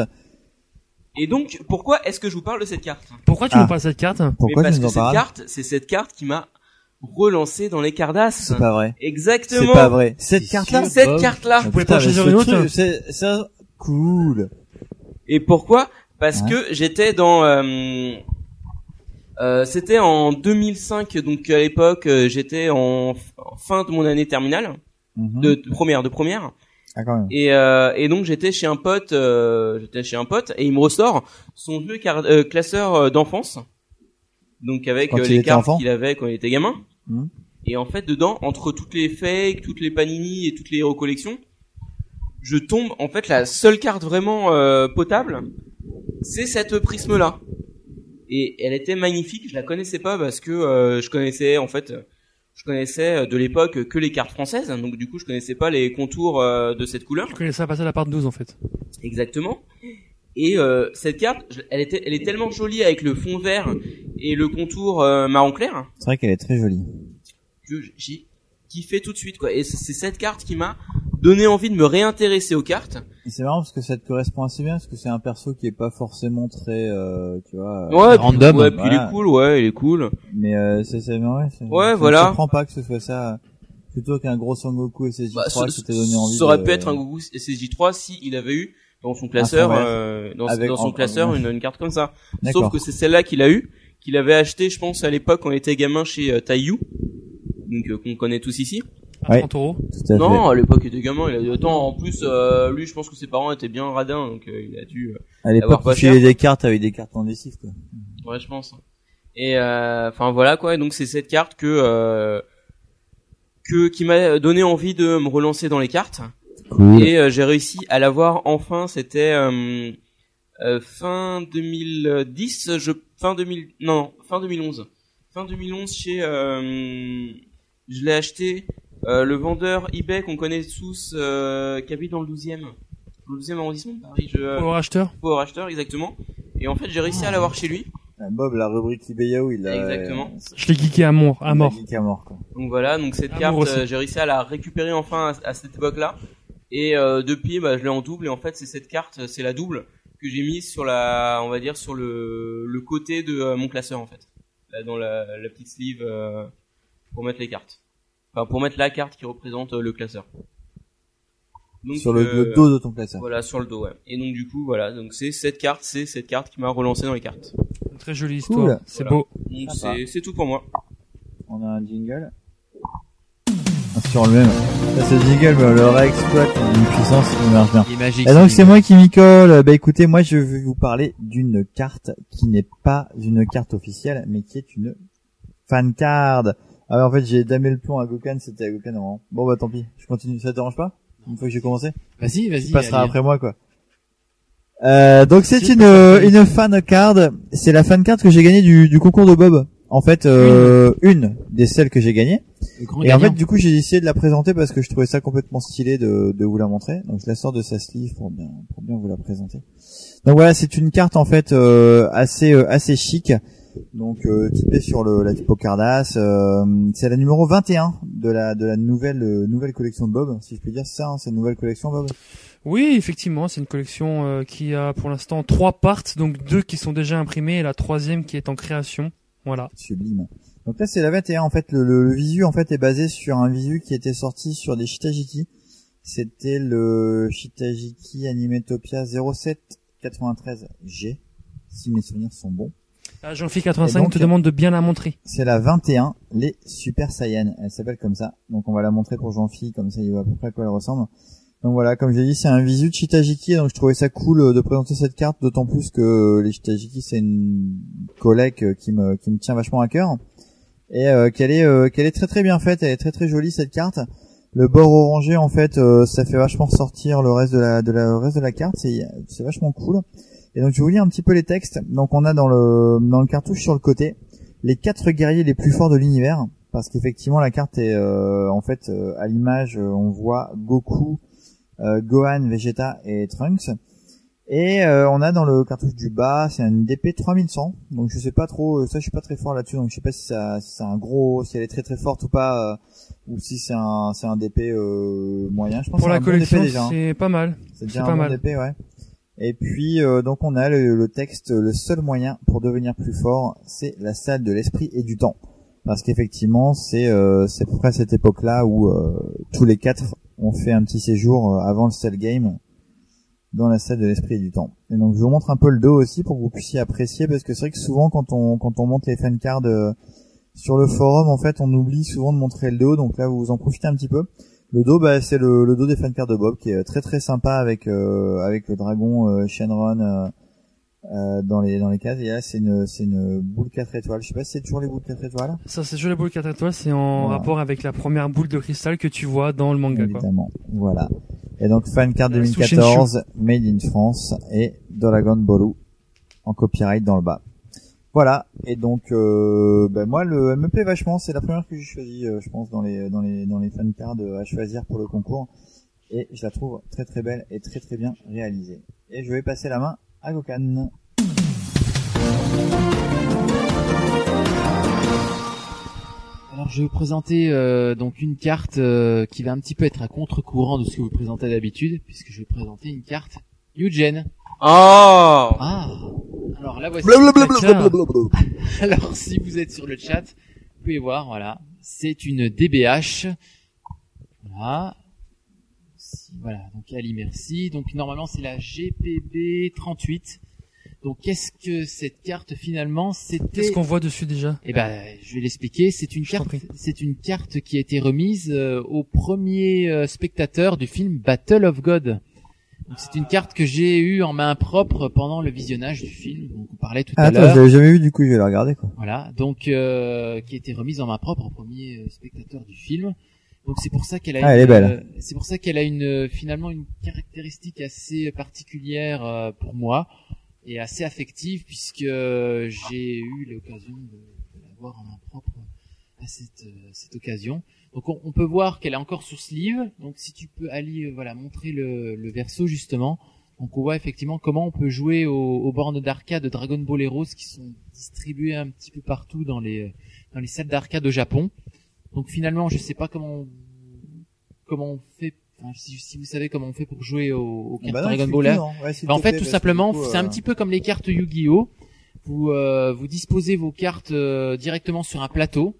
C: Et donc pourquoi est-ce que je vous parle de cette carte
D: Pourquoi tu
A: Ah.
D: nous parles de cette carte
A: Pourquoi
C: Mais
A: tu
C: parce
A: nous
C: que
A: en
C: cette
A: parles
C: carte, c'est cette carte qui m'a relancé dans les Cardas.
A: C'est pas vrai.
C: Exactement.
A: C'est pas vrai. Cette carte-là.
C: Cette carte-là.
A: Ah, putain, mais ce truc, C'est ça cool.
C: Et pourquoi Parce
A: Ouais.
C: que j'étais dans. euh, euh, C'était en 2005, donc à l'époque euh, j'étais en f- en fin de mon année terminale,
A: Mhm.
C: de, de première, de première.
A: Ah, quand même.
C: Et, euh, et donc j'étais chez un pote, euh, j'étais chez un pote et il me ressort son vieux car- euh, classeur euh, d'enfance, donc avec
A: Quand
C: euh,
A: il
C: les
A: était
C: cartes
A: enfant
C: qu'il avait quand il était gamin.
A: Mhm.
C: Et en fait dedans, entre toutes les fakes, toutes les panini et toutes les recollections, je tombe en fait la seule carte vraiment euh, potable, c'est cette prisme là. Et elle était magnifique, je la connaissais pas parce que euh, je connaissais en fait je connaissais euh, de l'époque que les cartes françaises, donc du coup je connaissais pas les contours euh, de cette couleur.
D: Je connais ça passer à la part 12 en fait.
C: Exactement. Et euh, cette carte, je- elle, était, elle est tellement jolie avec le fond vert et le contour euh, marron clair
A: C'est vrai qu'elle est très jolie.
C: que j'ai kiffé tout de suite. Quoi. Et c'est c'est cette carte qui m'a donné envie de me réintéresser aux cartes.
A: Et C'est marrant parce que ça te correspond assez bien parce que c'est un perso qui est pas forcément très, euh, tu vois, euh,
C: Ouais, puis- ouais, puis il est cool, ouais, il est cool.
A: Mais euh, c'est c'est ouais, c'est-
C: Ouais,
A: ça
C: voilà.
A: Je comprends pas que ce soit ça euh, plutôt qu'un gros Son Goku et ses
C: Bah,
A: J3
C: ce-
A: qui t'a donné envie.
C: ça aurait
A: de-
C: pu être un Goku CJ3 si il avait eu dans son classeur,
A: fond vert.
C: euh, dans,
A: Avec-
C: dans
A: en-
C: son
A: en-
C: classeur une, une carte comme ça. Sauf
A: D'accord.
C: que c'est celle-là qu'il a eu, qu'il avait acheté, je pense, à l'époque quand il était gamin chez euh, Taiyu, donc euh, qu'on connaît tous ici.
A: Ouais.
D: 30 euros.
A: Tout à
C: non,
A: fait.
C: à l'époque il était gamin, il a dit attends. En plus, euh, lui, je pense que ses parents étaient bien radins, donc euh, il a dû. euh,
A: À l'époque,
C: l'avoir
A: il
C: pas cher.
A: filait des cartes avec des cartes en lessive, quoi.
C: euh, Ouais, je pense. hein. Et euh, enfin voilà quoi. Et donc c'est cette carte que euh, que qui m'a donné envie de me relancer dans les cartes.
A: Mm.
C: Et euh, j'ai réussi à l'avoir enfin. C'était euh, euh, fin 2010, je fin 2000 non fin 2011. Fin 2011 chez euh, je l'ai acheté euh, le vendeur eBay qu'on connaît tous euh, qui habite dans le 12e dans le 12e arrondissement de Paris. Je,
D: Power acheteur
C: Power acheteur exactement. Et en fait j'ai réussi à l'avoir chez lui.
A: Ah, Bob, la rubrique Ibeyao, il a.
C: Exactement.
D: Je l'ai geeké à mort. À mort.
A: Geek à mort, quoi.
C: Donc voilà, donc cette
D: Amour
C: carte,
D: aussi.
C: euh, j'ai réussi à la récupérer enfin à, à cette époque-là. Et euh, depuis, bah, je l'ai en double. Et en fait, c'est cette carte, euh, c'est la double que j'ai mise sur la, on va dire sur le, le côté de euh, mon classeur en fait, là dans la, la petite sleeve euh, pour mettre les cartes. Enfin, pour mettre la carte qui représente euh, le classeur. Donc,
A: Sur le-
C: euh,
A: le dos de ton classeur.
C: Voilà, sur le dos. Ouais. Et donc du coup, voilà, donc c'est cette carte, c'est cette carte qui m'a relancé dans les cartes.
D: Très jolie
A: Cool.
D: histoire. C'est
C: Voilà.
D: beau.
C: Donc
A: Sympa.
C: c'est- c'est tout pour moi.
A: On a un jingle. Ah, sur le même. Ça, ce jingle me le réexploite d'une puissance qui marche bien.
E: Il est magique,
A: Et
E: ce
A: donc c'est
E: jingle.
A: moi qui m'y colle. Bah écoutez, moi je vais vous parler d'une carte qui n'est pas une carte officielle, mais qui est une fan card. Ah ouais, en fait j'ai damé le plomb à Gokan, c'était à Gokan avant. Bon bah tant pis, je continue. Ça te dérange pas Une fois que j'ai commencé
E: Vas-y, vas-y,
A: Tu passeras
E: allez.
A: après moi quoi. Euh, donc c'est
E: Si,
A: une une fan card. C'est la fan card que j'ai gagnée du, du concours de Bob. En fait, euh, une des celles que j'ai gagnées.
E: Le grand
A: Et en fait,
E: gagnant.
A: du coup, j'ai essayé de la présenter parce que je trouvais ça complètement stylé de, de vous la montrer. Donc, je la sors de sa sleeve pour bien, pour bien vous la présenter. Donc voilà, c'est une carte en fait euh, assez euh, assez chic. Donc euh, typée sur le, la typo Cardass. Euh, c'est la numéro 21 de la de la nouvelle euh, nouvelle collection de Bob, si je peux dire ça. hein, c'est une nouvelle collection Bob.
D: Oui, effectivement, c'est une collection euh, qui a pour l'instant trois parts, donc deux qui sont déjà imprimées et la troisième qui est en création. Voilà.
A: Sublime. Donc là, c'est la 21. En fait, le, le- le visu en fait est basé sur un visu qui était sorti sur des Shitajiki. C'était le Shitajiki Animetopia 0793G, si mes souvenirs sont bons.
D: Ah, Jean-Phi85
A: Et donc,
D: te demande de bien la montrer.
A: C'est la 21, les Super Saiyan. Elle s'appelle comme ça. Donc on va la montrer pour Jean-Phi, comme ça il voit à peu près à quoi elle ressemble. Donc voilà, comme j'ai dit, c'est un visu de Shitajiki, donc je trouvais ça cool euh, de présenter cette carte, d'autant plus que euh, les Shitajiki, c'est une collègue euh, qui me, qui me tient vachement à cœur. Et euh, qu'elle est, euh, qu'elle est très très bien faite, elle est très très jolie cette carte. Le bord orangé, en fait, euh, ça fait vachement ressortir le reste de la, de la, le reste de la carte, c'est c'est vachement cool. Et donc je vais vous lire un petit peu les textes. Donc on a dans le, dans le cartouche sur le côté, les quatre guerriers les plus forts de l'univers, parce qu'effectivement la carte est euh, en fait euh, à l'image, euh, on voit Goku, euh, Gohan, Vegeta et Trunks. Et euh, on a dans le cartouche du bas, c'est une DP 3100. Donc je sais pas trop, euh, ça je suis pas très fort là-dessus, donc je sais pas si ça, si c'est un gros, si elle est très très forte ou pas, euh, ou si c'est un, c'est un DP euh, moyen. Je pense
D: Pour
A: que
D: la
A: c'est un bon
D: collection,
A: DP déjà, hein.
D: c'est pas mal.
A: C'est
D: C'est
A: déjà
D: pas
A: un bon
D: mal.
A: DP, ouais. Et puis euh, donc on a le, le texte, le seul moyen pour devenir plus fort, c'est la salle de l'esprit et du temps. Parce qu'effectivement, c'est euh, c'est à peu près à cette époque-là où euh, tous les quatre ont fait un petit séjour euh, avant le Cell Game dans la salle de l'esprit et du temps. Et donc je vous montre un peu le dos aussi pour que vous puissiez apprécier parce que c'est vrai que souvent quand on quand on monte les fan cards euh, sur le forum en fait on oublie souvent de montrer le dos donc là vous en profitez un petit peu. Le dos bah c'est le, le dos des fan cards de Bob qui est très très sympa avec euh, avec le dragon euh, Shenron euh, euh, dans les dans les cases et là c'est une c'est une boule 4 étoiles. Je sais pas si c'est toujours les boules 4 étoiles.
D: Ça, c'est sur la boule 4 étoiles, c'est en
A: Voilà.
D: rapport avec la première boule de cristal que tu vois dans le manga. Quoi.
A: Évidemment. Voilà. Et donc fan card
D: Euh, sous
A: 2014 made in France et Dragon Ball en copyright dans le bas. Voilà. Et donc euh, ben moi le elle me plaît vachement, c'est la première que j'ai choisie euh, je pense dans les dans les dans les fan cards euh, à choisir pour le concours et je la trouve très très belle et très très bien réalisée. Et je vais passer la main à Gokan.
E: Alors je vais vous présenter euh, donc une carte euh, qui va un petit peu être à contre-courant de ce que vous présentez d'habitude, puisque je vais présenter une carte Eugen.
C: Oh
E: Ah Alors là voici.
C: Blablabla.
E: <laughs> Alors si vous êtes sur le chat, vous pouvez voir, voilà, c'est une DBH. Voilà. Si, Voilà, donc Ali merci. Donc normalement c'est la GPB 38. Donc qu'est-ce que cette carte finalement c'était
D: Qu'est-ce qu'on voit dessus déjà
E: eh ben, je vais l'expliquer. C'est une carte.
D: prie.
E: C'est une carte qui a été remise euh, au premier euh, spectateur du film Battle of God. Donc, C'est une carte que j'ai eue en main propre pendant le visionnage du film. Donc, on parlait tout à
A: Ah, attends,
E: l'heure.
A: je l'avais jamais vu du coup, je vais la regarder quoi.
E: Voilà, donc euh, qui a été remise en main propre au premier euh, spectateur du film. Donc c'est pour ça qu'elle a
A: Ah,
E: une,
A: elle est belle.
E: euh, c'est pour ça qu'elle a une euh, finalement une caractéristique assez particulière euh, pour moi et assez affective puisque euh, j'ai eu l'occasion de, de la voir en main propre à cette euh, cette occasion. Donc on, on peut voir qu'elle est encore sur sleeve. Donc si tu peux aller euh, voilà montrer le, le verso justement. Donc on voit effectivement comment on peut jouer aux, aux bornes d'arcade de Dragon Ball Heroes qui sont distribuées un petit peu partout dans les dans les salles d'arcade au Japon. Donc finalement, je sais pas comment on, comment on fait. enfin, si, si vous savez comment on fait pour jouer aux, aux cartes
A: Bah non,
E: Dragon
A: explique-nous,
E: Ball, là.
A: hein. Ouais, s'il
E: Bah, en
A: te
E: fait,
A: plaît,
E: tout
A: parce que
E: simplement,
A: du coup,
E: c'est un
A: euh,
E: petit peu comme les cartes Yu-Gi-Oh. Vous euh, vous disposez vos cartes euh, directement sur un plateau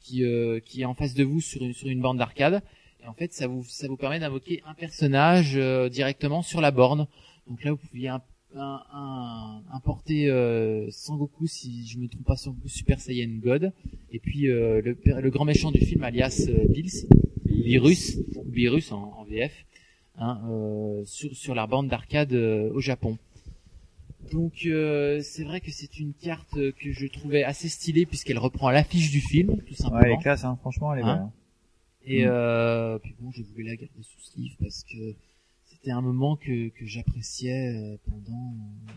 E: qui euh, qui est en face de vous sur une sur une borne d'arcade. Et en fait, ça vous ça vous permet d'invoquer un personnage euh, directement sur la borne. Donc là, vous pouviez un- un- un- importer euh, Sangoku, si je me trompe pas, Sangoku Super Saiyan God, et puis euh, le, per- le grand méchant du film, alias euh, Bills. Virus, Virus en, en VF, hein, euh, sur, sur la bande d'arcade euh, au Japon. Donc euh, c'est vrai que c'est une carte que je trouvais assez stylée puisqu'elle reprend l'affiche du film, tout simplement.
A: Ouais, elle est classe, hein. franchement, elle est
E: Hein.
A: belle. hein.
E: Et
A: Mm.
E: euh, puis bon, je voulais la garder sous sleeve parce que c'était un moment que, que j'appréciais euh, pendant euh,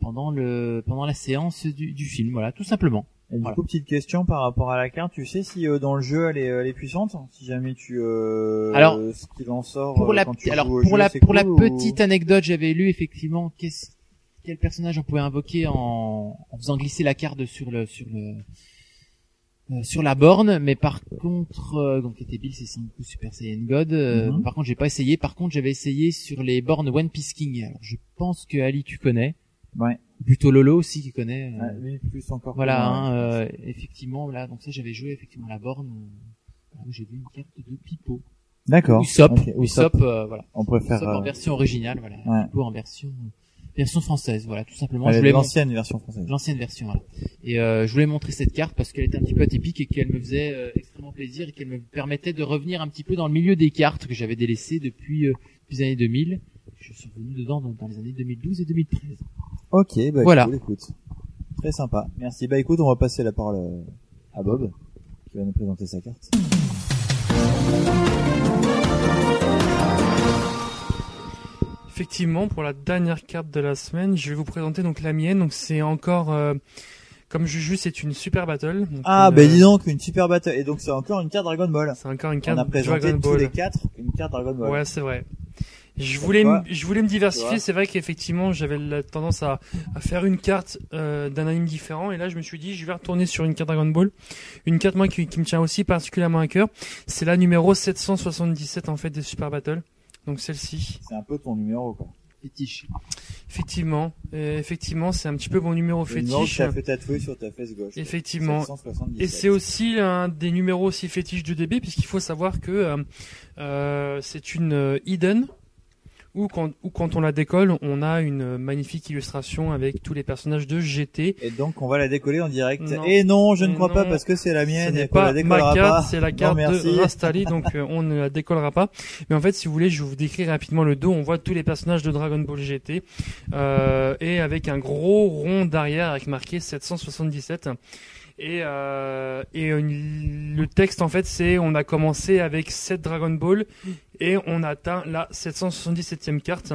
E: pendant le pendant la séance du, du film, voilà, tout simplement.
A: Et du
E: Voilà.
A: coup, petite question par rapport à la carte, tu sais si euh, dans le jeu elle est, elle est puissante Si jamais tu... Euh,
E: Alors,
A: euh, ce qu'il en sort
E: Pour
A: euh,
E: la
A: quand tu
E: petite- alors
A: joues au
E: pour
A: jeu,
E: la
A: c'est
E: pour la
A: cool ou-
E: petite anecdote, j'avais lu effectivement qu'est-ce quel personnage on pouvait invoquer en, en faisant glisser la carte sur le sur le euh, sur la borne, mais par contre, euh, donc qui était Bill, c'est Sangoku Super Saiyan God. euh,
A: Mhm.
E: Par contre, j'ai pas essayé. Par contre, j'avais essayé sur les bornes One Piece King. Alors, je pense que Ali, tu connais.
A: Ouais.
E: Plutôt Lolo aussi qui connaît. euh,
A: Ouais, lui, Ah, plus encore. que
E: voilà,
A: moi,
E: hein,
A: ouais.
E: euh, effectivement, là, donc ça, j'avais joué effectivement à la borne euh, où j'ai vu une carte de Pipo.
A: D'accord.
E: Usopp,
A: Ok,
E: Usopp,
A: Usopp.
E: euh, voilà.
A: On préfère,
E: Usopp en
A: euh,
E: version originale, voilà.
A: Ouais.
E: Pipo en version version française, voilà, tout simplement.
A: Elle est
E: Je voulais
A: de
E: mon-
A: l'ancienne version française.
E: L'ancienne version, voilà. Et euh, je voulais montrer cette carte parce qu'elle était un petit peu atypique et qu'elle me faisait euh, extrêmement plaisir et qu'elle me permettait de revenir un petit peu dans le milieu des cartes que j'avais délaissées depuis, euh, depuis les années 2000. Je suis revenu dedans donc, dans les années 2012 et 2013.
A: Ok, bah
E: Voilà.
A: cool, écoute. Très sympa. Merci. Bah écoute, on va passer la parole euh, à Bob, qui va nous présenter sa carte.
D: Effectivement, pour la dernière carte de la semaine, je vais vous présenter donc la mienne. Donc c'est encore, euh, comme Juju, c'est une super battle. Donc,
A: Ah,
D: une,
A: bah
D: euh,
A: dis donc, une super battle. Et donc c'est encore une carte Dragon Ball.
D: C'est encore une
A: On a
D: carte
A: présenté
D: Dragon
A: tous
D: Ball.
A: les quatre une carte Dragon Ball.
D: Ouais, c'est vrai. Je
A: Comme
D: voulais,
A: quoi,
D: me- je voulais me
A: tu vois.
D: diversifier. C'est vrai qu'effectivement, j'avais la tendance à, à faire une carte euh, d'un anime différent. Et là, je me suis dit, je vais retourner sur une carte Dragon Ball. Une carte, moi, qui, qui me tient aussi particulièrement à cœur. C'est la numéro 777, en fait, des Super Battle. Donc, celle-ci.
A: C'est un peu ton numéro, quoi.
E: Fétiche.
D: Effectivement. Euh, effectivement, c'est un petit peu mon numéro
A: Le numéro que
D: fétiche. euh,
A: t'as fait tatouer sur ta fesse gauche. quoi.
D: Effectivement.
A: 777.
D: Et c'est aussi un des numéros aussi fétiches du DB, puisqu'il faut savoir que euh, euh, c'est une euh, hidden, ou quand, ou quand on la décolle, on a une euh, magnifique illustration avec tous les personnages de GT.
A: Et donc on va la décoller en direct.
D: Non.
A: Et non, je ne crois pas
D: Non,
A: parce que c'est la mienne
D: ce
A: et
D: n'est
A: qu'on la
D: pas
A: décollera
D: ma
A: pas.
D: carte, c'est la
A: Non,
D: carte
A: merci.
D: de
A: <laughs>
D: Rastali, donc euh, on ne la décollera pas. Mais en fait, si vous voulez, je vous décris rapidement le dos. On voit tous les personnages de Dragon Ball GT euh, et avec un gros rond derrière avec marqué 777. Et, euh, et une- le texte en fait c'est on a commencé avec 7 Dragon Ball et on atteint la 777e carte.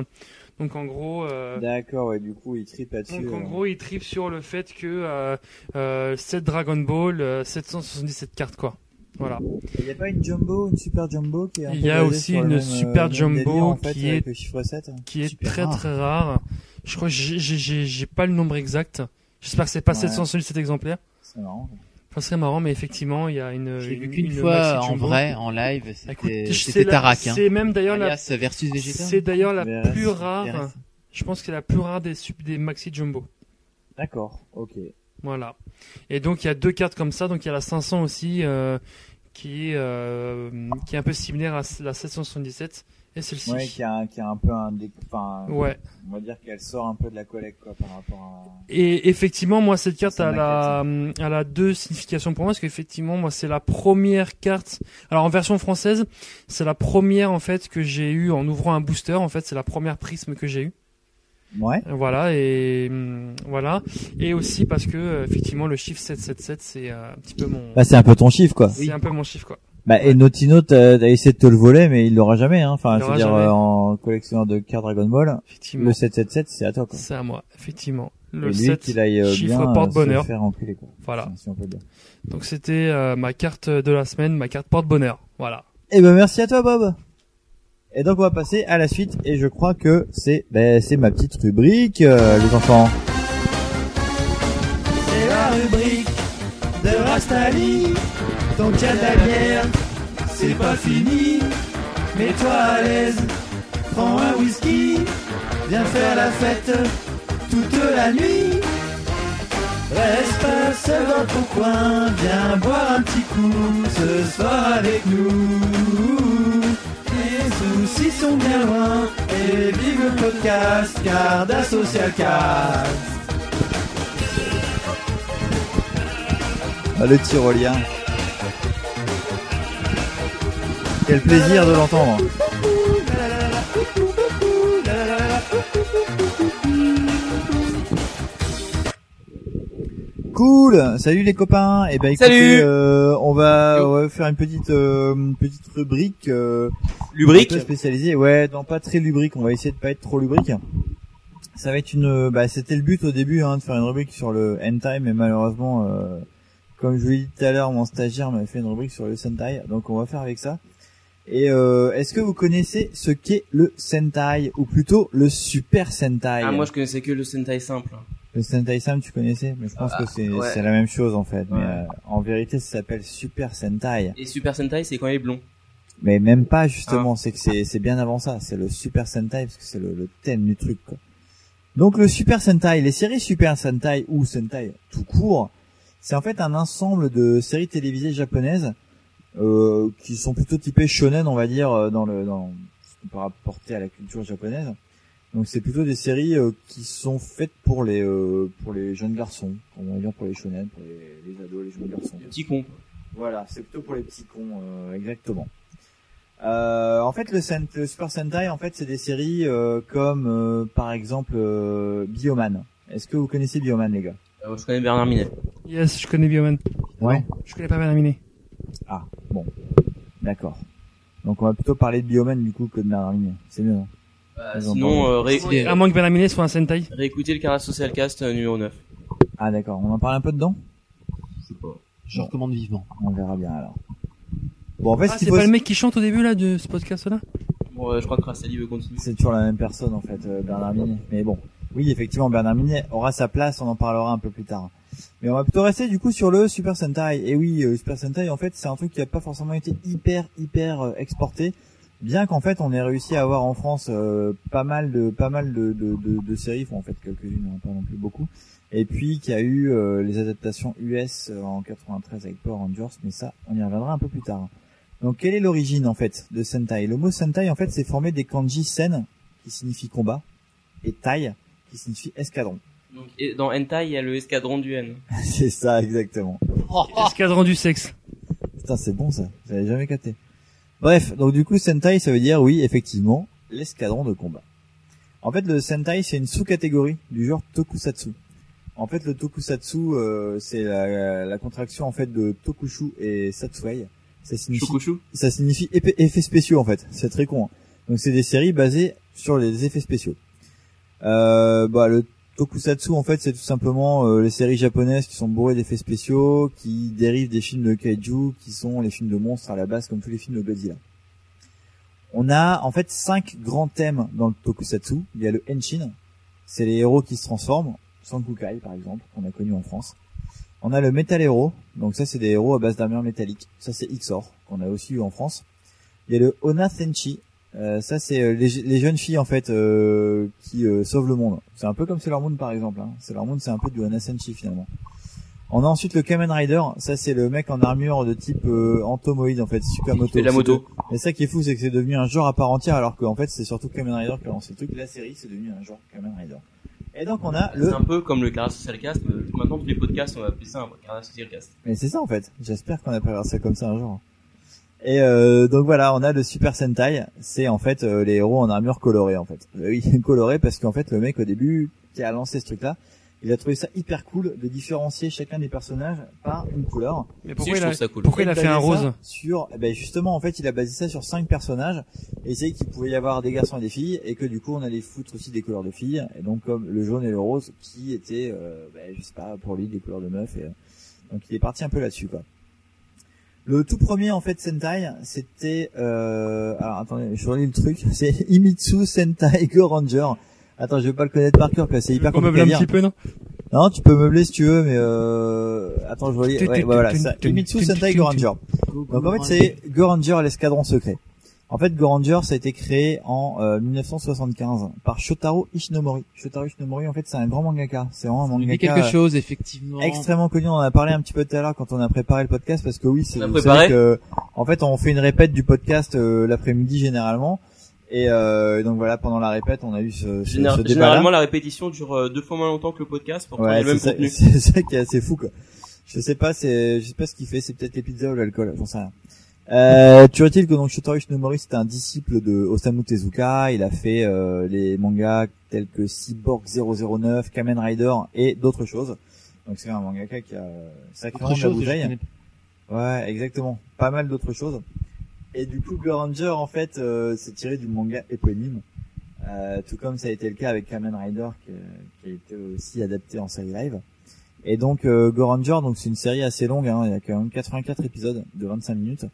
D: Donc en gros euh,
A: D'accord, ouais, du coup il tripe là-dessus.
D: donc en
A: euh.
D: gros, il tripe sur le fait que euh, euh, 7 Dragon Ball, euh, 777 cartes quoi. Voilà.
A: Il n'y a pas une jumbo, une super jumbo qui est un peu
D: Il y a
A: basée
D: aussi
A: sur le
D: une
A: même, euh,
D: super
A: même
D: jumbo
A: délire, en fait,
D: qui
A: avec
D: est-
A: le chiffre 7.
D: Qui est
A: Super
D: très
A: rare.
D: très rare. Je crois que j'ai- j'ai j'ai- j'ai pas le nombre exact. J'espère que c'est pas
A: Ouais.
D: 777 exemplaires.
A: C'est marrant.
D: Ça serait marrant, mais effectivement, il y a Euh, une.
E: J'ai vu
D: une-
E: qu'une
D: une
E: fois
D: maxi
E: en
D: jumbo.
E: vrai, en live,
D: Bah, Écoute,
E: c'était
D: c'est
E: c'était
D: la-
E: Tarak. hein.
D: C'est même d'ailleurs la.
E: Alias versus Vegeta.
D: C'est d'ailleurs la
A: VRS,
D: plus rare.
E: VRS.
D: Je pense que c'est la plus rare des, sup- des maxi jumbo.
A: D'accord, ok.
D: Voilà. Et donc il y a deux cartes comme ça. Donc il y a la 500 aussi euh, qui est euh, qui est un peu similaire à la 777 et celle-ci.
A: Ouais, qui a, un- qui a un peu un. dé- Enfin,
D: Ouais.
A: On va dire qu'elle sort un peu de la collecte quoi, par rapport à.
D: Et effectivement, moi, cette carte,
A: Ça
D: elle a, hum, elle a deux significations pour moi, parce qu'effectivement, moi, c'est la première carte. Alors, en version française, c'est la première, en fait, que j'ai eue en ouvrant un booster. En fait, c'est la première prisme que j'ai eue.
A: Ouais.
D: Voilà, et hum, voilà. Et aussi parce que, euh, effectivement, le chiffre 777, c'est euh, un petit peu mon.
A: Bah, c'est un peu ton chiffre, quoi.
D: C'est un peu mon chiffre, quoi.
A: Bah, et Notino, t'as t'as essayé de te le voler, mais il l'aura jamais, hein. Enfin,
D: Il
A: je veux
D: l'aura
A: dire,
D: jamais.
A: euh, en collectionneur de cartes Dragon Ball,
D: Effectivement.
A: le 777, c'est à toi, quoi.
D: C'est à moi, effectivement.
A: et
D: Le
A: lui,
D: 7,
A: qu'il aille euh,
D: chiffre
A: bien, euh,
D: porte-bonheur.
A: se faire enculer, quoi.
D: Voilà.
A: Si on peut dire.
D: Donc, c'était euh, ma carte de la semaine, ma carte porte-bonheur. Voilà.
A: Eh ben, merci à toi, Bob. Et donc, on va passer à la suite, et je crois que c'est, ben, c'est ma petite rubrique, euh, les enfants.
B: C'est la rubrique de Rastali. Donc y a de la bière, c'est pas fini. Mets-toi à l'aise, prends un whisky, viens faire la fête toute la nuit. Reste pas seul dans ton coin, viens boire un petit coup ce soir avec nous. Les soucis sont bien loin et vive le podcast, Garda Social Cast.
A: Ah, le tyrolien. Quel plaisir de l'entendre. Cool. Salut les copains. Et ben écoutez,
C: Salut.
A: euh, on va ouais, faire une petite euh, une petite rubrique euh,
C: Lubrique
A: un peu spécialisée. Ouais, non pas très lubrique. On va essayer de pas être trop lubrique. Ça va être une. euh, Bah, c'était le but au début hein, de faire une rubrique sur le hentai, mais malheureusement, euh, comme je vous l'ai dit tout à l'heure, mon stagiaire m'a fait une rubrique sur le sentai, donc on va faire avec ça. Et euh, est-ce que vous connaissez ce qu'est le sentai ou plutôt le super sentai
C: Ah, moi je connaissais que le Sentai simple. hein.
A: Le Sentai Sam, tu connaissais, mais je pense
C: Ah,
A: que c'est
C: ouais.
A: c'est la même chose en fait. Mais
C: Ouais.
A: euh, en vérité, ça s'appelle Super Sentai.
C: Et Super Sentai, c'est quand il est blond.
A: Mais même pas justement, c'est que c'est c'est bien avant ça. C'est le Super Sentai parce que c'est le, le thème du truc. Quoi. Donc le Super Sentai, les séries Super Sentai ou Sentai tout court, c'est en fait un ensemble de séries télévisées japonaises euh, qui sont plutôt typées shonen, on va dire, euh, dans le dans ce qu'on peut rapporter à la culture japonaise. Donc c'est plutôt des séries euh, qui sont faites pour les euh, pour les jeunes garçons, on va dire pour les shonen, pour les, les ados, les jeunes garçons. Les
C: petits cons.
A: Voilà, c'est plutôt pour les petits cons, euh, exactement. Euh, en fait, le, sen- le Super Sentai, en fait, c'est des séries euh, comme euh, par exemple euh, Bioman. Est-ce que vous connaissez Bioman, les gars
C: Euh, je connais Bernard Minet.
D: Yes, je connais Bioman.
A: Ouais.
D: Je connais pas Bernard Minet.
A: Ah, bon, d'accord. Donc on va plutôt parler de Bioman du coup que de Bernard Minet. C'est mieux. hein non
C: Bah,
A: Ils ont
C: sinon,
A: pas-
C: euh, ré-
D: À moins que Bernard Minet soit un Sentai.
C: réécoutez le Caras Social Cast euh, numéro 9.
A: Ah d'accord, on en parle un peu dedans
C: Je sais pas.
E: Je recommande vivement.
A: On verra bien alors. Bon, en fait,
D: ah,
A: ce qu'il
D: c'est
A: faut-
D: pas le mec qui chante au début là de ce podcast là
C: Bon, euh, je crois que Rassali veut continuer.
A: C'est toujours la même personne en fait, euh, Bernard Minet. Mais bon, oui, effectivement, Bernard Minet aura sa place, on en parlera un peu plus tard. Mais on va plutôt rester du coup sur le Super Sentai. Et oui, euh, Super Sentai, en fait, c'est un truc qui a pas forcément été hyper, hyper euh, exporté. Bien qu'en fait, on ait réussi à avoir en France euh, pas mal de, pas mal de, de, de, de séries, enfin, en fait quelques-unes, hein, pas non plus beaucoup. Et puis qu'il y a eu euh, les adaptations US euh, en 93 avec Power Rangers, mais ça, on y reviendra un peu plus tard. Donc quelle est l'origine en fait de Sentai Le mot Sentai en fait c'est formé des kanji Sen qui signifie combat et Tai qui signifie escadron. <laughs>
C: Donc, et dans Hentai, il y a le escadron du N.
A: c'est ça exactement.
C: Oh.
D: Escadron du sexe.
A: Putain c'est bon ça, j'avais jamais capté. Bref, donc du coup Sentai ça veut dire oui effectivement l'escadron de combat. En fait le Sentai c'est une sous-catégorie du genre Tokusatsu. En fait le Tokusatsu euh, c'est la, la contraction en fait de Tokushu et Satsuei. Ça signifie
C: Chocochou
A: ça signifie ép- effets spéciaux en fait. C'est très con. hein. Donc c'est des séries basées sur les effets spéciaux. Euh, bah, le tokusatsu en fait c'est tout simplement euh, les séries japonaises qui sont bourrées d'effets spéciaux, qui dérivent des films de kaiju, qui sont les films de monstres à la base comme tous les films de Godzilla. On a en fait cinq grands thèmes dans le tokusatsu. Il y a le henshin, c'est les héros qui se transforment, Sankukai par exemple, qu'on a connu en France. On a le Metal Hero, donc ça c'est des héros à base d'armure métallique. Ça c'est XOR, qu'on a aussi eu en France. Il y a le Ona Senshi, euh, ça c'est euh, les, les jeunes filles en fait euh, qui euh, sauvent le monde. C'est un peu comme Sailor Moon par exemple. Hein. Sailor Moon c'est un peu du Ona Senshi finalement. On a ensuite le Kamen Rider, ça c'est le mec en armure de type euh, entomoïde en fait, Sukamoto.
C: fait de la
A: C'est
C: moto.
A: de- Et ça qui est fou c'est que c'est devenu un genre à part entière alors qu'en fait c'est surtout Kamen Rider qui a lancé le truc. La série c'est devenu un genre Kamen Rider. Et donc on a le...
C: C'est un peu comme le Caras Social Cast. mais Maintenant, tous les podcasts, on va appeler ça un Caras Social Cast.
A: Mais c'est ça en fait. J'espère qu'on appellera ça comme ça un jour. Et euh, donc voilà, on a le Super Sentai. C'est en fait euh, les héros en armure colorée en fait. Euh, Oui, <laughs> colorée parce qu'en fait le mec au début qui a lancé ce truc-là, il a trouvé ça hyper cool de différencier chacun des personnages par une couleur.
D: Mais
C: pourquoi Si, je il trouve a- ça cool.
D: pourquoi il a
A: basé
D: fait un
A: ça
D: rose
A: sur eh ben justement en fait il a basé ça sur cinq personnages et c'est qu'il pouvait y avoir des garçons et des filles et que du coup on allait foutre aussi des couleurs de filles et donc comme le jaune et le rose qui étaient euh, ben, je sais pas pour lui des couleurs de meufs et euh, donc il est parti un peu là-dessus quoi. Le tout premier en fait Sentai c'était euh... alors attendez je relis le truc <laughs> c'est Imitsu Sentai Go Ranger attends je vais pas le connaître par cœur parce que c'est hyper
D: On
A: compliqué
D: meuble
A: à dire.
D: un petit peu non
A: Non, tu peux meubler si tu veux, mais euh... attends, je relis.
D: Tun,
A: Ouais,
D: tun,
A: voilà,
D: tun,
A: ça.
D: tun,
A: Imitsu
D: tun,
A: Sentai
D: tun,
A: Goranger.
E: tun.
A: Donc en fait, c'est Goranger l'escadron secret. En fait, Goranger, ça a été créé en euh, 1975 par Shotaro Ishinomori. Shotaro Ishinomori, en fait, c'est un grand mangaka. C'est vraiment un
E: Il dit
A: mangaka
E: quelque
A: euh,
E: chose, effectivement.
A: extrêmement connu. On en a parlé un petit peu tout à l'heure quand on a préparé le podcast, parce que oui, c'est
C: On a
A: vous savez
C: préparé
A: que en fait, on fait une répète du podcast euh, l'après-midi généralement. Et euh, donc voilà, pendant la répète, on a eu ce, ce,
C: Général-
A: ce débat-là.
C: généralement, la répétition dure euh, deux fois moins longtemps que le podcast pour
A: Ouais,
C: tourner le même
A: c'est ça,
C: contenu.
A: c'est ça qui est assez fou quoi. Je sais pas, c'est, je sais pas ce qu'il fait, c'est peut-être les pizzas ou l'alcool, j'en sais rien. Euh, tu est-il que donc Shotaro Ishinomori c'est un disciple de Osamu Tezuka, il a fait euh, les mangas tels que Cyborg 009, Kamen Rider et d'autres choses. Donc c'est un mangaka qui a sacrément
L: Autre
A: de la
L: chose que
A: bouteille.
L: je connais
A: Ouais, exactement. Pas mal d'autres choses. Et du coup, Blue Ranger en fait euh, c'est tiré du manga éponyme. Euh, tout comme ça a été le cas avec Kamen Rider qui, euh, qui a été aussi adapté en série live. Et donc euh, Go Ranger, donc c'est une série assez longue, hein, il y a quand même 84 épisodes de 25 minutes.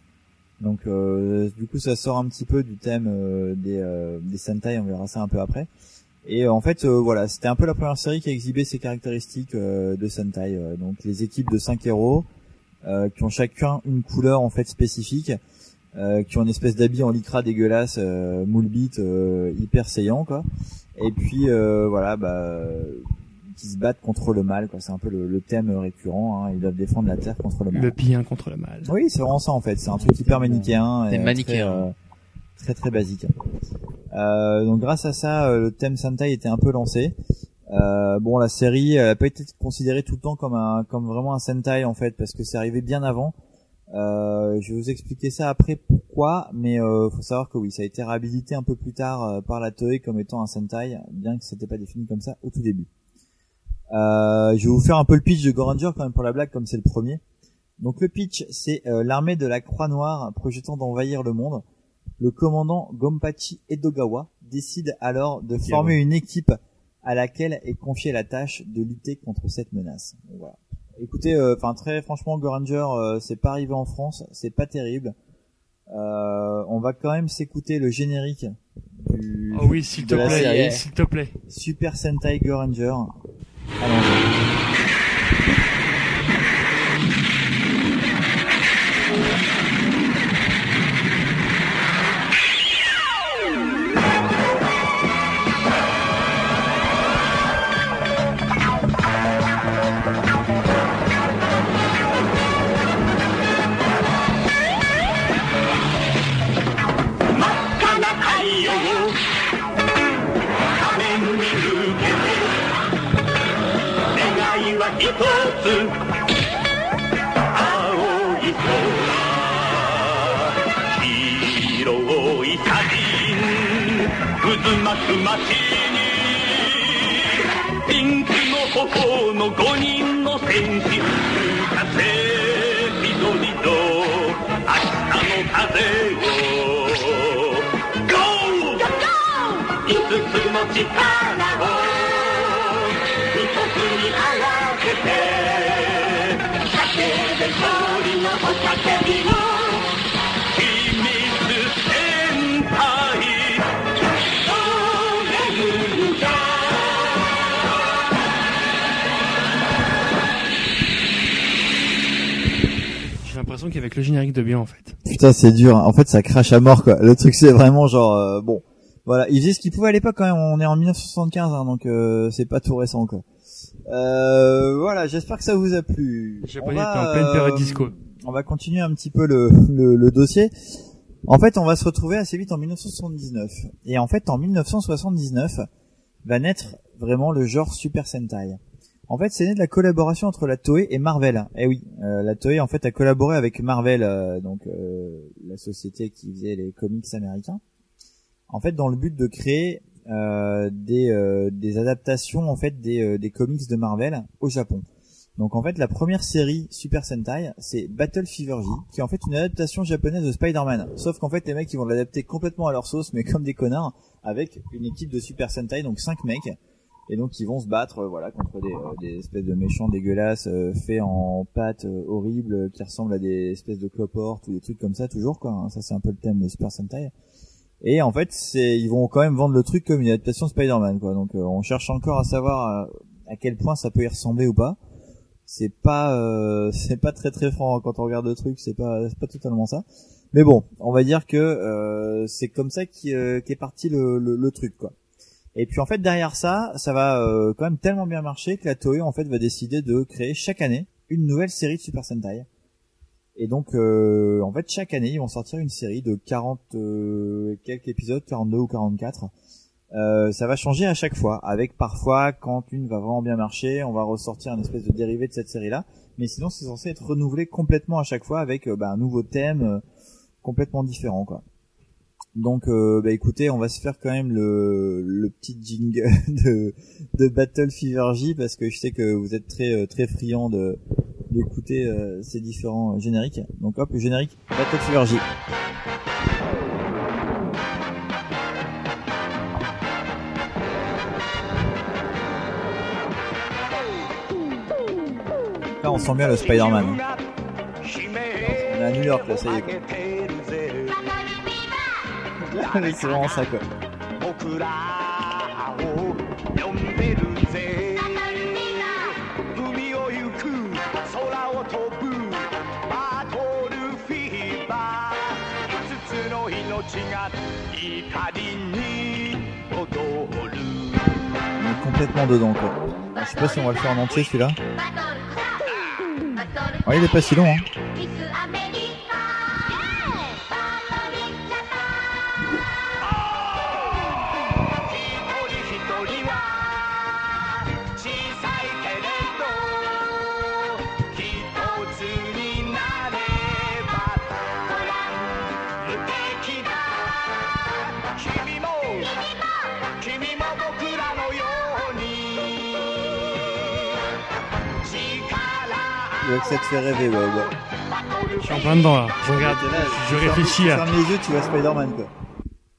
A: Donc euh, du coup ça sort un petit peu du thème euh, des, euh, des Sentai, on verra ça un peu après. Et euh, en fait euh, voilà, c'était un peu la première série qui a exhibé ces caractéristiques euh, de Sentai. euh, donc les équipes de 5 héros euh, qui ont chacun une couleur en fait spécifique, euh, qui ont une espèce d'habit en lycra dégueulasse, euh, moule bite, euh, hyper saillant quoi. Et puis euh, voilà bah qui se battent contre le mal quoi. C'est un peu le, le thème récurrent. Hein. Ils doivent défendre la terre contre le mal.
D: Le bien contre le mal.
A: Oui, c'est vraiment ça en fait. C'est un truc hyper manichéen. et
E: Thème
A: très,
E: manichéen.
A: euh, Très, très basique. Euh, donc grâce à ça, euh, le thème Sentai était un peu lancé. Euh, bon, la série, elle a pas été considérée tout le temps comme un, comme vraiment un Sentai en fait, parce que c'est arrivé bien avant. Euh, je vais vous expliquer ça après pourquoi, mais euh, faut savoir que oui, ça a été réhabilité un peu plus tard euh, par la Toei comme étant un Sentai, bien que c'était pas défini comme ça au tout début. Euh, je vais vous faire un peu le pitch de Goranger quand même pour la blague, comme c'est le premier. Donc le pitch, c'est euh, l'armée de la Croix Noire projetant d'envahir le monde. Le commandant Gompachi Edogawa décide alors de former une équipe à laquelle est confiée la tâche de lutter contre cette menace. Donc, Voilà. Écoutez, euh, enfin très franchement, Goranger, euh, c'est pas arrivé en France, c'est pas terrible. Euh, on va quand même s'écouter le générique du,
D: Oh oui, s'il te
A: de la
D: plaît,
A: série.
D: s'il te plaît.
A: Super Sentai Goranger.
D: J'ai l'impression qu'il y avait que le générique de bien en fait.
A: Putain, c'est dur. En fait, ça crache à mort, quoi. Le truc, c'est vraiment genre, euh, bon. Voilà. Ils faisaient ce qu'ils pouvaient à l'époque, quand même. On est en 1975, hein, donc, euh, c'est pas tout récent, quoi. Euh, voilà. J'espère que ça vous a plu.
D: J'ai
A: On
D: pas dit,
A: va,
D: t'es en pleine période
A: euh,
D: disco.
A: On va continuer un petit peu le, le, le dossier. En fait, on va se retrouver assez vite en 1979. Et en fait, en 1979, va naître vraiment le genre Super Sentai. En fait, c'est né de la collaboration entre la Toei et Marvel. Eh oui, euh, la Toei en fait a collaboré avec Marvel, euh, donc euh, la société qui faisait les comics américains. En fait, dans le but de créer euh, des, euh, des adaptations en fait des, euh, des comics de Marvel au Japon. Donc en fait, la première série Super Sentai, c'est Battle Fever G, qui est en fait une adaptation japonaise de Spider-Man. Sauf qu'en fait, les mecs ils vont l'adapter complètement à leur sauce, mais comme des connards, avec une équipe de Super Sentai, donc cinq mecs et donc ils vont se battre euh, voilà contre des, euh, des espèces de méchants dégueulasses euh, faits en pâte euh, horrible euh, qui ressemblent à des espèces de cloportes ou des trucs comme ça toujours quoi hein. ça c'est un peu le thème de Super Sentai et en fait c'est ils vont quand même vendre le truc comme une adaptation Spider-Man quoi donc euh, on cherche encore à savoir euh, à, quel point ça peut y ressembler ou pas c'est pas euh, <laughs> c'est pas très très franc hein. quand on regarde le truc c'est pas c'est pas totalement ça mais bon on va dire que euh, c'est comme ça qui euh, qu'est parti le, le, le truc quoi et puis en fait derrière ça, ça va euh, quand même tellement bien marcher que la Toei en fait va décider de créer chaque année une nouvelle série de Super Sentai. Et donc euh, en fait chaque année ils vont sortir une série de 40 euh, quelques épisodes, 42 ou 44. Euh, ça va changer à chaque fois, avec parfois quand une va vraiment bien marcher, on va ressortir une espèce de dérivé de cette série-là. Mais sinon c'est censé être renouvelé complètement à chaque fois avec euh, bah, un nouveau thème. euh, complètement différent quoi. Donc euh, bah écoutez, on va se faire quand même le, le petit jingle <laughs> de, de Battle Fever J parce que je sais que vous êtes très euh, très friand de d'écouter euh, ces différents euh, génériques. Donc hop, le générique Battle Fever J. Là, on sent bien le Spider-Man. hein. On est à New York là, ça y est <laughs> quoi. Oui, c'est vraiment ça quoi. On est complètement dedans quoi. Je sais pas si on va le faire en entier celui-là. Ouais, il est pas si long hein. Il veut que ça te fait rêver, ouais, ouais.
D: Je suis en plein dedans là. Je regarde,
A: T'es là,
D: je
A: ferme-
D: réfléchis hein. là.
A: Ferme les yeux, tu vois Spider-Man quoi.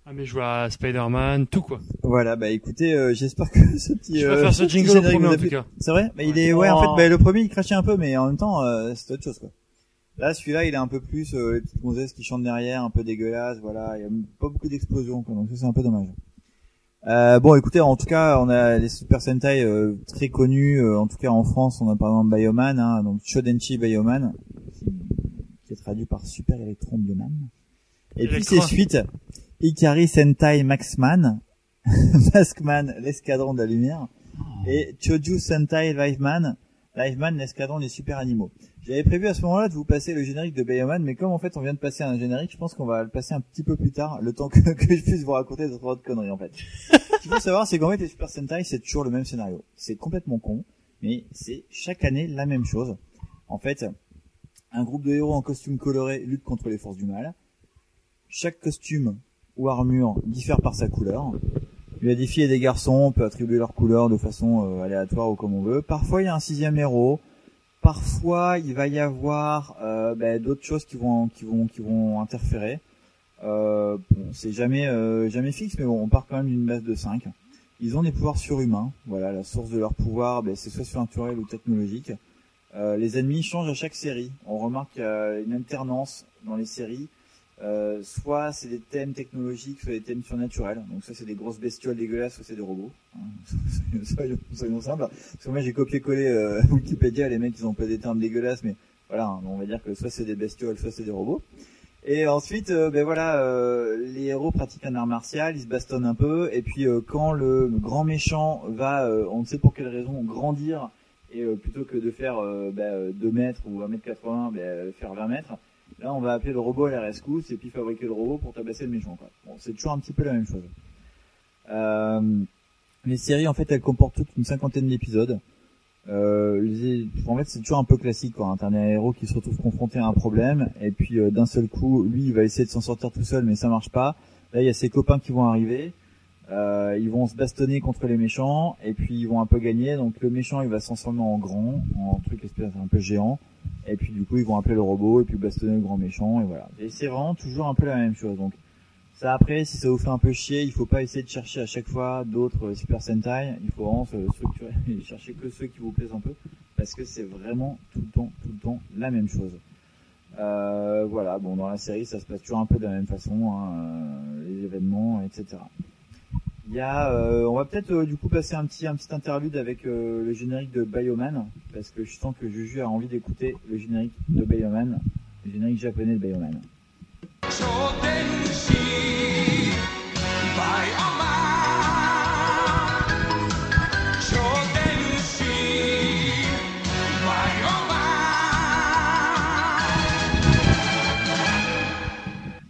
D: Ah mais je vois Spider-Man, tout quoi.
A: Voilà, bah écoutez, euh, j'espère que <laughs> ce petit.
D: Je
A: euh,
D: préfère ce
A: petit
D: jingle au
A: générique
D: premier,
A: vous a
D: en
A: plu.
D: tout cas.
A: C'est vrai Bah, il est, ouais, en
D: Oh.
A: fait, bah, le premier il crachait un peu, mais en même temps, euh, c'est autre chose quoi. Là, celui-là, il est un peu plus euh, les petites gonzesses qui chantent derrière, un peu dégueulasse, voilà. Il y a pas beaucoup d'explosions, quoi, donc ça c'est un peu dommage. Euh, bon, écoutez, en tout cas, on a les Super Sentai euh, très connus, euh, en tout cas en France, on a par exemple Bioman, hein, donc Shodenchi Bioman, qui, qui est traduit par Super Electron Bioman. Et puis
D: Electra.
A: ses suites, Ikari Sentai Maxman, <laughs> Maskman, l'escadron de la lumière, et Choju Sentai Liveman, Liveman, l'escadron des super animaux. J'avais prévu à ce moment-là de vous passer le générique de Bioman, mais comme en fait on vient de passer un générique, je pense qu'on va le passer un petit peu plus tard, le temps que, <laughs> que je puisse vous raconter d'autres autres conneries en fait. Ce qu'il faut savoir, c'est qu'en fait les Super Sentai, c'est toujours le même scénario. C'est complètement con, mais c'est chaque année la même chose. En fait, un groupe de héros en costume coloré lutte contre les forces du mal. Chaque costume ou armure diffère par sa couleur. Il y a des filles et des garçons, on peut attribuer leur couleur de façon euh, aléatoire ou comme on veut. Parfois il y a un sixième héros, parfois il va y avoir euh, ben, d'autres choses qui vont qui vont qui vont interférer. Euh, bon, c'est jamais euh, jamais fixe, mais bon, on part quand même d'une base de 5. Ils ont des pouvoirs surhumains. Voilà, la source de leur pouvoir, ben, c'est soit surnaturel ou technologique. Euh, les ennemis changent à chaque série. On remarque euh, une alternance dans les séries. Euh, soit c'est des thèmes technologiques, soit des thèmes surnaturels. Donc soit c'est des grosses bestioles dégueulasses, soit c'est des robots. Hein, <laughs> soyons- soyons, soyons simples. Parce que moi j'ai copié-collé euh, <laughs> Wikipédia, les mecs ils ont pas des termes dégueulasses, mais voilà, hein, on va dire que soit c'est des bestioles, soit c'est des robots. Et ensuite, euh, ben voilà, euh, les héros pratiquent un art martial, ils se bastonnent un peu, et puis euh, quand le grand méchant va, euh, on ne sait pour quelle raison, grandir, et euh, plutôt que de faire euh, ben, euh, 2 mètres ou 1 mètre 80, ben, euh, faire 20 mètres, là on va appeler le robot à la rescousse, et puis fabriquer le robot pour tabasser le méchant. Quoi. Bon, c'est toujours un petit peu la même chose. Euh, les séries, en fait, elles comportent toutes une cinquantaine d'épisodes. Euh, les- en fait, c'est toujours un peu classique, quoi. hein. T'as un héros qui se retrouve confronté à un problème, et puis euh, d'un seul coup, lui, il va essayer de s'en sortir tout seul, mais ça marche pas. Là, il y a ses copains qui vont arriver. Euh, ils vont se bastonner contre les méchants, et puis ils vont un peu gagner. Donc le méchant, il va se transformer en grand, en truc espèce un peu géant. Et puis du coup, ils vont appeler le robot, et puis bastonner le grand méchant, et voilà. Et c'est vraiment toujours un peu la même chose. Donc ça après, si ça vous fait un peu chier, il faut pas essayer de chercher à chaque fois d'autres euh, Super Sentai. Il faut vraiment se structurer <laughs> et chercher que ceux qui vous plaisent un peu, parce que c'est vraiment tout le temps, tout le temps la même chose. Euh, voilà, bon, dans la série, ça se passe toujours un peu de la même façon, hein, euh, les événements, etc. Il y a, euh, on va peut-être euh, du coup passer un petit, un petit interlude avec euh, le générique de Bioman, parce que je sens que Juju a envie d'écouter le générique de Bioman, le générique japonais de Bioman.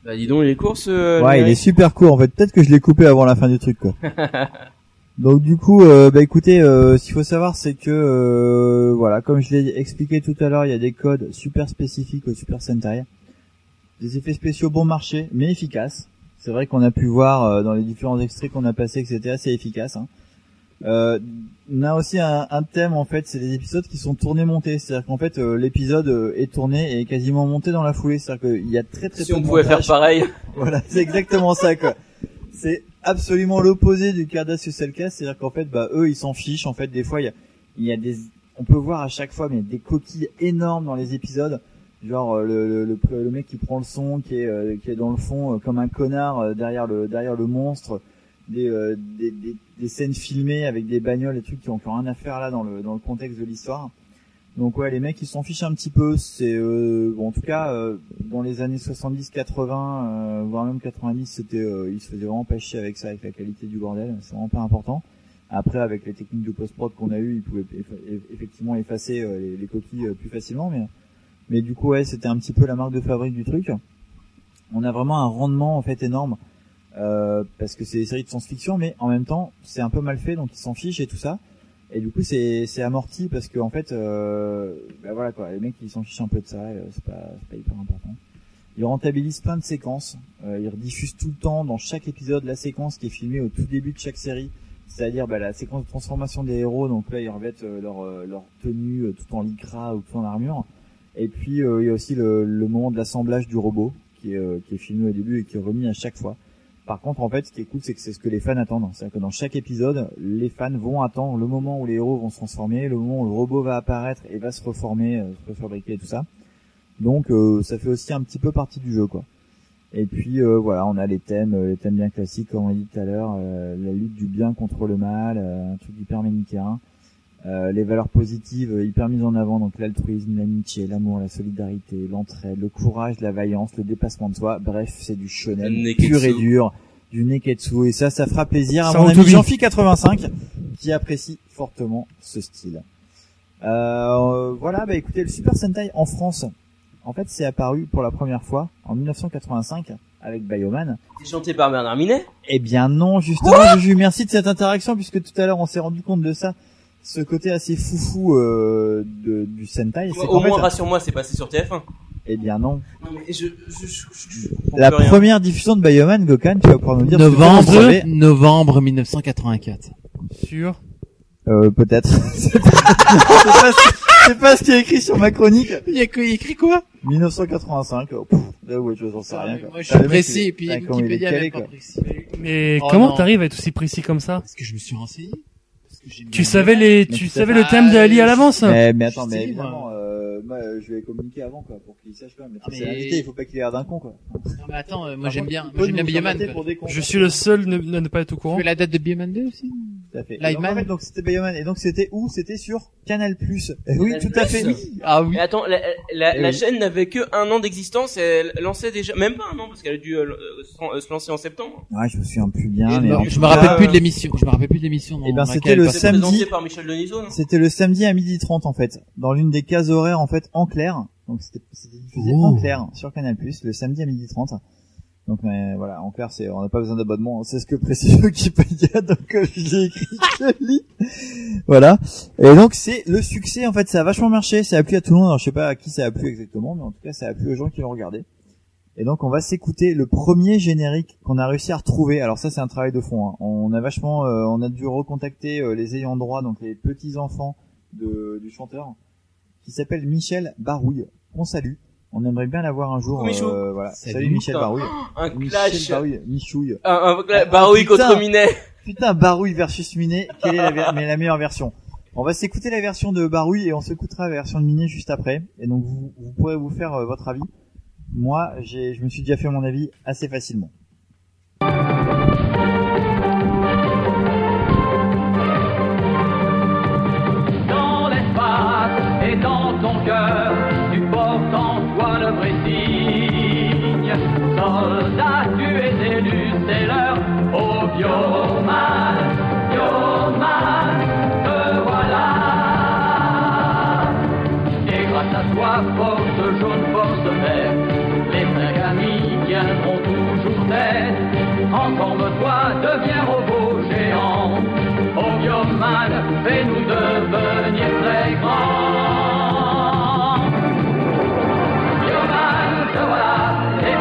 C: Bah dis donc, il est court ce.
A: Ouais, il est
C: générique.
A: super court. En fait, peut-être que je l'ai coupé avant la fin du truc,
C: <laughs>
A: quoi. Donc du coup, euh, bah écoutez, euh, ce qu'il faut savoir, c'est que euh, voilà, comme je l'ai expliqué tout à l'heure, il y a des codes super spécifiques au Super Sentai. des effets spéciaux bon marché, mais efficaces. C'est vrai qu'on a pu voir euh, dans les différents extraits qu'on a passés que c'était assez efficace. hein. Euh, on a aussi un, un thème en fait, c'est des épisodes qui sont tournés montés, c'est-à-dire qu'en fait euh, l'épisode euh, est tourné et est quasiment monté dans la foulée, c'est-à-dire qu'il y a très très
C: Si
A: peu
C: on
A: de
C: pouvait
A: montage.
C: faire pareil. <laughs>
A: Voilà, c'est exactement ça quoi. C'est absolument l'opposé du Cardassius Selkas, c'est-à-dire qu'en fait bah eux ils s'en fichent en fait des fois il y a, il y a des on peut voir à chaque fois mais des coquilles énormes dans les épisodes genre euh, le, le, le- le mec qui prend le son qui est euh, qui est dans le fond euh, comme un connard euh, derrière le derrière le monstre des, euh, des, des, des scènes filmées avec des bagnoles et trucs qui ont encore rien à faire là dans le dans le contexte de l'histoire donc ouais les mecs ils s'en fichent un petit peu c'est euh, bon, en tout cas euh, dans les années 70 80 euh, voire même 90 c'était euh, ils se faisaient vraiment pas chier avec ça avec la qualité du bordel c'est vraiment pas important après, avec les techniques de post-prod qu'on a eues, ils pouvaient eff- eff- effectivement effacer euh, les, les coquilles euh, plus facilement, mais, mais du coup, ouais, c'était un petit peu la marque de fabrique du truc. On a vraiment un rendement en fait énorme euh, parce que c'est des séries de science-fiction, mais en même temps, c'est un peu mal fait, donc ils s'en fichent et tout ça. Et du coup, c'est c'est amorti parce que en fait, euh, bah voilà quoi, les mecs ils s'en fichent un peu de ça, euh, c'est pas c'est pas hyper important. Ils rentabilisent plein de séquences. Euh, ils rediffusent tout le temps dans chaque épisode la séquence qui est filmée au tout début de chaque série, c'est-à-dire bah, la séquence de transformation des héros. Donc là, ils revêtent euh, leur euh, leur tenue euh, tout en lycra ou tout en armure. Et puis euh, il y a aussi le, le moment de l'assemblage du robot qui est, euh, qui est filmé au début et qui est remis à chaque fois. Par contre, en fait, ce qui est cool, c'est que c'est ce que les fans attendent. C'est-à-dire que dans chaque épisode, les fans vont attendre le moment où les héros vont se transformer, le moment où le robot va apparaître et va se reformer, euh, se refabriquer et tout ça. Donc, euh, ça fait aussi un petit peu partie du jeu, quoi. Et puis euh, voilà, on a les thèmes, euh, les thèmes bien classiques, comme on l'a dit tout à l'heure, euh, la lutte du bien contre le mal, euh, un truc hyper manichéen. Euh, les valeurs positives euh, hyper mises en avant, donc l'altruisme, l'amitié, l'amour, la solidarité, l'entraide, le courage, la vaillance, le dépassement de soi. Bref, c'est du shonen
L: Le neketsu.
A: pur et dur, du neketsu. Et ça, ça fera plaisir à
L: Ça,
A: mon
L: on
A: ami
L: t'oublie.
A: Jean-Phi85, qui apprécie fortement ce style. Euh, voilà, bah écoutez, le Super Sentai en France, en fait, c'est apparu pour la première fois en 1985 avec Bioman.
C: C'est chanté par Bernard Minet.
A: Eh bien non, justement, Juju, merci de cette interaction puisque tout à l'heure on s'est rendu compte de ça, ce côté assez foufou euh, de, du Sentai. c'est
C: Au
A: qu'en
C: moins,
A: fait,
C: rassure-moi, c'est passé sur TF1.
A: Eh bien non.
C: Non, mais je, je, je, je- je comprends
A: La
C: plus rien.
A: première diffusion de Bioman, Gokan, tu vas pouvoir nous dire ce que t'en
E: Novembre,
A: savais.
E: novembre 1984.
D: Sûr.
A: Euh, peut-être. <laughs> c'est pas, c'est pas ce- c'est pas ce qui est écrit sur ma chronique.
E: Il y a quoi- il y a écrit quoi
A: 1985 oh, pff, là, ouais, je j'en sais rien. quoi.
E: Moi, je
A: Ah,
E: suis
A: le mec,
E: précis,
A: il-
E: et puis
A: ah, comment il est
E: Wikipédia
A: calé,
E: même pas
A: quoi.
E: précis.
D: Mais
E: Oh
D: comment
E: non.
D: t'arrives à être aussi précis comme ça
E: Parce que je me suis renseigné. Parce que j'ai mis
D: Tu
E: un
D: savais
E: lien.
D: les,
E: Mais
D: tu
E: tout
D: savais
E: à
D: le
E: fait.
D: thème de Ali à l'avance.
A: Mais, mais attends,
E: Je
A: mais
E: sais, moi.
A: évidemment, euh, moi, euh, je vais communiquer avant, quoi, pour qu'il sache quand même. Mais
E: Ah,
A: c'est
E: mais-
A: l'invité, il faut pas qu'il ait l'air d'un con, quoi.
E: Non, mais attends, euh, moi
A: Par
E: j'aime
A: contre,
E: bien,
A: il
E: moi
A: peut
E: j'aime bien
A: nous
E: Bioman.
A: embêter
E: quoi.
A: pour des cons,
D: Je
A: quoi.
D: suis le seul ne- à ne pas être au
E: Tu
D: courant.
E: veux la date de Bioman 2 aussi
A: Tout à fait. Et
E: Liveman.
A: donc, en fait, donc c'était Bayoman. Et donc c'était où C'était sur Canal Plus. Euh, Oui,
C: Canal+.
A: tout à fait.
E: Ah oui.
C: Mais attends, la, la-
A: Eh
C: la
A: oui.
C: chaîne n'avait que un an d'existence, et elle lançait déjà, même pas un an, parce qu'elle a dû euh, euh, se euh, se lancer en septembre.
A: Ouais, je me souviens plus bien. Ah, Mais...
E: Non,
A: en
E: je
A: tout
E: me
A: cas,
E: rappelle plus de
A: euh,
E: l'émission. Je me rappelle plus de l'émission. dans
A: Eh ben,
E: laquelle
A: c'était le
E: elle passait.
C: C'est présenté
A: samedi.
C: par Michel Denisot, hein. non
A: C'était le samedi à 12h30 en fait, dans l'une des cases horaires en fait en clair. Donc c'était c'était diffusé
E: Oh.
A: en clair sur Canal+, le samedi à 12h30. Donc mais voilà, en clair, c'est on n'a pas besoin d'abonnement, c'est ce que précise Wikipédia, <laughs> donc euh, je l'ai écrit, je lis. Voilà. Et donc c'est le succès en fait, ça a vachement marché, ça a plu à tout le monde, alors je sais pas à qui ça a plu exactement, mais en tout cas ça a plu aux gens qui l'ont regardé. Et donc on va s'écouter le premier générique qu'on a réussi à retrouver. Alors ça c'est un travail de fond. hein. On a vachement, euh, on a dû recontacter euh, les ayants droit, donc les petits enfants de, du chanteur, qui s'appelle Michel Barouille. On salue. On aimerait bien l'avoir un jour.
C: Coucou, Michou.
A: euh, voilà.
E: Salut.
A: Salut, Michel
C: Putain.
A: Barouille.
C: Un
A: Michel
C: clash. Un,
A: Barouille, Michouille.
C: un cla-
A: Ah,
C: Barouille
A: putain.
C: contre Minet.
A: Putain, Barouille versus Minet, quelle est la, ver- mais la meilleure version On va s'écouter la version de Barouille et on s'écoutera la version de Minet juste après. Et donc vous, vous pourrez vous faire euh, votre avis. Moi, j'ai, je me suis déjà fait mon avis assez facilement.
F: Dans l'espace et dans ton cœur, tu portes en toi le brésigne. Soldat, tu es élu, c'est l'heure. Oh, Bioman, Bioman, te voilà. Et grâce à toi, force jaune, force verte, les cinq amis viendront toujours d'aide. Ensemble-toi, deviens robot géant. Oh Bioman, fais-nous devenir très grands. Bioman, te voilà, et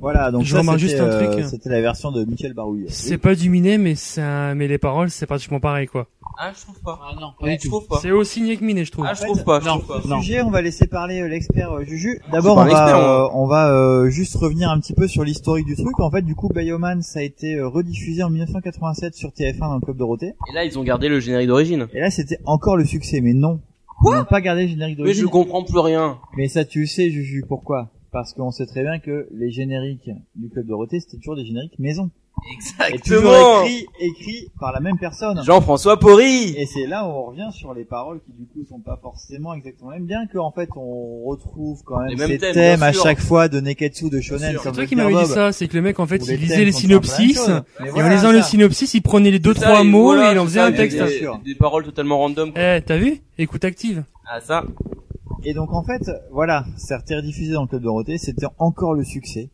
M: Voilà, donc
D: je
M: ça,
D: remarque juste
M: c'était,
D: un
M: euh,
D: truc.
M: C'était la version de Michel Barouille.
D: C'est pas du Minet, mais c'est un- mais les paroles, c'est pratiquement pareil, quoi.
C: Ah, je trouve pas. Ah non,
E: Eh,
D: Ouais,
C: je trouve pas.
D: C'est aussi niais que Minet, je trouve.
C: Ah, je trouve pas, je trouve pas.
A: Sujet, on va laisser parler euh, l'expert euh, Juju.
M: C'est pas
A: D'abord, on
M: un
A: va,
M: expert,
A: euh,
M: hein.
A: on va euh, juste revenir un petit peu sur l'historique du truc. En fait, du coup, Bioman, ça a été euh, rediffusé en 1987 sur TF1 dans le Club Dorothée.
C: Et là, ils ont gardé le générique d'origine.
A: Et là, c'était encore le succès, mais non. Ils n'ont pas gardé le générique
C: Mais
A: d'origine.
C: je comprends plus rien.
A: Mais ça, tu le sais, Juju, pourquoi Parce qu'on sait très bien que les génériques du Club Dorothée, c'était toujours des génériques maison. Et toujours
C: Exactement.
A: écrit, écrit par la même personne.
C: Jean-François Porry.
A: Et c'est là où on revient sur les paroles qui du coup sont pas forcément exactement les mêmes, bien qu'en fait on retrouve quand même
M: Les mêmes
A: ces
M: thèmes,
A: thèmes,
M: bien
A: à
M: sûr.
A: chaque fois de Neketsu, de Shonen.
D: C'est
A: comme
D: toi
A: le
D: qui m'avais
A: Pierre
D: dit
A: Bob.
D: ça, c'est que le mec en fait
A: Où
D: il
A: thèmes
D: lisait les
A: sont toujours la même
D: synopsis,
A: chose. Mais
D: et
A: voilà,
D: en lisant le
A: ça.
D: synopsis, il prenait les deux
C: C'est
D: trois
C: ça, et
D: mots
C: voilà,
D: et il en
C: c'est
D: faisait
C: ça,
D: un
C: des-
D: texte.
C: Des, des paroles totalement random.
D: Eh, t'as vu Écoute active.
C: Ah ça.
A: Et donc en fait, voilà, ça a été rediffusé dans le Club Dorothée, c'était encore le succès.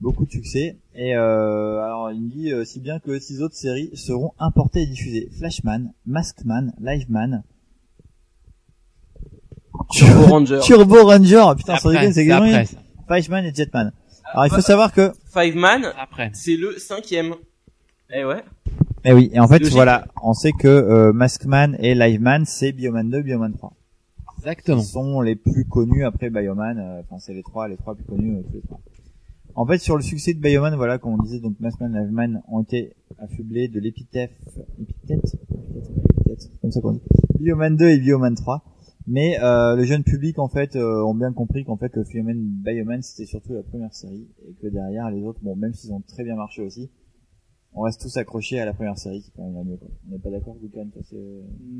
A: Beaucoup de succès. Et euh, alors il me dit, euh, si bien que six autres séries seront importées et diffusées. Flashman, Maskman, Liveman,
C: Turbo Ranger.
A: Turbo Ranger, putain,
C: Après,
A: sans déconner, c'est
C: c'est
A: exactement
C: après,
A: lui. Flashman et Jetman.
M: Ah,
A: Alors il
M: bah,
A: faut savoir que...
C: Five Man.
E: Après.
C: C'est le cinquième. Eh ouais.
A: Eh oui, et en fait,
C: Logique.
A: voilà, on sait que euh, Maskman et Liveman, c'est Bioman 2, Bioman 3.
E: Exactement.
A: Ils sont les plus connus après Bioman, euh, enfin c'est les trois, les trois plus connus, euh, tous les trois. En fait, sur le succès de Bioman, voilà, comme on disait, donc Maskman et Liveman ont été affublés de l'épithète, épithète, épithète, comme ça qu'on dit, Bioman 2 et Bioman 3. Mais euh, le jeune public, en fait, euh, ont bien compris qu'en fait, le phénomène Bioman, c'était surtout la première série, et que derrière, les autres, bon, même s'ils ont très bien marché aussi, on reste tous accrochés à la première série qui est quand même la mieux. Quoi. On n'est pas d'accord, Lucan toi, c'est...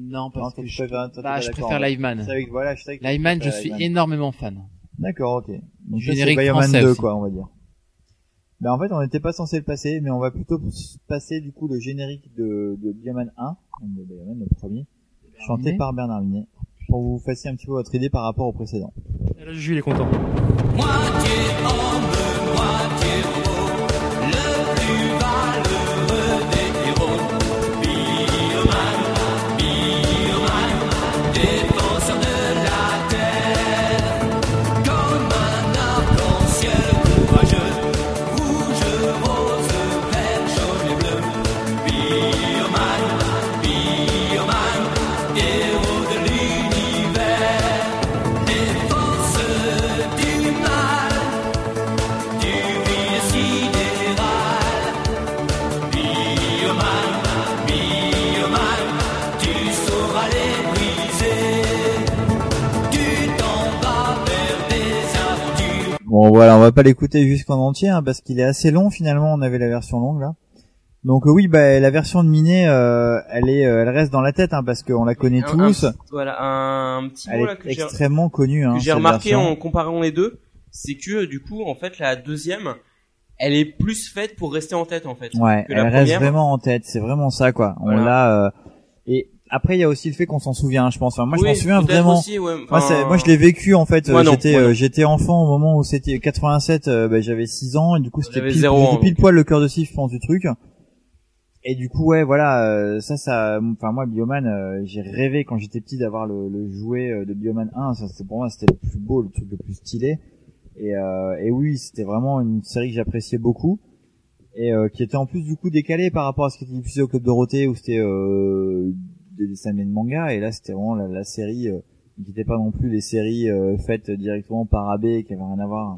E: Non, parce
A: toi,
E: que
A: tu
E: je,
A: préfères- toi, t'es
E: bah,
A: pas
E: je
A: d'accord,
E: préfère
A: hein.
E: Liveman.
A: C'est avec- voilà, je sais que tu
E: Liveman, je
A: préfères
E: suis
A: Liveman.
E: énormément fan.
A: D'accord, ok. Donc ça, c'est
E: Générique
A: Bioman
E: français
A: 2,
E: aussi.
A: quoi, on va dire. Ben, en fait, on n'était pas censé le passer, mais on va plutôt s- passer, du coup, le générique de, de Bioman 1, donc de Bioman, le premier, chanté
D: Minet.
A: par Bernard Minet, pour que vous fassiez un petit peu votre idée par rapport au précédent.
D: Et là, Juju, il est content.
F: Défenseur de la terre, comme un arbre en ciel courageux, rouge, rose, vert, jaune et bleu. Bioman, bioman, héros de l'univers, défenseur du mal, du vice sidéral. Bioman, bioman, tu sauras les briser. Tu t'en vas vers des aventures.
A: Bon, voilà, on va pas l'écouter jusqu'en entier, hein, parce qu'il est assez long, finalement, on avait la version longue, là. Donc euh, oui, bah, la version de Minet, euh, elle est, euh, elle reste dans la tête, hein, parce qu'on la connaît
C: euh, Un- un
A: tous.
C: petit- voilà, un petit
A: elle
C: mot là
A: est
C: que j'ai
A: extrêmement connue. Hein,
C: que j'ai
A: cette
C: remarqué
A: version.
C: en comparant les deux, c'est que euh, du coup, en fait, la deuxième, elle est plus faite pour rester en tête en fait.
A: Ouais,
C: que
A: elle
C: la
A: reste
C: première.
A: vraiment en tête. C'est vraiment ça, quoi. On
C: Voilà.
A: l'a. euh, Et après, il y a aussi le fait qu'on s'en souvient, je pense. Enfin, moi, je
C: Oui,
A: m'en souviens
C: peut-être
A: vraiment.
C: aussi, ouais,
A: moi,
C: enfin,
A: c'est- moi, je l'ai vécu en fait.
C: moi
A: Euh,
C: non,
A: J'étais,
C: moi
A: euh,
C: non.
A: j'étais enfant au moment où c'était 87. euh, ben, j'avais 6 ans et du coup, c'était
C: J'avais
A: pile,
C: zéro
A: j'étais
C: an,
A: pile
C: donc.
A: poil le cœur de cible, je pense, du truc. Et du coup, ouais, voilà, euh, ça, ça, enfin moi, Bioman, euh, j'ai rêvé quand j'étais petit d'avoir le, le jouet euh, de Bioman 1. Ça, c'est pour moi, c'était le plus beau, le truc le plus stylé. Et, euh, et oui, c'était vraiment une série que j'appréciais beaucoup et euh, qui était en plus du coup décalée par rapport à ce qui était diffusé au Club Dorothée où c'était euh, des dessins animés de manga et là c'était vraiment la, la série euh, qui n'était pas non plus les séries euh, faites directement par AB qui avaient rien à voir,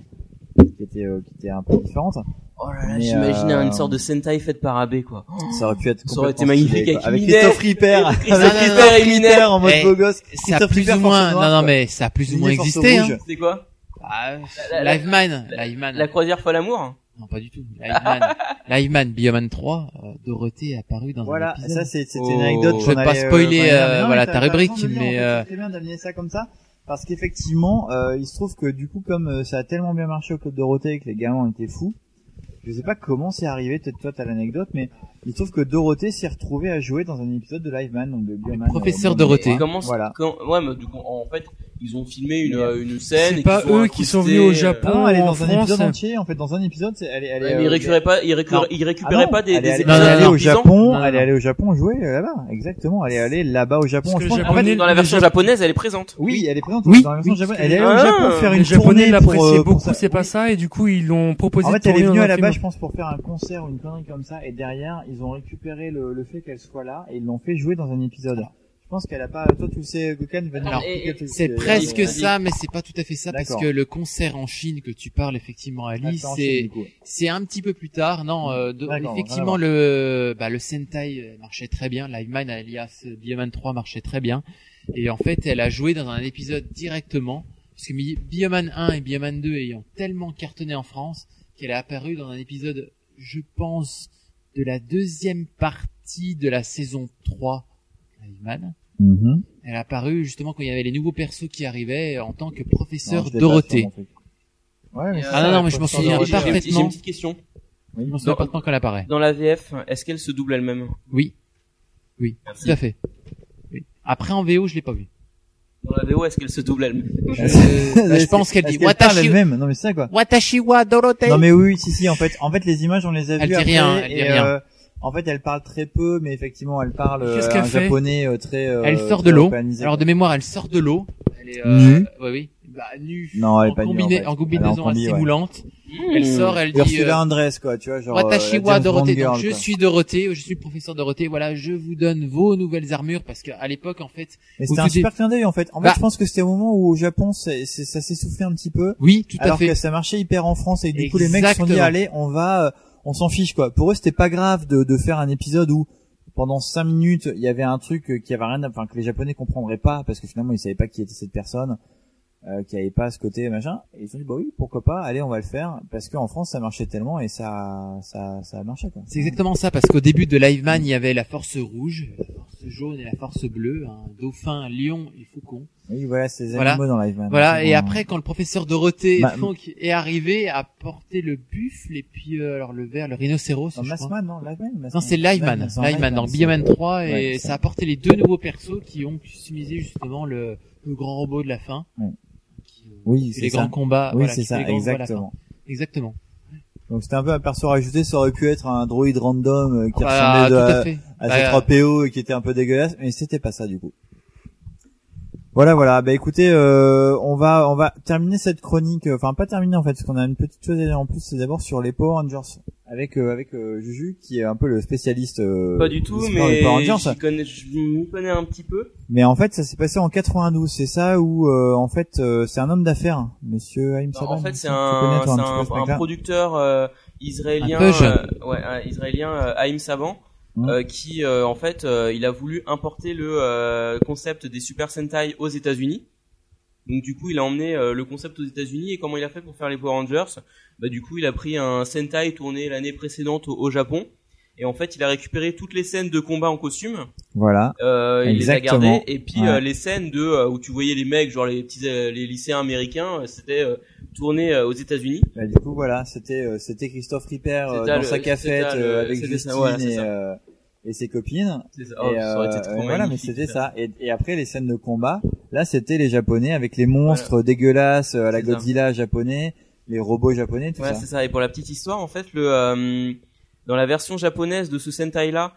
A: hein, qui était euh, qui était un peu différente.
C: Oh là là,
A: Mais,
C: j'imagine
A: euh,
C: une sorte de Sentai faite par
A: <laughs>
C: AB quoi.
A: Ça aurait pu être
C: Ça aurait été
A: complètement
C: magnifique
A: stylé,
C: avec,
A: quoi. avec
C: Minet,
A: Christophe
C: <laughs>
A: Ripper,
C: et-
A: avec
C: Christophe Ripper
A: Christophe
C: et Minet.
A: Ripper en mode
E: Eh,
A: beau gosse.
E: Ça a
A: Christophe
E: plus
A: Ripper,
E: ou moins,
A: Force Noire,
E: non, non,
A: quoi.
E: mais ça a plus ou
A: Minet,
E: moins
A: Force
E: existé, hein.
A: Rouge.
C: C'est quoi
E: Ah,
C: la- la-
E: Liveman, Liveman.
C: La croisière folle amour
E: Non, pas du tout.
C: <laughs>
E: Liveman, Liveman, Bioman 3, euh, Dorothée est apparue dans
A: Voilà,
E: un épisode.
A: ça c'est c'était
E: Oh.
A: une anecdote.
E: Je
A: qu'on
E: vais pas
A: allait, euh,
E: spoiler,
A: qu'on allait dire, mais
E: euh,
A: non,
E: voilà,
A: mais
E: ta
A: t'as
E: rubrique,
A: raison de le dire,
E: mais,
A: en fait,
E: euh,
A: C'est très bien d'amener ça comme ça, parce qu'effectivement, euh, il se trouve que du coup, comme euh, ça a tellement bien marché au Club Dorothée et que les gamins étaient fous, je sais pas comment c'est arrivé, peut-être toi t'as l'anecdote, mais il se trouve que Dorothée s'est retrouvée à jouer dans un épisode de Liveman, donc de Bioman.
E: professeur
A: euh,
E: Dorothée.
C: Comment
A: Voilà.
C: quand- Ouais, mais du coup, en fait, ils ont filmé une, euh, une scène.
D: C'est
C: et
D: pas
C: qu'ils ont
D: eux qui sont
C: incrusté,
D: venus au
C: euh,
D: Japon,
E: Ah,
A: Non, elle est
D: en
A: dans un
D: France.
A: épisode entier. En fait, dans un épisode, c'est, elle est, elle est.
C: Ouais, mais ils
A: euh,
C: récupéraient pas, ils
A: Non.
C: récupéraient, ils récupéraient
A: Ah non,
C: pas des,
A: elle est
C: des
A: allée-
C: épisodes
A: elle est allée au
C: artisans.
A: Japon, elle est allée au Japon jouer euh, là-bas, exactement. Elle est allée là-bas au Japon.
C: Parce
A: Je
C: que
A: pense
C: les
A: qu'en fait,
C: Japonais- dans la version japonaise, elle est présente.
A: Oui, elle est présente
D: Oui.
A: dans la version japonaise.
D: parce
A: Elle est
D: que Ah,
A: allée au Japon faire une
D: les Japonais
A: tournée pour,
D: l'appréciaient
A: euh, pour
D: beaucoup,
A: ça.
D: c'est pas ça, et du coup ils l'ont proposé
A: En
D: de
A: fait, elle est
D: tourner
A: venue
D: dans
A: à
D: un
A: la
D: film.
A: base, je pense, pour faire un concert ou une connerie comme ça, et derrière, ils ont récupéré le, le fait qu'elle soit là et ils l'ont fait jouer dans un épisode. Je pense qu'elle a pas. Toi, tu le sais, Gokan va nous
E: Alors,
A: expliquer tout-
E: c'est
A: euh,
E: presque
A: euh,
E: ça, mais c'est pas tout à fait ça parce
A: D'accord. Ah,
E: que le concert en Chine que tu parles effectivement, Ali,
A: c'est en Chine,
E: c'est
A: du coup.
E: c'est un petit peu plus tard. Non, euh, de-
A: D'accord,
E: effectivement
A: rien
E: le bah, le Sentai euh, marchait très bien, Liveman alias euh, Bioman 3 marchait très bien, et en fait elle a joué dans un épisode directement parce que Mi- Bioman 1 et Bioman 2 ayant tellement cartonné en France qu'elle est apparue dans un épisode, je pense, de la deuxième partie de la saison 3 Liveman.
A: Mhm.
E: Elle a apparu justement quand il y avait les nouveaux persos qui arrivaient en tant que
A: Non, je
E: professeur
A: l'ai pas sur
E: Dorothée.
A: mon truc. Ouais, mais
E: Ah
A: ça,
E: non, non,
A: la
E: mais je m'en
A: professeure
E: souviens
C: J'ai- j'ai- j'ai- J'ai
E: parfaitement.
C: une petite question.
E: Je m'en souviens parfaitement quand elle apparaît.
C: Dans la VF, est-ce qu'elle se double elle-même?
E: Oui. Oui,
C: Merci.
E: tout à fait. Oui. Après en VO, je l'ai pas vu.
C: Dans la VO, est-ce qu'elle se double elle-même?
A: <laughs>
E: Je, bah, je pense qu'elle
A: Est-ce
E: dit
A: qu'elle parle
E: Watashi,
A: elle-même Non, mais c'est ça, quoi.
E: Watashi wa Dorothée.
A: Non mais oui, oui, si si en fait en fait les images on les a
E: Elle
A: vues
E: dit
A: après,
E: rien, elle
A: et,
E: dit rien.
A: euh, en fait elle parle très peu mais effectivement elle parle euh,
E: Qu'est-ce
A: un
E: qu'elle fait
A: japonais euh, très euh,
E: elle sort de
A: très
E: l'eau.
A: japonisé,
E: Alors
A: quoi.
E: de mémoire, elle sort de l'eau. Elle est euh,
A: Mhm.
E: ouais, oui. Bah, nue.
A: Non, elle est
E: en,
A: pas nue,
E: combiné-
A: en fait.
E: en
A: Elle est
E: combinaison
A: en combi,
E: assez
A: ouais.
E: moulante.
A: Mmh.
E: Elle sort, elle dit
A: Ursula
E: euh,
A: Andress, quoi, tu vois, genre,
E: Watashi
A: euh, la
E: wa
A: James
E: Dorothée.
A: Bond
E: Donc,
A: girl,
E: je
A: quoi.
E: suis Dorothée, je suis professeur Dorothée. Voilà, je vous donne vos nouvelles armures parce qu'à l'époque en fait,
A: Mais
E: au
A: c'était
E: tout
A: un super clin d'œil en fait. En
E: Bah.
A: fait, je pense que c'était au moment où au Japon, c'est, c'est- ça s'est soufflé un petit peu.
E: Oui, tout à
A: alors
E: fait.
A: que ça marchait hyper en France et que du coup les mecs se sont dit
E: Exactement.
A: allez, on va, euh, on s'en fiche quoi. Pour eux, c'était pas grave de, de faire un épisode où pendant cinq minutes il y avait un truc euh, qui avait rien, à- enfin que les Japonais comprendraient pas parce que finalement ils savaient pas qui était cette personne, euh, qui avait pas ce côté machin. Et ils se sont dit bah oui, pourquoi pas, allez, on va le faire parce qu'en France ça marchait tellement et ça, ça, ça a marché quoi.
E: C'est exactement ça, parce qu'au début de Liveman, il y avait la force rouge, la force jaune et la force bleue, un dauphin, un lion et faucon.
A: Oui, voilà, c'est les
E: Voilà.
A: animaux dans Live Man.
E: Voilà, et
A: Ouais.
E: après, quand le professeur Dorothée
A: Bah,
E: Franck est arrivé, a porté le buffle et puis euh, alors le ver, le rhinocéros,
A: Dans
E: je crois.
A: Massman, non, Liveman,
E: Non, c'est Liveman, Liveman dans Bioman 3, et ça a apporté les deux nouveaux persos qui ont customisé justement le, le grand robot de la fin.
A: Ouais. Oui,
E: c'est
A: c'est
E: les
A: ça.
E: grands combats.
A: Oui,
E: voilà,
A: c'est
E: qui fait
A: ça,
E: les grands combats à la fin.
A: exactement.
E: Exactement.
A: Donc c'était un peu un perso rajouté, ça aurait pu être un droïde random euh, qui ressemblait
E: Bah,
A: de-
E: tout
A: <laughs>
E: à fait.
A: à,
E: Bah,
A: C3PO et qui était un peu dégueulasse, mais c'était pas ça du coup. Voilà, voilà. Bah écoutez, euh, on va on va terminer cette chronique, euh, enfin pas terminer en fait, parce qu'on a une petite chose à dire en plus, c'est d'abord sur les Power Rangers avec euh, avec euh, Juju qui est un peu le spécialiste. euh,
C: Pas du tout,
A: discipline des
C: mais
A: Power Rangers.
C: j'y connais- je m'y connais un petit peu.
A: Mais en fait, ça s'est passé en 92. C'est ça où, euh, en fait, euh, c'est un homme d'affaires, hein, Monsieur Haïm
C: Alors,
A: Saban.
C: en fait, c'est
A: Tu
C: un,
A: connais, toi,
C: c'est
A: petit peu
C: un,
A: ce
C: un
A: mec-là
C: producteur euh, israélien,
A: Un peu jeune.
C: euh, ouais, un israélien euh, Haïm Saban,
A: Mhm.
C: euh, qui euh, en fait, euh, il a voulu importer le euh, concept des Super Sentai aux États-Unis. Donc du coup, il a emmené euh, le concept aux États-Unis et comment il a fait pour faire les Power Rangers Bah du coup, il a pris un Sentai tourné l'année précédente au, au Japon et en fait, il a récupéré toutes les scènes de combat en costume.
A: Voilà.
C: Euh, il les a
A: Exactement.
C: gardés et puis
A: Ouais.
C: euh, les scènes de euh, où tu voyais les mecs genre les petits euh, les lycéens américains euh, c'était euh, tourné euh, aux États-Unis
A: Bah, du coup, voilà, c'était euh, c'était Christophe Ripper euh,
C: C'était
A: dans
C: le-
A: sa cafette
C: c'était le-
A: euh, avec
C: c'était ça,
A: Justine
C: voilà, c'est
A: et,
C: ça.
A: euh, et ses copines.
C: C'est ça. Oh,
A: et,
C: ça aurait été
A: euh,
C: trop
A: voilà, mais
C: magnifique,
A: c'était
C: ça.
A: ça. Et, et après les scènes de combat, là, c'était les Japonais avec les monstres dégueulasses euh, à la
C: C'est ça.
A: Godzilla japonais, les robots japonais, tout
C: voilà
A: ça.
C: c'est ça et pour la petite histoire en fait le euh, dans la version japonaise de ce Sentai là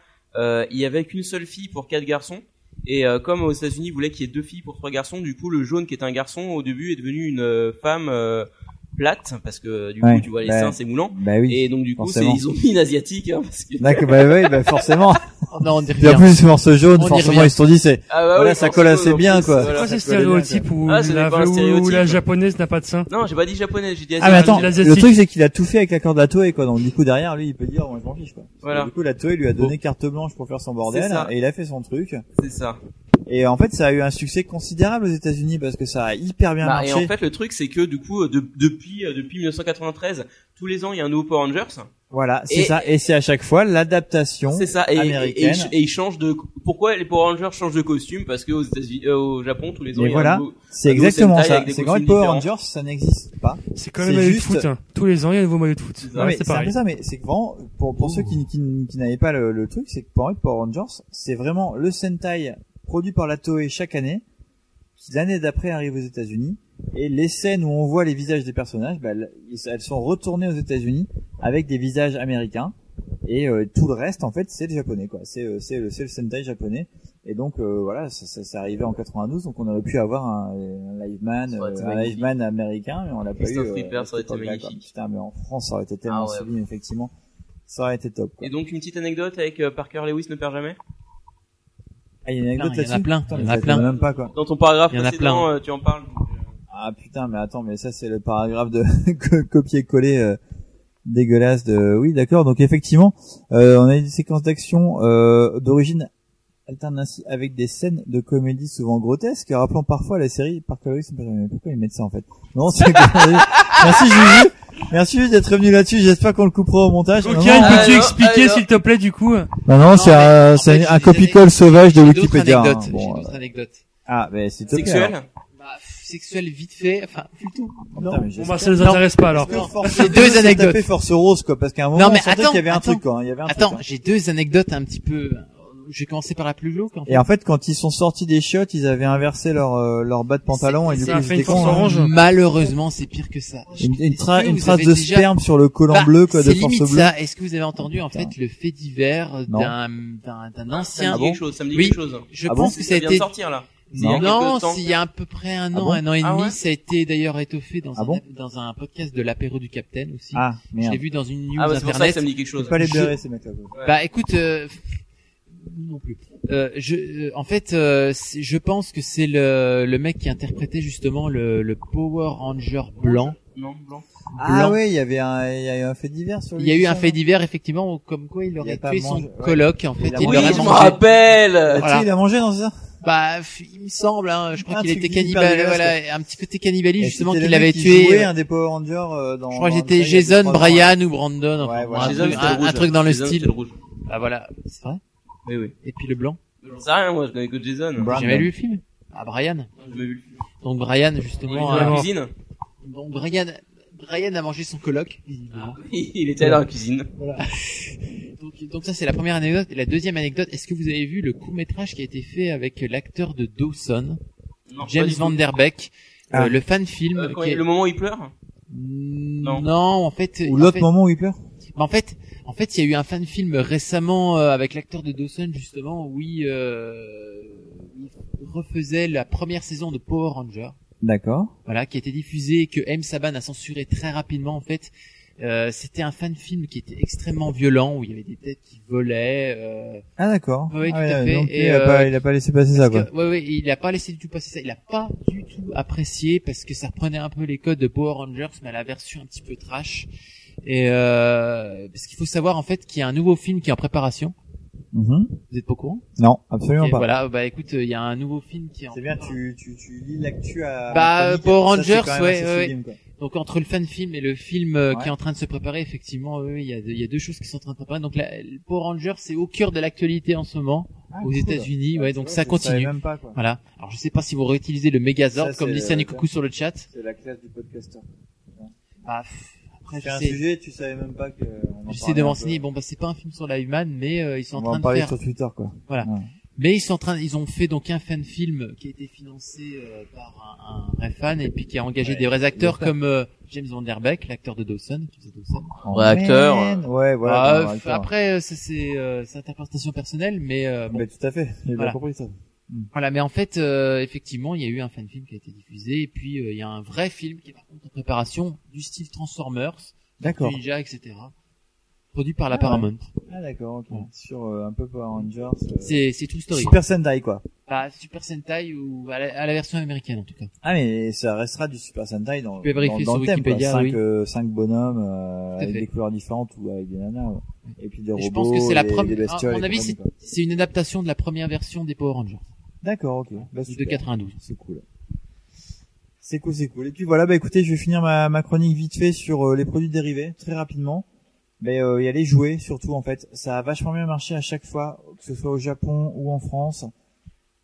C: il y avait qu'une seule fille pour quatre garçons et euh, comme aux États-Unis ils voulaient qu'il y ait deux filles pour trois garçons du coup le jaune qui est un garçon au début est devenu une euh, femme euh, plate parce que du coup
A: Ouais,
C: tu vois les
A: bah,
C: seins c'est moulant
A: bah oui,
C: et donc du coup c'est-
A: forcément.
C: ils ont mis une asiatique hein, parce que
A: D'accord, bah oui, bah
C: <laughs>
A: forcément.
E: Oh, non, on dit
A: Et en
E: rien.
A: plus, morceau jaune,
E: On y
A: forcément,
E: revient.
A: ils se sont dit, c'est,
C: Ah bah
A: voilà,
C: oui,
A: ça colle assez
C: forcément,
A: bien,
C: en plus,
A: quoi.
C: voilà.
D: Pourquoi ces
A: Ça colle bien,
D: stéréotypes où,
C: Ah, ce n'est
D: la,
C: pas un
D: où
C: stéréotype.
D: la japonaise n'a pas de sein
C: non j'ai pas dit japonais j'ai dit
A: Ah mais
C: asiatique.
A: attends,
D: l'Asie
A: le
D: asiatique.
A: truc c'est qu'il a tout fait avec la corde à Toei quoi. Donc du coup derrière lui il peut dire moi je m'en fiche quoi.
C: Voilà.
A: Du coup la Toei lui a donné carte blanche pour faire son bordel
C: C'est ça.
A: et il a fait son truc.
C: c'est ça
A: Et en fait ça a eu un succès considérable aux États-Unis parce que ça a hyper bien
C: Bah,
A: marché.
C: et en fait, le truc, c'est que du coup, de- depuis, euh, depuis 1993, tous les ans, il y a un nouveau Power Rangers.
A: Voilà, c'est
C: et-
A: ça. Et c'est à chaque fois l'adaptation
C: C'est ça. Et, et- et,
A: américaine.
C: ils ch- et ils changent de. Pourquoi les Power Rangers changent de costume Parce que aux États-Unis, euh, au Japon, tous les ans,
A: Mais
C: il y a un
A: voilà,
C: nouveau.
A: c'est
C: un nouveau
A: exactement
C: Sentai
A: ça.
C: avec des
A: C'est quand même
C: costumes
A: Power
C: différents.
A: Rangers, ça n'existe pas.
D: C'est quand
A: C'est
D: même le
A: juste-
D: foot. hein. Tous les ans, il y a un nouveau maillot de foot.
A: Non,
D: Ouais,
A: mais
D: c'est
A: c'est un
D: pareil.
A: peu ça, mais c'est que vraiment, pour, pour ceux qui, qui, qui n'avaient pas le, le truc, c'est que pour moi, Power Rangers, c'est vraiment le Sentai produit par la Toei chaque année, qui l'année d'après arrive aux États-Unis. Et les scènes où on voit les visages des personnages, bah, elles- elles sont retournées aux États-Unis avec des visages américains. Et euh, tout le reste, en fait, c'est le japonais, quoi. C'est euh, c'est le, c'est le Sentai japonais. Et donc euh, voilà, ça, ça, ça arrivait en 92, donc on aurait pu avoir un, un liveman,
N: Ça aurait
A: euh,
N: été
A: un
N: magnifique.
A: liveman américain, mais on l'a pas eu.
N: Christophe
A: euh,
N: Ripper, ça aurait été
A: à cette époque-là, quoi.
N: magnifique.
A: Putain, mais en France, ça aurait été tellement
N: Ah ouais.
A: sublime, effectivement. Ça aurait été top.
C: Et donc une petite anecdote avec euh, Parker Lewis ne perd jamais.
A: Ah, il y a une anecdote
E: Putain, il y en a
A: là-dessus
E: plein,
A: Putain,
E: il y
A: mais
E: en a
A: ça, je
E: plein.
A: connais même pas, quoi.
C: Dans ton paragraphe
E: Il y en a
C: précédent,
E: plein.
C: euh, tu en parles.
A: Ah putain, mais attends, mais ça c'est le paragraphe de <laughs> co- copier-coller euh, dégueulasse de. Oui, d'accord. Donc effectivement, euh, on a une séquence d'action euh, d'origine alterne ainsi avec des scènes de comédie souvent grotesques, rappelant parfois la série par Lewis. Mais pourquoi ils mettent ça en fait Non, c'est. <laughs> Merci Juju. Merci Juju d'être venu là-dessus. J'espère qu'on le coupera au montage.
D: Ok,
A: Non, non,
D: peux-tu
E: alors,
D: expliquer
E: alors.
D: s'il te plaît du coup
A: non, non, c'est un,
E: en fait,
A: c'est
E: j'ai
A: un
E: des
A: copie-colle sauvage de
E: J'ai d'autres
A: Wikipédia.
E: anecdotes,
A: hein.
E: J'ai
A: Bon,
E: d'autres
A: euh,
E: anecdotes.
A: Ah, mais c'est
C: Sexuel
E: Bah, sexuel vite fait, enfin, plutôt.
A: Putain, mais
D: Bon
A: j'espère-
D: bah ça nous intéresse pas alors.
A: Parce que Force
E: C'est
A: Rose
E: deux
A: s'est
E: anecdotes.
A: tapé Force Rose quoi parce qu'à un moment
E: Non, mais
A: on sentait
E: attends,
A: qu'il y avait un
E: attends.
A: truc quoi, il y avait un
E: Attends,
A: truc, hein.
E: j'ai deux anecdotes un petit peu. euh, Je vais commencer par la plus glauque. En fait.
A: Et en fait quand ils sont sortis des chiottes, ils avaient inversé leur euh, leur bas de pantalon et du
D: ça
A: coup
D: a
A: ils
D: fait
A: étaient
D: une force
A: cons, hein.
D: orange.
E: Malheureusement, c'est pire que ça.
A: Une, une tra-
E: Est-ce que
A: une
E: vous
A: trace
E: avez
A: de
E: déjà-
A: sperme sur le collant
E: Bah,
A: bleu quoi de
E: c'est
A: force
E: limite
A: bleue.
E: ça. Est-ce que vous avez entendu en fait le fait divers
A: Non.
E: d'un d'un d'un
C: Ah, Ça me
E: ancien
C: dit quelque chose. Ça me dit
E: Oui.
C: quelque chose.
E: Je
A: Ah bon
E: pense que ça a
C: vient de
E: été
C: sortir là. Il y a
E: Non,
C: quelque temps.
E: s'il y a à peu près un
A: Ah
E: an,
A: bon
E: un an et
C: Ah
E: demi,
C: ouais
E: ça a été d'ailleurs étoffé dans
A: Ah
E: un
A: bon
E: dans un podcast de l'apéro du Capitaine aussi.
A: Ah
E: Je
A: merde.
E: l'ai vu dans une news
C: Ah ouais, c'est pour ça que
E: internet.
C: ça me dit quelque
A: Je
C: chose.
A: peux pas les
E: Je-
A: blairer ces mecs là.
E: Bah écoute, euh, non plus. Euh, je, euh, en fait, euh, c'est- je pense que c'est le, le mec qui interprétait justement le, le Power Ranger blanc.
C: Non, blanc.
A: Ah
E: Blanc.
A: ouais, il y avait un il y a eu un fait divers sur lui.
E: Il y a eu
A: ça,
E: un
A: non
E: fait divers effectivement où- comme quoi il
A: Il a
E: aurait
A: pas
E: tué
A: mangé,
E: son
A: ouais.
E: coloc en fait.
A: a
E: Il
A: mangé.
E: l'aurait
A: Oui, je
E: mangé.
A: m'en rappelle.
C: Rappel.
A: Ah,
E: voilà.
A: tu sais, il a mangé dans ça.
E: Bah, f- il me semble, hein, je crois
A: Un
E: qu'il
A: truc
E: était
A: hyper
E: cannibale,
A: dégueulasse,
E: voilà, un petit côté cannibaliste
A: Et
E: justement
A: c'était
E: qu'il
A: le
E: avait
A: mec qui
E: tué.
A: jouait un des Power Rangers euh, dans
E: Je crois que
A: dans
E: c'était
A: une série il y a deux,
E: Jason,
A: trois ans.
E: Brian ou Brandon, enfin,
A: Ouais,
E: bon,
A: voilà.
E: un,
C: Chez
E: truc,
C: eux, c'était
E: un-
C: le rouge.
E: un truc dans le
C: Chez eux, c'était
E: style.
C: le rouge.
E: Ah voilà, c'est vrai.
C: Oui, oui.
E: Et puis le blanc.
C: J'en sais rien, moi, je connais que Jason.
E: J'ai
A: Brandon.
E: jamais lu le film. Ah Brian.
C: J'ai jamais vu le film.
E: Donc Brian
C: Il
E: justement,
C: était dans la
E: euh,
C: cuisine.
E: donc Brian, Brian a mangé son coloc. visiblement.
C: Il était dans la cuisine.
E: Donc, donc ça c'est la première anecdote. Et la deuxième anecdote, est-ce que vous avez vu le court métrage qui a été fait avec l'acteur de Dawson,
C: Non, pas
E: James
C: du tout.
E: Van Der Beek,
A: Ah.
E: euh, le fan film.
C: Euh, quand
E: qui
C: il-
E: est-
C: Le moment où il pleure
E: Non. en fait.
A: Ou
E: en
A: l'autre
E: fait-
A: moment où il pleure.
E: Mais en fait, en fait, il y a eu un fan film récemment euh, avec l'acteur de Dawson justement où il, euh, il refaisait la première saison de Power Ranger,
A: D'accord.
E: voilà, qui a été diffusée et que M Saban a censuré très rapidement en fait. Euh, c'était un fan film qui était extrêmement violent où il y avait des têtes qui volaient. euh,
A: Ah d'accord.
E: Oui, tout
A: Ah,
E: à
A: ouais,
E: fait.
A: donc,
E: Et,
A: il a
E: euh,
A: pas il a pas laissé passer ça quoi.
E: parce que- ouais, ouais, il a pas laissé du tout passer ça. Il a pas du tout apprécié parce que ça reprenait un peu les codes de Power Rangers, mais à la version un petit peu trash. Et euh, parce qu'il faut savoir en fait qu'il y a un nouveau film qui est en préparation.
A: Mhm.
E: Vous êtes pas au courant
A: Non, absolument
E: Ok,
A: pas.
E: Voilà, bah écoute, euh, il y a un nouveau film qui est en
A: C'est bien, tu, tu, tu lis l'actu à.
E: Bah,
A: à la chronique,
E: Power
A: ça, c'est
E: Rangers,
A: quand même
E: ouais,
A: assez
E: ouais.
A: sublime, quoi.
E: Donc entre le fan film et le film euh,
A: Ouais.
E: qui est en train de se préparer, effectivement, eux, il y, a deux- il y a deux choses qui sont en train de préparer. Donc la, le Power Rangers, c'est au cœur de l'actualité en ce moment
A: Ah,
E: aux
A: cool.
E: États-Unis, ouais, donc
A: Ouais,
E: ça
A: je savais
E: continue.
A: même pas, quoi.
E: Voilà. Alors je sais pas si vous réutilisez le Megazord
A: Ça,
E: comme
A: c'est,
E: dit Sani
A: euh,
E: Coucou sur le chat.
A: C'est la classe du podcaster.
E: Bah, pff, après,
A: C'est un
E: j'essaie,
A: sujet, tu savais même pas que. on en
E: j'essaie
A: parlait
E: de
A: un
E: m'en
A: peu.
E: renseigner. Bon, bah, c'est pas un film sur la Human, mais euh, ils sont
A: On va
E: en
A: en
E: train de
A: parler
E: faire.
A: sur Twitter, quoi.
E: Mais ils sont en train, ils ont fait donc un fan film qui a été financé euh, par un, un vrai fan et puis qui a engagé
A: Ouais,
E: des vrais acteurs
A: le fan.
E: comme euh, James Van Der Beek, l'acteur de Dawson, qui faisait Dawson.
A: En
N: Ouais, acteur,
A: man. Ouais,
E: Ah,
A: voilà.
E: euh,
A: bon, acteur.
E: après, euh, ça, c'est euh, c'est interprétation personnelle, mais euh, bon,
A: Mais tout à fait, j'ai bien
E: Voilà.
A: compris ça.
E: voilà. Mais en fait, euh, effectivement, il y a eu un fan film qui a été diffusé et puis euh, il y a un vrai film qui est par contre en préparation du style Transformers,
A: D'accord.
E: Ninja, etc. Produit par la
A: Ah ouais.
E: Paramount.
A: Ah, d'accord, ok.
E: Ouais.
A: Sur euh, un peu Power Rangers. euh,
E: C'est c'est tout story.
A: Super Sentai, quoi.
E: Bah, Super Sentai ou à la, à la version américaine en tout cas.
A: Ah, mais ça restera du Super Sentai dans,
E: peux vérifier
A: dans, dans
E: sur
A: le thème, quoi.
E: Wikipédia,
A: Cinq,
E: oui.
A: euh, cinq bonhommes, euh,
E: Tout à
A: avec
E: fait.
A: des couleurs différentes ou avec des nanas, ouais. Et puis des
E: Et
A: robots.
E: je pense que c'est la
A: et des
E: première.
A: bestioles
E: À mon
A: et
E: avis,
A: compagnie,
E: c'est
A: quoi.
E: c'est une adaptation de la première version des Power Rangers
A: D'accord, ok. Bah,
E: de
A: super.
E: 92.
A: C'est cool. C'est cool, c'est cool. Et puis voilà, bah écoutez, je vais finir ma, ma chronique vite fait sur euh, les produits dérivés, très rapidement. Mais euh, y aller jouer, surtout en fait. Ça a vachement bien marché à chaque fois, que ce soit au Japon ou en France,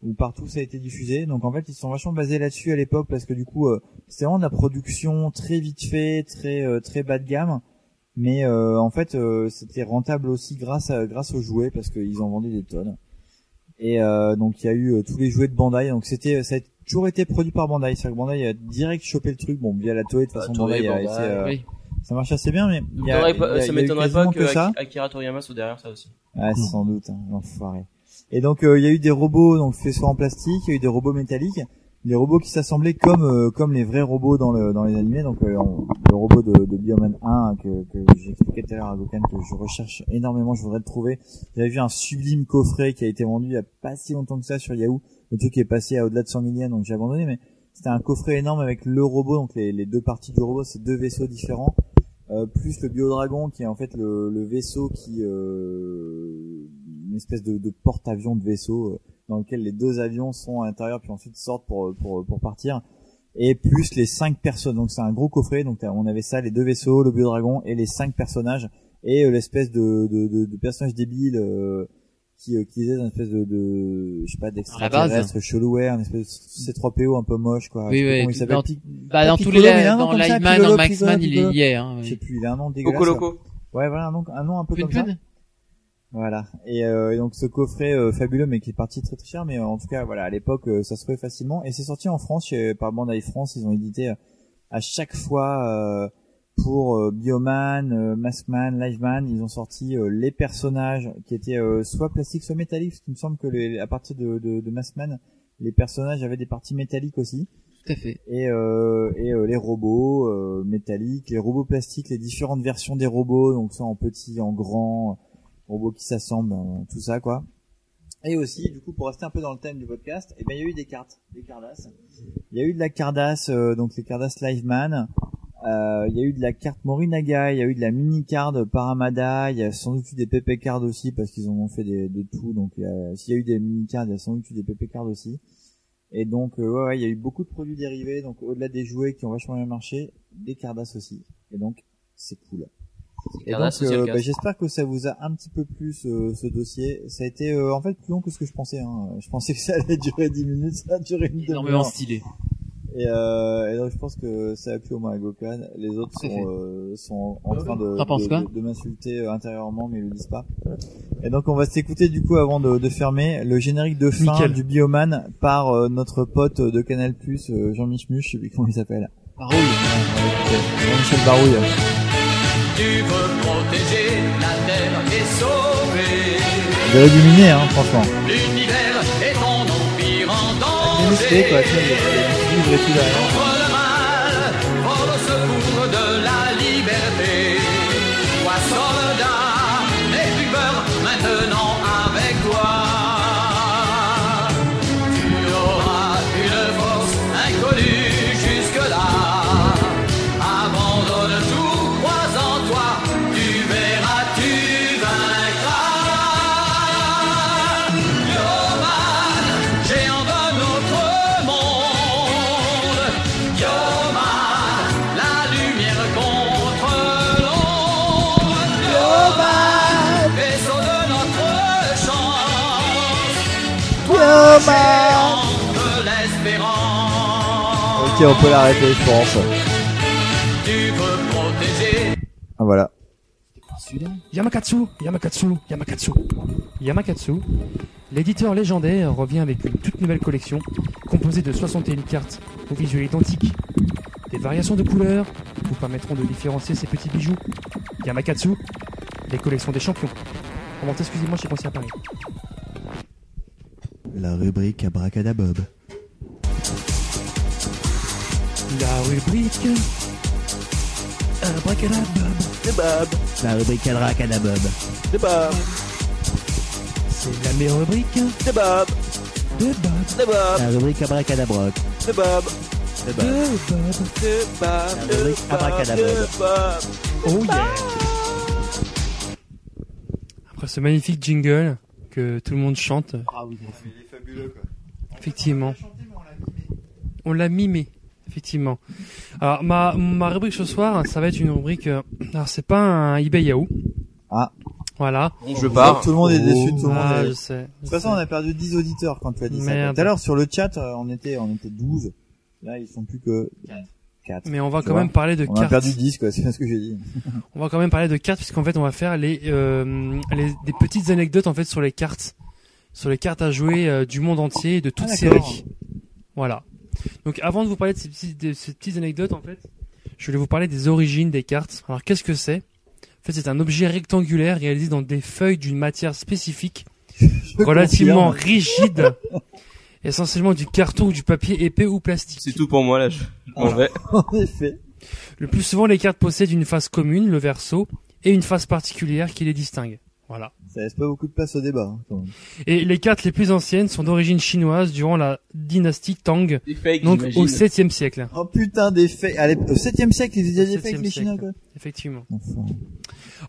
A: ou partout ça a été diffusé. Donc en fait, ils se sont vachement basés là-dessus à l'époque, parce que du coup, euh, c'était vraiment de la production très vite fait, très euh, très bas de gamme. Mais euh, en fait, euh, c'était rentable aussi grâce à, grâce aux jouets, parce qu'ils en vendaient des tonnes. Et euh, donc il y a eu euh, tous les jouets de Bandai. Donc c'était ça a été toujours été produit par Bandai. C'est-à-dire que Bandai a direct chopé le truc. Bon, via la Toei, de toute façon,
C: Toei,
A: Bandai, a
C: Bandai,
A: été, euh,
C: oui.
A: ça marche assez bien, mais il
C: Donc,
A: y a-
C: t'aurais
A: il y a- il
C: pas-
A: y
C: ça
A: a eu
C: m'étonnerait pas
A: quasiment
C: que, euh,
A: ça.
C: Ak- Akira Toriyama soit derrière ça aussi.
A: Ah, sans doute, hein, l'enfoiré. Et donc euh, il y a eu des robots donc faits soit en plastique, il y a eu des robots métalliques, des robots qui s'assemblaient comme euh, comme les vrais robots dans le dans les animés. Donc euh, on- le robot de, de Bioman 1 que, que j'expliquais tout à l'heure à Gokan que je recherche énormément, je voudrais le trouver. J'avais vu un sublime coffret qui a été vendu il y a pas si longtemps que ça sur Yahoo. Le truc est passé à au-delà de 100 000 yens, donc j'ai abandonné. Mais c'était un coffret énorme avec le robot, donc les, les deux parties du robot, c'est deux vaisseaux différents. Euh, plus le Biodragon qui est en fait le, le vaisseau qui euh, une espèce de, de porte-avions de vaisseau euh, dans lequel les deux avions sont à l'intérieur puis ensuite sortent pour euh, pour pour partir et plus les cinq personnes donc c'est un gros coffret donc t'as- on avait ça les deux vaisseaux le Biodragon et les cinq personnages et euh, l'espèce de, de, de, de personnage débile euh, qui euh, qui faisait une espèce de, de je sais pas d'extraterrestre chelouer un espèce de C3PO un peu moche quoi
E: Oui,
A: Je sais pas
E: oui,
A: comment il s'appelle
E: dans-
A: Pic-
E: bah,
A: pas
E: dans
A: Piccolo,
E: tous les-
A: mais il a un nom
E: dans
A: comme ça,
E: Lightman,
A: Piccolo,
E: dans
A: Piccolo,
E: Maxman, il est
A: Piccolo.
E: lié, hein,
A: je
E: oui.
A: sais plus il a un nom dégueulasse
E: Coco
A: là.
E: Loco.
A: ouais voilà un nom un nom un peu
E: Pun
A: comme ça
E: Pun
A: voilà. Et, euh, et donc ce coffret euh, fabuleux, mais qui est parti très très cher, mais euh, en tout cas voilà, à l'époque euh, ça se trouvait facilement. Et c'est sorti en France chez- par Bandai France. Ils ont édité euh, à chaque fois euh, pour euh, Bioman, euh, Maskman, Liveman, ils ont sorti euh, les personnages qui étaient euh, soit plastiques, soit métalliques. Parce qu'il me semble que les- à partir de, de, de Maskman, les personnages avaient des parties métalliques aussi
E: Tout à fait.
A: et, euh, et euh, les robots euh, métalliques, les robots plastiques, les différentes versions des robots, donc ça en petit, en grand, robots qui s'assemblent, euh, tout ça quoi. Et aussi, du coup, pour rester un peu dans le thème du podcast, eh ben, il y a eu des cartes, des cardasses. Il y a eu de la cardasse, euh, donc les cardasses Liveman. Euh, il y a eu de la carte Morinaga, il y a eu de la mini card Paramada, il y a sans doute eu des PP cards aussi parce qu'ils en ont fait des, de tout. Donc il y a- s'il y a eu des mini cards, il y a sans doute eu des PP cards aussi. Et donc euh, ouais, ouais, il y a eu beaucoup de produits dérivés, donc au-delà des jouets qui ont vachement bien marché, des cardasses aussi. Et donc c'est cool. Et donc
C: Cardasses aussi,
A: euh,
C: le
A: bah,
C: casque.
A: j'espère que ça vous a un petit peu plus euh, ce dossier. Ça a été euh, en fait plus long que ce que je pensais. Hein. Je pensais que ça allait durer 10 minutes, ça a duré une demi-heure.
E: Énormément stylé.
A: Et, euh, et donc je pense que ça a plu au moins à Gokan. Les autres sont, euh, sont en train de,
E: T'en penses
A: de,
E: quoi
A: de- de m'insulter euh, intérieurement, mais ils le disent pas. Et donc on va s'écouter du coup avant de, de fermer le générique de fin
E: Nickel.
A: du Bioman par euh, notre pote de Canal Plus, Jean Michmuche, je sais plus comment il s'appelle.
E: Barouille.
A: Jean-Michel Barouille.
F: Tu veux protéger la terre et sauver
A: Vous avez illuminé, hein, franchement.
F: l'univers et ton empire en
A: Bien
F: danger.
A: musclé, quoi. tiens, le- le livre et tout derrière.
F: Contre le mal, pour le secours de la liberté. Toi soldat, n'aie plus peur maintenant avec toi. Tu auras une force inconnue jusque-là. Abandonne tout, crois en toi, tu verras, tu vaincras. Yoman, géant de notre monde. Yoman, la lumière contre l'ombre. Yoman, vaisseau de notre chance. Toi, géant de l'espérance.
A: Ok, on peut l'arrêter, je pense.
F: Tu peux protéger
A: Ah, voilà.
D: Yamakatsu, Yamakatsu, Yamakatsu. Yamakatsu, l'éditeur légendaire revient avec une toute nouvelle collection composée de 61 cartes au visuel identique. Des variations de couleurs vous permettront de différencier ces petits bijoux. Yamakatsu, les collections des champions. Comment excusez-moi, je suis pensé à Paris.
J: La rubrique Abracadabob.
D: La rubrique. Abracadabob.
J: Bob. La rubrique Abracadabob. De Bob.
D: C'est la meilleure rubrique.
J: De Bob.
D: De Bob.
J: De Bob.
O: La rubrique Abracadabroc.
J: De Bob. De Bob. De Bob. De Bob.
O: Abracadabob.
J: De Bob.
D: Oh yeah Après ce magnifique jingle que tout le monde chante,
E: Ah oui,
A: Il est fabuleux, quoi.
D: effectivement. On l'a mimé, effectivement. Alors ma, ma rubrique ce soir, ça va être une rubrique... euh, alors c'est pas un eBay Yahoo.
A: Ah.
D: Voilà.
A: hein.
P: Bon, je pars.
A: Tout le monde est déçu, tout le monde
D: Ah,
A: est-
D: je sais,
A: De
D: je
A: toute façon,
D: sais.
A: on a perdu 10 auditeurs quand tu as dit ça.
D: Merde.
A: Tout à l'heure, sur le chat, euh, on était, on était 12. Là, ils sont plus que 4.
D: Mais on va quand même parler de
A: on On a
D: cartes.
A: perdu 10, quoi, <laughs> c'est bien ce que j'ai dit.
D: On va quand même parler de cartes puisqu'en fait on va faire les, euh, les- des petites anecdotes en fait sur les cartes, sur les cartes à jouer euh, du monde entier et de toutes
A: Ah,
D: séries.
A: d'accord.
D: Voilà. Donc avant de vous parler de ces, petits- de ces petites anecdotes, en fait, je voulais vous parler des origines des cartes. Alors qu'est-ce que c'est En fait, c'est un objet rectangulaire réalisé dans des feuilles d'une matière spécifique,
A: <laughs>
D: relativement
A: hein.
C: confirme.
D: rigide, essentiellement du carton ou du papier épais ou plastique.
C: C'est tout pour moi là. Je, je m'en vais.
D: En effet. Le plus souvent, les cartes possèdent une face commune, le verso, et une face particulière qui les distingue. Voilà.
A: Ça laisse pas beaucoup de place au débat. hein, quand même.
D: Et les cartes les plus anciennes sont d'origine chinoise durant la dynastie Tang,
A: fakes,
D: donc
A: j'imagine.
D: au 7e siècle.
A: Oh putain, des faits. Allez, au 7 siècle, ils faisaient des faits avec les
D: 7e
A: Chinois,
D: siècle.
A: quoi.
D: Effectivement.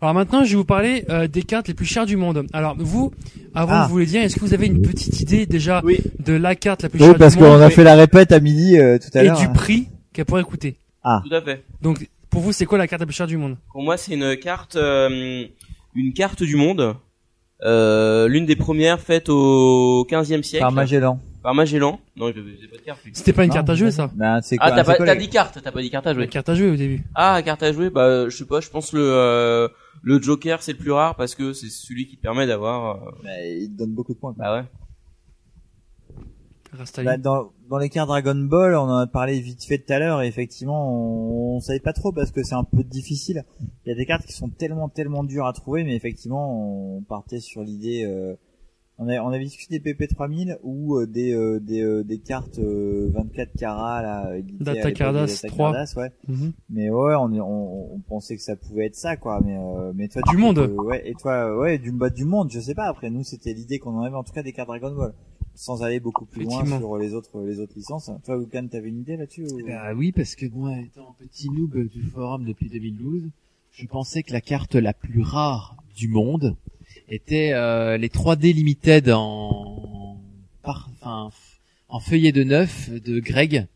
D: Alors maintenant, je vais vous parler euh, des cartes les plus chères du monde. Alors vous, avant
A: Ah.
D: de vous les dire, est-ce que vous avez une petite idée déjà de la carte la plus
A: Oui,
D: chère
A: parce
D: du monde
A: qu'on a fait la répète à midi euh, tout à
D: et
A: l'heure.
D: du E
A: hein.
D: prix qu'elle pourrait coûter
A: Ah.
C: Tout à fait.
D: Donc pour vous, c'est quoi la carte la plus chère du monde
C: Pour moi, c'est une carte, euh, une carte du monde. Euh, l'une des premières faites au 15e siècle.
A: Par Magellan.
C: Par Magellan. Non, j'ai j'ai pas de carte. lui.
D: C'était pas une carte à jouer, ça
A: Ben, c'est
C: Ah,
A: quoi-
C: t'as
A: c'est
C: pas,
A: quoi
C: t'as
A: les-
C: dit carte, t'as pas dit carte à jouer.
D: La carte à jouer au début.
C: Ah, carte à jouer, bah, euh, je sais pas, je pense le, euh, le Joker, c'est le plus rare parce que c'est celui qui te permet d'avoir, euh,
A: Ben, il te donne beaucoup de points.
C: Bah ouais.
D: Rastali.
A: Bah, dans, dans les cartes Dragon Ball, on en a parlé vite fait tout à l'heure, et effectivement, on, on savait pas trop parce que c'est un peu difficile. Il y a des cartes qui sont tellement, tellement dures à trouver, mais effectivement, on partait sur l'idée. euh, on, a- on avait discuté des PP3000 ou euh, des, euh, des, euh, des cartes euh, 24 carats, là, euh, éditées à l'époque des
D: Datacardas
A: Datacardas,
D: 3.
A: ouais.
D: Mhm.
A: Mais ouais, on, est- on, on pensait que ça pouvait être ça, quoi. Mais, euh, mais toi,
D: Du
A: tu-
D: monde.
A: euh, ouais, et toi, euh, ouais, du, bah, du monde, je sais pas. Après, nous, c'était l'idée qu'on en avait, en tout cas, des cartes Dragon Ball. Sans aller beaucoup plus loin
E: Effectivement.
A: sur les autres, les autres licences. Toi, Wukan, t'avais une idée là-dessus ou...
E: Bah oui, parce que moi, étant petit noob du forum depuis 2012, je pensais que la carte la plus rare du monde était euh, les 3D Limited en, par, enfin, en feuillet de neuf de Greg.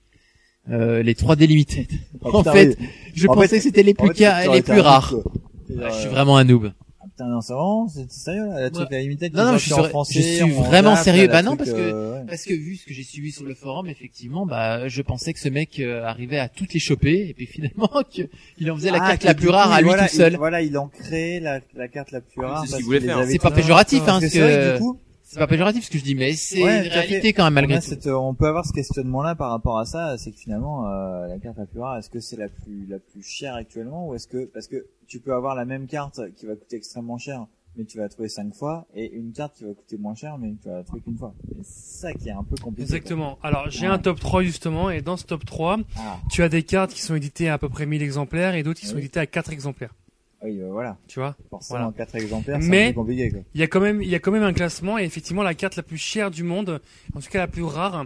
E: Euh, les 3D Limited.
A: Oh,
E: en
A: putain,
E: fait,
A: oui.
E: je
A: En
E: pensais
A: fait,
E: que c'était les
A: en
E: plus,
A: fait,
E: ca-
A: ça aurait
E: les
A: été
E: plus
A: un
E: rares.
A: truc, quoi. C'est-à-dire,
E: Ah, je suis
A: euh,
E: vraiment un noob.
A: Ah, putain, non, c'est vraiment, c'est sérieux, là, le truc, la limite,
E: Non, non, je suis, sur- je suis vraiment sérieux. Bah non, parce que
A: euh,
E: parce que vu ce que j'ai suivi sur le forum, effectivement, bah je pensais que ce mec euh, arrivait à toutes les choper, et puis finalement <laughs> que- il en faisait la
A: Ah,
E: carte
A: que
E: la
A: du
E: plus
A: coup,
E: rare à lui
A: voilà,
E: tout seul.
A: Il, voilà, il en crée la, la carte la plus rare.
E: C'est ce
A: parce
E: qu'il voulait
A: les
E: faire.
A: avait
E: C'est pas
A: tous.
E: péjoratif, hein,
A: Parce que
E: parce
A: c'est vrai
E: que-
A: du coup-
E: C'est pas péjoratif ce que je dis, mais c'est
A: Ouais,
E: une
A: tout à fait.
E: réalité quand même malgré
A: On a
E: tout.
A: cette- euh, on peut avoir ce questionnement-là par rapport à ça, c'est que finalement euh, la carte la plus rare, est-ce que c'est la plus la plus chère actuellement ou est-ce que parce que tu peux avoir la même carte qui va coûter extrêmement cher, mais tu vas la trouver cinq fois, et une carte qui va coûter moins cher, mais tu vas la trouver qu'une fois. Et C'est ça qui est un peu compliqué.
D: Exactement. Alors j'ai
A: Ouais.
D: un top 3 justement et dans ce top 3,
A: Ah.
D: tu as des cartes qui sont éditées à à peu près 1000 exemplaires et d'autres qui sont
A: Oui.
D: éditées à 4 exemplaires.
A: Oui, euh, voilà.
D: Tu vois
A: Forcément,
D: Voilà.
A: quatre exemplaires, c'est un
D: Mais
A: peu compliqué. Quoi.
D: il y a quand même il y a quand même un classement et effectivement la carte la plus chère du monde, en tout cas la plus rare,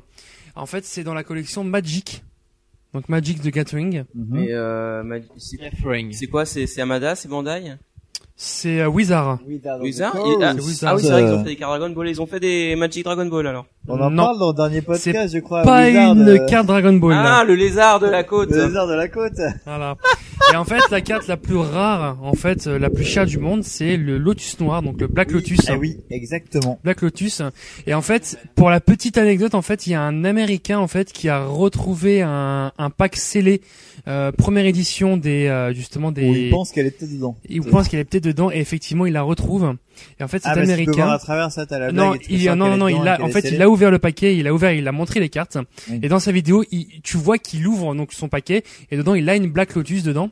D: en fait, c'est dans la collection Magic. Donc Magic de Gathering.
A: Hmm.
C: et, euh, ma- c'est- c'est quoi, c'est, c'est Amada, c'est Bandai?
D: C'est euh, Wizard.
C: Wizard?
D: Oh,
C: Et- ah,
D: c'est Wizard.
C: ah oui, c'est vrai qu'ils ont
D: Euh,
C: fait des cartes Dragon Ball, ils ont fait des Magic Dragon Ball alors.
A: On en
D: Non.
A: parle dans le dernier
D: C'est
A: podcast, je crois.
D: pas
A: Wizard,
D: une
A: euh,
D: carte Dragon Ball.
C: Ah, le lézard de la côte.
A: Le lézard de la côte.
D: Voilà. Et en fait, la carte la plus rare, en fait, euh, la plus chère du monde, c'est le Lotus Noir, donc le Black Lotus.
A: ah oui, exactement.
D: Black Lotus. Et en fait, pour la petite anecdote, en fait, il y a un Américain en fait qui a retrouvé un, un pack scellé, euh, première édition des euh, justement des.
A: Où il pense qu'elle est peut-être dedans.
D: Il pense qu'elle est peut-être dedans et effectivement il la retrouve. Et en fait, cet
A: Mm. Ah, parce qu'il peut
D: américain.
A: voir à travers ça, t'as la blague
D: non,
A: et tout
D: il,
A: ça,
D: non,
A: qu'elle
D: non,
A: est
D: il
A: dedans et
D: a,
A: qu'elle
D: en
A: est
D: fait,
A: scellée.
D: il a ouvert le paquet, il a ouvert, il a montré les cartes.
A: Oui.
D: Et dans sa vidéo, il, tu vois qu'il ouvre donc son paquet et dedans il a une Black Lotus dedans.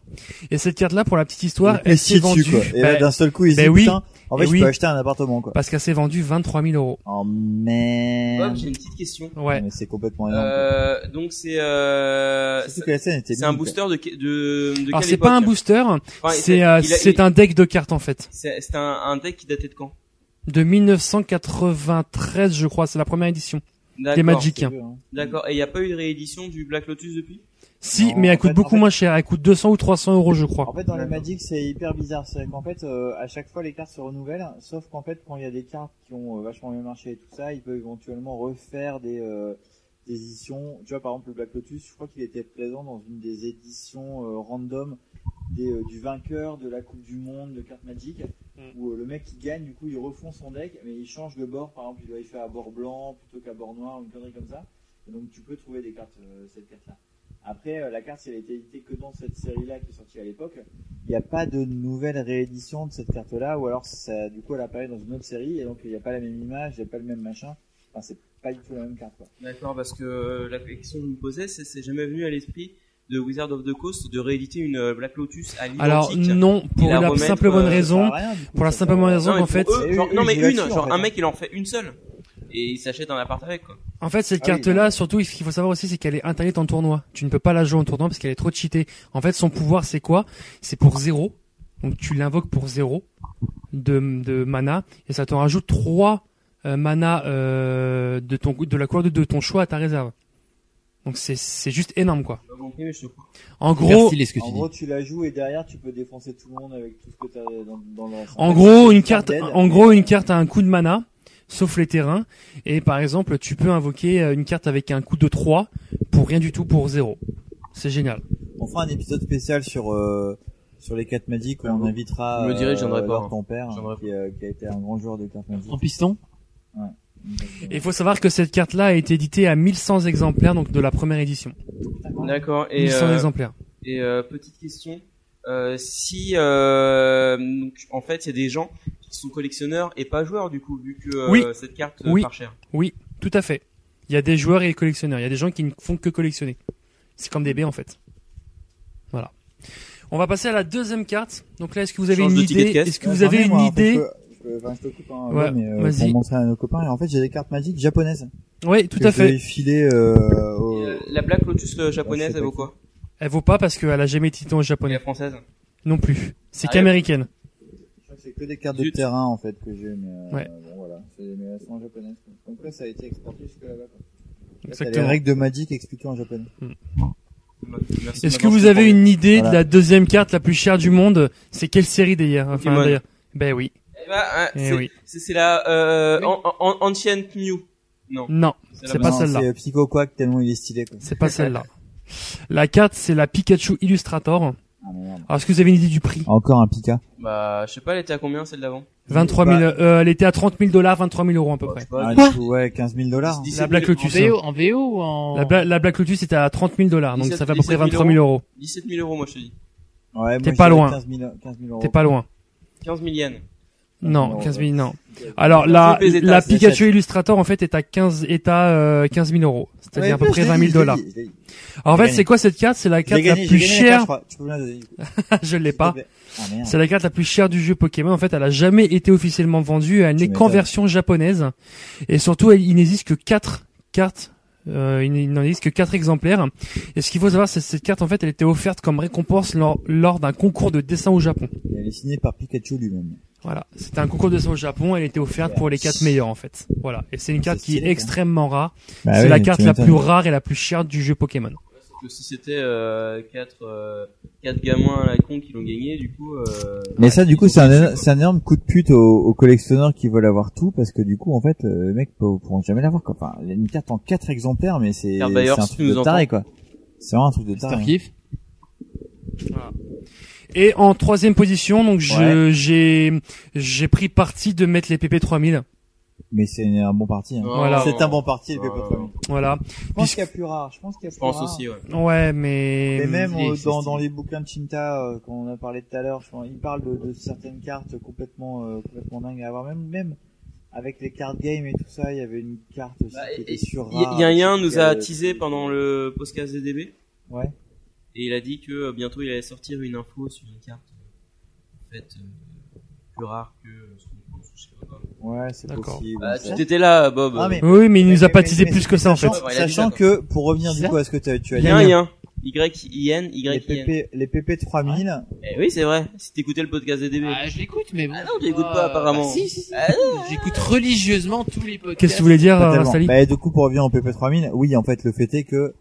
D: Et cette carte là, pour la petite histoire,
A: Et
D: elle s'est vendue.
A: quoi. Et là,
D: Bah,
A: d'un seul coup, il se
D: bah
A: dit,
D: oui.
A: putain, en fait,
D: Eh
A: je
D: oui.
A: peux acheter un appartement, quoi.
D: Parce qu'elle s'est vendue 23 000 euros.
A: Oh, merde.
C: Bob, j'ai une petite question.
D: Ouais.
A: Mais c'est complètement énorme.
C: Euh, donc c'est, euh,
A: Surtout que la scène était
C: c'est un
A: longue,
C: booster de, que- de, de
D: Alors
C: quelle
D: c'est pas un
C: époque
D: booster,
C: Enfin,
D: c'est euh,
C: il a-
D: c'est
C: il-
D: un deck de cartes en fait.
C: C'est, c'est un, un deck qui datait de quand?
D: De 1993 je crois, c'est la première édition. Des
C: hein.
D: Magic.
A: hein.
C: D'accord. Et il n'y a pas eu de réédition du Black Lotus depuis
D: Si,
A: Non,
D: mais
A: en
D: elle coûte
A: fait- en
D: beaucoup
A: fait-
D: moins cher, elle coûte 200 ou 300 euros je crois.
A: En fait, dans les Magic, c'est hyper bizarre. C'est qu'en fait, euh, à chaque fois, les cartes se renouvellent. Sauf qu'en fait, quand il y a des cartes qui ont euh, vachement bien marché et tout ça, il peut éventuellement refaire des, euh, des éditions. Tu vois, par exemple, le Black Lotus, je crois qu'il était présent dans une des éditions euh, random des, euh, du vainqueur de la Coupe du Monde de cartes Magic. Où euh, le mec qui gagne, du coup, il refond son deck, mais il change de bord. Par exemple, il doit y faire à bord blanc plutôt qu'à bord noir, une connerie comme ça. Et donc, tu peux trouver des cartes, euh, cette carte-là. Après, euh, la carte, si elle a été éditée que dans cette série-là qui est sortie à l'époque, il n'y a pas de nouvelle réédition de cette carte-là, ou alors ça, du coup, elle apparaît dans une autre série, et donc il n'y a pas la même image, il n'y a pas le même machin.
Q: Enfin, c'est pas du tout la même carte, quoi.
C: D'accord, parce que euh, la question que vous me posait, c'est c'est jamais venu à l'esprit de Wizard of the Coast de rééditer une euh, Black Lotus à l'identique.
D: Alors non, pour
C: et
D: la,
C: remettre,
D: simple
C: euh,
D: bonne raison, pour la simple bonne raison
C: Non, mais
D: qu'en fait,
C: pour eux, genre- non mais une, genre un mec il en fait une seule et il s'achète un appart avec quoi.
D: En fait, cette
C: Ah oui,
D: carte-là, surtout, ce qu'il faut savoir aussi, c'est qu'elle est interdite en tournoi. Tu ne peux pas la jouer en tournoi parce qu'elle est trop cheatée. En fait, son pouvoir, c'est quoi C'est pour zéro. Donc, tu l'invoques pour zéro de, de mana et ça te rajoute trois euh, mana euh, de ton de la couleur de, de ton choix à ta réserve. Donc, c'est c'est juste énorme, quoi.
C: Pas compris, mais je te crois.
D: En gros,
Q: en gros, tu la joues et derrière, tu peux défoncer tout le monde avec tout ce que t'as dans, dans le reste.
D: En gros, une carte,
Q: dead.
D: en gros, une carte a un coup de mana, sauf les terrains. Et par exemple, tu peux invoquer euh, une carte avec un coup de 3 pour rien du tout, pour 0. C'est génial.
A: On fera un épisode spécial sur euh, sur les cartes magiques où on invitera
Q: vous me direz, je viendrai
A: euh,
Q: pas,
A: Lord
Q: hein.
A: ton père
Q: Je viendrai
A: qui, euh, qui a été un grand joueur de cartes magiques.
E: En piston
A: Ouais.
D: Et il faut savoir que cette carte-là a été éditée à 1100 exemplaires, donc de la première édition.
C: D'accord. Et
D: 1100
C: euh,
D: exemplaires.
C: Et euh, petite question, euh, si euh, donc, en fait il y a des gens qui sont collectionneurs et pas joueurs du coup vu que euh,
D: oui.
C: cette carte euh,
D: oui.
C: part cher.
D: Oui, tout à fait. Il y a des joueurs et des collectionneurs. Il y a des gens qui ne font que collectionner. C'est comme des baies en fait. Voilà. On va passer à la deuxième carte. Donc là, est-ce que vous avez
A: Change
D: une
A: de ticket de
D: idée
A: caisse.
D: Est-ce que vous
A: Attendez,
D: avez une
A: moi, en fait,
D: idée
A: je peux- je peux- enfin, je t'occupe, hein,
D: Ouais,
A: ouais, mais, euh,
D: vas-y.
A: pour montrer à nos copains. Et en fait, j'ai des cartes magiques japonaises.
D: Oui, tout
A: que
D: à
A: je
D: fait.
A: vais filer, euh, au-
C: La Black Lotus euh, japonaise elle vaut quoi
D: Elle vaut pas parce qu'elle a jamais été titan japonais.
C: La française
D: Non plus. C'est
C: Ah,
D: qu'américaine.
A: C'est que des cartes de terrain en fait que j'ai, mais euh,
D: Ouais.
A: bon voilà, c'est mais elles sont en japonais. Donc là, ça a été exporté jusque là-bas. quoi. Là, t'as
D: Exactement.
A: Les règles de Magic expliquées en japonais.
C: Merci,
D: Est-ce que
C: maintenant, je
D: vous avez
C: comprends.
D: une idée de
A: Voilà.
D: la deuxième carte la plus chère du monde C'est quelle série d'ailleurs Enfin,
C: Pokémon.
D: d'ailleurs. Ben oui.
C: Eh ben, hein,
D: Eh
C: c'est-
D: oui.
C: c'est c'est la euh, an- an- Ancient Mew. Non.
D: Non,
C: la
D: c'est
C: bonne.
D: pas celle-là.
A: C'est euh, Psycho Quack tellement il est stylé. quoi.
D: C'est pas celle-là. La carte, c'est la Pikachu Illustrator. Alors, est-ce que vous avez une idée du prix
A: Encore un Pika.
C: Bah je sais pas elle était à combien celle d'avant
D: 23 000. euh, elle était à 30 000 dollars, 23 000 euros à peu près.
A: Ah, du coup, ouais, 15 000 dollars.
D: La Black Lotus.
E: En VO,
D: hein.
E: en VO ou en...
D: La, Bla- la Black Lotus était à 30 000 dollars, donc
C: 17
D: ça fait à peu près
C: 17
D: 23 000 euros.
C: 17 000 euros moi je te dis.
A: Ouais,
D: T'es
A: moi,
D: pas
A: j'ai
D: loin.
A: 15 000 15 000 euros.
D: T'es pas loin.
C: 15 000 yens.
D: Non,
A: Non,
D: 15
A: ouais.
D: 000, non. Alors, la,
C: Faut peser ta-
D: la
C: ta
D: Pikachu
C: chatte.
D: Illustrator, en fait, est à 15, est à, euh, 15 000 euros. C'est-à-dire à peu
A: Ouais,
D: près
A: je l'ai
D: 20
A: dit,
D: 000
A: je l'ai
D: dollars.
A: dit, je l'ai dit.
D: Alors, en
A: J'ai
D: fait,
A: gagné.
D: c'est quoi cette carte? C'est la
A: J'ai
D: carte
A: gagné,
D: la
A: j'ai
D: plus
A: gagné la carte, je
D: <laughs> chère.
A: crois. Tu peux me la donner, du coup.
D: Je l'ai
A: te
D: pas.
A: plaît. Ah, merde.
D: C'est la carte la plus chère du jeu Pokémon. En fait, elle a jamais été officiellement vendue. Elle n'est qu'en
A: m'étonnes.
D: version japonaise. Et surtout, elle- il n'existe que quatre cartes. Euh, il n- il n'en existe que quatre exemplaires. Et ce qu'il faut savoir, c'est que cette carte, en fait, elle était offerte comme récompense lors, lors d'un concours de dessin au Japon.
A: Et Elle est signée par Pikachu lui-même.
D: Voilà. C'était un concours de dessin au Japon. Elle était offerte pour les quatre meilleurs, en fait. Voilà. Et c'est une carte qui est extrêmement rare.
A: hein. Bah
D: c'est
A: oui,
D: la
A: tu
D: carte la
A: m'étonnes.
D: plus rare et la plus chère du jeu Pokémon.
C: Parce que si c'était euh, 4 gamins à la con qui l'ont gagné du coup. Euh,
A: Mais ça,
C: ouais,
A: du
C: ils
A: coup,
C: ont
A: c'est un,
C: gagné,
A: éno-
C: quoi.
A: c'est un énorme coup de pute aux, aux collectionneurs qui veulent avoir tout, parce que du coup, en fait, euh, le mec peut, pourront jamais l'avoir, quoi. Enfin, une carte en quatre exemplaires, mais c'est, c'est
C: Pierre Bayer,
A: un
C: si tu
A: truc
C: nous
A: de taré,
C: entends.
A: quoi. C'est vraiment un truc de taré. hein.
E: Kiff
D: Et en troisième position, donc, je-
A: Ouais.
D: j'ai, j'ai pris parti de mettre les PP3000.
A: hein. Mais c'est un bon parti, hein.
D: Non, Voilà.
A: C'est un bon parti, le
C: non,
A: Pepper
C: non.
A: Fleming.
D: Voilà.
A: Je pense qu'il y a plus rare, je pense qu'il y a
C: Je
A: plus
C: pense
A: rare.
C: aussi ouais.
D: Ouais, mais.
A: Et même
D: Il
A: euh,
D: existe.
A: dans, dans les bouquins de Chinta euh, qu'on a parlé tout à l'heure, je pense, il parle de, de certaines cartes complètement euh, complètement dingues à avoir. Même même avec les card games et tout ça, il y avait une carte aussi qui était sur rare,
C: Bah, Y- y- Yin
A: qui
C: nous
A: était,
C: a
A: euh,
C: teasé pendant le podcast DDB.
A: Ouais.
C: Et il a dit que euh, bientôt il allait sortir une info sur une carte euh, en fait euh, plus rare que euh, ce qu'on pense. Je sais pas.
A: Ouais, Ah, c'est
D: D'accord.
A: possible.
C: Ah,
A: ça.
C: tu t'étais là, Bob.
A: Ah, mais-
D: Oui, mais il nous a
A: mais-
D: pas
A: mais-
D: teasé
A: mais-
D: plus que ça, en fait.
A: sachant-
C: Ouais, il a dit
A: Sachant
C: ça.
A: que pour revenir du coup à ce que t'as- tu as dit,
C: Yin Yin. Euh, Y Yen
A: les
C: Y Yen.
A: PP les PP 3000,
C: Eh oui, c'est vrai. Si t'écoutais le podcast DDB.
E: Ah, je l'écoute, mais bon.
C: non, tu l'écoutes pas, apparemment.
E: Ah, si, si, si.
C: Ah,
E: J'écoute religieusement tous les podcasts.
D: Qu'est-ce que tu voulais dire,
A: Pas
D: euh,
A: tellement.
D: Rastali
A: Bah, du coup, pour revenir au PP3000, oui, en fait, le fait est que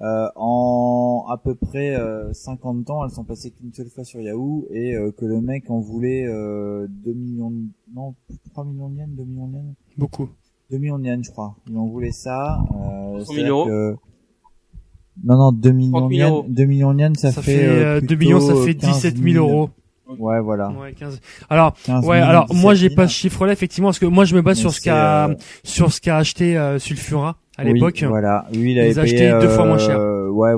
A: euh, en à peu près euh, 50 ans, elles sont passées qu'une seule fois sur Yahoo et euh, que le mec en voulait euh, 2 millions, de- non, 3 millions de yens, 2 millions de yens,
D: Beaucoup.
A: 2 millions de yens, je crois. Il en voulait ça. Euh,
C: 100 000
A: c'est-à-dire
C: euros.
A: que- Non, non, 2 millions
C: 30 000
A: de yens,
C: euros.
A: 2 millions de yens, ça,
D: Ça fait euh, 2
A: plutôt,
D: millions, ça
A: euh,
D: fait
A: 15
D: 17 000 euros.
A: Ouais, voilà.
D: Ouais, 15. Alors,
A: 15
D: ouais,
A: 000,
D: alors
A: 17 000.
D: moi j'ai pas ce chiffre là effectivement parce que moi je me base
A: Mais
D: sur ce
A: c'est,
D: qu'a
A: euh,
D: sur ce qu'a acheté euh, Sulfura à
A: Oui,
D: l'époque.
A: Voilà, lui il
D: Ils
A: avait
D: achetaient
A: payé,
D: deux fois moins cher.
A: euh, Ouais,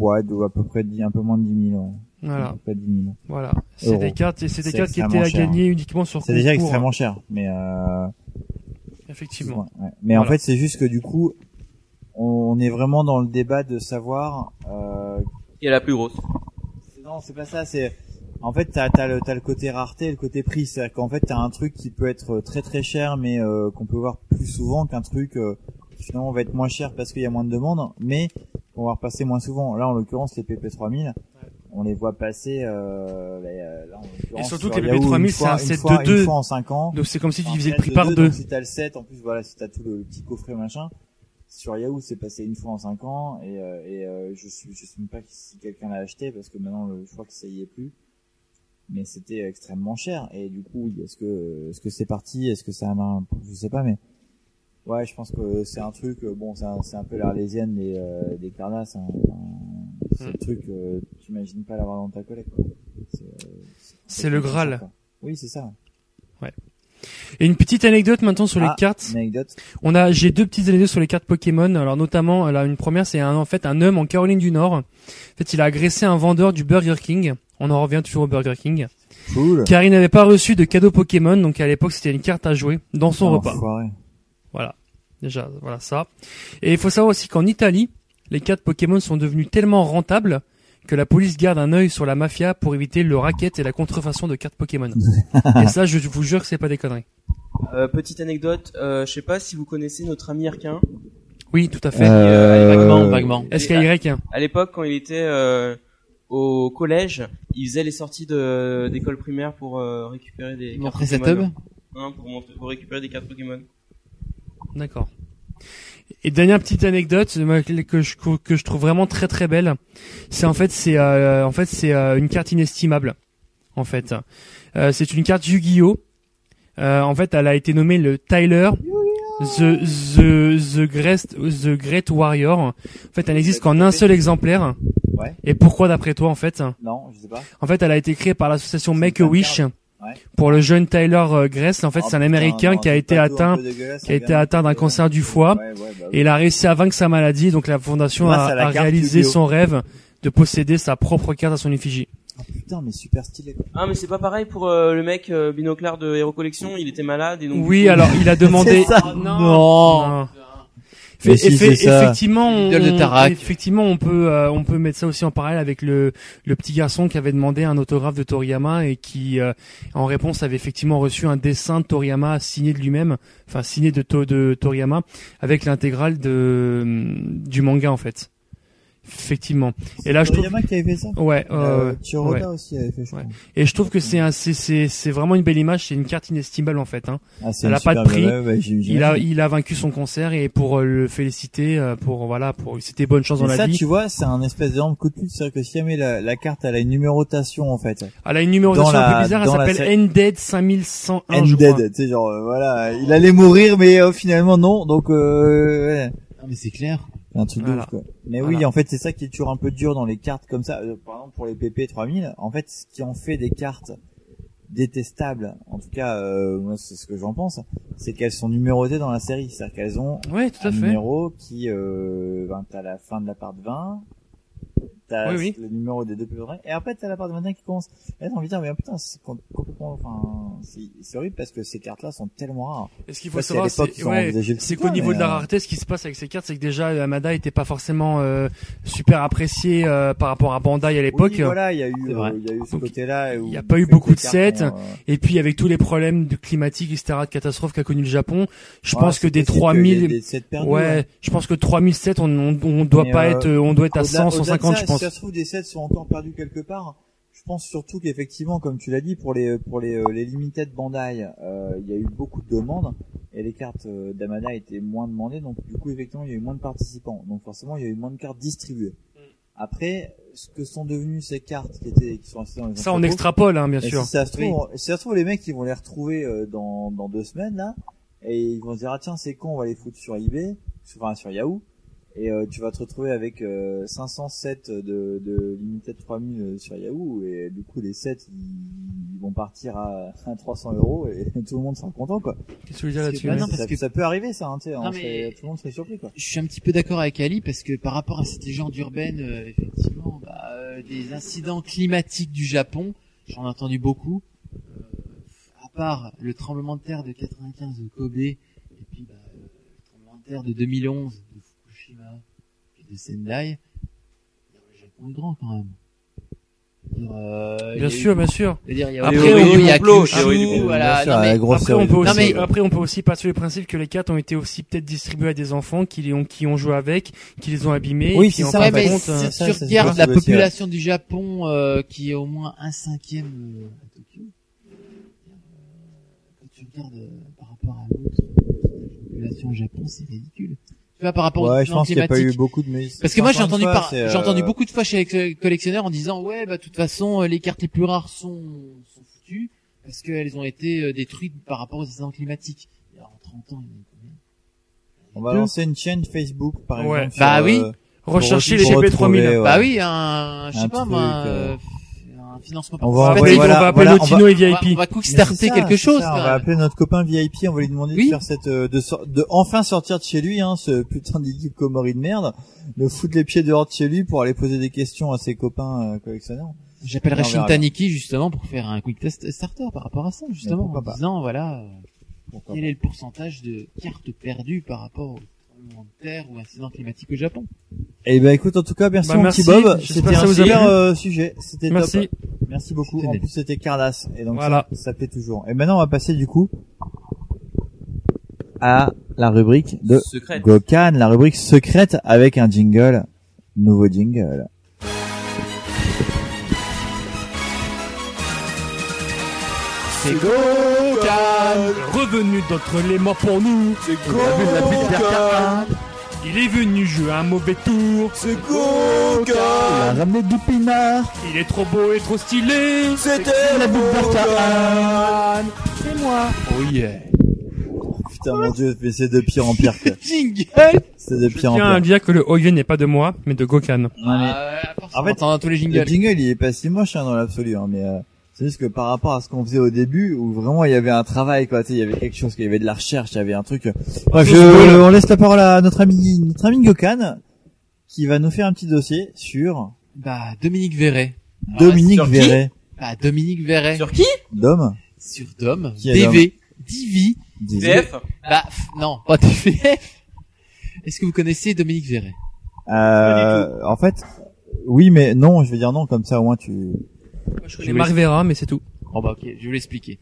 A: ouais, de- à peu près dix- un peu moins de 10 000. Ouais.
D: Voilà.
A: À peu près 10 000.
D: Voilà. C'est
A: Euros.
D: des cartes et c'est des
A: C'est
D: cartes qui étaient
A: extrêmement
D: à
A: cher.
D: gagner uniquement sur
A: C'est déjà
D: concours.
A: extrêmement cher, mais euh,
D: Effectivement.
A: Ouais. Mais en
D: Voilà.
A: fait, c'est juste que du coup, on est vraiment dans le débat de savoir. Euh...
C: Qui est la plus grosse
A: Non, c'est pas ça. C'est en fait, t'as as le t'as le côté rareté, et le côté prix. C'est-à-dire qu'en fait, t'as un truc qui peut être euh, très très cher, mais euh, qu'on peut voir plus souvent qu'un truc euh, qui finalement va être moins cher parce qu'il y a moins de demandes, mais qu'on va repasser moins souvent. Là, en l'occurrence, les PP3000. On les voit passer. Euh, les, euh, là, en
D: Et
A: l'occurrence,
D: surtout
A: sur
D: que les
A: Yahoo, une
D: PP3000, c'est
A: fois- une
D: un set
A: fois-
D: de
A: une
D: 2.
A: fois en 5 ans.
D: Donc c'est comme si tu
A: Enfin,
D: divisais le
A: set
D: prix
A: de
D: par
A: deux,
D: 2.
A: donc Si t'as le set, en plus voilà, si t'as tout le petit coffret machin. Sur Yahoo, c'est passé une fois en 5 ans et, euh, et euh, je suis je sais même pas si quelqu'un l'a acheté parce que maintenant le- je crois que ça y est plus. Mais c'était extrêmement cher et du coup, oui, est-ce que est-ce que c'est parti, est-ce que ça a un je sais pas mais ouais, je pense que c'est un truc euh, bon, c'est un, c'est un peu l'arlésienne des euh, des Carnas, hein. Enfin, c'est
D: Hmm.
A: un truc euh, t'imagines pas l'avoir dans ta collecte. quoi. C'est, euh,
D: C'est le Graal.
A: quoi. Oui, c'est ça.
D: Ouais. Et une petite anecdote maintenant sur les
A: Ah,
D: cartes.
A: une anecdote.
D: On a, j'ai deux petites anecdotes sur les cartes Pokémon. Alors notamment, là, une première, c'est un, en fait un homme en Caroline du Nord. En fait, il a agressé un vendeur du Burger King. On en revient toujours au Burger King.
A: Cool.
D: Car il n'avait pas reçu de cadeau Pokémon, donc à l'époque c'était une carte à jouer dans son
A: Putain,
D: repas.
A: enfoiré.
D: Voilà. Déjà, voilà ça. Et il faut savoir aussi qu'en Italie, les cartes Pokémon sont devenues tellement rentables que la police garde un œil sur la mafia pour éviter le racket et la contrefaçon de cartes Pokémon. et ça, je vous jure que c'est pas des conneries.
C: Euh, petite anecdote, euh, je sais pas si vous connaissez notre ami Irquin.
D: Oui, tout à fait.
E: Euh, vaguement, vaguement.
D: Est-ce qu'il y a Y, hein
C: À l'époque, quand il était euh, au collège, il faisait les sorties de- d'école primaire pour euh, récupérer des cartes
E: montrait sa
C: Pokémon. Non, pour, montrer- pour récupérer des cartes Pokémon.
D: D'accord. Et dernière petite anecdote moi, que je que je trouve vraiment très très belle, c'est en fait c'est euh, en fait c'est euh, une carte inestimable. En fait, Euh, c'est une carte Yu-Gi-Oh. Euh, en fait, elle a été nommée le Tyler the the the Great the Great Warrior. En fait, elle n'existe qu'en un seul exemplaire.
A: Ouais.
D: Et pourquoi d'après toi en fait
A: Non, je sais pas.
D: En fait, elle a été créée par l'association Make a Wish
A: Ouais. Oh,
D: pour le jeune Tyler euh, Gress. En fait, c'est un Américain
A: Ah, non,
D: qui a
A: c'est
D: été
A: pas tout, un
D: atteint,
A: peu dégueulasse, bah
D: qui a
A: ça
D: été
A: vient de-
D: atteint d'un cancer du foie. Et il a réussi à vaincre sa maladie. Donc la fondation
A: Grâce
D: a,
A: à la
D: a
A: carte
D: réalisé
A: Yu-Gi-Oh.
D: son rêve de posséder sa propre carte à son effigie.
A: Ah, Putain, mais super stylé. quoi.
C: Ah, mais c'est pas pareil pour euh, le mec euh, binoclard de Hero Collection, il était malade et donc. du
D: Oui,
C: coup,
D: alors il a demandé.
A: <laughs> C'est ça. Non.
D: Fait-
A: Mais si,
D: effe-
A: c'est ça.
D: effectivement, on,
E: L'idole de Tarak.
D: effectivement, on peut euh, on peut mettre ça aussi en parallèle avec le le petit garçon qui avait demandé un autographe de Toriyama et qui euh, en réponse avait effectivement reçu un dessin de Toriyama signé de lui-même, enfin signé de To- de Toriyama avec l'intégrale de du manga en fait. Effectivement. Et là, je trouve
A: Toriyama qui avait fait ça
D: Ouais,
A: Euh,
D: ouais, ouais.
A: Chiroda
D: Ouais.
A: aussi avait fait, je crois.
D: Et je trouve que c'est un, c'est, c'est, c'est vraiment une belle image, c'est une carte inestimable en fait. Hein.
A: Ah, c'est
D: Elle
A: une
D: a pas de
A: superbe-
D: prix.
A: ouais, ouais, j'ai-
D: il a,
A: j'imagine.
D: il a vaincu son cancer et pour euh, le féliciter, euh, pour voilà, pour c'était bonne chance dans
A: Mais
D: la
A: ça,
D: vie.
A: tu vois, c'est un espèce d'énorme coup de pute. C'est-à-dire que si jamais la, la carte, elle a une numérotation, en fait.
D: Elle a une numérotation
A: Dans
D: un
A: la-
D: peu bizarre, elle
A: dans la
D: s'appelle
A: série-
D: Ended 5101. je crois.
A: Ended, tu sais, genre, euh, voilà, il allait mourir, mais euh, finalement, non. Donc, euh, ouais.
E: Non, Ah, mais c'est clair.
A: C'est un truc de
D: Voilà.
A: ouf, quoi. Mais oui,
D: Voilà.
A: en fait, c'est ça qui est toujours un peu dur dans les cartes comme ça. Euh, par exemple, pour les PP 3000, en fait, ce qui en fait des cartes détestables, en tout cas, euh, moi, c'est ce que j'en pense, c'est qu'elles sont numérotées dans la série. C'est-à-dire qu'elles ont
D: Ouais, tout à
A: un
D: fait.
A: numéro qui, euh, ben, t'as la fin de la part 20, t'as
D: Oui, oui.
A: le numéro des deux PP 3000, et après, t'as la part 21 qui commence. Et t'as envie de dire, mais ah, putain, c'est com- complètement, enfin, c'est c'est horrible parce que ces cartes-là sont tellement rares.
D: Et ce qu'il
A: Je
D: faut
A: sais pas
D: savoir,
A: si à l'époque,
D: c'est
A: ils ont
D: ouais,
A: envisagé le
D: c'est
A: truc,
D: qu'au
A: hein,
D: niveau
A: mais,
D: de la
A: euh,
D: rareté, ce qui se passe avec ces cartes, c'est que déjà Amada était pas forcément euh, super apprécié euh, par rapport à Bandai à l'époque.
A: Oui, voilà, il y a eu,
D: hein. C'est vrai.
A: euh, il y a eu ce
D: Donc,
A: côté-là.
D: Il n'y a pas eu beaucoup de sets.
A: euh,
D: Et puis avec tous les problèmes de climatique, etc., de catastrophe qu'a connu le Japon, je
A: Ouais,
D: pense que
A: c'est
D: des
A: possible ah, qu'il y ait
D: 3000...
A: des sets perdus,
D: ouais,
A: ouais.
D: je pense que 3007, on, on, on doit
A: hein. Mais,
D: pas
A: euh,
D: être, on doit être à 100,
A: Au-delà- au-delà
D: 150,
A: de
D: je
A: ça,
D: pense.
A: Si ça se trouve, des sets sont encore perdus quelque part. Je pense surtout qu'effectivement, comme tu l'as dit, pour les pour les, euh, les limited Bandai, euh, il y a eu beaucoup de demandes et les cartes euh, d'Amada étaient moins demandées, donc du coup effectivement il y a eu moins de participants, donc forcément il y a eu moins de cartes distribuées. Après, ce que sont devenues ces cartes qui étaient qui sont restées dans les
D: Ça, on
A: entrepôts,
D: extrapole, hein, bien
A: Et
D: sûr.
A: Si ça, se trouve, si ça se trouve, les mecs, ils vont les retrouver euh, dans, dans deux semaines, là, et ils vont se dire, ah tiens, c'est con, on va les foutre sur eBay, sur- enfin sur Yahoo, et euh, tu vas te retrouver avec euh, 507 de, de Limited 3000 euh, sur Yahoo, et du coup, les 7, ils, ils vont partir à, à 300 euros, et <laughs> tout le monde sera content, quoi.
D: Qu'est-ce que tu veux dire
E: Parce
D: là-dessus
E: que maintenant,
A: ça,
E: Ah, parce
A: ça-
E: que-
A: ça peut arriver, ça, hein, tu sais,
E: Non,
A: on
E: mais-
A: serait- tout le monde serait surpris, quoi.
E: Je suis un petit peu d'accord avec Ali parce que par rapport à cette légende urbaine, euh, effectivement, bah, euh, des incidents climatiques du Japon, j'en ai entendu beaucoup. Euh, à part le tremblement de terre de 95 au Kobe et puis documentaire de 2011 de Fukushima et de Sendai, le Japon est grand quand même. euh,
D: Bien sûr, bien sûr.
E: Après,
D: Après, on-
E: il y a
D: complot,
E: Kyushu,
D: théorie du complot.
E: voilà.
A: Bien sûr,
E: non, mais-
A: la grosse
E: après,
D: Après, on peut
E: non,
D: aussi,
E: mais-
D: après, on peut aussi partir du principe que les cartes ont été aussi peut-être distribuées à des enfants qui les ont, qui ont joué avec, qui les ont abîmées.
A: Oui,
D: et qui
A: c'est
D: en
A: ça,
D: fin
E: Ouais,
D: de
E: mais
D: compte,
E: si
D: euh,
E: tu regardes la population du Japon euh, qui est au moins un cinquième euh, à Tokyo, euh, quand tu regardes euh, par rapport à l'autre euh, population au Japon, c'est ridicule. Tu vois, par rapport au
A: Ouais, je
E: changement
A: pense qu'il n'y a pas
E: climatique.
A: eu beaucoup de mais-
E: Parce que moi, j'ai
A: Encore une
E: entendu,
A: fois,
E: par...
A: c'est,
E: j'ai entendu
A: euh,
E: beaucoup de fois chez les collectionneurs en disant ouais, bah de toute façon, euh, les cartes les plus rares sont, sont foutues parce qu'elles ont été euh, détruites par rapport aux incidents climatiques. Et alors, en 30 ans, il y en a combien
A: On va
E: Deux.
A: lancer une chaîne Facebook, par
E: Ouais.
A: exemple.
E: Bah
A: sur,
E: oui.
A: euh, pour-
E: Recherchez
D: E
A: pour
E: les
A: retrouver, euh,
E: GP3000.
A: Eh ouais.
E: Bah oui, un- je sais pas, moi, un,
A: euh,
E: un financement
A: on
E: participatif.
A: va,
E: Peut-être
A: envoyer, voilà,
E: qu'on va appeler
A: voilà,
E: Lotino
A: on va-
E: et VIP.
A: on va-
E: On va quickstarter
A: Mais c'est ça,
E: quelque
A: c'est
E: chose,
A: ça,
E: quand
A: on va
E: même.
A: appeler notre copain VIP, on va lui demander de faire cette, euh, de, sor- de enfin sortir de chez lui, hein, ce putain d'équipe Comori de merde, de foutre les pieds dehors de chez lui pour aller poser des questions à ses copains euh, collectionneurs.
E: J'appellerai
A: On verra bien.
E: Shintaniki justement pour faire un quick test starter par rapport à ça, justement, en disant voilà, euh, quel est le pourcentage de cartes perdues par rapport au tremblement de terre ou incident climatique au Japon.
A: Eh ben écoute, en tout cas, merci,
E: Bah,
A: mon
E: merci.
A: petit Bob.
E: J'espère
A: C'était
E: que ça
A: un
E: vous a
A: super
E: plu.
A: euh, sujet. C'était top.
E: Merci.
A: Merci beaucoup.
E: C'était
A: En
E: bien.
A: plus, c'était Cardass. Et donc,
E: Voilà.
A: ça, ça plaît toujours. Et maintenant, on va passer du coup à la rubrique de
R: Secrète.
A: Gokan, la rubrique secrète avec un jingle. Nouveau jingle.
B: C'est Gokan
D: Revenu d'entre les morts pour nous
B: C'est
D: Gokan Il est venu jouer un mauvais tour
B: C'est Gokan Il a
A: ramené du pinard
D: Il est trop beau et trop stylé
B: C'était la boule
C: Ah,
B: Gokan
D: C'est moi
A: Oh yeah. Putain, mon dieu, mais c'est de pire en pire. quoi.
E: <laughs> Jingle
A: C'est de
D: Je
A: pire en
D: tiens à
A: pire.
D: dire que le Hoyo n'est pas de moi, mais de Gokan.
E: Ah,
A: Non, mais-
E: en fait, dans tous les jingles.
A: Le jingle, il est pas si moche hein, dans l'absolu, hein, mais euh, c'est juste que par rapport à ce qu'on faisait au début, où vraiment il y avait un travail, quoi, tu sais, il y avait quelque chose, il y avait de la recherche, il y avait un truc. Bref, je- on laisse la parole à notre ami, notre ami Gokan, qui va nous faire un petit dossier sur
E: Bah, Dominique Verret.
A: Dominique
E: Alors, Ah, sur
A: Verret,
E: qui Bah, Dominique Verret. Sur
R: qui
A: Dom.
E: Sur Dom.
A: Qui est
E: DV. Divi.
A: DV.
C: euh,
E: Bah, pff, non, pas DVF. Est-ce que vous connaissez Dominique Verret
A: Euh, en fait, oui, mais non, je vais dire non, comme ça au moins tu.
E: Je
D: connais Marc Vera, mais c'est tout.
E: Oh bah ok, je vais vous l'expliquer.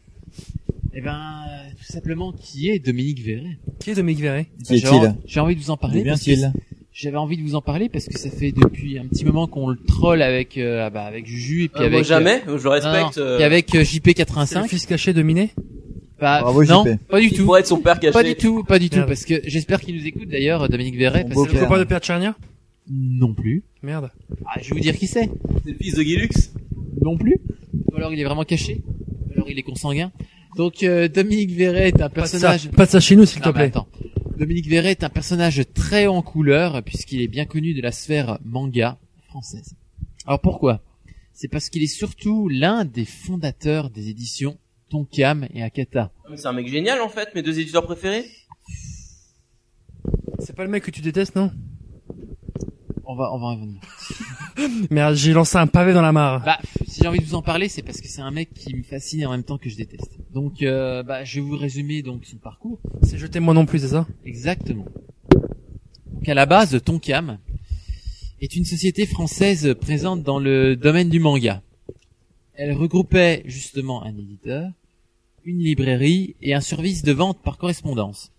E: Eh ben, euh, tout simplement, qui est Dominique Verret
D: Qui est Dominique Verret
E: J'ai en- J'ai envie de vous en parler.
D: D'où
E: parce que
D: vient-il
E: J'avais envie de vous en parler parce que ça fait depuis un petit moment qu'on le troll avec euh, ah bah, avec Juju et puis
C: Ah, moi,
E: avec
C: jamais, je le
E: Non,
C: respecte,
E: non,
C: euh.
E: Et avec euh,
D: C'est le
E: JP85.
D: fils caché de Minet
E: Bah,
D: Bravo,
E: non,
D: JP.
E: pas du
D: Il
E: tout.
D: pourrait être son père caché.
E: Pas du tout, pas du tout
D: Merde.
E: parce que j'espère qu'il nous écoute d'ailleurs Dominique Verret
D: Mon
E: parce
D: beau-père.
E: que
D: Le copain de Pierre Tchernia
E: Non plus.
D: Merde.
E: Ah, je vais vous dire qui c'est.
C: C'est le fils de Guilux
E: Non plus. Ou alors il est vraiment caché. Ou alors il est consanguin. Donc euh, Dominique Verret est un
D: de ça-
E: personnage.
D: pas de ça chez nous, s'il
E: Non,
D: te
E: Ah, mais
D: plaît.
E: attends. Dominique Verret est un personnage très en couleur puisqu'il est bien connu de la sphère manga française. Alors pourquoi C'est parce qu'il est surtout l'un des fondateurs des éditions Tonkam et Akata.
C: C'est un mec génial en fait, mes deux éditeurs préférés.
D: C'est pas le mec que tu détestes, non
E: On va, on va en revenir.
D: Merde, j'ai lancé un pavé dans la mare.
E: Bah, si j'ai envie de vous en parler, c'est parce que c'est un mec qui me fascine et en même temps que je déteste. Donc, euh, bah, je vais vous résumer donc son parcours.
D: C'est jeté moi non plus, c'est ça
E: Exactement. Donc, à la base, Tonkam est une société française présente dans le domaine du manga. Elle regroupait justement un éditeur, une librairie et un service de vente par correspondance.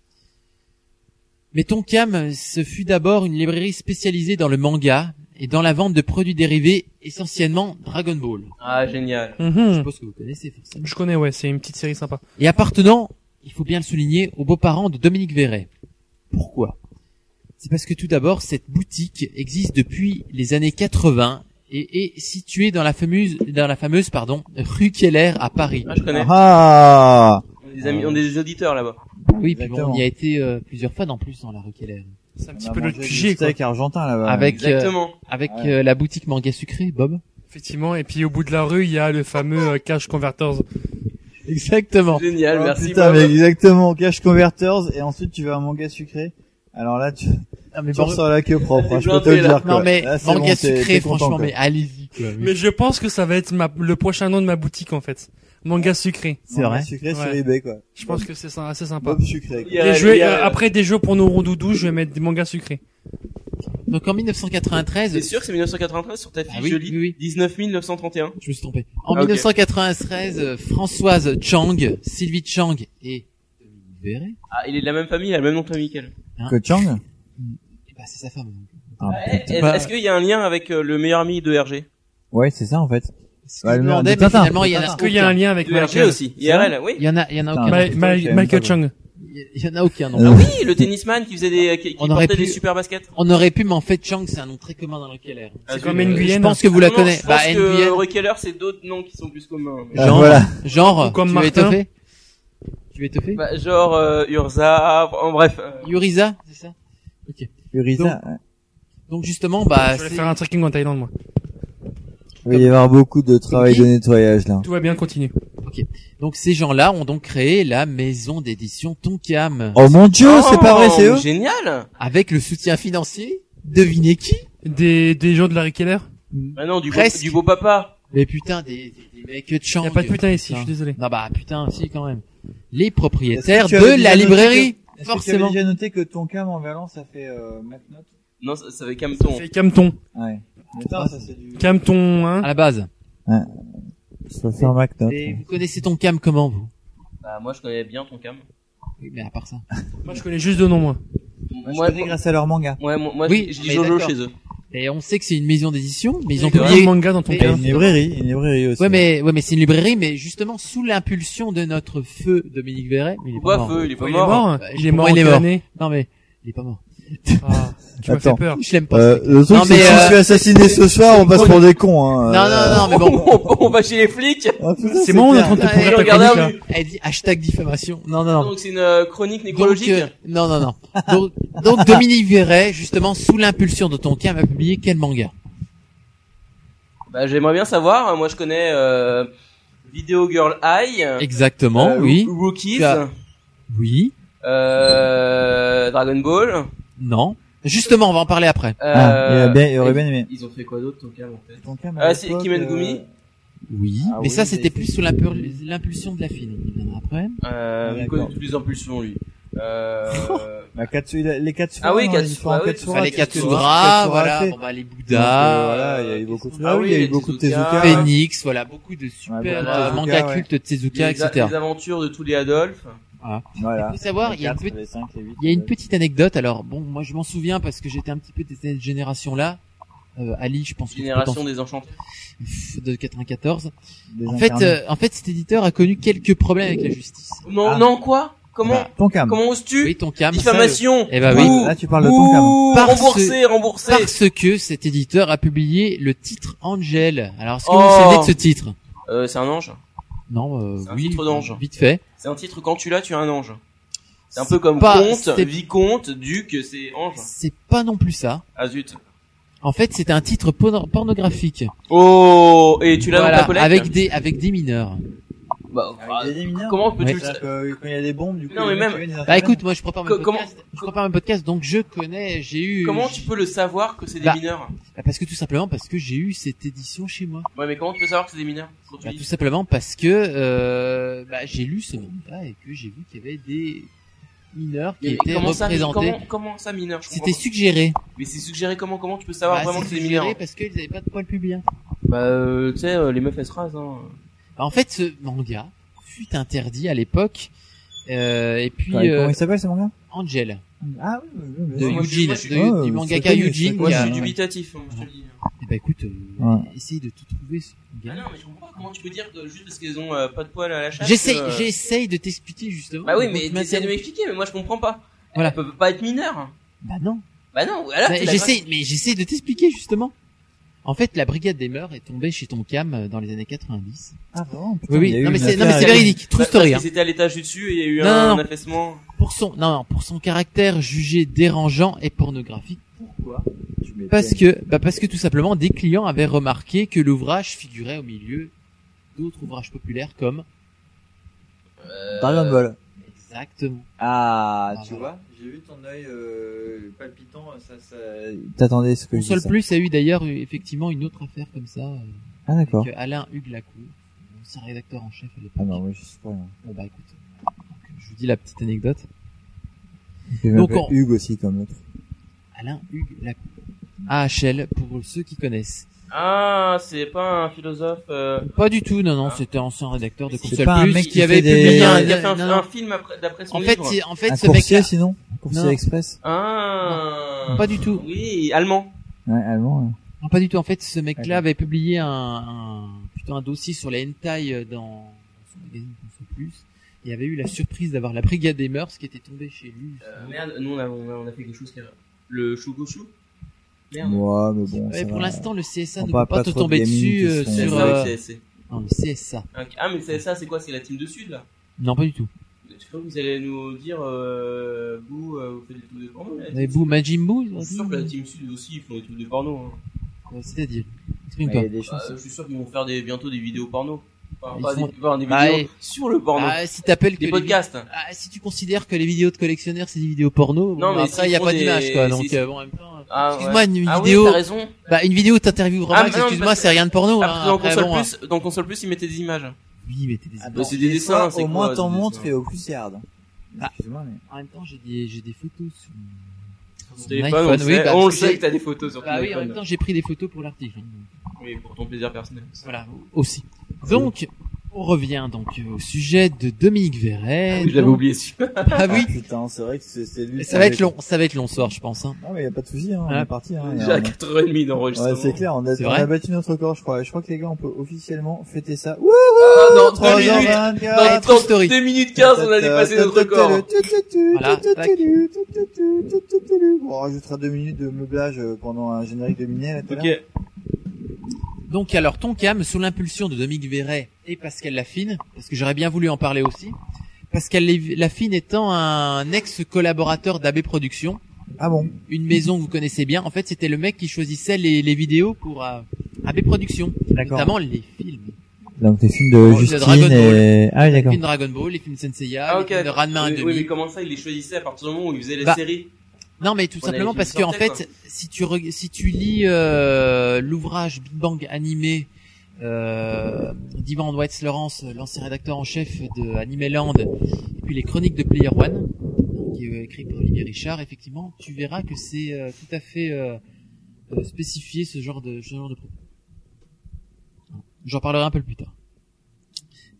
E: Mais Tonkam, ce fut d'abord une librairie spécialisée dans le manga et dans la vente de produits dérivés, essentiellement Dragon Ball.
C: Ah, génial.
D: Hmm. Mhm.
E: Je pense que vous connaissez forcément.
D: Je connais, ouais, c'est une petite série sympa.
E: Et appartenant, il faut bien le souligner, aux beaux-parents de Dominique Verret. Pourquoi C'est parce que tout d'abord, cette boutique existe depuis les années 80 et est située dans la fameuse, dans la fameuse pardon, rue Keller à Paris.
C: Ah, je connais.
A: Ah
C: On est des amis, on est des auditeurs là-bas.
E: Oui, puis bon,
C: Exactement.
E: on y a été euh, plusieurs fois en plus dans la rue Keller.
D: C'est un
A: petit On a peu mangé notre du QG, steak quoi. argentin, là-bas.
E: Avec, euh,
D: Exactement.
E: avec
D: Ouais.
E: euh, la boutique manga sucrée, Bob.
D: Effectivement, et puis au bout de la rue, il y a le fameux euh, Cash Converters.
E: Exactement.
C: Génial,
A: Oh,
C: merci.
A: Putain,
C: Bob.
A: mais exactement, cash converters, et ensuite tu vas à manga sucré. Alors là, tu,
E: Ah, mais
A: tu
E: bon,
A: ressors la queue propre, hein, je peux te
E: blindé,
A: le
E: là.
A: dire. quoi.
E: Non, mais
A: Là, c'est
E: manga
A: bon, t'es-
E: sucré,
A: t'es content,
E: franchement,
A: quoi.
E: mais allez-y. quoi.
D: Mais je pense que ça va être ma- le prochain nom de ma boutique en fait. Manga sucré.
L: C'est vrai. Sucré sur eBay, quoi.
D: Je pense que c'est ça- assez sympa.
L: Bob sucré, quoi.
D: Des jeux- euh, après des jeux pour nos rondoudous, je vais mettre des mangas sucrés.
E: Donc en 1993.
C: C'est sûr que c'est 1993 sur ta fiche,
E: Ah oui,
C: je lis. 19 931.
E: Je me suis trompé. En
C: Ah, ok.
E: 1993, euh, Françoise Chang, Sylvie Chang et Dominique Verret.
C: Ah, il est de la même famille, il a le même nom que toi, Michael.
L: Que Chang Ah,
E: Bah, c'est sa femme.
C: Eh, Est-ce est-ce qu'il y a un lien avec euh, le meilleur ami de RG
L: Ouais, c'est ça en fait. Ouais,
E: je
L: le
E: me
L: meilleur
E: demandais,
L: de
E: mais
L: Tintin.
E: finalement, il y en a Ah,
D: Est-ce qu'il y a un lien avec
C: Le
D: Michael
C: RG aussi, IRL, oui.
E: Il y en a, il y en a aucun.
D: Ma- Ma- Michael Chang.
E: Il y en a aucun.
L: Euh,
E: Non.
C: Ah oui, le tennisman qui faisait des, euh, qui, qui
E: On aurait
C: portait des
E: pu-
C: super baskets.
E: On aurait pu, mais en fait, Chang, c'est un nom très commun dans l'oculaire.
C: Ah,
D: comme
C: je-
D: Nguyen.
E: Je pense que vous la
C: Ah non,
E: connaissez.
C: Je pense
E: Bah,
C: que
E: Nguyen.
C: Roy Keller, c'est d'autres noms qui sont plus communs. mais-
E: Genre,
L: Euh, voilà.
E: genre,
D: Ou comme
E: tu veux
D: Martin.
E: étoffer? Tu veux étoffer?
C: Bah, genre euh, Urza, en bref. euh,
E: Yuriza, c'est ça? Ok.
L: Urisa. ouais.
E: Donc, justement, bah,
D: je vais
E: c'est-
D: faire un trekking en Thaïlande, moi.
L: Il va y avoir beaucoup de travail de nettoyage là.
D: Tout va bien, continue.
E: donc, ces gens-là ont donc créé la maison d'édition Tonkam.
L: Oh mon dieu, c'est pas vrai, c'est eux
C: Génial.
E: Avec le soutien financier, devinez qui?
D: Des, des gens de Larry Keller?
C: Bah non, du beau,
E: Presque.
C: du beau papa.
E: Mais putain, des, des, des mecs Chang.
D: Y a pas de putain ici, je
E: Putain.
D: suis désolé.
E: Non, bah, putain, si, quand même. Les
L: Est-ce
E: propriétaires
L: que tu avais
E: de la
L: déjà noté
E: librairie.
L: que- est-ce que tu
E: Forcément.
L: avais déjà noté que ton cam en verlan ça fait euh, MacNote
C: Non, ça, ça fait Camton.
D: C'est Camton.
L: Ouais. Mais attends, ça c'est du.
D: Camton, hein.
E: À la base.
L: Ça fait un MacNote.
E: Et vous connaissez ton cam comment, vous?
C: Bah moi je connais bien ton cam.
E: Oui, mais à part ça.
D: Moi, je connais juste deux noms, moi.
C: Moi,
L: connais grâce à leur manga.
C: moi, moi, moi,
E: Oui,
C: je je
E: mais
C: lis Jojo
E: d'accord.
C: chez eux.
E: Et on sait que c'est une maison d'édition, mais ils ont
D: T'as un
E: publié.
D: manga dans ton
E: Et-
L: Et
D: cas.
L: une librairie, une librairie aussi.
E: Ouais, mais, ouais, mais c'est une librairie, mais justement, sous l'impulsion de notre feu Dominique Verret. mais il est
C: Pourquoi
E: pas mort.
C: feu, euh, il est pas
D: Il est
C: mort.
D: mort. hein.
E: Bah,
D: Il est mort.
E: il est
D: en
E: mort.
D: quelle
E: <laughs>
D: année
E: Non, mais, il est pas mort.
D: Ah, tu m'as fait
L: Attends.
D: peur.
E: Je l'aime pas.
L: Euh,
E: ce mec.
L: le truc
E: Non,
L: c'est que
E: mais,
L: si
E: euh,
L: je suis assassiné ce soir, on passe pour des cons. Hein.
E: Non,
L: Euh,
E: non, non, mais <laughs> bon.
C: <laughs> on, on va chez les flics.
L: ah, putain,
D: C'est bon, on est
L: clair.
D: en train de te
E: Ah,
D: pourrir
E: et
D: ta
C: regarde
D: chronique,
C: à
D: là.
C: lui.
E: Elle dit hashtag diffamation. Non, non, non.
C: Donc c'est une euh, chronique nécrologique.
E: Donc, euh, non, non, non. Donc, donc, Dominique Verret, justement, sous l'impulsion de ton cas, a publié quel manga
C: Bah j'aimerais bien savoir. Moi je connais euh, Video Girl High.
E: Exactement,
C: euh,
E: oui.
C: Rookies.
E: Tu as- Oui.
C: Euh, Dragon Ball.
E: Non. Justement, on va en parler après.
L: Ah, il,
C: Euh,
L: a
A: Ben,
L: bien, il aurait bien aimé.
C: Ils ont fait quoi d'autre ton cam en fait
L: Ton cam, à
C: Ah, c'est
L: l'époque,
C: Kimen
L: euh,
C: Gumi.
E: Oui.
L: Ah
E: mais
L: oui,
E: ça,
L: mais
E: c'était
L: c'est-
E: plus sous l'impu- l'impulsion de la fille. On y viendra après.
C: Euh,
L: Ah,
C: il
L: d'accord.
C: connaît toutes les impulsions lui. Euh,
L: Bah, Katsu, il a- les hein, Katsura.
C: Ah oui,
L: non,
C: Katsu-
L: les différents
C: ah oui,
L: Katsura,
E: Enfin, les
L: qu'est-ce que-
E: Katsura,
L: Katsura a
E: voilà.
L: fait.
E: Bon, bah, les
L: Donc,
E: Bouddhas.
L: euh, voilà, il y a eu
E: euh,
L: beaucoup de,
C: Ah oui,
L: il y a
C: les
L: eu beaucoup de
C: Tezuka.
L: Tezuka.
E: Phénix, voilà, beaucoup de super
L: Ouais, beaucoup
C: de
E: euh,
C: Tezuka,
E: mangas
L: ouais.
E: cultes de Tezuka,
C: les,
E: etc.
C: les aventures de tous les Adolphe.
L: Voilà.
E: Il faut savoir, il y a une
L: Quatre,
E: petite
L: les cinq, les huit,
E: Il y a une
L: euh,
E: petite anecdote. Alors bon, moi je m'en souviens parce que j'étais un petit peu de cette génération-là. Euh, Ali, je pense. que
C: Génération des enchantés.
E: Pff, de 94.
L: des
E: En fait,
L: incarnés.
E: euh, en fait, cet éditeur a connu quelques problèmes avec la justice.
C: Non,
L: Ah.
C: non, quoi Comment
L: Bah, ton cam. Ah,
C: Comment oses-tu
E: Oui, ton cam.
C: Diffamation.
E: Eh ben euh, oui.
C: Ouh,
L: Là, tu parles de ton cam.
C: ouh,
E: Parce-
C: Remboursé, remboursé.
E: Parce que cet éditeur a publié le titre Angel. Alors, est-ce que
C: Oh.
E: vous vous souvenez de ce titre
C: Euh, c'est un ange.
E: Non, euh,
C: C'est un
E: oui.
C: titre d'ange.
E: Vite fait.
C: C'est un titre quand tu l'as, tu es un ange. C'est un
E: C'est
C: peu comme
E: pas-
C: comte,
E: c'était-
C: vicomte, duc, c'est ange.
E: C'est pas non plus ça.
C: Ah zut.
E: En fait, c'est un titre porno- pornographique.
C: Oh, et tu l'as dans
E: Voilà,
C: ta collecte
E: avec des avec des mineurs.
C: Bah,
L: Ah, il y a des mineurs.
C: Comment peux-tu
E: Ouais.
C: le
L: C'est-à-dire
C: savoir
L: que Quand il y a des bombes, du coup.
C: Non,
L: les
C: mais
L: mecs,
C: même-
L: ils viennent, ils
E: Bah
L: interviennent.
E: écoute, moi je prends pas
C: Co-
E: mon
C: comment-
E: podcast. Je prends pas mon podcast, donc je connais. J'ai eu.
C: Comment tu peux le savoir que c'est des
E: Bah.
C: mineurs
E: Bah, Parce que tout simplement parce que j'ai eu cette édition chez moi.
C: Ouais, mais comment tu peux savoir que c'est des mineurs Quand tu
E: Bah,
C: lis-
E: tout simplement parce que euh, bah, j'ai lu ce manga et que j'ai vu qu'il y avait des mineurs qui
C: Mais
E: étaient
C: comment ça,
E: représentés.
C: comment, comment ça mineur Je
E: C'était
C: comprends pas.
E: suggéré.
C: Mais c'est suggéré comment Comment tu peux savoir
E: Bah,
C: vraiment que
E: c'est
C: c'est des
E: suggéré
C: mineurs
E: parce qu'ils n'avaient pas de poil pubien.
C: Bah, euh, tu sais, euh, les meufs elles se rasent. Hein.
E: Bah, en fait, ce manga fut interdit à l'époque. Euh, et puis
L: Enfin, Bah, Comment
E: euh,
L: il s'appelle ce manga
E: Angel
L: Ah oui, oui, oui,
E: de
L: oui.
C: moi, je suis-
E: Eugene,
C: moi, je suis-
E: de-
L: Ouais,
E: du
L: Ah, c'est
E: mangaka
L: connu, c'est
E: Eugene.
L: connu.
C: Moi,
E: qui a-
C: je suis
L: ouais.
C: dubitatif. hein, je te le dis.
E: Eh Bah écoute, euh,
L: Ouais.
E: essaye de tout trouver ce
C: Ah
E: manga.
C: non, mais je comprends pas comment tu peux dire que juste parce qu'ils ont euh, pas de poils à la chatte.
E: J'essaye,
C: que-
E: j'essaye de t'expliquer justement.
C: euh, Bah oui,
E: Donc,
C: mais
E: tu
C: t'essayes de
E: m'interromps.
C: m'expliquer, mais moi je comprends pas.
E: Voilà.
C: Elles peuvent pas être mineures.
E: Bah non.
C: Bah non, <laughs> alors.
E: Mais
C: t'es la-
E: j'essaie, mais j'essaie de t'expliquer justement. En fait, la brigade des mœurs est tombée chez Tonkam euh, dans les années 90.
L: Ah vraiment putain,
E: Oui,
L: il y a
E: oui.
L: eu
E: Non mais
L: une
E: c'est, non mais c'est
L: affaire.
E: véridique. True
C: Bah,
E: story.
C: Parce
E: Hein.
C: qu'ils étaient à l'étage du dessus et il y a eu
E: Non,
C: un,
E: non, non.
C: affaissement.
E: Pour son, non, non, pour son caractère jugé dérangeant et pornographique.
L: Tu m'étonnes.
E: Parce que, bah parce que tout simplement, des clients avaient remarqué que l'ouvrage figurait au milieu d'autres ouvrages populaires comme.
L: Dragon Ball.
E: Exactement.
L: Ah,
E: Ah,
L: tu
E: voilà.
L: vois, j'ai vu ton œil euh, palpitant, ça, ça... T'attendais ce que je
E: Console
L: dise, ça.
E: Plus a eu d'ailleurs eu, effectivement une autre affaire comme ça euh,
L: Ah d'accord.
E: avec euh, Alain Hugues Lacour. plus un rédacteur en chef à l'époque.
L: Ah non, moi je suis pas. hein.
E: Bon bah écoute, donc, je vous dis la petite anecdote.
L: Il peut
E: Donc,
L: m'appeler
E: on-
L: Hugues aussi comme l'autre.
E: Alain Hugues Lacou. AHL, pour ceux qui connaissent.
C: Ah, c'est pas un philosophe. euh,
E: Pas du tout, non, non, c'était un ancien rédacteur de
C: C'est
E: Console
L: Ah. pas un
E: Plus
L: mec qui
E: qui avait
L: fait des-
E: publié
C: Il a,
E: un...
C: il a fait un,
E: euh, non,
C: un
E: non.
C: film après- d'après son
E: En fait,
C: livre.
E: il- en fait,
L: un
E: ce mec-là...
L: coursier sinon Un coursier
E: Non.
L: express
C: Ah,
E: Pas du tout.
C: Oui, allemand.
L: Ouais, allemand. hein. ouais.
E: Non, pas du tout. En fait, ce mec-là
L: D'accord.
E: avait publié un, un, plutôt un dossier sur les hentai euh, dans son magazine Console Plus. Il avait eu la surprise d'avoir la brigade des mœurs qui était tombée chez lui.
C: Euh, merde, nous on a, on a, on a fait quelque chose qui a... Le Shugoshu Merde.
L: Ouais, mais bon.
E: Ouais,
L: ça
E: pour
L: va.
E: l'instant, le CSA
L: On
E: ne peut
L: parle
E: pas,
L: pas
E: te
L: trop de
E: tomber
L: gaming
E: dessus
L: qui
E: euh,
L: sont-
E: sur...
C: CSA,
E: euh,
C: oui, CSC.
E: Non, le CSA.
C: Ok. Ah, mais c'est ça, c'est quoi C'est la team de Sud là
E: Non, pas du tout.
C: Je crois que vous allez nous dire euh, Boo, euh, vous faites des trucs de porno. la
E: Mais
C: team
E: Bou,
C: Sud.
E: Majin Buu,
C: Je suis sûr que la team Sud aussi ils font des trucs de porno. hein.
E: euh, C'est-à-dire
L: Ouais,
E: Exprime-toi.
L: il y a des
C: Bah,
L: choses.
C: je suis sûr qu'ils vont faire des, bientôt des vidéos porno. Enfin,
E: Ils
C: pas
E: font-
C: des, enfin, des
E: Bah,
C: vidéos
E: et-
C: sur le porno.
E: Ah, si t'appelles que
C: des
E: les
C: podcasts.
E: vidéos- Ah, si tu considères que les vidéos de collectionneurs c'est des vidéos
C: Non,
E: porno, bon,
C: mais
E: après
C: s'ils
E: il y a
C: font
E: pas
C: des-
E: d'image quoi. Donc
C: s'ils-
E: euh, bon, en même temps, euh,
C: Ah,
E: excuse-moi une
C: Ah
E: vidéo.
C: oui, t'as raison.
E: bah une vidéo où t'interviews
C: Ah,
E: Romain,
C: mais non,
E: excuse-moi,
C: parce que-
E: c'est rien de porno hein.
C: Après, dans,
E: Après,
C: console
E: bon, hein.
C: plus, dans console plus, ils mettaient des images.
E: Oui, mais t'es des
L: Ah,
C: Bah,
L: bon,
C: c'est des dessins, c'est
L: Au
C: quoi,
L: moins
C: c'est
L: t'en
C: des
L: montres
C: dessins
L: et au plus c'est hard.
E: Ah.
L: Excuse-moi,
C: bah,
L: mais.
E: En même temps, j'ai des j'ai des photos sur
C: Ton
E: mon
C: téléphone,
E: iPhone,
C: on,
E: oui,
C: sait,
E: bah,
C: on le
E: parce que
C: sait
E: j'ai-
C: que t'as des photos sur ton
E: Bah oui, en
C: téléphone.
E: même temps, j'ai pris des photos pour l'article. hein.
C: Oui, pour ton plaisir personnel.
E: Voilà, aussi. Donc, on revient donc euh, au sujet de Dominique Verret.
C: je l'avais
E: Donc-
C: oublié Ah, celui-là.
E: Ah oui,
L: Putain, c'est vrai que c'est c'est lui.
E: ça va être long, ça va être long ce soir, je pense. Hein.
L: Non, mais y a pas de souci, hein, on
E: Ah.
L: est parti. Hein,
C: Déjà à
L: Et
C: 4h30
L: on a-
C: d'enregistrement.
L: Ouais, c'est clair, on a,
E: C'est
L: on
E: vrai
L: a battu notre record, je crois. Je crois que les gars, on peut officiellement fêter ça.
C: Ah, dans 2 minutes, dans
L: 3h24
E: true story.
C: 2 minutes 15, on a dépassé notre record.
E: Voilà, tac.
L: On rajoutera deux minutes de meublage euh, pendant un générique de Minet, là, tout à l'heure.
C: Ok.
E: Donc alors, Tonkam, sous l'impulsion de Dominique Verret et Pascal Lafine, parce que j'aurais bien voulu en parler aussi, Pascal Lévi- Lafine étant un ex-collaborateur d'AB Productions,
L: Ah bon
E: une maison que vous connaissez bien, en fait c'était le mec qui choisissait les, les vidéos pour euh, AB Productions, notamment les films.
L: Donc les films de
E: Oh, Justine Dragon
L: Justine et... Ah oui,
E: Les
L: d'accord.
E: films Dragon Ball, les films Senseiya,
C: Ah,
E: les films de Ranma
C: Oui,
E: un demi.
C: oui, mais comment ça, il les choisissait à partir du moment où il faisait les
E: Bah,
C: séries
E: Non, mais tout
C: On
E: simplement
C: avait
E: parce
C: dit
E: que en
C: sortait,
E: fait, si tu re- si tu lis euh, l'ouvrage Big Bang animé euh, d'Ivan White Laurence, l'ancien rédacteur en chef de Animeland, et puis les chroniques de Player One, qui est euh, écrit par Olivier Richard, effectivement, tu verras que c'est euh, tout à fait euh, euh, spécifié ce genre de ce genre de propos. J'en parlerai un peu plus tard.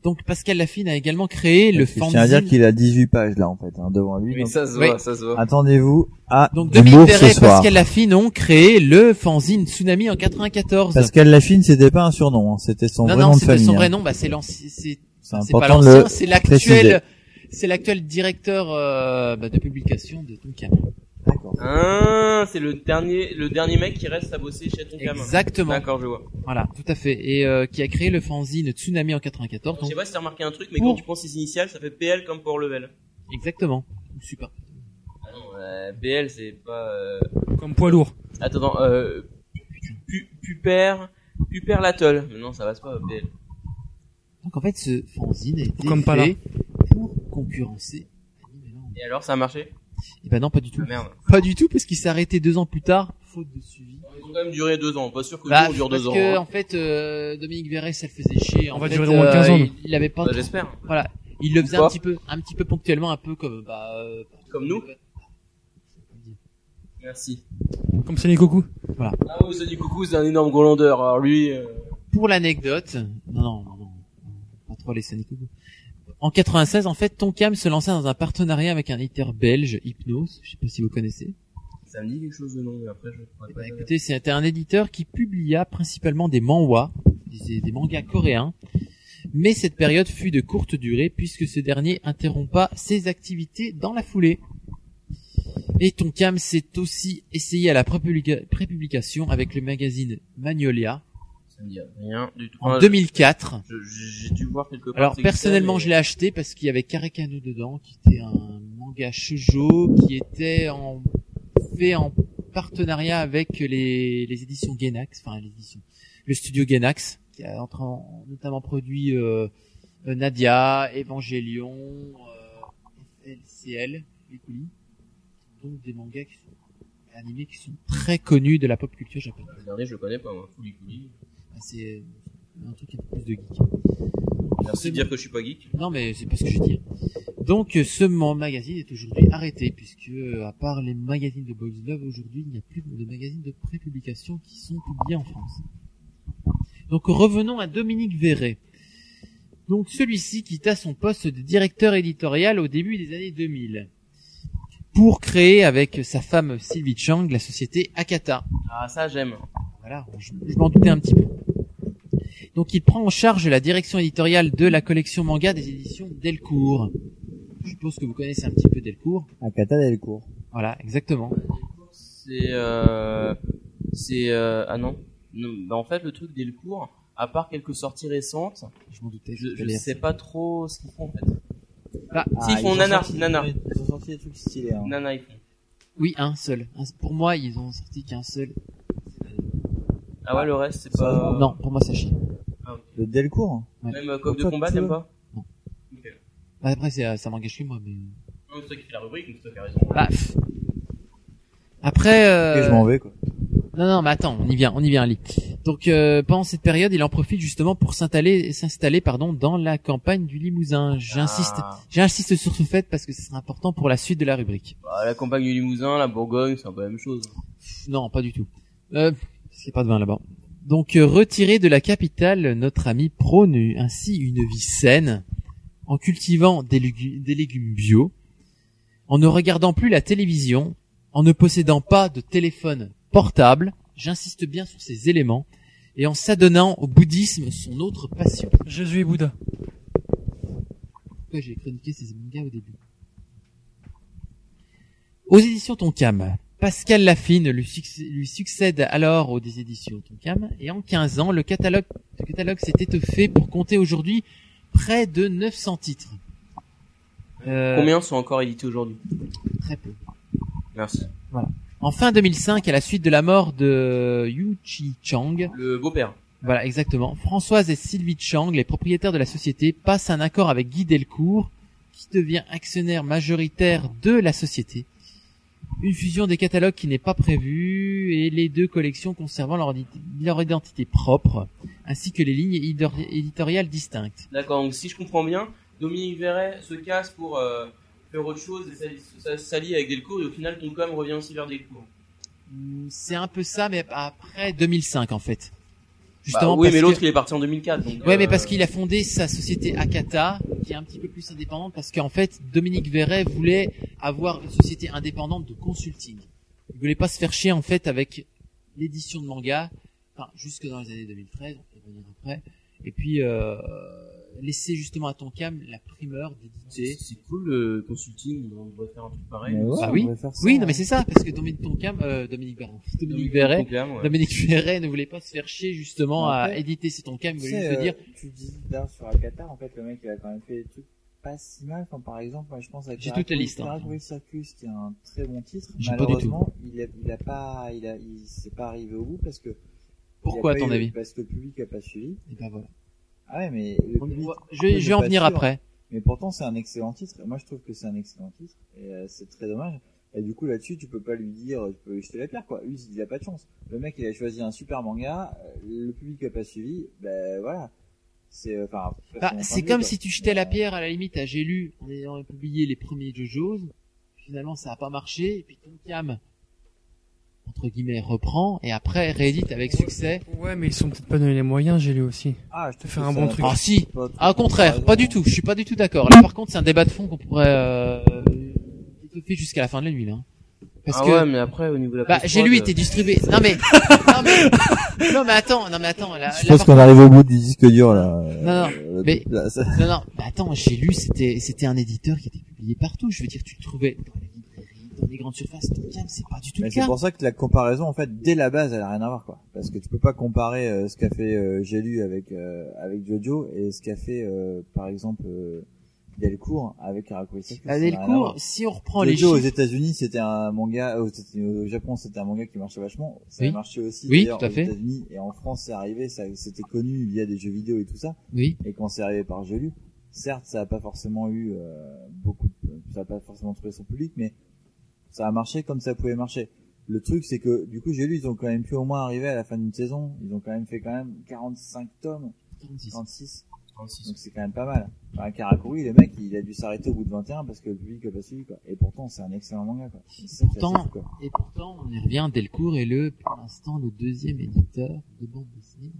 E: Donc Pascal Lafine a également créé le
L: Je tiens à dire
E: fanzine.
L: qu'il a 18 pages là en fait hein, devant lui.
C: Mais
L: donc
C: ça se
E: Oui.
C: voit, ça se voit.
L: Attendez-vous à
E: Donc
L: du
E: Dominique
L: lourd
E: Perret
L: ce
E: et
L: soir.
E: Pascal Lafine ont créé le fanzine Tsunami en 94.
L: Pascal Lafine, c'était pas un surnom, hein, c'était son
E: non,
L: vrai
E: non,
L: nom de
E: c'était
L: famille.
E: son
L: hein.
E: vrai nom. Bah, c'est l'ancien, c'est
L: C'est
E: c'est pas
L: important de
E: l'ancien,
L: le
E: c'est
L: préciser.
E: l'actuel, c'est l'actuel directeur euh, bah, de publication de Tonkam.
L: D'accord.
C: Ah, c'est le dernier, le dernier mec qui reste à bosser chez ton gamin.
E: Exactement.
C: D'accord, je vois.
E: Voilà, tout à fait. Et euh, qui a créé le fanzine Tsunami en 94.
C: Je
E: donc-
C: sais pas si t'as remarqué un truc, mais
E: Pour-
C: quand tu prends ses initiales, ça fait PL comme pour level.
E: exactement. Super.
C: Euh, PL, c'est pas. euh,
D: Comme poids lourd.
C: Attends, attends, euh, pu, pupère, pupère l'atoll. Mais non, ça passe pas, PL.
E: Donc en fait, ce fanzine a été
D: Comme pas
E: créé pour concurrencer. Animeland.
C: Et alors, ça a marché
E: Eh ben non, pas du
C: Ah,
E: tout.
C: Merde.
E: Pas du tout, parce qu'il s'est arrêté deux ans plus tard, faute de suivi.
C: Ils ont quand même duré deux ans. Pas sûr que
E: Bah,
C: nous, on dure
E: parce
C: deux ans.
E: que
C: hein.
E: en fait, euh, Dominique Verret, ça le faisait chier. En
D: On va
E: fait,
D: durer au moins
E: euh,
D: 15 ans,
E: il-
D: nous.
E: Il avait pas.
C: Bah, j'espère.
E: Voilà, il le faisait un
C: Quoi
E: petit peu, un petit peu ponctuellement, un peu comme bah. euh,
C: Comme nous Merci.
D: Comme ça les coucous.
C: Ah oui, Sonic Coucou, c'est un énorme Grolandeur. Alors lui, euh,
E: Pour l'anecdote, non, non, non, non, pas trop les Sonic Boom. En 96, en fait, Tonkam se lançait dans un partenariat avec un éditeur belge, Hypnose. Je sais pas si vous connaissez.
C: ça me dit quelque chose de non, mais après, je crois pas.
E: Bah, écoutez, c'était un éditeur qui publia principalement des manhwa, des, des mangas coréens. Mais cette période fut de courte durée puisque ce dernier interrompa ses activités dans la foulée. Et Tonkam s'est aussi essayé à la prépublica- prépublication avec le magazine Magnolia
C: Ça me dit rien du tout.
E: en
C: Enfin,
E: 2004.
C: je- J'ai dû voir quelque part.
E: Alors
C: que ça existait,
E: personnellement,
C: mais-
E: je l'ai acheté parce qu'il y avait Karekano dedans, qui était un manga shoujo qui était en fait en partenariat avec les, les éditions Gainax, enfin les éditions, le studio Gainax, qui a entre- en- notamment produit euh, euh, Nadia, Evangelion, euh, LCL, les coulis. donc des mangas qui sont animés qui sont très connus de la pop culture japonaise.
C: Le dernier, je le connais pas, moi. Coulis Coulis.
E: Ah, C'est un truc un peu plus de geek.
S: Merci de dire que je suis pas geek.
E: Non, mais c'est pas ce que je dis. Donc, euh, ce man- magazine est aujourd'hui arrêté, puisque, euh, à part les magazines de Boys Love, aujourd'hui, il n'y a plus de magazines de prépublication qui sont publiés en France. Donc, revenons à Dominique Véret. Donc, celui-ci quitta son poste de directeur éditorial au début des années 2000 pour créer avec sa femme Sylvie Chang la société Akata.
S: Ah, ça, j'aime.
E: Voilà, je, je m'en doutais un petit peu. Donc il prend en charge la direction éditoriale de la collection manga des éditions Delcourt. Je suppose que vous connaissez un petit peu Delcourt.
A: Akata Delcourt.
E: Voilà, exactement.
C: C'est euh, c'est euh, ah non. non bah, en fait le truc dès le cours, à part quelques sorties récentes,
E: je m'en doutais.
C: Je,
E: que t'allais dire
C: sais
E: ça.
C: pas trop ce qu'ils font en fait.
E: Ah,
C: si, ils font
A: ont
C: Nana,
A: sorti-
C: Nana,
A: Ils ont sorti des trucs stylés. Hein.
C: Nana ils font.
E: Oui, un seul. Un- pour moi, ils ont sorti qu'un seul.
C: Ah ouais le reste c'est pas.
E: Non, pour moi, ça chie.
C: Ah, ok.
A: Le Delcourt
E: Ouais.
C: Même euh, coq de
A: Toi,
C: combat
A: tu
C: t'aimes
A: veux
C: pas.
E: Non.
C: Ok.
E: Bah, Après, c'est, euh, ça m'engage que moi, mais.
C: Non, C'est toi qui fais la rubrique, donc c'est toi qui as raison.
E: Bah, pff. Après. euh,
A: Et je m'en vais quoi.
E: Non, non, mais attends, on y vient, on y vient, Ali. Donc euh, pendant cette période, il en profite justement pour s'installer, s'installer, pardon, dans la campagne du Limousin. J'insiste,
C: Ah.
E: j'insiste sur ce fait parce que ce sera important pour la suite de la rubrique.
C: Bah, la campagne du Limousin, la Bourgogne, c'est un peu la même chose.
E: Non, pas du tout. Euh, parce qu'il n'y a pas de vin là-bas. Donc euh, retiré de la capitale, notre ami prône ainsi une vie saine en cultivant des, lugu- des légumes bio, en ne regardant plus la télévision, en ne possédant pas de téléphone portable. J'insiste bien sur ces éléments et en s'adonnant au bouddhisme, son autre passion.
D: Jésus et Bouddha.
E: Pourquoi j'ai chroniqué ces mangas au début Aux éditions Tonkam, Pascal Laffine lui, succ- lui succède alors aux des éditions Tonkam et en 15 ans, le catalogue, le catalogue s'est étoffé pour compter aujourd'hui près de 900 titres. Euh,
C: Combien sont encore édités aujourd'hui
E: Très peu.
C: Merci.
E: En fin 2005, à la suite de la mort de Yuchi Chang,
C: Le beau-père.
E: Voilà, exactement. Françoise et Sylvie Chang, les propriétaires de la société, passent un accord avec Guy Delcourt, qui devient actionnaire majoritaire de la société. Une fusion des catalogues qui n'est pas prévue et les deux collections conservant leur, identi- leur identité propre, ainsi que les lignes éditori- éditoriales distinctes.
C: D'accord, donc si je comprends bien, Dominique Verret se casse pour euh, faire autre chose et s'allie- s- s'allie avec Delcourt et au final ton com revient aussi vers Delcourt.
E: Hmm, C'est un peu ça, mais après 2005 en fait.
C: Bah oui,
E: parce
C: mais
E: que-
C: l'autre il est parti en 2004. Donc,
E: Ouais,
C: euh,
E: mais parce qu'il a fondé sa société Akata, qui est un petit peu plus indépendante, parce qu'en fait, Dominique Verret voulait avoir une société indépendante de consulting. Il voulait pas se faire chier, en fait, avec l'édition de manga, enfin, jusque dans les années 2013, on peut revenir après, et puis, euh, laisser justement à Tonkam la primeur d'éditer.
C: C'est c'est cool le consulting, on devrait faire un truc pareil.
A: Mais ouais,
E: Bah
A: on
E: oui.
A: devrait faire ça,
E: Oui, non, mais
A: hein.
E: c'est ça, parce que Dominique Tonkam, euh, Dominique Verret, Dominique Verret,
C: Tonkam, ouais.
E: Dominique Verret ne voulait pas se faire chier, justement, à
A: Après,
E: éditer ses Tonkam, il
A: Tu
E: voulait
A: sais,
E: juste
A: euh,
E: dire,
A: Tu dis d'un sur Akata, en fait, le mec, il a quand même fait des trucs pas si mal. Enfin, par exemple, moi, je pense à
E: J'ai toute la
A: Drag-
E: liste, hein.
A: Drag Race Circus, qui est un très bon titre.
E: J'ai pas du
A: Malheureusement, il a, il a pas, il a, il s'est pas arrivé au bout parce que. il a
E: Pourquoi, à
A: pas
E: ton
A: eu-
E: avis
A: Parce que le public a pas suivi.
E: Eh ben voilà.
A: Ah ouais, mais le
E: On-
A: public.
E: je, je vais en
A: pas
E: venir
A: sûr.
E: après.
A: Mais pourtant, c'est un excellent titre. Moi, je trouve que c'est un excellent titre. Et euh, c'est très dommage. Et du coup, là-dessus, tu peux pas lui dire, tu peux lui jeter la pierre, quoi. Lui, il a pas de chance. Le mec, il a choisi un super manga, euh, le public a pas suivi, ben voilà. C'est, euh, enfin, c'est
E: Bah,
A: mon point
E: c'est
A: de vue,
E: comme
A: quoi.
E: si tu jetais la
A: Mais,
E: pierre à la limite à J'ai lu en ayant publié les premiers JoJo's. Finalement, ça a pas marché. Et puis Tonkam, entre guillemets, reprend et après réédite avec succès.
D: Ouais, mais ils sont peut-être pas donné les moyens, j'ai lu aussi.
A: euh, Ah, je te
D: Faut faire un bon truc.
E: Ah si
A: Pas,
E: Ah, Au contraire, pas du tout. Je suis pas du tout d'accord. Là, par contre, c'est un débat de fond qu'on pourrait euh, étoffer jusqu'à la fin de la nuit, là. Parce
C: ah
E: que
C: ouais, mais après au niveau de la
E: bah,
C: presse euh,
E: j'ai lu
C: prod,
E: était distribué. Non mais, non mais, non mais attends, non mais attends. La,
A: Je
E: la
A: pense
E: par-
A: qu'on arrive au bout du disque dur, là.
E: Non, non,
A: Euh,
E: mais-
A: là, ça-
E: Non, non, mais attends, j'ai lu, c'était, c'était un éditeur qui était publié partout. Je veux dire, tu le trouvais dans les librairies, dans les grandes surfaces, tout calme, c'est pas du tout
A: Mais
E: le
A: c'est
E: cas.
A: pour ça que la comparaison, en fait, dès la base, elle a rien à voir, quoi. Parce que tu peux pas comparer euh, ce qu'a fait euh, J'ai lu avec euh, avec Jojo et ce qu'a fait, euh, par exemple, euh, Delcourt avec Harakiri Circus.
E: À
A: Ça n'a rien à voir.
E: Delcourt, si on reprend les
A: Jojo aux
E: chiffres,
A: États-Unis, c'était un manga. euh, c'était- Au Japon, c'était un manga qui marchait vachement. Ça
E: Oui.
A: a marché aussi
E: Oui,
A: d'ailleurs,
E: tout à
A: aux
E: fait.
A: États-Unis et en France, c'est arrivé. Ça, c'était connu via des jeux vidéo et tout ça.
E: oui,
A: Et quand c'est arrivé par Jolu, certes, ça a pas forcément eu euh, beaucoup, de- ça a pas forcément trouvé son public, mais ça a marché comme ça pouvait marcher. Le truc, c'est que du coup, Jolu, ils ont quand même pu au moins arriver à la fin d'une saison. Ils ont quand même fait quand même 45 tomes.
E: 36.
A: 36.
E: 36.
A: Donc c'est quand même pas mal. Enfin, Karakuri, le mec, il a dû s'arrêter au bout de 21 parce que le public a pas suivi, quoi. Et pourtant, c'est un excellent manga, quoi. C'est ça qui est assez
E: Pourtant-
A: fou, quoi.
E: Et pourtant, on y revient, Delcourt est le, pour l'instant, le deuxième éditeur de bande dessinée.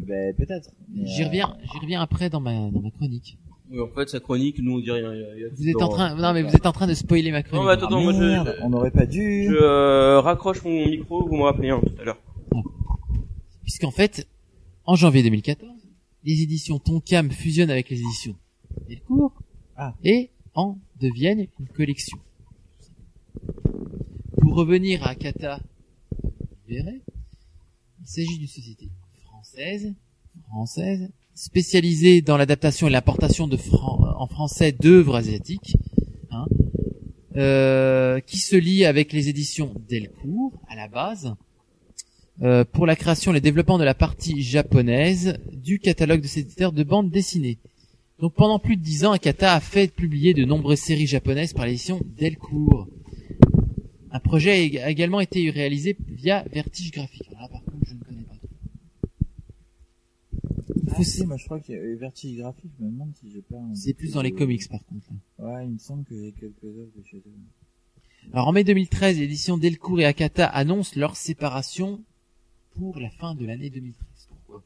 A: Ben, peut-être. Mais,
E: J'y
A: euh,
E: reviens, j'y reviens après dans ma, dans ma chronique.
I: Oui, en fait, sa chronique, nous, on dit rien.
E: Vous êtes en
C: hein.
E: train, non, mais vous êtes en train de spoiler ma chronique.
I: Non, mais attends, attends, moi, je-
A: Ah, Merde, on n'aurait pas dû.
I: Je euh, raccroche mon micro, vous me rappelez
C: hein,
I: un tout à l'heure.
E: Puisqu'en fait, en janvier 2014, les éditions Tonkam fusionnent avec les éditions Delcourt
A: Ah.
E: et en deviennent une collection. Pour revenir à Kata Libéré, il s'agit d'une société française, française, spécialisée dans l'adaptation et l'importation de Fran- en français d'œuvres asiatiques, hein, euh, qui se lie avec les éditions Delcourt à la base, euh, pour la création et le développement de la partie japonaise du catalogue de ses éditeurs de bande dessinée. Donc pendant plus de dix ans, Akata a fait publier de nombreuses séries japonaises par l'édition Delcourt. Un projet a ég- a également été réalisé via Vertige Graphique. Alors là, par contre, je ne connais pas.
A: Ah, si, moi, je crois qu'il y a euh, Vertige Graphique, je me demande si j'ai pas un-
E: C'est plus dans les comics, par contre.
A: Ouais, il me semble que j'ai quelques œuvres de chez eux.
E: Alors en mai 2013, l'édition Delcourt et Akata annoncent leur séparation pour la fin de l'année 2013. Pourquoi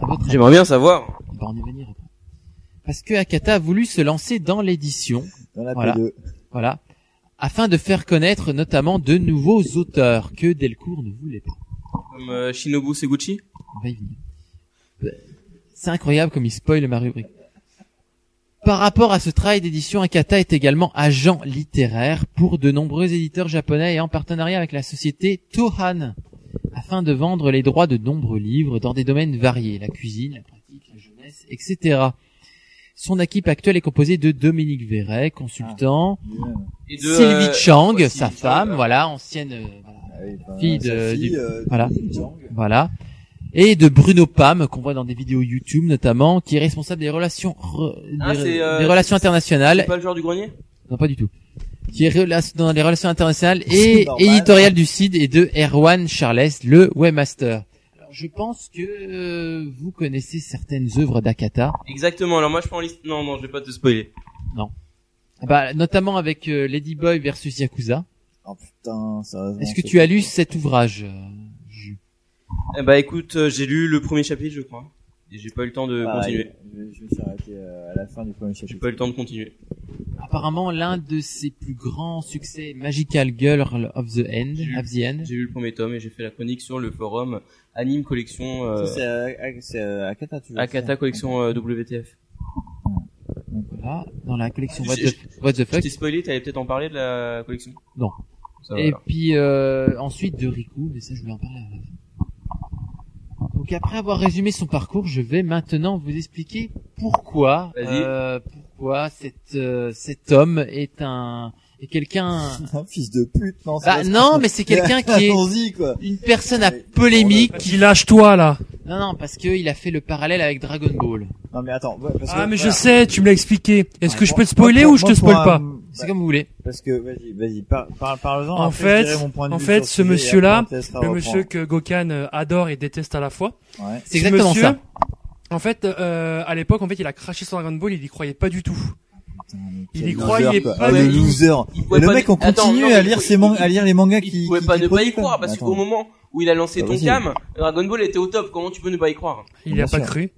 E: À votre avis
I: J'aimerais bien savoir.
E: On va en y venir après. Parce que Akata a voulu se lancer dans l'édition.
A: Dans la
E: Voilà.
A: P2.
E: Voilà. Afin de faire connaître notamment de nouveaux auteurs que Delcourt ne voulait pas.
I: Comme euh, Shinobu Seguchi.
E: On va y venir. C'est incroyable comme il spoil ma rubrique. Par rapport à ce travail d'édition, Akata est également agent littéraire pour de nombreux éditeurs japonais et en partenariat avec la société Tohan, afin de vendre les droits de nombreux livres dans des domaines variés, la cuisine, la pratique, la jeunesse, etc. Son équipe actuelle est composée de Dominique Verret, consultant,
A: Lui-même.
I: Et de,
E: Sylvie
I: euh,
E: Chang,
I: ouais,
E: sa
I: Sylvie Chang,
E: femme,
I: euh,
E: voilà, ancienne, euh, voilà,
A: Ah oui, enfin,
E: Fille
A: sa
E: de-
A: fille,
E: du-
A: euh,
E: voilà.
A: Dominique Chang.
E: voilà. Et de Bruno Pam, qu'on voit dans des vidéos YouTube notamment, qui est responsable des relations re-
I: Ah,
E: des,
I: c'est, euh,
E: des relations internationales.
I: C'est pas le genre du grenier
E: Non, pas du tout. Qui est rela- dans les relations internationales et
A: Normal.
E: éditorial du CID et de Erwan Charles, le webmaster. Alors, je pense que euh, vous connaissez certaines œuvres d'Akata,
I: Exactement, alors moi je prends en liste. Non, non, je vais pas te spoiler.
E: bah, notamment avec euh, Ladyboy versus Yakuza.
A: Oh putain, sérieusement.
E: Est-ce que
A: c'est-
E: tu as lu cet ouvrage euh, Ju
I: Eh bah écoute, euh, j'ai lu le premier chapitre, je crois. Et j'ai pas eu le temps de
A: Pareil,
I: continuer.
A: Je, je me suis arrêté euh, à la fin du premier
I: J'ai
A: Bah, chapitre.
I: pas eu le temps de continuer.
E: Apparemment, l'un de ses plus grands succès, Magical Girl of the End,
I: J'ai lu.
E: of the End.
I: J'ai lu le premier tome et j'ai fait la chronique sur le forum Anime Collection euh,
A: Ça, c'est, euh, c'est euh, Akata, tu veux
I: Akata
A: dire.
I: Collection euh, WTF.
E: Voilà, dans la collection What
I: J'ai-
E: the, What the
I: Je
E: Fuck.
I: t'ai spoilé, t'allais peut-être en parler de la collection
E: Non.
I: Ça va,
E: Et
I: alors.
E: puis euh, ensuite de Riku, mais ça je voulais en parler à la fin. Donc après avoir résumé son parcours, je vais maintenant vous expliquer pourquoi,
I: Vas-y.
E: euh, pourquoi cet, euh, cet homme est un est
I: <laughs>
E: quelqu'un.
D: Ah.
A: <laughs> Un Ah, fils de pute, non c'est
E: Bah
A: parce que-
E: non, mais c'est quelqu'un qui est
A: Allons-y, quoi.
E: une personne à
A: Ouais.
E: polémique.
D: Vas-y, lâche-toi là.
E: Non non, parce que il a fait le parallèle avec Dragon Ball.
A: Non, mais attends. ouais, parce
D: Ah
A: que,
D: mais je
A: voilà.
D: sais, tu me l'as expliqué. Est-ce que je peux te spoiler
A: Moi, pour-
D: ou je te
A: moi, pour
D: spoil
A: un- bah,
D: pas
E: C'est comme vous voulez.
A: Parce que, vas-y, vas-y, par- par- parle-en.
D: En
A: après, je
D: fait-
A: dirai mon point de
D: en
A: vue
D: fait,
A: sur
D: ce
A: sujet et
D: monsieur-là,
A: après, on te laissera
D: Le
A: reprendre.
D: monsieur que Gokan euh, adore et déteste à la fois.
A: Ouais.
E: C'est
D: Ce
E: exactement
D: monsieur,
E: ça.
D: En fait, euh, à l'époque, en fait, il a craché sur Dragon Ball, il y croyait pas du tout. Il y
A: Quel
D: croyait
A: loser, quoi.
D: pas
A: Ah,
D: du
A: le
D: tout.
A: loser.
I: Il pouvait
A: Et le
I: pas
A: mec,
I: ne-
A: on
I: Attends,
A: continue
I: non, mais
A: à
I: il
A: lire
I: faut-
A: ses mangas,
I: il-
A: à lire les mangas qui.
I: Il pouvait
A: qui-
I: pas
A: qui
I: ne pas y
A: produisent, quoi. Bah,
I: croire parce
A: Attends. Bah,
I: qu'au moment où il a lancé
A: Pas
I: ton
A: possible.
I: cam, Dragon Ball était au top. Comment tu peux ne pas y croire
D: Il y a
A: Bien
D: pas
A: sûr.
D: cru.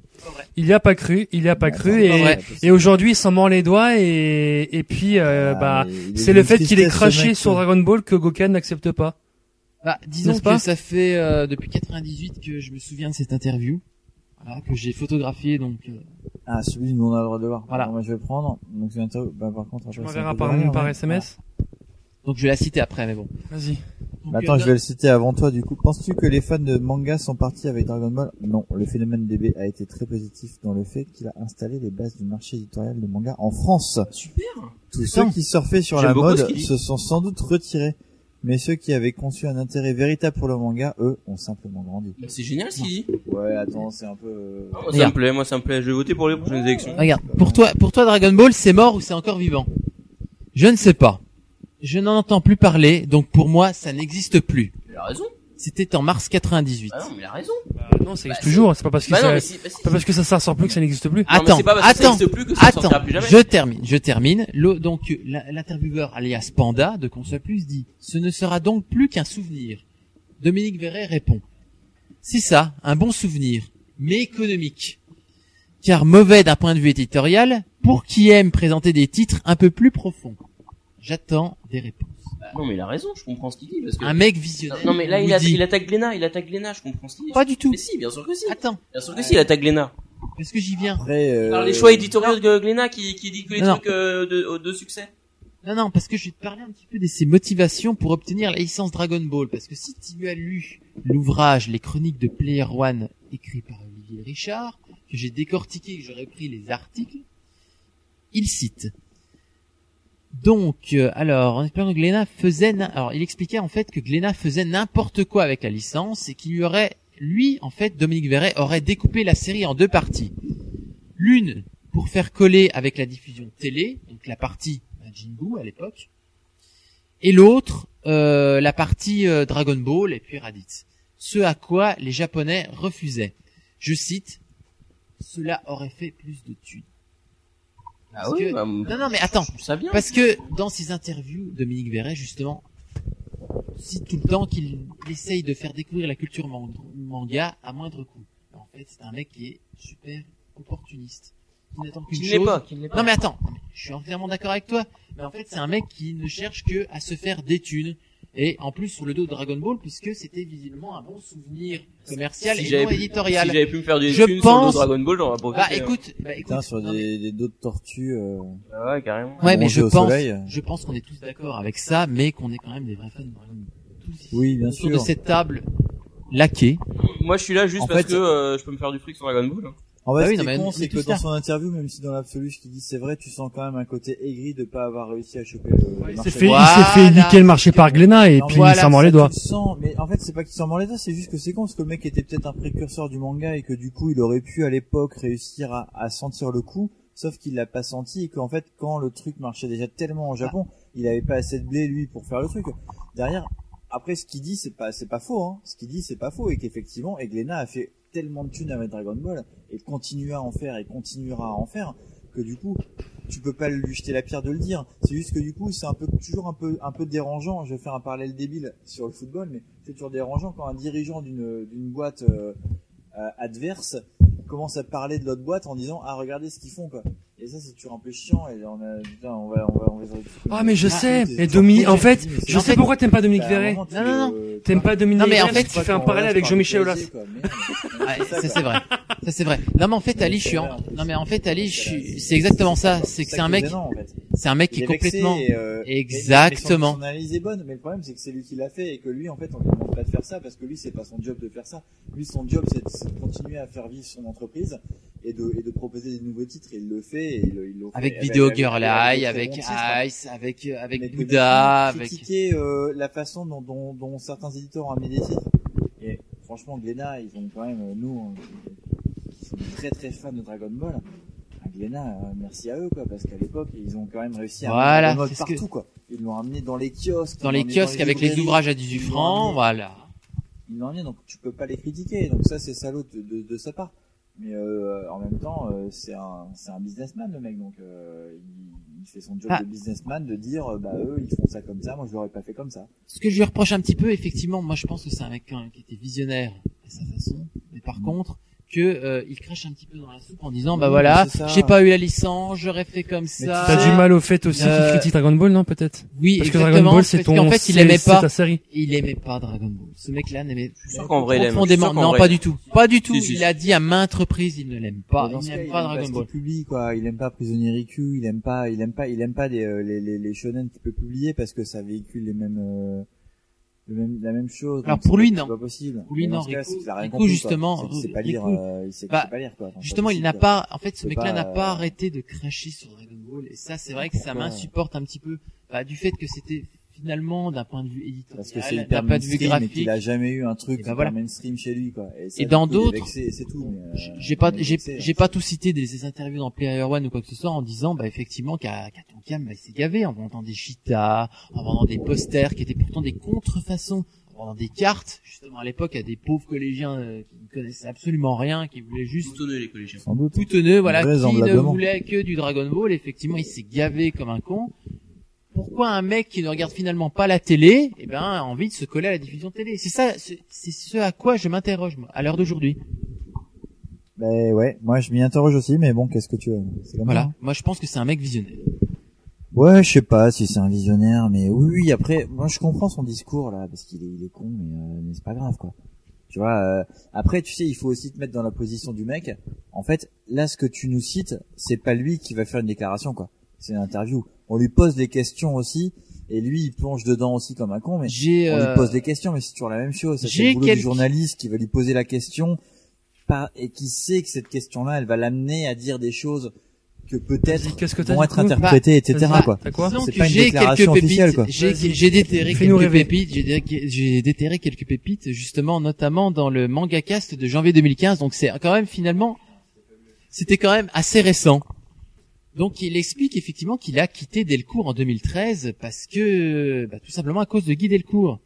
D: Il y a pas cru, il y a pas
A: Attends,
D: cru
A: c'est pas
D: et,
A: vrai.
D: et aujourd'hui, il s'en mord les doigts et, et puis, euh,
A: Ah,
D: bah,
A: mais il est
D: c'est le
A: d'une
D: fait qu'il ait
A: tristesse, ce
D: craché
A: mec,
D: sur
A: quoi.
D: Dragon Ball que Gokan n'accepte pas.
E: Bah, disons
D: N'est-ce pas
E: que ça fait euh, depuis 98 que je me souviens de cette interview, voilà, que j'ai photographié donc. euh,
A: Ah, celui nous on a le droit de voir.
E: Voilà.
A: Alors, moi, je vais prendre. Donc, c'est un truc- Bah, par contre,
D: Tu
A: après, c'est un
D: m'enverras
A: peu
D: par,
A: derrière,
D: par
A: ouais.
D: SMS.
E: donc je vais la citer après, mais bon.
D: Vas-y.
E: Donc,
A: Bah, Attends,
E: euh,
A: je vais le citer avant toi du coup. Penses-tu que les fans de manga sont partis avec Dragon Ball Non, le phénomène DB a été très positif dans le fait qu'il a installé les bases du marché éditorial de manga en France.
I: Super
A: Tous ceux qui surfaient sur
I: J'aime
A: la
I: beaucoup ce
A: mode
I: qu'il dit.
A: se sont sans doute retirés, mais ceux qui avaient conçu un intérêt véritable pour le manga, eux, ont simplement grandi.
E: Bah,
I: C'est génial ce qu'il dit.
A: Ouais, attends, c'est un peu... euh,
I: Moi, ça
E: Regarde.
I: me plaît, moi ça me plaît. Je vais voter pour les
A: Ah.
I: prochaines élections.
E: Regarde, pour toi, pour toi, Dragon Ball, c'est mort ou c'est encore vivant Je ne sais pas. Je n'en entends plus parler, donc pour moi, ça n'existe plus.
I: Il a raison.
E: C'était en mars 98.
C: Ah non, mais il a raison.
D: non, ça existe toujours. C'est pas parce que
C: Bah non,
D: ça,
C: mais si, bah si.
D: c'est pas parce que ça, ça sort plus que ça n'existe plus.
E: Attends, attends, attends,
C: plus jamais.
E: je termine, je termine. Le, donc la- l'intervieweur alias Panda de Console Plus dit « Ce ne sera donc plus qu'un souvenir ». Dominique Verret répond « C'est ça, un bon souvenir, mais économique. Car mauvais d'un point de vue éditorial pour qui aime présenter des titres un peu plus profonds. J'attends des réponses.
C: Bah, non, mais il a raison, je comprends ce qu'il dit. Parce que...
E: Un mec visionnaire,
C: Non, non, Ah, mais là,
E: vous
C: il, a-
E: dit-
C: il attaque Glénat, il attaque Glénat, je comprends ce qu'il dit.
E: Pas du tout.
C: Mais si, bien sûr que si.
E: Attends.
C: Bien sûr que si, il attaque Glénat.
E: Est-ce que j'y viens
A: euh,
C: Par les choix éditoriaux de Glénat qui, qui dit que les
E: Non.
C: trucs euh, de, de succès.
E: Non, non, parce que je vais te parler un petit peu de ses motivations pour obtenir la licence Dragon Ball. Parce que si tu as lu l'ouvrage Les Chroniques de Player One, écrit par Olivier Richard, que j'ai décortiqué, que j'ai repris les articles, il cite. Donc, euh, alors, en expliquant que Glénat faisait, na- alors, il expliquait en fait que Glénat faisait n'importe quoi avec la licence et qu'il y aurait, lui, en fait, Dominique Verret aurait découpé la série en deux parties. L'une pour faire coller avec la diffusion télé, donc la partie euh, Jingu à l'époque, et l'autre euh, la partie euh, Dragon Ball et puis Raditz. Ce à quoi les Japonais refusaient. Je cite, cela aurait fait plus de thunes.
C: Ah
E: Parce
C: oui,
E: que-
C: bah,
E: non, non, mais attends.
C: ça bien.
E: Parce que dans ses interviews, Dominique Verret, justement, cite tout le temps qu'il essaye de faire découvrir la culture man- manga à moindre coût. En fait, c'est un mec qui est super opportuniste. Qui n'attend qu'une
C: Qui ne l'est
E: chose.
C: pas, qui ne l'est pas.
E: Non, mais attends. non, mais Je suis entièrement d'accord avec toi. Mais en fait, c'est un mec qui ne cherche que à se faire des thunes. Et en plus, sur le dos de Dragon Ball, puisque c'était visiblement un bon souvenir commercial
C: Si
E: et
C: j'avais
E: non
C: pu-
E: éditorial.
C: si j'avais pu me faire des thunes
E: Je
C: sur le dos
E: pense...
C: de Dragon Ball, j'aurais profité,
E: Bah,
C: hein.
E: écoute, bah, écoute.
A: Putain, sur des, des dos de tortue. euh,
C: Bah ouais, carrément.
E: Ouais, mais
A: manger
E: je
A: au
E: pense,
A: soleil.
E: je pense qu'on est tous d'accord avec ça, mais qu'on est quand même des vrais fans de Dragon Ball.
A: Oui, bien
E: Autour
A: sûr.
E: de cette table
A: <laughs>
E: laquée.
C: Moi, je suis là juste
A: En
C: parce
A: fait,
C: que euh, je peux me faire du fric sur Dragon Ball. hein.
A: En fait,
E: Bah oui,
A: ce
E: non,
A: qui est
E: mais on
A: con,
E: est
A: c'est que
E: tous
A: dans
E: là.
A: son interview, même si dans l'absolu, ce qu'il dit c'est vrai, tu sens quand même un côté aigri de pas avoir réussi à choper le. le
D: Il
A: marché.
D: s'est fait, il s'est fait niquer le marché par Glénat et
A: Non,
D: puis
A: voilà,
D: il s'en mord
A: ça,
D: les doigts.
A: tu le sens, mais en fait, c'est pas qu'il s'en mord les doigts, c'est juste que c'est con, parce que le mec était peut-être un précurseur du manga et que du coup, il aurait pu à l'époque réussir à, à sentir le coup, sauf qu'il l'a pas senti et qu'en fait, quand le truc marchait déjà tellement au Japon, il avait pas assez de blé lui pour faire le truc. Derrière, après, ce qu'il dit, c'est pas, c'est pas faux, hein. Ce qu'il dit, c'est pas faux et qu'effectivement, Eglena a fait tellement de thunes avec Dragon Ball et continuera à en faire et continuera à en faire que du coup, tu peux pas lui jeter la pierre de le dire. C'est juste que du coup, c'est un peu toujours un peu un peu dérangeant. Je vais faire un parallèle débile sur le football, mais c'est toujours dérangeant quand un dirigeant d'une d'une boîte euh, euh, adverse commence à parler de l'autre boîte en disant ah regardez ce qu'ils font quoi. Et ça c'est toujours un peu chiant et on a putain, on va on va on va
D: Ah mais je
A: Ah,
D: sais.
A: c'est-
D: Et
A: c'est-
D: Domi,
A: c'est-
D: en fait,
A: c'est- c'est-
D: je
A: en
D: sais
A: fait,
D: pourquoi t'aimes pas Dominique
A: bah,
D: Verret.
A: à un moment, tu-
E: Non, non, non.
A: euh,
D: T'aimes pas Dominique
E: Non, mais en
D: Verret
E: fait,
D: parce que tu fais un parallèle avec Jean-Michel Aulas.
E: Ouais, Ah, ça, c'est vrai. Ça, c'est vrai. Non, mais en fait, Ali, je suis en... non, mais en fait, Ali, je suis- c'est exactement ça. C'est que c'est un mec, c'est un mec qui est complètement,
A: euh,
E: exactement.
A: Son analyse est bonne, mais le problème c'est que c'est lui qui l'a fait et que lui en fait on lui demande pas de faire ça parce que lui c'est pas son job de faire ça. Lui son job c'est de, c'est de continuer à faire vivre son entreprise et de, et de proposer des nouveaux titres et il le fait. Et il, le- il le fait
E: Avec Video
A: eh,
E: Girl Eye,
A: des très
E: avec
A: bons titres, hein.
E: Ice, avec, euh, avec
A: Mais que
E: Bouddha,
A: de
E: avec...
A: critiquer euh, la façon dont, dont, dont certains éditeurs ont mis des titres. Et franchement, Glénat, ils ont quand même, euh, nous, hein, qui sommes très très fans de Dragon Ball, à Glénat, euh, merci à eux, quoi, parce qu'à l'époque, ils ont quand même réussi à
E: Voilà,
A: amener Dragon Ball
E: c'est ce
A: partout, quoi. Ils l'ont amené dans les kiosques.
E: dans
A: ils
E: les
A: l'ont amené
E: kiosques avec les
A: librairies,
E: ouvrages à 18
A: ils l'ont
E: francs,
A: amené-
E: voilà.
A: Ils l'ont amené, donc tu peux pas les critiquer. Donc ça, c'est salaud de, de, de sa part. Mais euh, en même temps, euh, c'est un, c'est un businessman le mec, donc euh, il, il fait son job
E: Ah.
A: de businessman de dire, euh, bah eux, ils font ça comme ça, moi je l'aurais pas fait comme ça.
E: Ce que je lui reproche un petit peu, effectivement, moi je pense que c'est un mec quand même qui était visionnaire à sa façon, mais par
D: Mm.
E: contre que euh, il crache un petit peu dans la soupe en disant bah
A: Oui,
E: voilà,
A: mais c'est ça.
E: j'ai pas eu la licence, j'aurais fait comme ça.
D: T'as du mal au fait aussi
E: Euh,
D: qu'il critique Dragon Ball, non peut-être
E: Oui,
D: Parce que
E: exactement.
D: Dragon Ball, c'est
E: parce qu'en
D: ton,
E: fait, il
D: c'est-
E: aimait
D: c'est
E: pas.
D: ta série.
E: Il aimait pas Dragon Ball. Ce mec-là n'aimait
C: suis sûr qu'en vrai, il aime. Je suis
E: profondément.
C: sûr qu'en
E: Non,
C: vrai,
E: pas
C: il
E: du
C: aime.
E: tout, pas du tout.
C: Si, si.
E: Il a dit à maintes reprises, il ne l'aime pas.
A: Mais dans
E: Bah, Il
A: ce cas,
E: n'aime
A: il
E: pas
A: aime pas
E: Dragon
A: ce
E: Ball.
A: qu'il publie, quoi. Il aime pas Prisonnier IQ, il aime pas, il aime pas, il aime pas les, euh, les, les, les shonen qu'il peut publier parce que ça véhicule les mêmes, euh, le même, la même chose.
E: Alors,
A: Donc,
E: pour
A: c'est-
E: lui,
A: c'est
E: non.
A: pas possible.
E: Pour lui,
A: Mais dans
E: non,
A: ce cas,
E: Riku-
A: c'est qu'il a rien
E: Riku,
A: compris, quoi.
E: justement,
A: C'est qu'il sait pas
E: Riku-
A: lire, euh, il sait qu'il
E: Bah,
A: sait pas lire, quoi. Enfin,
E: Justement,
A: c'est
E: il n'a
A: possible,
E: pas, en fait, ce
A: C'est
E: mec-là
A: pas,
E: n'a pas
A: euh,
E: arrêté de cracher sur Dragon Ball. Et ça, c'est vrai que ça
A: Pourquoi
E: m'insupporte un petit peu, bah, du fait que c'était finalement d'un point de vue éditorial,
A: Parce que c'est hyper
E: d'un point de vue
A: mainstream et
E: graphique.
A: qu'il a jamais eu un truc
E: Et ben
A: hyper
E: voilà.
A: mainstream chez lui, quoi. ça,
E: Et
A: du
E: dans
A: coup, il est
E: d'autres-
A: vexé, C'est tout. mais, euh,
E: J'ai pas,
A: il est
E: j'ai,
A: vexé,
E: j'ai
A: hein.
E: pas tout cité des, des interviews dans Player One ou quoi que ce soit en disant, bah, effectivement, qu'à, qu'à Tonkam, bah, il s'est gavé en vendant des cheetahs, en vendant des posters qui étaient pourtant des contrefaçons vendant des cartes, justement à l'époque, à des pauvres collégiens euh, qui ne connaissaient absolument rien, qui voulaient juste...
C: Boutonneux, les collégiens.
T: Sans doute.
E: Boutonneux, voilà, qui ne
T: Vraisemblablement.
E: voulait que du Dragon Ball, effectivement, il s'est gavé comme un con. Pourquoi un mec qui ne regarde finalement pas la télé, eh ben, a envie de se coller à la diffusion télé C'est ça, c'est c'est ce à quoi je m'interroge, moi, à l'heure d'aujourd'hui.
A: Ben ouais, moi je m'y interroge aussi, mais bon, qu'est-ce que tu veux C'est comme
E: Voilà.
A: ça.
E: Moi, je pense que c'est un mec visionnaire.
A: Ouais, je sais pas si c'est un visionnaire, mais oui, oui, après, moi je comprends son discours là, parce qu'il est, il est con, mais, euh, mais c'est pas grave quoi. Tu vois, euh, après, tu sais, il faut aussi te mettre dans la position du mec. En fait, là, ce que tu nous cites, c'est pas lui qui va faire une déclaration quoi. C'est une interview. On lui pose des questions aussi, et lui, il plonge dedans aussi comme un con, mais
E: J'ai,
A: on
E: euh,
A: lui pose des questions, mais c'est toujours la même chose. Ça, C'est
E: j'ai
A: le boulot
E: quelques-
A: du journaliste qui va lui poser la question, par- et qui sait que cette question-là, elle va l'amener à dire des choses que peut-être
D: Vas-y, qu'est-ce que t'as
A: vont
D: du
A: être
D: coup
A: interprétées, etc.
E: Bah,
A: quoi.
D: T'as quoi
E: Disons
A: C'est
E: que
A: pas une
E: j'ai
A: déclaration
E: quelques
A: officielle,
E: pépites.
A: quoi.
E: J'ai
D: Vas-y.
E: j'ai déterré
D: Fais-nous
E: quelques
D: rêver.
E: pépites. j'ai dé- J'ai déterré quelques pépites, justement, notamment dans le manga cast de janvier 2015. Donc c'est quand même finalement, c'était quand même assez récent. Donc il explique effectivement qu'il a quitté Delcourt en 2013 parce que, bah, tout simplement à cause de Guy Delcourt,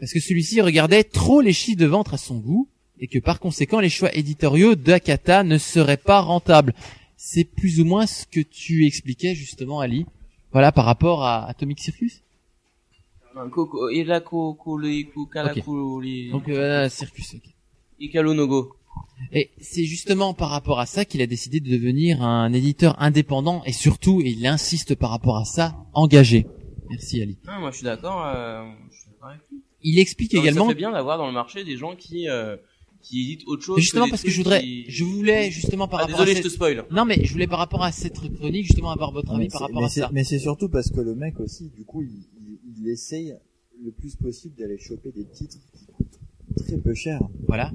E: parce que celui-ci regardait trop les chiffres de ventre à son goût et que par conséquent les choix éditoriaux d'Akata ne seraient pas rentables. C'est plus ou moins ce que tu expliquais justement, Ali. Voilà, par rapport à Atomic Circus.
C: Un coco- Ah, et la coco- les cocalaco- les-
E: Donc, euh, Circus, ok.
C: Ikalo no go.
E: Et c'est justement par rapport à ça qu'il a décidé de devenir un éditeur indépendant et surtout, et il insiste par rapport à ça, engagé. Merci Ali.
C: Ah, moi, je suis d'accord, euh, je suis d'accord avec lui.
E: Il explique
C: Non, mais
E: également
C: Ça fait bien d'avoir dans le marché des gens qui, euh, qui éditent autre chose.
E: Mais justement
C: des
E: parce que
C: trucs
E: je voudrais,
C: qui-
E: je voulais justement par
C: Ah,
E: rapport
C: désolé,
E: à
C: je te
E: cette...
C: spoil.
E: non mais je voulais par rapport à cette chronique justement avoir votre
A: Non, mais
E: avis
A: c'est-
E: par rapport
A: mais
E: à
A: c'est-
E: ça.
A: Mais c'est surtout parce que le mec aussi, du coup, il, il, il essaye le plus possible d'aller choper des titres qui coûtent très peu cher.
E: Voilà.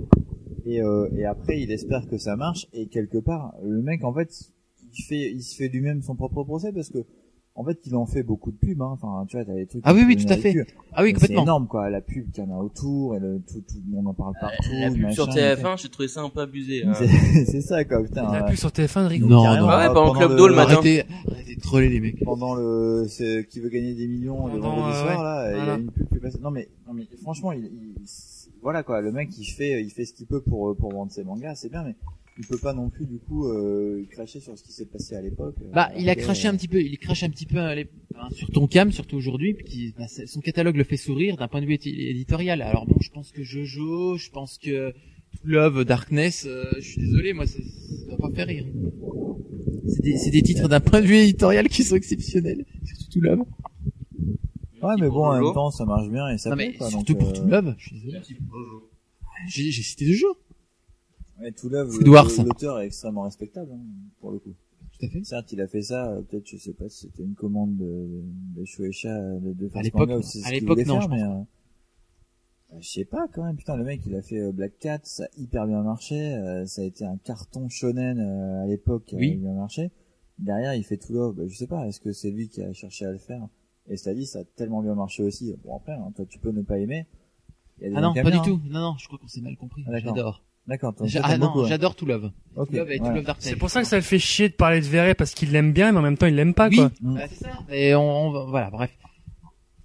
A: Et, euh, et après, il espère que ça marche. Et quelque part, le mec, en fait, il fait, il se fait lui-même son propre procès parce que, en fait, il en fait beaucoup de pubs. Hein. Enfin, tu vois, t'as des trucs.
E: Ah oui,
A: qui
E: oui,
A: deviennent
E: tout à fait.
A: ridicules.
E: Ah
A: Mais
E: oui
A: C'est
E: complètement.
A: énorme, quoi. La pub qu'il y en a autour et le, tout, tout le monde en parle
D: Euh,
A: partout.
C: La pub
A: Ah, machin,
C: sur TF1, j'ai trouvé ça un peu abusé. hein.
A: C'est <laughs> c'est ça, quoi. Putain.
D: La
A: euh,
D: pub sur TF1 de rigolo.
E: Non,
A: carrément,
E: non.
C: Ah ouais,
A: euh,
C: pendant Club
A: le-
C: Do, le matin.
E: Arrêtez, arrêtez de troller les mecs.
A: pendant le ce- qui veut gagner des millions le
D: Pendant,
A: vendredi
D: euh,
A: soir
D: ouais.
A: là il y
D: Voilà.
A: a une pub qui passe non mais non mais franchement il, il- c'est- voilà quoi le mec il fait il fait ce qu'il peut pour euh, pour vendre ses mangas c'est bien mais il peut pas non plus du coup euh, cracher sur ce qui s'est passé à l'époque euh,
E: Bah, il a craché un petit peu, il crache un petit peu euh, les- hein, sur ton cam, surtout aujourd'hui, puis qui- bah, c'est- son catalogue le fait sourire d'un point de vue éti- éditorial. Alors bon, je pense que Jojo, je pense que True Love, Darkness, euh, je suis désolé, moi, ça ça va pas faire rire. C'est des, c'est des titres d'un point de vue éditorial qui sont exceptionnels, surtout True Love.
A: euh, ouais mais bon en
C: Bonjour.
A: même temps ça marche bien et ça
E: non
A: plaît,
E: mais
A: quoi,
E: surtout
A: donc,
E: pour
A: euh,
E: True Love, je suis désolé. Ah, J'ai j'ai cité Jojo.
A: ouais, True Love,
E: C'est
A: le-
E: Dwarf, ça.
A: l'auteur est extrêmement respectable hein, pour le coup
E: Tout à fait.
A: certes il a fait ça euh, peut-être je sais pas si c'était une commande de de Shueisha euh, de, de Fast
E: l'époque,
A: Manga ou si c'est
E: à
A: ce qu'il
E: l'époque,
A: voulait
E: non,
A: faire,
E: je
A: mais euh, bah, je sais pas quand même putain le mec il a fait euh, Black Cat ça a hyper bien marché euh, ça a été un carton shonen euh, à l'époque qui a
E: Oui.
A: bien marché derrière il fait tout Love bah, je sais pas est-ce que c'est lui qui a cherché à le faire et ça dit ça a tellement bien marché aussi bon après hein, toi tu peux ne pas aimer Il y a des
E: Ah non,
A: gens qui
E: pas
A: aiment bien,
E: du
A: hein.
E: tout. Non, non, je crois qu'on s'est mal compris.
A: Ah, d'accord.
E: J'adore.
A: d'accord toi,
E: J'a-
A: toi,
E: Ah
A: t'aimes beaucoup,
E: non,
A: hein.
E: j'adore True Love.
A: Ok,
E: True Love et
A: voilà.
E: True Love Darkness.
D: C'est pour ça que ça le fait chier de parler de Verret parce qu'il l'aime bien, mais en même temps il l'aime pas,
E: Oui.
D: quoi.
E: Bah, c'est ça. Et on, on va- voilà, bref.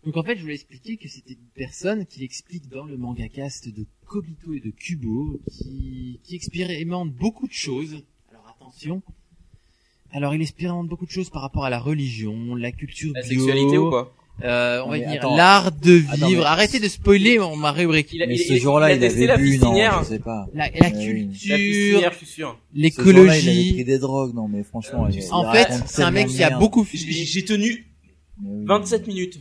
E: Donc en fait, je voulais expliquer que c'était une personne qui l'explique dans le manga cast de Kobito et de Kubo, qui, qui expérimente beaucoup de choses. Alors attention. Alors il expérimente beaucoup de choses par rapport à la religion, la culture
C: La
E: bio,
C: sexualité ou quoi
E: euh, on va
A: Mais
E: y venir,
A: attends.
E: l'art de vivre.
A: Attends, mais-
E: Arrêtez de spoiler, on m'a rubriqué.
C: Il a-
A: mais
C: il-
A: ce
C: il- il
A: jour-là
C: a
A: il
C: testé
A: avait
C: la
A: bu non
C: piscinière.
A: je sais pas
E: La, la
A: Mais Ah oui.
C: La piscinière,
E: culture,
C: je suis sûr.
A: Ce jour-là, il avait
E: l'écologie.
A: pris des drogues, non mais franchement.
C: Euh,
A: il- il
E: En fait,
A: raconte
E: c'est un mec
A: tellement
E: qui a
A: merde.
E: beaucoup.
C: J'ai- J'ai j'ai tenu
A: Mais oui.
C: 27 minutes.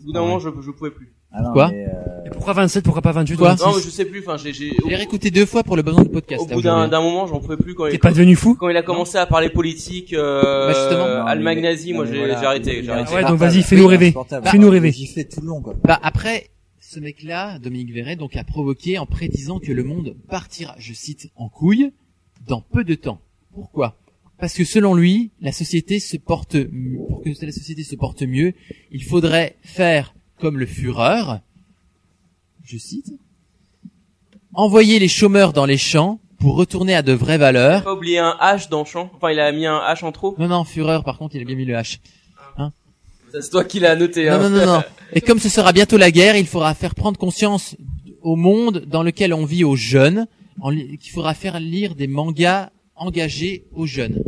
C: Au bout d'un
A: Ah ouais.
C: moment, je, je pouvais plus.
A: Ah non,
E: Quoi
A: mais, euh,
D: Et pourquoi 27, pourquoi pas 28 ou
E: Quoi
D: 26
C: Non, mais je sais plus, enfin, j'ai, j'ai,
E: Je l'ai
C: au,
E: réécouté deux fois pour le besoin de podcast.
C: au
E: là,
C: bout d'un,
E: aujourd'hui.
C: d'un moment, j'en pouvais plus quand
D: T'es
C: il,
D: pas devenu fou
C: quand il a commencé à parler politique, euh,
E: Bah, justement.
C: euh,
A: non,
C: allemagne
A: mais-
C: nazie,
A: non,
C: moi,
A: mais
C: j'ai,
A: voilà,
C: j'ai arrêté,
A: il
C: j'ai
A: est
C: arrêté.
D: Ouais, donc
A: insupportable.
D: vas-y, fais-nous
A: Il est
D: rêver.
A: insupportable.
D: Fais-nous
A: Il
D: rêver.
A: giflait tout le long, quoi.
E: Bah après, ce mec-là, Dominique Verret, donc a provoqué en prédisant que le monde partira, je cite, en couille, dans peu de temps. Pourquoi Parce que selon lui, la société se porte mieux- pour que la société se porte mieux, il faudrait faire comme le Führer, je cite, envoyer les chômeurs dans les champs pour retourner à de vraies
C: J'ai
E: valeurs.
C: pas oublié un H dans champ. Enfin, il a mis un H en trop.
E: Non non, Führer, par contre, il a bien mis le H. Hein
C: Ça, C'est toi qui l'as noté.
E: Non,
C: hein.
E: non, non, non. Et comme ce sera bientôt la guerre, il faudra faire prendre conscience au monde dans lequel on vit aux jeunes, en li- qu'il faudra faire lire des mangas engagés aux jeunes.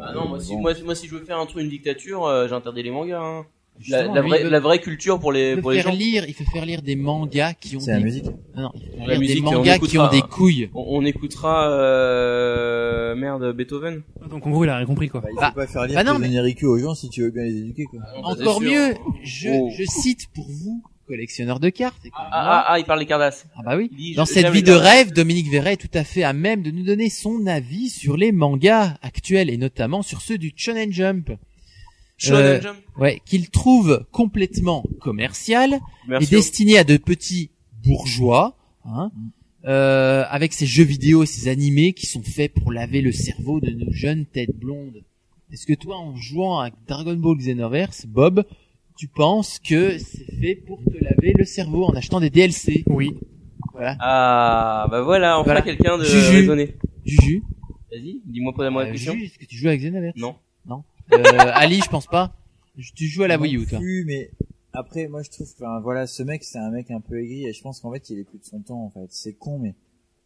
C: Ah
E: Euh,
C: non, moi, si, moi, moi, si je veux faire un truc, une dictature, euh, j'interdis les mangas. hein. La,
E: Justement,
C: la
E: lui,
C: vraie,
E: il veut-
C: la vraie culture pour les,
E: Il
C: pour
E: faut
C: les
E: faire
C: gens.
E: lire, il faut faire lire des mangas qui ont
C: C'est
E: des...
C: la musique.
U: Bah,
E: Non, non, il faut faire
C: La
E: lire des
C: musique, on
E: mangas qui ont
C: écoutera,
E: des
C: hein.
E: couilles.
C: On, on écoutera, euh, merde, Beethoven.
D: Donc en gros, il a rien compris quoi.
U: il faut pas faire lire
E: bah non,
U: tes
E: mais-
U: Enrico aux gens si tu veux bien les éduquer quoi.
C: Ah,
E: Ah, Encore mieux, je,
C: Oh.
E: je cite pour vous, collectionneur de cartes. et comme
C: Ah,
E: moi,
C: ah, ah, il parle des Cardass.
E: Ah bah oui.
C: Il dit,
E: Dans
C: je-
E: cette
C: j'aime
E: vie
C: les
E: de
C: Cardass.
E: rêve, Dominique Verret est tout à fait à même de nous donner son avis sur les mangas actuels et notamment sur ceux du Shonen Jump. euh,
C: Shonen Jump
E: Ouais, qu'il trouve complètement commercial et
C: Commerciaux.
E: destiné à de petits bourgeois, hein, euh, avec ses jeux vidéo et ses animés qui sont faits pour laver le cerveau de nos jeunes têtes blondes. Est-ce que toi, en jouant à Dragon Ball Xenoverse, Bob, tu penses que c'est fait pour te laver le cerveau en achetant des DLC
D: Oui.
E: Voilà.
C: Ah, bah voilà, enfin
E: Voilà.
C: quelqu'un de
E: Juju.
C: raisonné.
E: Juju.
C: Vas-y, dis-moi pour moi la
E: Euh,
C: question.
E: Juju, est-ce que tu joues à Xenoverse
C: Non.
E: Non. Euh, Ali, je pense pas. Je- Tu joues à la
A: Non
E: Wii U, toi.
A: plus, mais après, moi, je trouve, enfin, voilà, ce mec, c'est un mec un peu aigri, et je pense qu'en fait, il écoute son temps, en fait. C'est con, mais,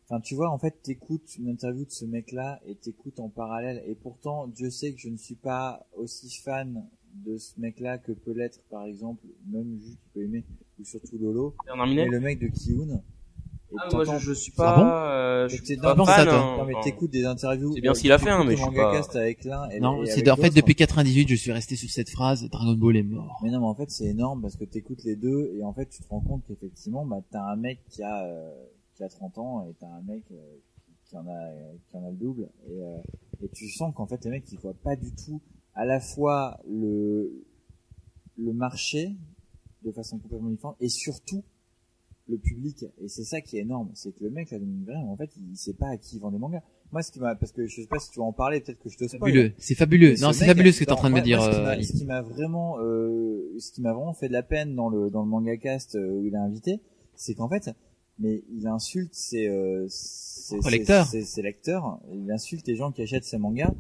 A: enfin, tu vois, en fait, t'écoutes une interview de ce mec-là, et t'écoutes en parallèle, et pourtant, Dieu sait que je ne suis pas aussi fan de ce mec-là que peut l'être, par exemple, même Ju, qui peut aimer, ou surtout Lolo,
C: Bernard Minet
E: Euh,
A: mais le mec de Kiun. Et
C: Ah, moi, je,
A: t'entends-
C: je suis
E: Ah bon
C: pas, euh, je
A: mais t'es
C: suis pas
A: dans-
C: fan.
E: toi.
C: hein.
A: Non, mais
C: Enfin,
A: t'écoutes des interviews. euh,
C: c'est bien ce qu'il a fait, hein, mais je suis pas-
A: Mangacast avec l'un et
E: Non,
A: et
E: c'est
A: avec
E: de- en fait
A: l'autre.
E: depuis 98, je suis resté sur cette phrase Dragon Ball est mort.
A: Mais non, mais en fait, c'est énorme parce que t'écoutes les deux et en fait, tu te rends compte qu'effectivement, bah, t'as un mec qui a, euh, qui a 30 ans et t'as un mec euh, qui en a, euh, qui en a le double et, euh, et tu sens qu'en fait, les mecs, ils voient pas du tout à la fois le, le marché de façon complètement différente et surtout le public. Et c'est ça qui est énorme. C'est que le mec, là, Dominique Bérard, en fait, il sait pas à qui il vend des mangas. Moi, ce qui m'a, parce que je sais pas si tu vas en parler, peut-être que je te spoil.
E: Fabuleux, c'est fabuleux.
A: Mais ce
E: Non,
A: mec,
E: c'est
A: bah,
E: fabuleux ce que t'es en
A: dans-
E: train de me
A: moi,
E: dire,
A: moi, ce qui
E: euh,
A: m'a-
E: Ali.
A: Ce qui m'a vraiment, euh, ce qui m'a vraiment fait de la peine dans le dans le manga cast euh, où il est invité, c'est qu'en fait, mais il insulte ses euh, ses, ses-
E: Lecteurs.
A: ses- ses lecteurs, il insulte les gens qui achètent ses mangas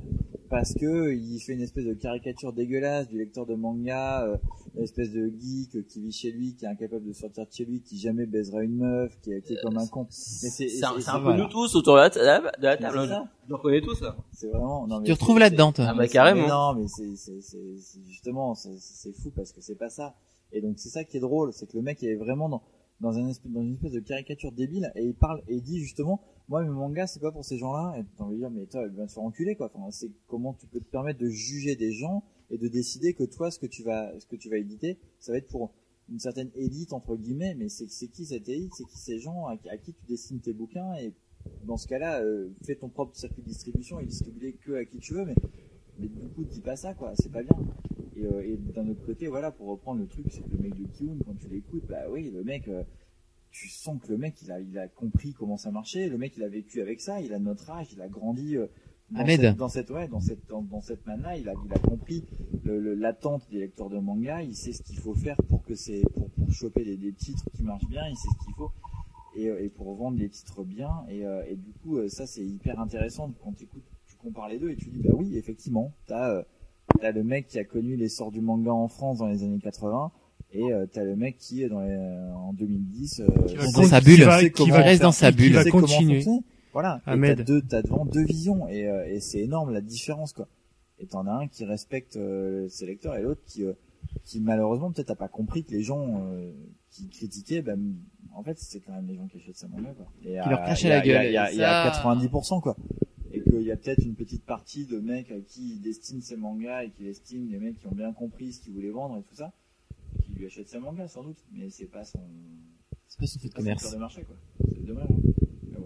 A: parce que il fait une espèce de caricature dégueulasse du lecteur de manga, euh, une espèce de geek qui vit chez lui, qui est incapable de sortir de chez lui, qui jamais baisera une meuf, qui, est- qui est comme un con. Mais c'est
C: C'est un,
A: c'est-
C: c'est un
A: c'est-
C: peu nous tous autour de la, ta- de la- de la
A: c'est
C: table. hein.
A: ça.
C: Je le reconnais tous, là.
A: C'est vraiment. Non, mais
E: Tu te retrouves
A: c'est-
E: là-dedans, toi.
C: Ah bah,
A: mais c'est-
C: carrément.
A: mais Non, mais c'est c'est- c'est- c'est- justement, c'est c'est fou parce que c'est pas ça. Et donc c'est ça qui est drôle, c'est que le mec il est vraiment dans dans, un espèce, dans une espèce de caricature débile et il parle et il dit justement, moi mes mangas c'est pas pour ces gens-là. Et t'as envie de dire mais toi viens de se faire enculer quoi. Enfin, c'est comment tu peux te permettre de juger des gens et de décider que toi ce que tu vas ce que tu vas éditer, ça va être pour une certaine élite entre guillemets. Mais c'est c'est qui cette élite, c'est qui ces gens à, qui- à qui tu destines tes bouquins et dans ce cas-là, euh, fais ton propre circuit de distribution et distribue-les que à qui tu veux, mais mais du coup, dis pas ça, quoi, c'est pas bien. Et, euh, et d'un autre côté, voilà, pour reprendre le truc, c'est que le mec de Kiun, quand tu l'écoutes, bah oui, le mec, euh, tu sens que le mec, il a, il a compris comment ça marchait, le mec, il a vécu avec ça, il a notre âge, il a grandi. euh, dans
E: Ahmed.
A: cette, dans cette ouais, dans cette dans, dans cette manne-là, il a il a compris le- le- l'attente des lecteurs de manga, il sait ce qu'il faut faire pour que c'est pour, pour choper des, des titres qui marchent bien, il sait ce qu'il faut et, euh, et pour vendre des titres bien et, euh, et du coup euh, ça c'est hyper intéressant quand tu écoutes tu compares les deux et tu dis bah oui effectivement t'as euh, t'as le mec qui a connu l'essor du manga en France dans les années 80 et euh, t'as le mec qui est dans les, euh, en 2010 euh,
D: Qui
E: Dans
D: raconte-
E: sa
D: qui
E: bulle.
D: va-
A: sait
D: qui
A: comment
D: va-
E: reste dans
A: faire,
E: sa
A: qui
E: bulle.
A: sait
D: Il va
A: comment
D: continuer.
A: fonctionner. Voilà. Et
D: Ahmed.
A: T'as deux, t'as devant deux visions et, euh, et c'est énorme la différence quoi. Et t'en as un qui respecte euh, ses lecteurs et l'autre qui, euh, qui malheureusement peut-être a pas compris que les gens euh, qui critiquaient, ben en fait c'est quand même les gens qui achètent sa manga quoi. Et à-
E: leur crachaient
A: et à-
E: la
A: Il y
E: gueule.
A: a, il y a- il y
E: Ça-
A: a 90% quoi. Et qu'il y a peut-être une petite partie de mecs à qui ils destinent ces mangas et qui destinent les mecs qui ont bien compris ce qu'ils voulaient vendre et tout ça, qui lui achètent ces mangas sans doute. Mais c'est pas son,
E: C'est pas son fait de
A: pas son
E: commerce.
A: cœur de marché quoi. C'est dommage. hein.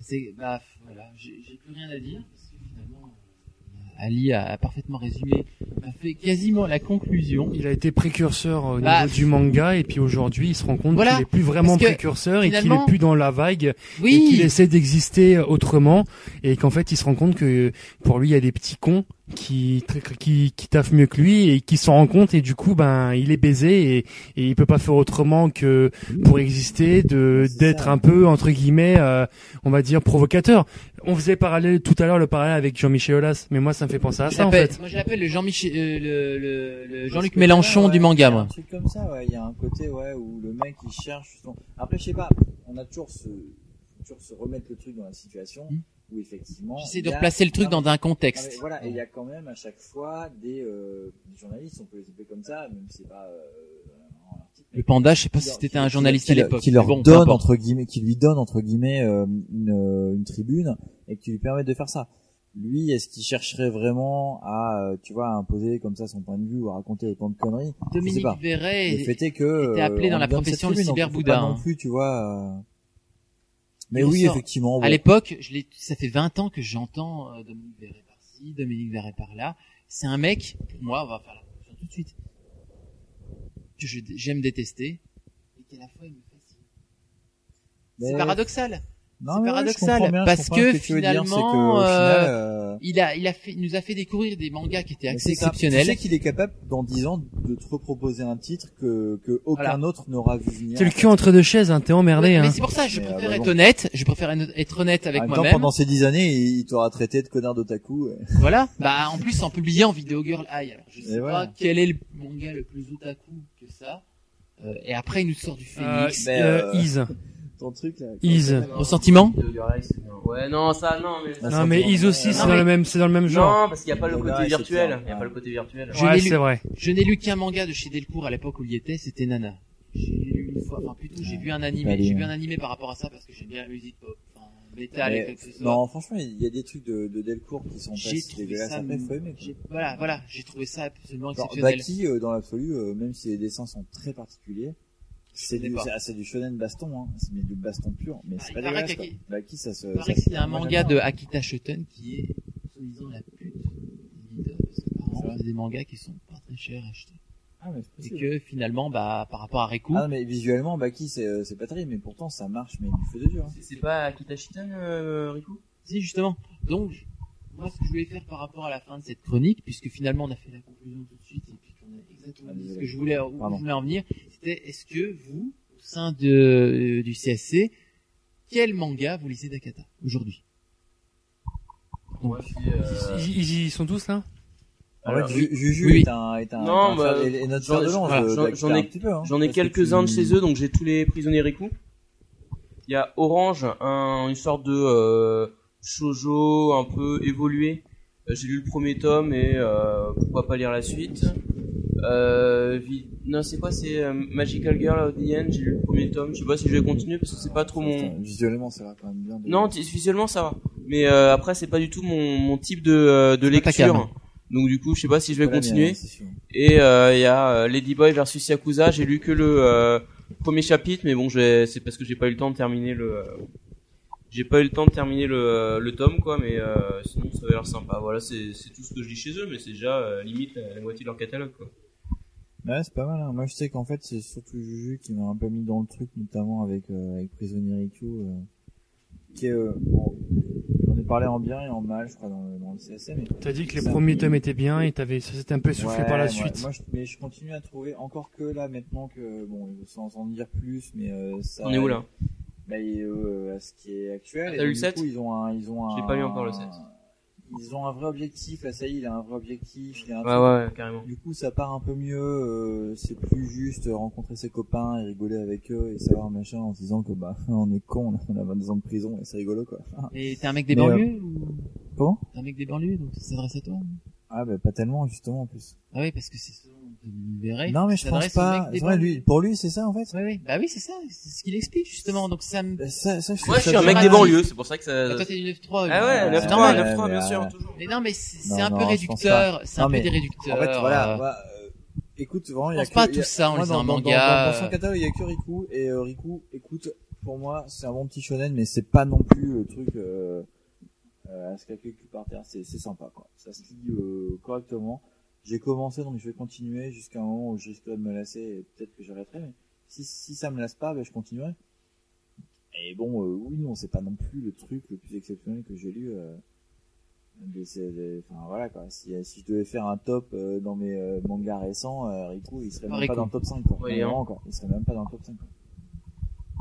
E: C'est bah f- voilà, j'ai j'ai plus rien à dire parce que finalement euh, Ali a, a parfaitement résumé, a fait quasiment la conclusion.
D: Il a été précurseur au niveau
E: Bah,
D: du manga et puis aujourd'hui il se rend compte
E: Voilà,
D: qu'il est plus vraiment
E: parce que
D: précurseur et qu'il
E: finalement-
D: est plus dans la vague et qu'il
E: Oui,
D: essaie d'exister autrement et qu'en fait il se rend compte que pour lui il y a des petits cons qui qui qui taffe mieux que lui et qui s'en rend compte et du coup ben il est baisé et, et il peut pas faire autrement que pour exister de d'être un peu entre guillemets euh, on va dire provocateur. On faisait parallèle tout à l'heure le parallèle avec Jean-Michel Aulas, mais moi ça me fait penser à
E: Je
D: ça en
E: l'appelle-
D: fait.
E: Moi, je l'appelle le Jean-Michel, euh, le, le, le Jean-Luc
A: Parce que
E: Mélenchon
A: là,
E: du
A: ouais,
E: manga,
A: il y a Un
E: moi.
A: truc comme ça, ouais. Il y a un côté, ouais, où le mec il cherche son. Après, je sais pas. On a toujours ce, faut toujours se remettre le truc dans la situation où effectivement.
E: Hmm. J'essaie
A: il
E: de
A: y a-
E: replacer le truc
A: Non, mais-
E: dans un contexte.
A: non, mais voilà, et il y a quand même à chaque fois des, euh, des journalistes, on peut les appeler comme ça, même si c'est pas. euh,
E: Le panda, je sais pas si c'était un journaliste à
A: qui-
E: l'époque.
A: qui leur
E: mais bon, peu
A: donne
E: importe.
A: entre guillemets, qui lui donne entre guillemets euh, une, euh, une tribune et qui lui permet de faire ça. Lui, est-ce qu'il chercherait vraiment à, euh, tu vois, à imposer comme ça son point de vue ou à raconter autant de conneries Je sais
E: Dominique
A: pas.
E: Véret
A: Le fait est que
E: était appelé
A: euh,
E: dans
A: on
E: la
A: lui donne
E: profession
A: cette
E: le
A: tribune, donc il faut
E: cyberboudin,
A: pas non
E: hein.
A: plus, tu vois. euh, Mais
E: Il
A: oui,
E: ressort.
A: effectivement.
E: À
A: bon.
E: l'époque, je l'ai, ça fait 20 ans que j'entends euh, Dominique Verret par-ci, Dominique Verret par-là. C'est un mec, pour moi, on va faire la conclusion tout de suite, que je- j'aime détester, et qu'à la fois il me fascine. C'est
A: Mais-
E: paradoxal.
A: Non, mais
E: c'est
A: ouais, je
E: paradoxal
A: comprends bien, je
E: parce
A: comprends ce
E: que,
A: que tu veux dire, c'est que, au
E: finalement,
A: final,
E: euh,
A: euh,
E: il a, il a fait, il nous a fait découvrir des mangas qui
A: Mais
E: étaient assez
A: c'est ça.
E: exceptionnels.
A: Tu sais qu'il est capable, dans 10 ans, de te reproposer un titre que, que aucun autre n'aura vu venir.
D: T'es le cul entre deux chaises, hein, t'es emmerdé.
A: Ouais, mais
D: hein.
A: c'est pour ça, je
E: Je
A: Mais,
E: préfère
A: euh, bah,
E: être
A: bon.
E: honnête, je préfère être honnête avec
A: En même temps,
E: moi-même.
A: pendant ces 10 années, il t'aura traité de connard d'otaku. euh, et-
E: Voilà. Bah, en plus, en publiant Video Girl Eye. Alors, je
A: Et
E: sais
A: voilà.
E: pas quel est le manga le plus otaku que ça. Euh, et après, il nous sort du Phoenix.
D: Euh, euh, Ease.
A: <laughs> Ton truc, là.
D: Ease.
E: Ressentiment
C: Ouais, non, ça, non, mais.
D: Non, mais Is aussi, c'est
C: Non,
D: dans
C: mais-
D: le même, c'est dans le même genre.
C: Non, parce qu'il n'y a pas le côté virtuel. Il n'y a pas le côté virtuel.
E: Je n'ai lu- Je n'ai lu qu'un manga de chez Delcourt à l'époque où il y était, c'était Nana. J'ai lu une fois, enfin plutôt j'ai vu un animé.
A: Allez.
E: J'ai vu un animé par rapport à ça parce que j'aime bien la musique pop, enfin, métal et
A: Mais-
E: quoi que ce soit.
A: non, franchement, il y a des trucs de, de Delcourt qui sont
E: J'ai
A: pas
E: trouvé
A: dégueulasses.
E: ça
A: Après,
E: mou-
A: faut aimer. quoi.
E: Voilà, voilà, j'ai trouvé ça absolument
A: Genre,
E: exceptionnel.
A: Baki, euh, dans l'absolu, euh, même si les dessins sont très particuliers, c'est
E: connais
A: du,
E: pas. Ah,
A: c'est- ah, c'est du shonen baston, hein. C'est du baston pur, mais c'est
E: il
A: pas
E: paraît
A: dégueulasse,
E: qu'Aki-
A: quoi. Baki, ça se...
E: Il paraît
A: ça-
E: qu'il y a un
A: moi,
E: manga
A: j'aime
E: de
A: bien.
E: Akita Shoten qui est, soi-disant, la pute d'éditeur, parce que par exemple, c'est des mangas qui sont pas très chers à acheter.
A: Ah, mais
E: Et
A: c'est
E: que finalement, bah, par rapport à Reku,
A: Ah, mais visuellement, Baki, c'est, euh, c'est pas terrible, mais pourtant, ça marche, mais du feu de Dieu. hein.
C: C'est pas Akitashiten, euh, Riku
E: si justement. Donc, je- moi, ce que je voulais faire par rapport à la fin de cette chronique, puisque finalement, on a fait la conclusion tout de suite, et puis qu'on a exactement
A: Ah,
E: dit ce
A: désolé.
E: que je voulais, où
A: Pardon.
E: je voulais en venir, c'était est-ce que vous, au sein de, euh, du CSC, quel manga vous lisez d'Akata aujourd'hui?
C: Moi, je suis, euh,
D: Ils, ils- ils sont tous là.
A: En
C: Alors,
A: fait,
C: oui.
A: Ju- Juju
E: Oui, oui.
A: est un, est un,
C: Non,
A: est un
C: bah,
A: fer- est- est notre
C: j'en-
A: fer de lance.
C: voilà,
A: euh,
C: j'en-
A: Black
C: j'en
A: Star,
C: ai-
A: un petit peu, hein.
C: J'en ai
A: Parce que
C: quelques-uns de
A: tu-
C: chez eux, donc j'ai tous les prisonniers Riku. Il y a Orange, un- une sorte de euh, shoujo un peu évolué. Euh, J'ai lu le premier tome et euh, pourquoi pas lire la suite. Euh, vi- non, c'est quoi C'est euh, Magical Girl at the End. J'ai lu le premier tome. Je sais pas si je vais continuer parce que c'est pas trop mon.
A: Putain, Visuellement, ça va quand même bien. de-
C: Non, t- visuellement ça va. Mais euh, après, c'est pas du tout mon, mon type de, euh, de
E: pas ta cam.
C: lecture. Donc du coup, je sais pas si je vais
A: Voilà, mais,
C: continuer.
A: euh, c'est sûr.
C: Et euh, il y a euh, Ladyboy versus Yakuza. J'ai lu que le euh, premier chapitre, mais bon, j'ai- c'est parce que j'ai pas eu le temps de terminer le. euh, j'ai pas eu le temps de terminer le, euh, le tome, quoi. Mais euh, sinon, ça avait l'air sympa. Voilà, c'est c'est tout ce que je lis chez eux, mais c'est déjà euh, limite la, la moitié de leur catalogue, quoi.
A: Ouais, c'est pas mal. hein. Moi, je sais qu'en fait, c'est surtout Juju qui m'a un peu mis dans le truc, notamment avec, euh, avec Prisonnier Riku. euh, qui est, euh, bon, on est parlé en bien et en mal, je crois, dans le, dans le CSM. mais-
D: T'as dit que les
A: Ça-
D: premiers tomes étaient bien et t'avais, ça s'était un peu soufflé
A: Ouais,
D: par la
A: ouais.
D: suite.
A: Moi, je- mais je continue à trouver, encore que là, maintenant que, bon, sans en dire plus, mais euh, ça...
C: On est où là
A: bah, et, euh, à ce qui est actuel.
C: Ah,
A: Et
C: t'as lu
A: donc,
C: le
A: du coup, ils ont un, ils ont un.
C: J'ai pas lu encore le 7.
A: Ils ont un vrai objectif. Là, ça y est, il a un vrai objectif. Il a un
C: Ouais,
A: truc.
C: ouais, ouais, carrément.
A: Du coup, ça part un peu mieux. euh, c'est plus juste euh, rencontrer ses copains et rigoler avec eux et savoir machin en se disant que bah <laughs> on est con, on a 22 ans de prison et c'est rigolo quoi.
E: Mais t'es un mec des
A: Mais, euh,
E: banlieues, ou?
A: Comment
E: T'es un mec des banlieues, donc ça s'adresse à toi? hein
A: Ah bah pas tellement justement en plus.
E: Ah oui, parce que c'est selon Dominique Verret.
A: non mais
E: qui
A: je pense
E: s'adresse au
A: pas.
E: mec des
A: C'est vrai,
E: banlieues.
A: lui, pour lui c'est ça en fait.
E: Oui, oui. Bah oui, c'est ça, c'est ce qu'il explique justement. Donc ça me.
A: Bah, Ça, ça, je
C: Moi, je
A: ça
C: suis un
A: me
C: mec
A: fait
C: des
A: mal.
C: banlieues, c'est pour ça que ça.
A: Euh,
E: Ah, toi, t'es du 9-3.
C: Ah ouais,
E: c'est
C: 9 3
E: normal.
C: 9 3 bien
A: mais,
C: sûr,
A: euh,
C: toujours.
E: Mais non, mais c'est
A: Non,
E: c'est un
A: non,
E: peu
A: je pense
E: réducteur. C'est un
A: Non, mais,
E: peu des réducteurs.
A: En fait, voilà,
E: euh,
A: voilà, euh, écoute, vraiment, il y a
E: pense pas à
A: que-
E: tout
A: il y a-
E: ça en
A: moi,
E: lisant
A: dans-
E: un
A: dans-
E: manga,
A: Dans, dans, son
E: euh.
A: catalogue, il y a que Riku, et euh, Riku, écoute, pour moi, c'est un bon petit shonen, mais c'est pas non plus le truc euh, euh, à se calquer le cul par terre, c'est c'est sympa, quoi. Ça se lit euh, correctement. J'ai commencé, donc je vais continuer jusqu'à un moment où je risquerai de me lasser, et peut-être que j'arrêterai, mais si, si ça me lasse pas, ben, je continuerai. Et bon, euh, oui, non, c'est pas non plus le truc le plus exceptionnel que j'ai lu. euh, de ces- de- enfin voilà quoi si, si je devais faire un top euh, dans mes euh, mangas récents euh, Riku il serait même
E: Riku.
A: pas dans le top 5 quoi.
E: Oui,
A: Non,
E: hein.
A: vraiment, quoi. il serait même pas dans le top 5 quoi.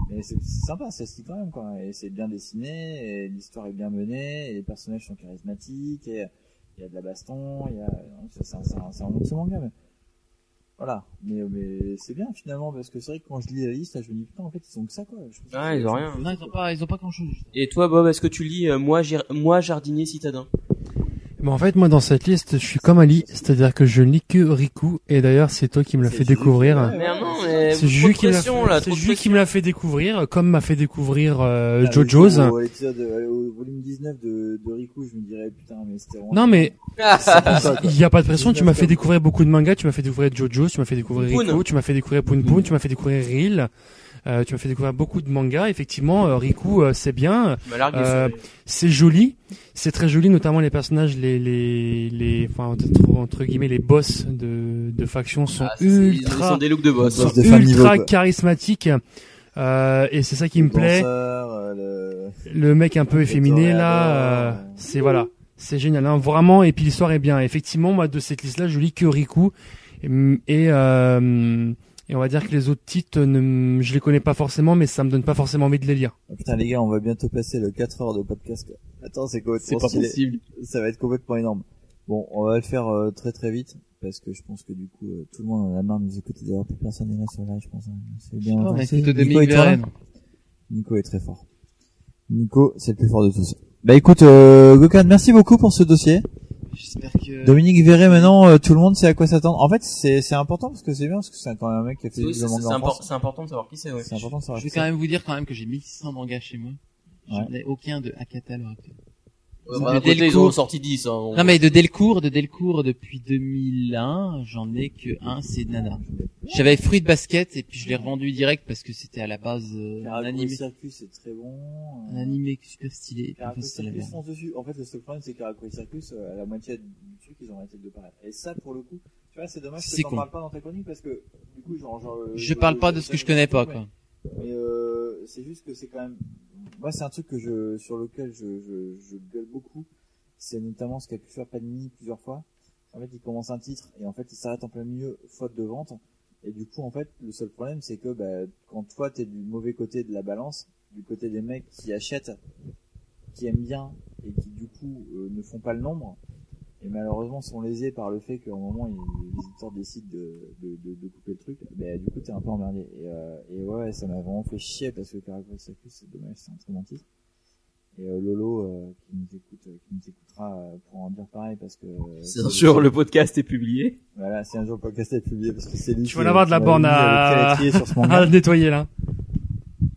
A: mais c'est c'est sympa ça se lit quand même quoi et c'est bien dessiné et l'histoire est bien menée et les personnages sont charismatiques et il y a de la baston il y a non, c'est c'est un, c'est un- c'est un bon petit manga mais voilà mais mais c'est bien finalement parce que c'est vrai que quand je lis la liste là, je me dis putain en fait ils sont que ça quoi Je trouve
C: Ah,
A: que-
C: ils ont rien.
E: Non, ils ont pas, ils ont pas grand chose.
C: Et toi, Bob, est-ce que tu lis euh, moi, Gir- moi, jardinier citadin
D: Mais en fait, moi, dans cette liste, je suis comme Ali, c'est-à-dire que je ne lis que Riku, et d'ailleurs, c'est toi qui me l'as fait découvrir.
C: ouais, Mais non, mais
D: c'est
C: trop
D: Ju
C: de
D: qui me l'a
C: pression, là,
D: fait, c'est
C: trop de
D: Ju qui me l'a fait découvrir, comme m'a fait découvrir euh,
A: Ah,
D: JoJo's.
A: Au, au épisode, euh, au volume 19 de, de Riku, je me dirais, putain, mais c'était vraiment-
D: Non mais
A: <laughs> C'est pour ça, quoi.
D: Ah, il n'y a pas de pression. Tu m'as fait
A: 19
D: découvrir beaucoup de mangas. Tu m'as fait découvrir Jojo. Tu m'as fait découvrir
A: Poon.
D: Riku. Tu m'as fait découvrir Poon Poon. Tu m'as fait découvrir Reel. euh, tu m'as fait découvrir beaucoup de mangas. Effectivement, euh, Riku, euh, c'est bien.
C: Tu m'as largué,
D: Euh,
C: ça.
D: c'est joli. C'est très joli, notamment les personnages, les les les, enfin entre- entre guillemets les boss de de factions sont
C: Ah, c'est- ils ont- ils
D: ultra.
C: ont des looks de boss.
D: sont
C: Boss de
D: ultra
C: femme niveau, quoi.
D: charismatiques. Euh, et c'est ça qui me
A: Le
D: plaît
A: danseur, euh, le-
D: le mec un peu
A: le
D: efféminé là, euh,
A: toréador,
D: c'est voilà, c'est génial, hein, vraiment. Et puis l'histoire est bien. Effectivement, moi de cette liste-là, je lis que Riku et mm, et, euh, et on va dire que les autres titres, ne, m- je les connais pas forcément, mais ça me donne pas forcément envie de les lire.
A: euh, Putain, les gars, on va bientôt passer le 4 heures de podcast. quoi. Attends, c'est quoi
E: C'est pas possible.
A: Ça va être complètement énorme. Bon, on va le faire euh, très très vite, parce que je pense que du coup, euh, tout le monde en a marre de nous écouter. D'ailleurs, plus personne n'est là sur là, je pense. hein. C'est bien.
E: on
A: Enfin,
E: écoute
A: c'est-
E: au
A: Nico est
E: demi-verre.
A: toi Nico est très fort. Nico, c'est le plus fort de tous. Bah écoute, euh, Gokan, merci beaucoup pour ce dossier.
E: J'espère que.
A: Dominique Verret, maintenant, euh, tout le monde sait à quoi s'attendre. En fait, c'est c'est important parce que c'est bien, parce que c'est quand même un mec qui a fait
C: Oui,
A: des
C: C'est
A: mangas
C: c'est
A: en
C: impor-
A: France.
C: c'est important de savoir qui c'est. Ouais.
A: C'est important de savoir
E: Je vais
A: qui
E: quand même vous dire quand même que j'ai 1600 mangas chez moi. J'en ai aucun de Akata à l'heure actuelle.
C: Ouais,
E: De
C: bah, d'un côté, ils
E: Delcourt-
C: ont sorti 10, hein, on-
E: Non
C: <laughs>
E: mais de Delcourt, de Delcourt depuis 2001, j'en ai que un, c'est Nana. J'avais Fruit Basket et puis je l'ai revendu direct parce que c'était à la base euh,
A: c'est.
E: un
A: Caraco et
E: animé,
A: Circus, c'est très bon.
E: un animé super stylé. Et puis, en
A: Caraco
E: fait,
A: et
E: c'était la
A: Circus
E: merde.
A: fonce dessus. En fait, le seul problème, c'est que Caraco et Circus, euh, à la moitié du truc, ils ont arrêté de parler. Et ça, pour le coup, tu vois, c'est dommage que
E: C'est
A: t'en
E: con.
A: parles pas dans ta chronique parce que, du coup, genre, genre, euh,
E: Je parle pas de ce que je connais pas quoi.
A: Mais euh, c'est juste que c'est quand même. Moi, c'est un truc que je, sur lequel je, je, je gueule beaucoup. C'est notamment ce qu'a pu faire Panini plusieurs fois. En fait, il commence un titre et en fait, il s'arrête en plein milieu, faute de vente. Et du coup, en fait, le seul problème, c'est que bah, quand toi, t'es du mauvais côté de la balance, du côté des mecs qui achètent, qui aiment bien et qui du coup euh, ne font pas le nombre, et malheureusement sont lésés par le fait qu'à un moment ils- les éditeurs décident de, de, de, de couper le truc, bah, du coup t'es un peu emmerdé. Et, euh, et ouais, ça m'a vraiment fait chier parce que Caracal Circus, c'est dommage, c'est un très bon titre. Et euh, Lolo euh, qui nous écoute, euh, qui nous écoutera euh, pour en dire pareil parce que euh,
C: Bien sûr, le podcast est publié.
A: voilà, c'est un jour le podcast est publié parce que c'est lui.
D: Tu vas l'avoir de la
A: euh,
D: borne à, à <laughs>
A: à
D: nettoyer Ah, là.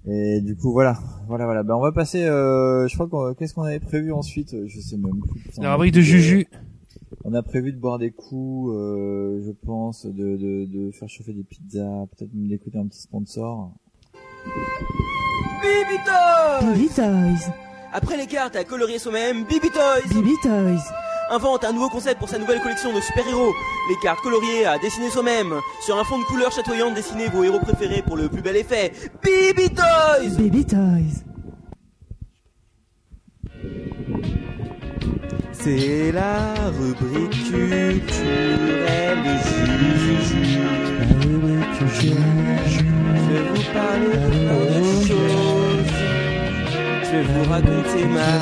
A: et du coup, voilà, voilà, voilà. Ben, on va passer. Euh, je crois qu'on, qu'est-ce qu'on avait prévu ensuite Euh, Je sais même plus. Putain,
D: La
A: on a
D: rubrique de
A: prévu,
D: Juju.
A: euh, On a prévu de boire des coups, euh, je pense, de, de, de faire chauffer des pizzas, peut-être même d'écouter un petit sponsor.
B: Bibi Toys
F: Bibi Toys.
B: Après les cartes à colorier soi-même, Bibi Toys
F: Bibi Toys.
B: invente un nouveau concept pour sa nouvelle collection de super-héros. Les cartes coloriées à dessiner soi-même. Sur un fond de couleur chatoyante, dessinez vos héros préférés pour le plus bel effet. Bibi Toys
F: Bibi Toys.
B: C'est la rubrique culturelle de Juju. Je vais vous parler de plein de choses. Je vais vous raconter ma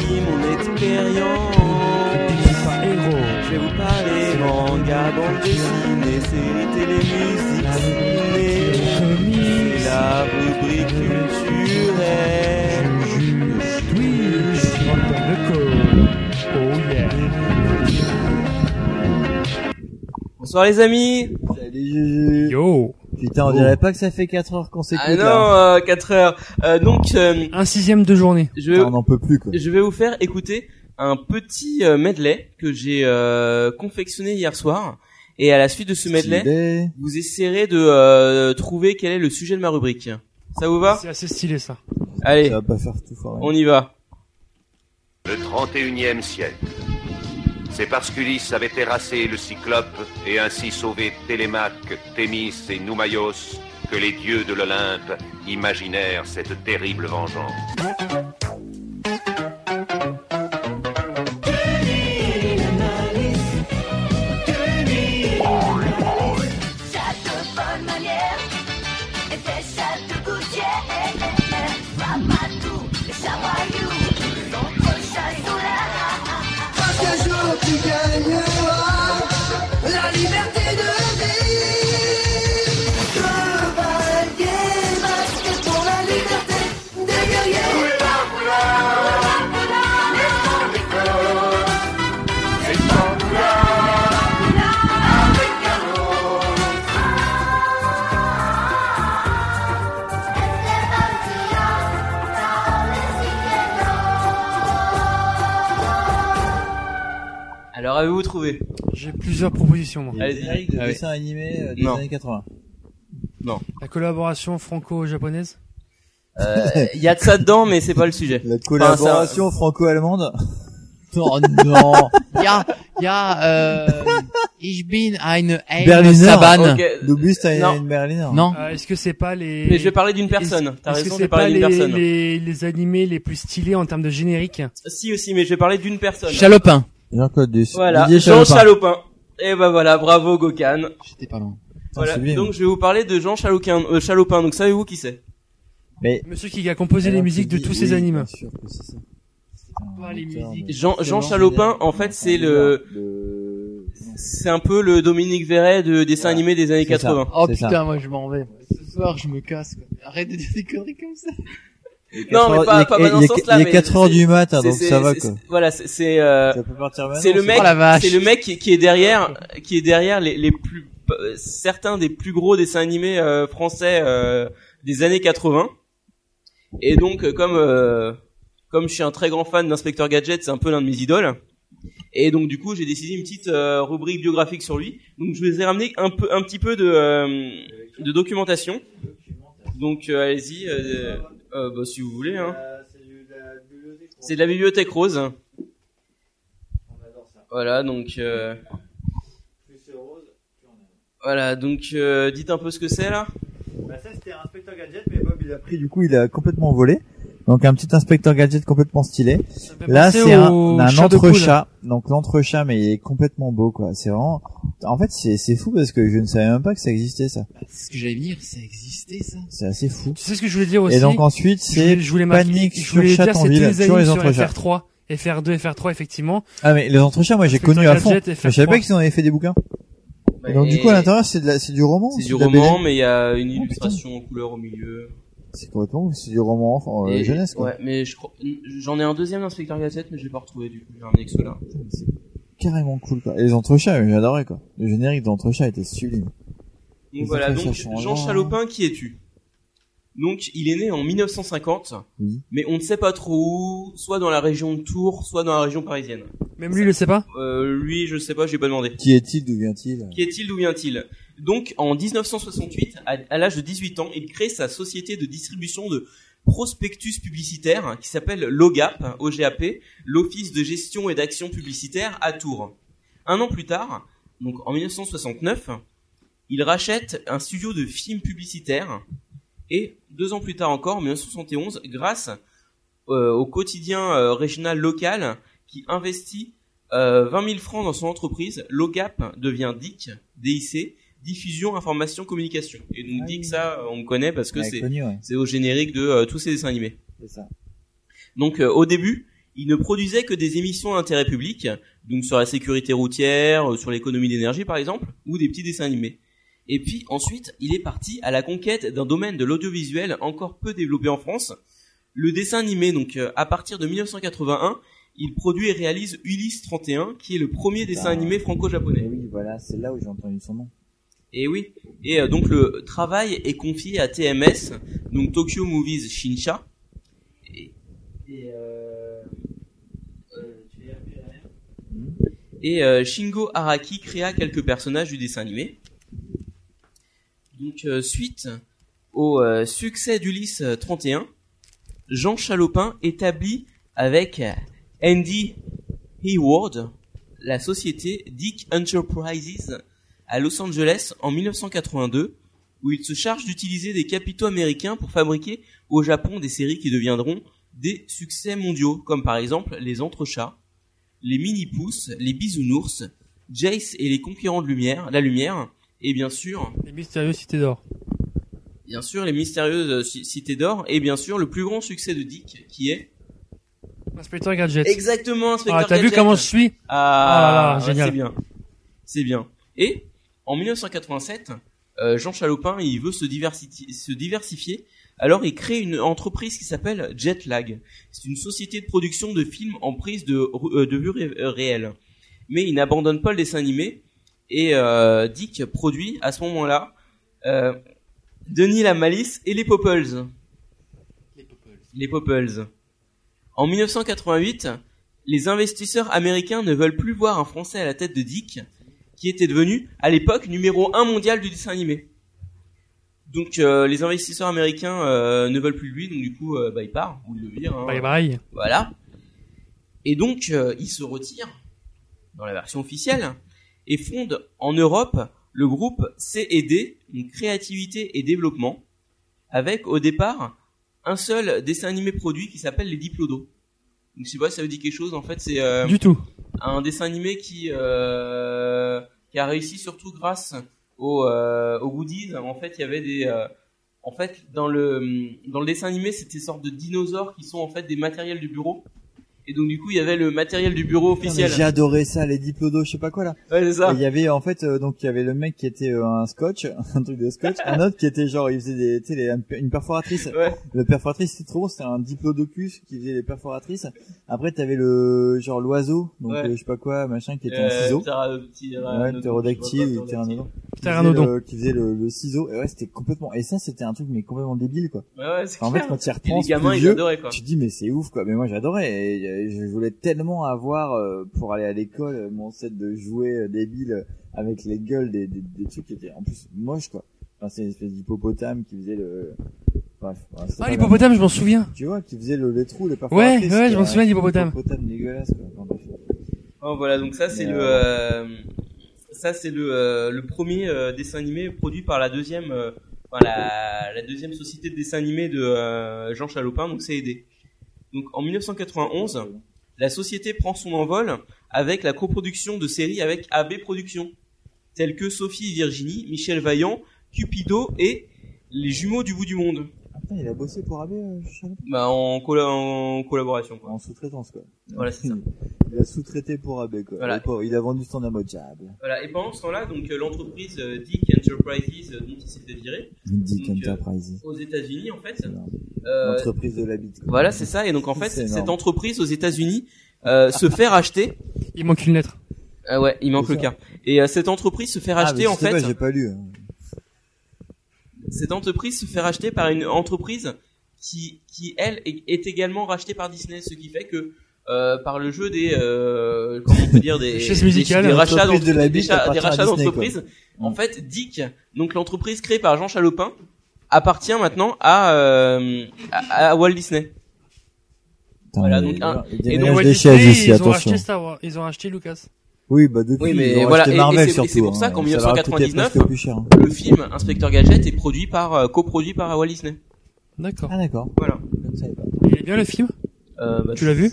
B: vie, mon expérience. Je vais vous parler manga, bande dessinée, séries télé, musique, ciné. C'est la rubrique culturelle. Bonsoir les amis
D: Yo Oh.
A: Putain, on dirait pas que ça fait 4 heures qu'on s'écoute.
C: Ah non,
A: là.
C: euh, 4 heures. Euh, donc, euh,
D: Un sixième de journée.
C: je, vais-
A: on n'en peut plus quoi.
C: je vais vous faire écouter un petit euh, medley que j'ai euh, confectionné hier soir. Et à la suite de ce medley,
A: Stylé.
C: vous essaierez de euh, trouver quel est le sujet de ma rubrique. Ça vous va
D: C'est assez stylé ça.
C: Allez,
A: Ça va pas faire tout foirer.
C: on y va.
L: Le 31e siècle. C'est parce qu'Ulysse avait terrassé le Cyclope et ainsi sauvé Télémaque, Thémis et Noumaios que les dieux de l'Olympe imaginèrent cette terrible vengeance.
B: Bibi
V: chatte gouttière, Ramadou, les chamaillou, ton prochain solaire.
F: Chaque jour tu gagneras la liberté de vivre. Chevalier masqué pour la liberté des guerriers.
C: Alors avez-vous trouvé
D: J'ai plusieurs propositions. Moi.
C: Allez-y. Ah
A: De dessin animé euh, des
C: Non.
A: années 80.
C: Non.
D: La collaboration franco-japonaise.
C: Euh, Il y a de ça dedans, mais c'est pas le sujet.
A: La Collaboration franco-allemande.
E: Oh non Ja, ja, euh, ich bin eine eine
A: Berliner.
E: Sabane.
A: Du bist ein
E: Non.
A: Berliner.
E: Non.
D: Euh, Est-ce que c'est pas les
C: Ah. Mais je vais parler d'une personne.
D: Est-ce-
C: T'as
D: est-ce
C: raison, je
D: que c'est
C: vais
D: pas
C: parler
D: les,
C: d'une personne.
D: les les animés les plus stylés en termes de générique
C: Si aussi, mais je vais parler d'une personne.
E: Chalopin.
A: Jean-Claude Duss.
C: Voilà,
A: Didier
C: Jean
A: Chalopin.
C: Chalopin. Et ben voilà, bravo Gokan.
E: J'étais pas loin.
C: Voilà,
A: sublime.
C: donc je vais vous parler de Jean Chalopin. euh, Chalopin. Donc savez-vous qui c'est
A: Mais
D: Monsieur qui a composé les musiques de tous ces animes.
C: Jean, Jean
A: Excellent.
C: Chalopin, en fait, c'est le, c'est un peu le Dominique Verret de dessin animé des années
A: C'est ça.
C: 80.
E: Oh
A: C'est ça.
E: putain, moi je m'en vais. moi. Ce soir, je me casse. Quoi. Arrête de dire des conneries comme ça.
C: Non, mais pas,
A: les-
C: pas dans
A: les-
C: ce sens-là.
A: les
C: mais
A: 4 heures
C: c'est-
A: du mat, hein,
C: c'est-
A: donc
C: c'est-
A: ça va,
C: c'est-
A: quoi.
C: c'est- Voilà, c'est, c'est, euh,
A: Ça peut partir maintenant,
C: c'est le
A: c'est-
C: mec,
E: Oh, la
D: Ah,
E: vache.
C: c'est le mec qui qui est derrière, qui est derrière les, les plus, euh, certains des plus gros dessins animés euh, français euh, des années 80. Et donc, euh, comme, euh, comme je suis un très grand fan d'Inspecteur Gadget, c'est un peu l'un de mes idoles. Et donc du coup, j'ai décidé une petite euh, rubrique biographique sur lui. Donc je vous ai ramené un peu, un petit peu de, euh, de documentation. Donc euh, allez-y, euh, euh, bah, si vous voulez. Hein. C'est de la bibliothèque rose. Voilà, donc. euh, Voilà, donc euh, dites un peu ce que c'est là.
B: Bah ça c'était Inspecteur Gadget mais Bob il a
A: Après, du coup, il a complètement volé. Donc, un petit inspecteur gadget complètement stylé.
D: me fait
A: Là,
D: penser
A: c'est un,
D: Eh ben, au
A: un
D: chat de poule.
A: entrechat. Donc, l'entrechat, mais il est complètement beau, quoi. C'est vraiment, en fait, c'est, c'est fou parce que je ne savais même pas que ça existait, ça.
E: C'est ce que j'allais dire, ça existait ça.
A: C'est assez fou.
D: Tu sais ce que je voulais dire aussi
A: Et donc, ensuite,
D: Je voulais-
A: c'est
D: je voulais marquer-
A: panique
D: je
A: sur
D: voulais dire, c'était
A: Chatonville,
D: les
A: sur
D: animes
A: les
D: sur
A: entrechats.
D: FR3, FR2, FR3 effectivement.
A: Ah, mais les entrechats, moi, j'ai
D: Inspecteur
A: connu à fond.
D: Gadget et
A: Mais Je savais
D: FR3.
A: pas qu'ils en avaient fait des bouquins. Et donc, du
C: Bah, Et
A: coup, à l'intérieur, c'est de la- c'est du roman.
C: c'est du
A: de la
C: roman,
A: BD.
C: mais il y a une
A: Ah, putain.
C: illustration en couleur au milieu.
A: C'est complètement, c'est du roman enfant, euh,
C: Et-
A: jeunesse, quoi.
C: Ouais, mais je crois- j'en ai un deuxième inspecteur Gadget, mais je l'ai pas retrouvé du coup. J'ai ramené que cela.
A: Carrément cool, quoi. Et les entrechats, euh, j'adorais, quoi. Le générique d'entrechats était sublime. Les
C: Donc voilà,
A: affaires,
C: donc
A: ça change
C: Jean
A: rien.
C: Chalopin, qui es-tu Donc il est né en 1950,
A: Oui.
C: mais on ne sait pas trop où, soit dans la région de Tours, soit dans la région parisienne.
D: Même lui il le sait pas.
C: Euh, lui, je sais pas, j'ai pas demandé.
A: Qui est-il, d'où vient-il?
C: Qui est-il, d'où vient-il Donc en 1968, à, à l'âge de 18 ans, il crée sa société de distribution de prospectus publicitaires qui s'appelle l'OGAP, OGAP, l'Office de gestion et d'action publicitaire à Tours. Un an plus tard, donc en 1969, il rachète un studio de films publicitaires et deux ans plus tard encore, en 1971, grâce euh, au quotidien euh, régional local qui investit euh, 20 000 francs dans son entreprise, l'OGAP devient DIC, DIC, Diffusion, Information, Communication. Et donc DIC, ça, on connaît parce que
A: Ouais,
C: c'est
A: connu, ouais.
C: c'est au générique de euh, tous ces dessins animés.
A: C'est ça.
C: Donc euh, au début, il ne produisait que des émissions d'intérêt public, donc sur la sécurité routière, euh, sur l'économie d'énergie par exemple, ou des petits dessins animés. Et puis ensuite, il est parti à la conquête d'un domaine de l'audiovisuel encore peu développé en France, le dessin animé. Donc euh, à partir de 1981, il produit et réalise Ulysse 31, qui est le premier dessin
A: Ah.
C: animé franco-japonais.
A: Eh oui, voilà, c'est là où j'ai entendu son nom.
C: Et oui. Et euh, donc le travail est confié à TMS, donc Tokyo Movies Shinsha. Et, et, euh, euh, tu l'as appelé, Ryan Et, euh, Shingo Araki créa quelques personnages du dessin animé. Donc euh, suite au euh, succès d'Ulysse euh, 31, Jean Chalopin établit avec Andy Hayward la société Dick Enterprises à Los Angeles en 1982, où il se charge d'utiliser des capitaux américains pour fabriquer au Japon des séries qui deviendront des succès mondiaux, comme par exemple les Entrechats, les Mini-Pousses, les Bisounours, Jace et les Conquérants de Lumière, la Lumière, et bien sûr
D: Les mystérieux cités d'or.
C: bien sûr les mystérieuses ci- cités d'or et bien sûr le plus grand succès de Dick qui est
D: Inspecteur Gadget.
C: Exactement, Inspecteur
D: Ah, t'as vu
C: Gadget.
D: comment je suis
C: Ah,
D: Ah,
C: ouais,
D: génial.
C: C'est bien. C'est bien. Et en 1987, euh, Jean Chalopin, il veut se, diversiti- se diversifier. Alors, il crée une entreprise qui s'appelle Jetlag. C'est une société de production de films en prise de, ru- euh, de vue ré- euh, réelle. Mais il n'abandonne pas le dessin animé. Et euh, Dick produit à ce moment-là euh, Denis la Malice et les Popples. Les Popples. En 1988, les investisseurs américains ne veulent plus voir un Français à la tête de Dick, qui était devenu, à l'époque, numéro 1 mondial du dessin animé. Donc euh, les investisseurs américains euh, ne veulent plus de lui, donc du coup, euh, bah, il part, ou il le vire. hein.
D: Bye bye.
C: Voilà. Et donc, euh, il se retire dans la version officielle et fonde en Europe le groupe C&D, donc Créativité et Développement, avec au départ un seul dessin animé produit qui s'appelle Les Diplodos. Donc, je sais pas si ça vous dit quelque chose, en fait, c'est euh,
D: Du tout.
C: un dessin animé qui, euh, qui a réussi surtout grâce aux, euh, aux goodies. En fait, il y avait des. euh, en fait, dans le, dans le dessin animé, c'était sorte de dinosaures qui sont en fait des matériels du bureau. Et donc, du coup, il y avait le matériel du bureau
A: Putain,
C: officiel.
A: mais J'ai adoré ça, les diplodos, je sais pas quoi là.
C: Ouais, c'est ça.
A: Et Il y avait en fait euh, donc il y avait le mec qui était euh, un scotch, <laughs> un truc de scotch, un autre qui était genre il faisait des tu sais, les- un- une perforatrice. Le perforatrice c'était trop bon, c'était un diplodocus qui faisait les perforatrices. Après t'avais le genre l'oiseau, donc
C: Ouais.
A: euh, je sais pas quoi, machin qui était un
C: Euh,
A: ciseau.
C: ptéra- ptéranodon,
A: Ouais, ptérodactyle ou ptéranodon. Qui faisait
D: Ptéranodon.
A: le- Qui faisait le, le ciseau. Et ouais, c'était complètement et ça c'était un truc mais complètement débile quoi.
C: Ouais, ouais, c'est
A: en
C: clair.
A: fait quand tu y
C: Et les
A: repenses
C: gamins,
A: plus
C: ils
A: vieux,
C: adoraient, quoi.
A: tu te dis mais c'est ouf quoi. Mais moi j'adorais et euh, je voulais tellement avoir euh, pour aller à l'école euh, mon set de jouets euh, débiles euh, avec les gueules des, des, des trucs qui étaient en plus moches quoi. Enfin, c'est une espèce d'hippopotame qui faisait le Bref, ouais, c'est
D: Ah,
A: pas
D: l'hippopotame,
A: grave.
D: je m'en souviens.
A: Tu vois, qui faisait le, les trous, les
D: Ouais,
A: perforatrices.
D: ouais, je
A: quoi.
D: m'en souviens, l'hippopotame.
A: Hippopotame dégueulasse, quoi. Enfin, bref.
C: Oh, voilà, donc ça, c'est
A: Mais,
C: le. euh, ça, c'est le, euh, le premier euh, dessin animé produit par la deuxième. euh, enfin, la, la deuxième société de dessin animé de euh, Jean Chalopin, donc C&D. Donc en 1991, la société prend son envol avec la coproduction de séries avec AB Productions, telles que Sophie et Virginie, Michel Vaillant, Cupido et Les Jumeaux du bout du monde.
A: Putain, il a bossé pour AB, euh, je savais pas.
C: Bah, en, colla- en collaboration, quoi.
A: En sous-traitance, quoi.
C: Voilà, c'est ça.
A: <laughs> Il a sous-traité pour AB, quoi.
C: Voilà.
A: Le pauvre, Il a vendu son amotable.
C: Voilà, et pendant ce temps-là, donc euh, l'entreprise euh, Dick Enterprises, euh, dont il s'est fait virer,
A: Dick
C: donc, euh,
A: Enterprises.
C: aux États-Unis en fait. euh,
A: L'entreprise de la bite, quoi.
C: Voilà, c'est ça. Et donc en fait,
A: C'est énorme.
C: cette entreprise aux États-Unis euh, se fait racheter.
D: Il manque une lettre.
C: Ah ouais, il manque
A: C'est
C: le
A: ça.
C: cas. Et euh, cette entreprise se fait racheter
A: ah, mais je
C: en
A: sais
C: fait.
A: pas, J'ai pas lu. hein.
C: cette entreprise se fait racheter par une entreprise qui, qui elle, est- est également rachetée par Disney, ce qui fait que euh, par le jeu des euh, comment on peut
A: <laughs>
C: dire des,
D: Chaises
C: des-
D: musicales.
C: des rachats
D: L'entreprise de la
C: d'entre- des
D: bite
C: cha- des
D: appartient à
C: rachats
D: Disney,
C: d'entreprises,
A: en
C: fait, Dick, donc l'entreprise créée par Jean Chalopin, appartient maintenant à euh, à, à Walt Disney. Voilà, donc un- et
A: mélanges
C: donc Walt
A: des
C: Disney,
A: chaises ici,
D: ils ont
A: attention.
D: racheté Star Wars. Ils ont racheté Lucas.
A: Oui, bah depuis,
C: Oui, mais
A: ils ont
C: voilà,
A: acheté
C: et- et
A: Marvel
C: c'est- et
A: surtout.
C: c'est pour ça
A: hein.
C: qu'en
A: leur a coûté presque
C: 1999,
A: plus cher. hein.
C: le film Inspecteur Gadget est produit par euh, coproduit par Walt Disney.
D: D'accord.
A: Ah d'accord.
C: Voilà.
D: Il est bien le film
C: Euh, bah,
D: Tu l'as vu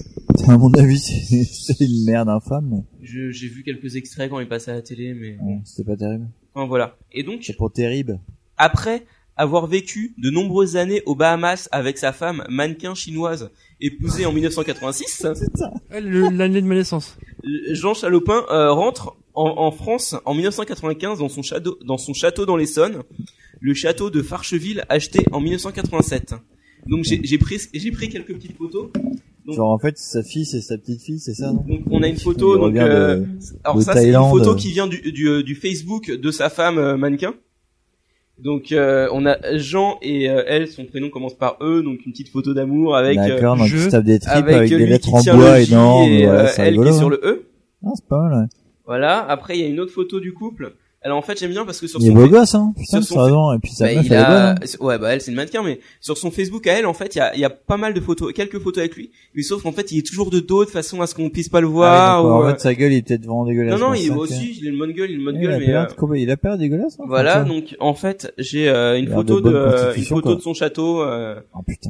A: À mon avis, c'est c'est une merde infâme. mais
C: Je- J'ai vu quelques extraits quand il passait à la télé, mais
A: bon, C'était pas terrible.
C: Enfin, voilà. Et donc
A: C'est pour terrible.
C: Après avoir vécu de nombreuses années aux Bahamas avec sa femme, mannequin chinoise, épousée en 1986,
D: Ouais, le- L'année de ma naissance.
C: Jean Chalopin euh, rentre en, en France en 1995 dans son, château, dans son château dans l'Essonne, le château de Farcheville acheté en 1987. Donc j'ai j'ai pris, j'ai pris quelques petites photos. Donc,
A: Genre en fait, sa fille c'est sa petite fille, c'est ça non
C: donc, on a une photo.
A: Il
C: Donc,
A: revient
C: euh,
A: de-
C: alors
A: de
C: ça, c'est une
A: Thaïlande.
C: photo qui vient du, du, euh, du Facebook de sa femme euh, mannequin. Donc euh, on a Jean et euh, elle, son prénom commence par E, donc une petite photo d'amour avec. euh,
A: D'accord, donc
C: je,
A: tu se tapes des tripes
C: avec,
A: avec
C: euh,
A: des
C: lui
A: lettres
C: qui
A: en
C: tient
A: bois
C: le J
A: énormes,
C: et,
A: voilà,
C: euh,
A: c'est
C: elle qui est
A: rigolo,
C: sur
A: hein.
C: le E.
A: Non, c'est pas mal. ouais.
C: Voilà. Après, il y a une autre photo du couple. Alors en fait, j'aime bien parce que sur
A: Il est
C: son
A: beau
C: fa-
A: gosse, hein.
C: sur
A: Putain,
C: son
A: ça
C: fa-
A: va, et puis sa
C: Bah,
A: meuf,
C: il
A: elle est
C: a-
A: bonne, hein.
C: ouais, bah elle c'est une mannequin, mais sur son Facebook à elle, en fait, il y a, il y a pas mal de photos, quelques photos avec lui, mais sauf qu'en fait, il est toujours de dos de façon à ce qu'on puisse pas le
A: Ah
C: voir.
A: oui, d'accord,
C: ou,
A: En
C: euh,
A: fait, sa gueule, il est peut-être vraiment dégueulasse.
C: non, non,
A: mais
C: il est
A: ça,
C: aussi, il a une bonne gueule, il a une bonne
A: Ouais,
C: gueule,
A: il,
C: mais
A: a
C: euh,
A: l'air comment- il a peur dégueulasse. hein,
C: voilà.
A: comme ça.
C: Donc en fait, j'ai euh, une
A: Il a l'air
C: photo
A: de
C: de,
A: bonne
C: euh, une
A: constitution,
C: photo
A: quoi.
C: de son château euh,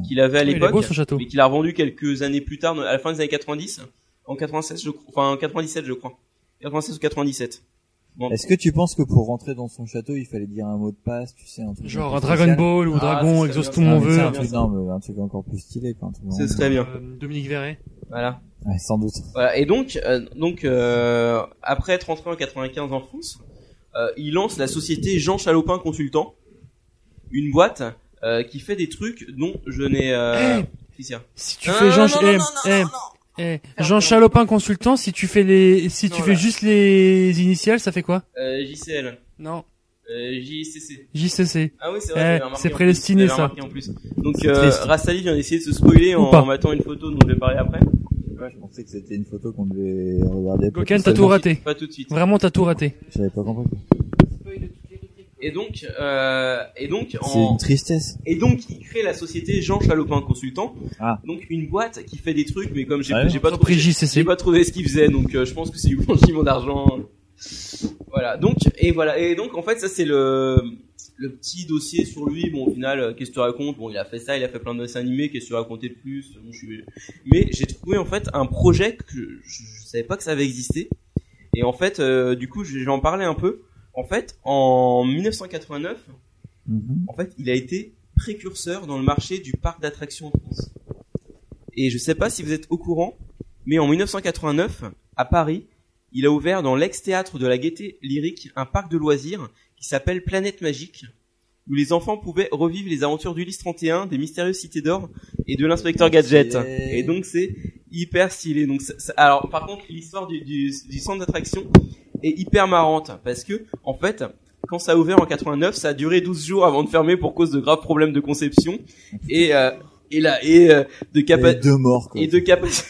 C: qu'il avait à
D: Ouais, il est
C: l'époque,
D: beau, son château.
C: mais qu'il a revendu quelques années plus tard, à la fin des années 90, en 96, je crois, enfin en 97, je crois, 96 ou 97. Bon.
A: Est-ce que tu penses que pour rentrer dans son château, il fallait dire un mot de passe, tu sais, un truc
D: Genre
A: un peu
D: Dragon
A: spécial
D: Ball ou Dragon,
A: ça
D: Exauce
A: serait
D: tout mon
A: bien, ça.
D: vœu.
A: Ah, mais c'est Un truc, non, mais un truc encore plus stylé, quoi. un truc
C: Ce
A: vraiment-
C: serait bien.
D: Dominique Verret.
C: Voilà.
A: Ouais, sans doute.
C: Voilà, et donc, euh, donc euh, après être rentré en 95 en France, euh, il lance la société Jean Chalopin Consultant, une boîte euh, qui fait des trucs dont je n'ai. Euh...
A: Eh
C: qu'est-ce qu'il y a
D: Si tu
C: Non,
D: fais
C: non,
D: Jean,
C: non, non,
D: eh,
C: non,
D: eh, eh, Jean Chalopin consultant, si tu fais les, si tu
C: Non,
D: fais
C: là.
D: juste les initiales, ça fait quoi
C: Euh, JCL.
D: Non.
C: Euh, JCC.
D: JCC.
C: Ah oui, c'est
D: Eh,
C: vrai. j'avais remarqué
D: c'est
C: en plus,
D: prédestiné,
C: j'avais
D: ça.
C: remarqué En plus. Donc,
A: C'est
C: euh,
A: triste.
C: Rastali vient d'essayer de se spoiler
A: Ou
C: en,
A: pas.
C: en mettant une photo dont je vais parler après.
A: Je pensais que c'était une photo qu'on devait regarder.
D: Goken, t'as tout raté. Vraiment, t'as tout raté.
A: J'avais pas compris.
C: Et donc, euh, et donc,
A: C'est
C: en...
A: une tristesse.
C: Et donc, il crée la société Jean Chalopin Consultant.
A: Ah.
C: Donc, une boîte qui fait des trucs, mais comme j'ai
A: Ouais.
C: j'ai pas,
A: Sans
C: trouvé-
A: prix
C: j'ai-
A: JCC.
C: j'ai pas trouvé ce qu'il faisait, donc euh, je pense que c'est blanchi mon argent. Voilà. Donc, et voilà. Et donc, en fait, ça, c'est le, le petit dossier sur lui. Bon, au final, euh, qu'est-ce que tu racontes Bon, il a fait ça, il a fait plein de dessins animés, qu'est-ce que tu racontais de plus Bon, je suis- Mais j'ai trouvé, en fait, un projet que je, je savais pas que ça avait existé. Et en fait, euh, du coup, j'en parlais un peu. En fait, en 1989, en fait, il a été précurseur dans le marché du parc d'attractions en France. Et je sais pas si vous êtes au courant, mais en 1989, à Paris, il a ouvert dans l'ex-théâtre de la Gaieté Lyrique un parc de loisirs qui s'appelle Planète Magique, où les enfants pouvaient revivre les aventures d'Ulysse 31, des mystérieuses cités d'or et de l'inspecteur Gadget.
A: Stylé.
C: Et donc c'est hyper stylé. Donc ça- ça- alors par contre l'histoire du, du, du centre d'attraction est hyper marrante parce que en fait quand ça a ouvert en 89, ça a duré 12 jours avant de fermer pour cause de graves problèmes de conception et euh, et là et euh, de
A: Et
C: capacité
A: deux morts, quoi.
C: et de capaci-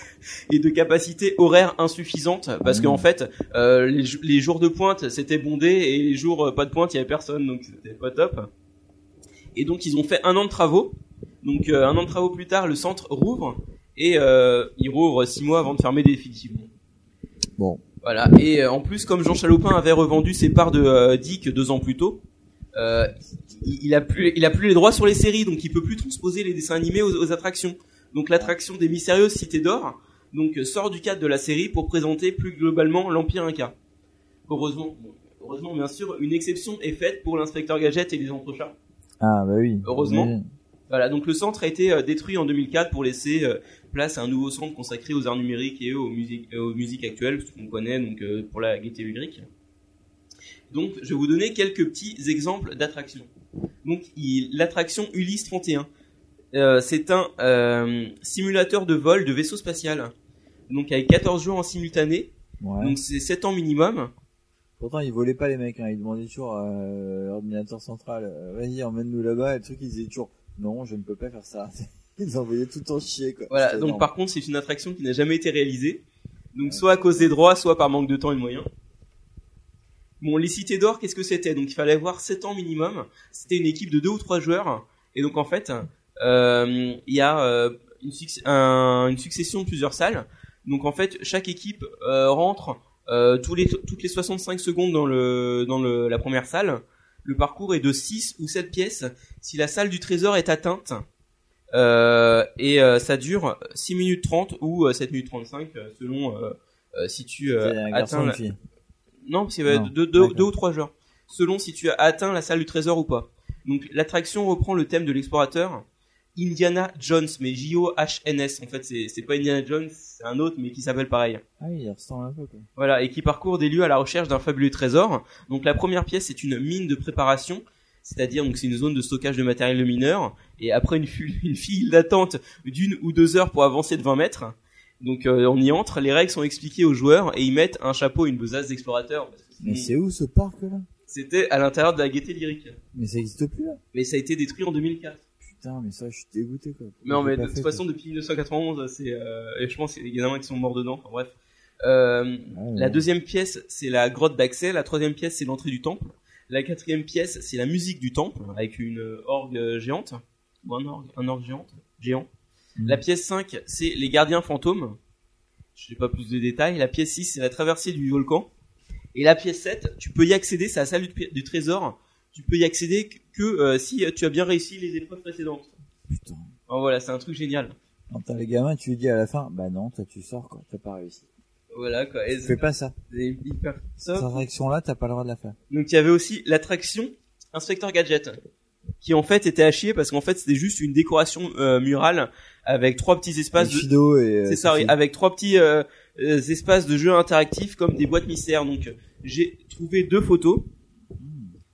C: et de capacité horaire insuffisante parce qu'en fait euh, les, jou- les jours de pointe c'était bondé et les jours euh, pas de pointe il y avait personne donc c'était pas top et donc ils ont fait un an de travaux donc euh, un an de travaux plus tard le centre rouvre et euh, il rouvre six mois avant de fermer définitivement
A: Bon.
C: voilà et euh, en plus comme Jean Chalopin avait revendu ses parts de euh, Dick deux ans plus tôt euh, il il a plus il a plus les droits sur les séries donc il peut plus transposer les dessins animés aux, aux attractions donc l'attraction des mystérieuses cités d'or donc euh, sort du cadre de la série pour présenter plus globalement l'empire Inca heureusement bon, heureusement bien sûr une exception est faite pour l'inspecteur Gadget et les entrechats
A: Ah, bah oui.
C: Heureusement.
A: J'imagine.
C: voilà donc le centre a été euh, détruit en 2004 pour laisser euh, place à un nouveau centre consacré aux arts numériques et aux musiques euh, aux musiques actuelles ce qu'on connaît donc euh, pour la gaieté lyrique donc, je vais vous donner quelques petits exemples d'attractions. Donc, il- l'attraction Ulysse 31, euh, c'est un euh, simulateur de vol de vaisseau spatial. Donc, avec 14 jours en simultané.
A: Ouais.
C: Donc, c'est 7 ans minimum.
A: Pourtant, ils volaient pas les mecs, hein. ils demandaient toujours à euh, l'ordinateur central, euh, vas-y, emmène-nous là-bas, et le truc, ils disaient toujours, non, je ne peux pas faire ça. <laughs> ils envoyaient tout en chier, quoi.
C: Voilà,
A: C'était
C: donc
A: énorme.
C: par contre, c'est une attraction qui n'a jamais été réalisée. Donc, soit à cause des droits, soit par manque de temps et de moyens. Bon, les cités d'or, qu'est-ce que c'était Donc, il fallait avoir 7 ans minimum. C'était une équipe de 2 ou 3 joueurs. Et donc, en fait, euh, il y a euh, une, succ- un- une succession de plusieurs salles. Donc, en fait, chaque équipe euh, rentre euh, tous les, toutes les 65 secondes dans, le, dans le, la première salle. Le parcours est de 6 ou 7 pièces si la salle du trésor est atteinte. Euh, et euh, ça dure 6 minutes 30 ou euh, 7 minutes 35 euh, selon euh, euh, si tu euh,
A: C'est un garçon
C: atteins
A: ou une
C: la-
A: fille
C: non parce qu'il va y
A: Non,
C: avoir deux, deux-
A: d'accord.
C: deux ou trois genres selon si tu as atteint la salle du trésor ou pas donc l'attraction reprend le thème de l'explorateur Indiana Jones mais J O H N S en fait c'est c'est pas Indiana Jones c'est un autre mais qui s'appelle pareil
A: Ah oui, il ressemble un peu, quoi.
C: voilà, et qui parcourt des lieux à la recherche d'un fabuleux trésor. Donc la première pièce c'est une mine de préparation, c'est-à-dire donc c'est une zone de stockage de matériel de mineur. Et après une, fu- une file d'attente d'une ou deux heures pour avancer de 20 mètres. Donc euh, on y entre, les règles sont expliquées aux joueurs et ils mettent un chapeau et une besace d'explorateur. parce que
A: Mais
C: sinon,
A: c'est où ce parc, là?
C: C'était à l'intérieur de la gaieté lyrique.
A: Mais ça existe plus, là?
C: Mais ça a été détruit en 2004.
A: Putain, mais ça, je suis dégoûté, quoi.
C: Non, mais
A: J'ai
C: de
A: pas
C: toute
A: fait,
C: façon, depuis 1991, c'est, euh, et je pense qu'il y a des gamins qui sont morts dedans. Enfin, bref. Euh, La
A: Ah ouais.
C: deuxième pièce, c'est la grotte d'accès. La troisième pièce, c'est l'entrée du temple. La quatrième pièce, c'est la musique du temple, avec une euh, orgue euh, géante. Ou un orgue, un orgue géante, géant. La pièce 5, c'est les gardiens fantômes. Je n'ai pas plus de détails. La pièce 6, c'est la traversée du volcan. Et la pièce 7, tu peux y accéder, c'est la salle du, du trésor. Tu peux y accéder que euh, si tu as bien réussi les épreuves précédentes.
A: Putain.
C: Oh, voilà, c'est un truc génial.
A: Quand t'as les gamins, tu lui dis à la fin, bah non, toi, tu sors, quoi, t'as pas réussi.
C: Voilà quoi. Et
W: Fais pas ça.
C: c'est hyper
W: Cette
C: top.
W: attraction-là, t'as pas le droit de la faire.
C: Donc il y avait aussi l'attraction Inspecteur Gadget, qui en fait était à chier parce qu'en fait c'était juste une décoration euh, murale avec trois petits espaces.
A: Avec Fido et, euh,
C: C'est ça, oui,
A: Fido.
C: avec trois petits euh, euh, espaces de jeux interactifs comme des boîtes mystères. Donc j'ai trouvé deux photos.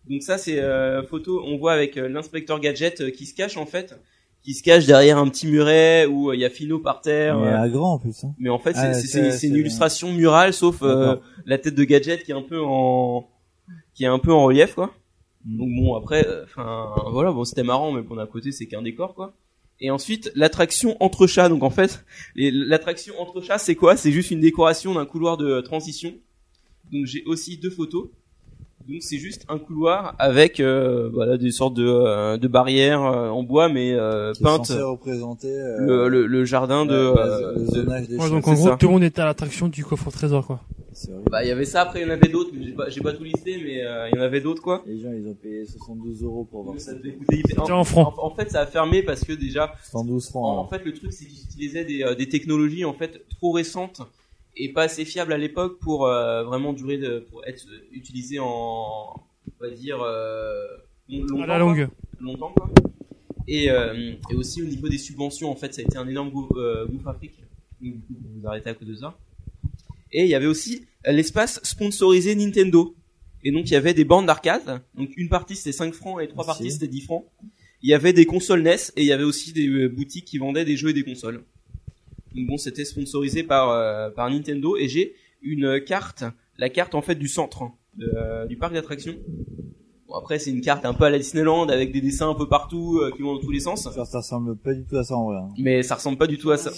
C: Donc ça c'est euh, photo, on voit avec euh, l'inspecteur Gadget euh, qui se cache en fait, qui se cache derrière un petit muret où euh, il y a Fino par terre.
W: Mais
C: euh,
W: à grand, en plus, hein.
C: mais en fait, c'est-
W: Ah,
C: c'est-
W: ça,
C: c'est c'est une
W: c'est-
C: illustration murale, sauf euh, la tête de Gadget qui est un peu en qui est un peu en relief, quoi. Donc bon, après, euh, enfin voilà, bon c'était marrant, mais bon d'un côté c'est qu'un décor, quoi. Et ensuite l'attraction entre chats. Donc en fait, les- l'attraction entre chats, c'est quoi C'est juste une décoration d'un couloir de euh, transition. Donc j'ai aussi deux photos. Donc c'est juste un couloir avec euh, voilà des sortes de, euh, de barrières euh, en bois, mais euh,
A: Qui est
C: peintes.
A: censé représenter, euh,
C: le, le- le jardin de.
A: la- la-
C: euh,
A: le
C: de-
A: zonage des
D: Ouais, donc
C: C'est
D: en gros,
C: ça.
D: tout le monde était à l'attraction du coffre au trésor, quoi.
C: Bah, il y avait ça, après il y en avait d'autres, mais j'ai pas, j'ai pas tout listé, mais euh, il y en avait d'autres quoi.
A: Les gens, ils ont payé 72 euros pour voir ça.
C: En, en- en fait, ça a fermé parce que déjà.
A: 112 francs.
C: En, en fait, le truc, c'est qu'ils utilisaient des, euh, des technologies en fait trop récentes et pas assez fiables à l'époque pour euh, vraiment durer, de, pour être euh, utilisées en. On va dire. euh, long- longtemps,
D: À la longue.
C: quoi. Longtemps quoi. Et, euh, et aussi au niveau des subventions, en fait, ça a été un énorme gouffre euh, gouffre afrique. Donc, du coup, Vous vous arrêtez à cause de ça. Et il y avait aussi euh, l'espace sponsorisé Nintendo. Et donc il y avait des bandes d'arcade. Donc une partie c'était 5 francs et trois
A: Merci.
C: parties c'était 10 francs. Il y avait des consoles NES et il y avait aussi des euh, boutiques qui vendaient des jeux et des consoles. Donc bon, c'était sponsorisé par euh, par Nintendo et j'ai une euh, carte, la carte en fait du centre hein, de, euh, du parc d'attractions. Bon après c'est une carte un peu à la Disneyland avec des dessins un peu partout euh, qui vont dans tous les sens.
W: Ça, ça ressemble pas du tout à ça, en vrai. hein.
C: Mais ça ressemble pas du tout à ça.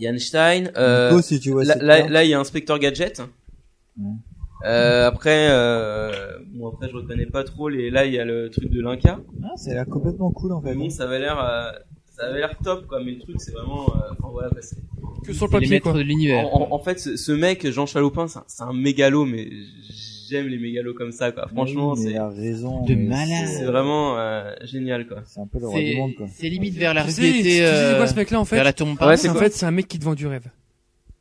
C: Einstein.
W: Nico, si tu vois
C: là,
W: cette
C: là,
W: carte.
C: là, il y a Inspector Gadget. Euh, après, euh, bon après je reconnais pas trop les. Là il y a le truc de l'Inca.
W: Ah, ça a l'air complètement cool, en fait.
C: Mais bon ça avait l'air, euh, ça avait l'air top quoi. Mais le truc c'est vraiment, euh, enfin voilà quoi, c'est-
D: Que sur le
C: c'est les
D: papier,
C: maîtres
D: quoi.
C: de l'univers. En, en- en fait ce, ce mec Jean Chalopin c'est un, c'est un mégalo mais j'aime les mégalos comme ça quoi. Franchement
W: Mm,
A: Oui, mais
C: c'est.
A: il a raison.
E: De
A: mais
E: malade.
C: C'est vraiment euh, génial quoi.
A: C'est un peu le
E: roi C'est- du monde, quoi. c'est limite vers la
D: Tu sais,
E: ruguété,
D: tu sais, c'est quoi
E: euh,
D: ce mec-là en fait
E: vers la tour Montparnasse.
D: Ouais, c'est
E: Ouais, c'est
D: en
E: quoi
D: fait c'est un mec qui te vend du rêve.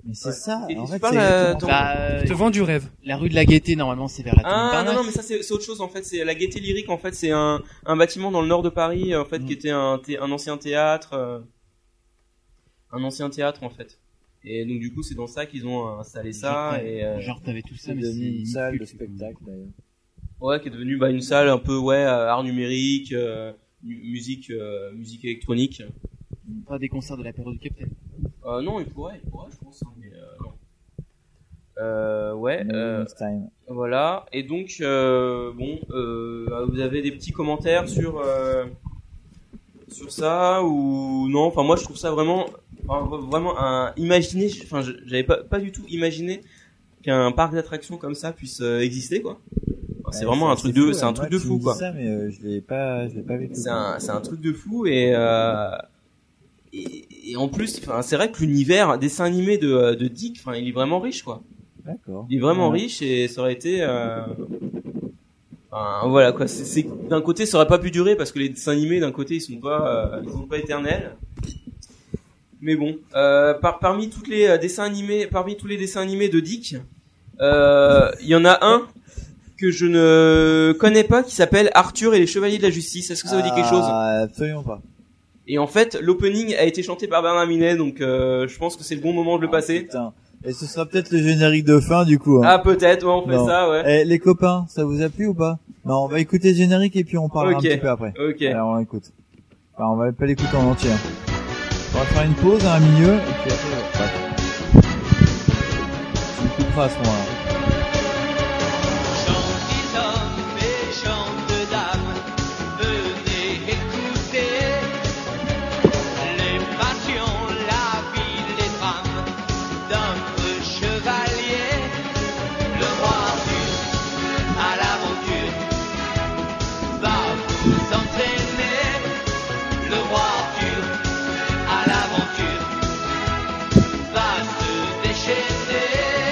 W: Mais c'est ça.
C: Et
W: en
C: tu
W: fait,
C: parles
W: c'est
C: à
W: exactement
C: ton-
W: ça.
E: Bah, euh,
D: Je te vends du rêve.
E: La rue de la Gaîté, normalement, c'est vers la tour
C: Ah non,
E: Montparnasse.
C: non mais ça c'est c'est autre chose en fait c'est la Gaieté Lyrique en fait c'est un, un bâtiment dans le nord de Paris en fait qui était un, thé- un ancien théâtre euh, un ancien théâtre en fait et donc du coup c'est dans ça qu'ils ont euh, installé ça et euh,
E: Genre, t'avais tout ça,
A: C'est
E: mais
A: devenu
E: c'est
A: une salle de spectacle, d'ailleurs.
C: ouais qui est devenu bah, une salle un peu ouais euh, art numérique euh, mu- musique euh, musique électronique
E: pas des concerts de l'apéro du Capitaine.
C: Euh, non il pourrait il pourrait je pense hein, mais euh, non. Euh,
A: Mm.
C: ouais euh,
W: Next time.
C: Voilà, et donc, euh, bon, euh, vous avez des petits commentaires sur, euh, sur ça ou non Enfin, moi je trouve ça vraiment, enfin, vraiment un, imaginer, enfin, je- j'avais pas, pas du tout imaginé qu'un parc d'attractions comme ça puisse euh, exister, quoi. Enfin, c'est
A: Ouais,
C: vraiment un
A: c'est
C: truc
A: fou,
C: de,
A: hein.
C: c'est un
A: Moi,
C: truc de
A: tu
C: fou,
A: me dis
C: quoi.
A: ça, mais euh, je l'ai pas, je l'ai pas vécu.
C: C'est un, c'est un truc de fou et, euh, et, et en plus, enfin, c'est vrai que l'univers dessin animé de, euh, de Dick, enfin, il est vraiment riche, quoi.
A: D'accord.
C: Il est vraiment riche et ça aurait été. euh, enfin, voilà quoi. C'est, c'est- D'un côté, ça aurait pas pu durer parce que les dessins animés, d'un côté, ils sont pas, euh, ils sont pas éternels. Mais bon, euh, par, parmi tous les euh, dessins animés, parmi tous les dessins animés de Dick, euh, il y en a un que je ne connais pas qui s'appelle Arthur et les Chevaliers de la Justice. Est-ce que ça vous dit quelque chose
A: Ah, Absolument pas.
C: Et en fait, l'opening a été chanté par Bernard Minet, donc euh, je pense que c'est le bon moment de le passer.
A: Ah, Putain. Et ce sera peut-être le générique de fin, du coup. hein.
C: Ah peut-être, ouais, on fait
A: Non.
C: ça, ouais.
A: Eh, les copains, ça vous a plu ou pas Non, on va écouter le générique et puis on parlera
C: Ok,
A: un petit peu après.
C: ok.
A: Alors on l'écoute. Enfin, on va pas l'écouter en entier. hein. On va faire une pause à un milieu et puis après. on va- Tu me couperas à ce hein. moment-là.
F: Venez écouter les passions, la vie, les drames d'un peu chevalier, le roi Arthur à l'aventure va vous entraîner, le roi Arthur à l'aventure va se déchaîner.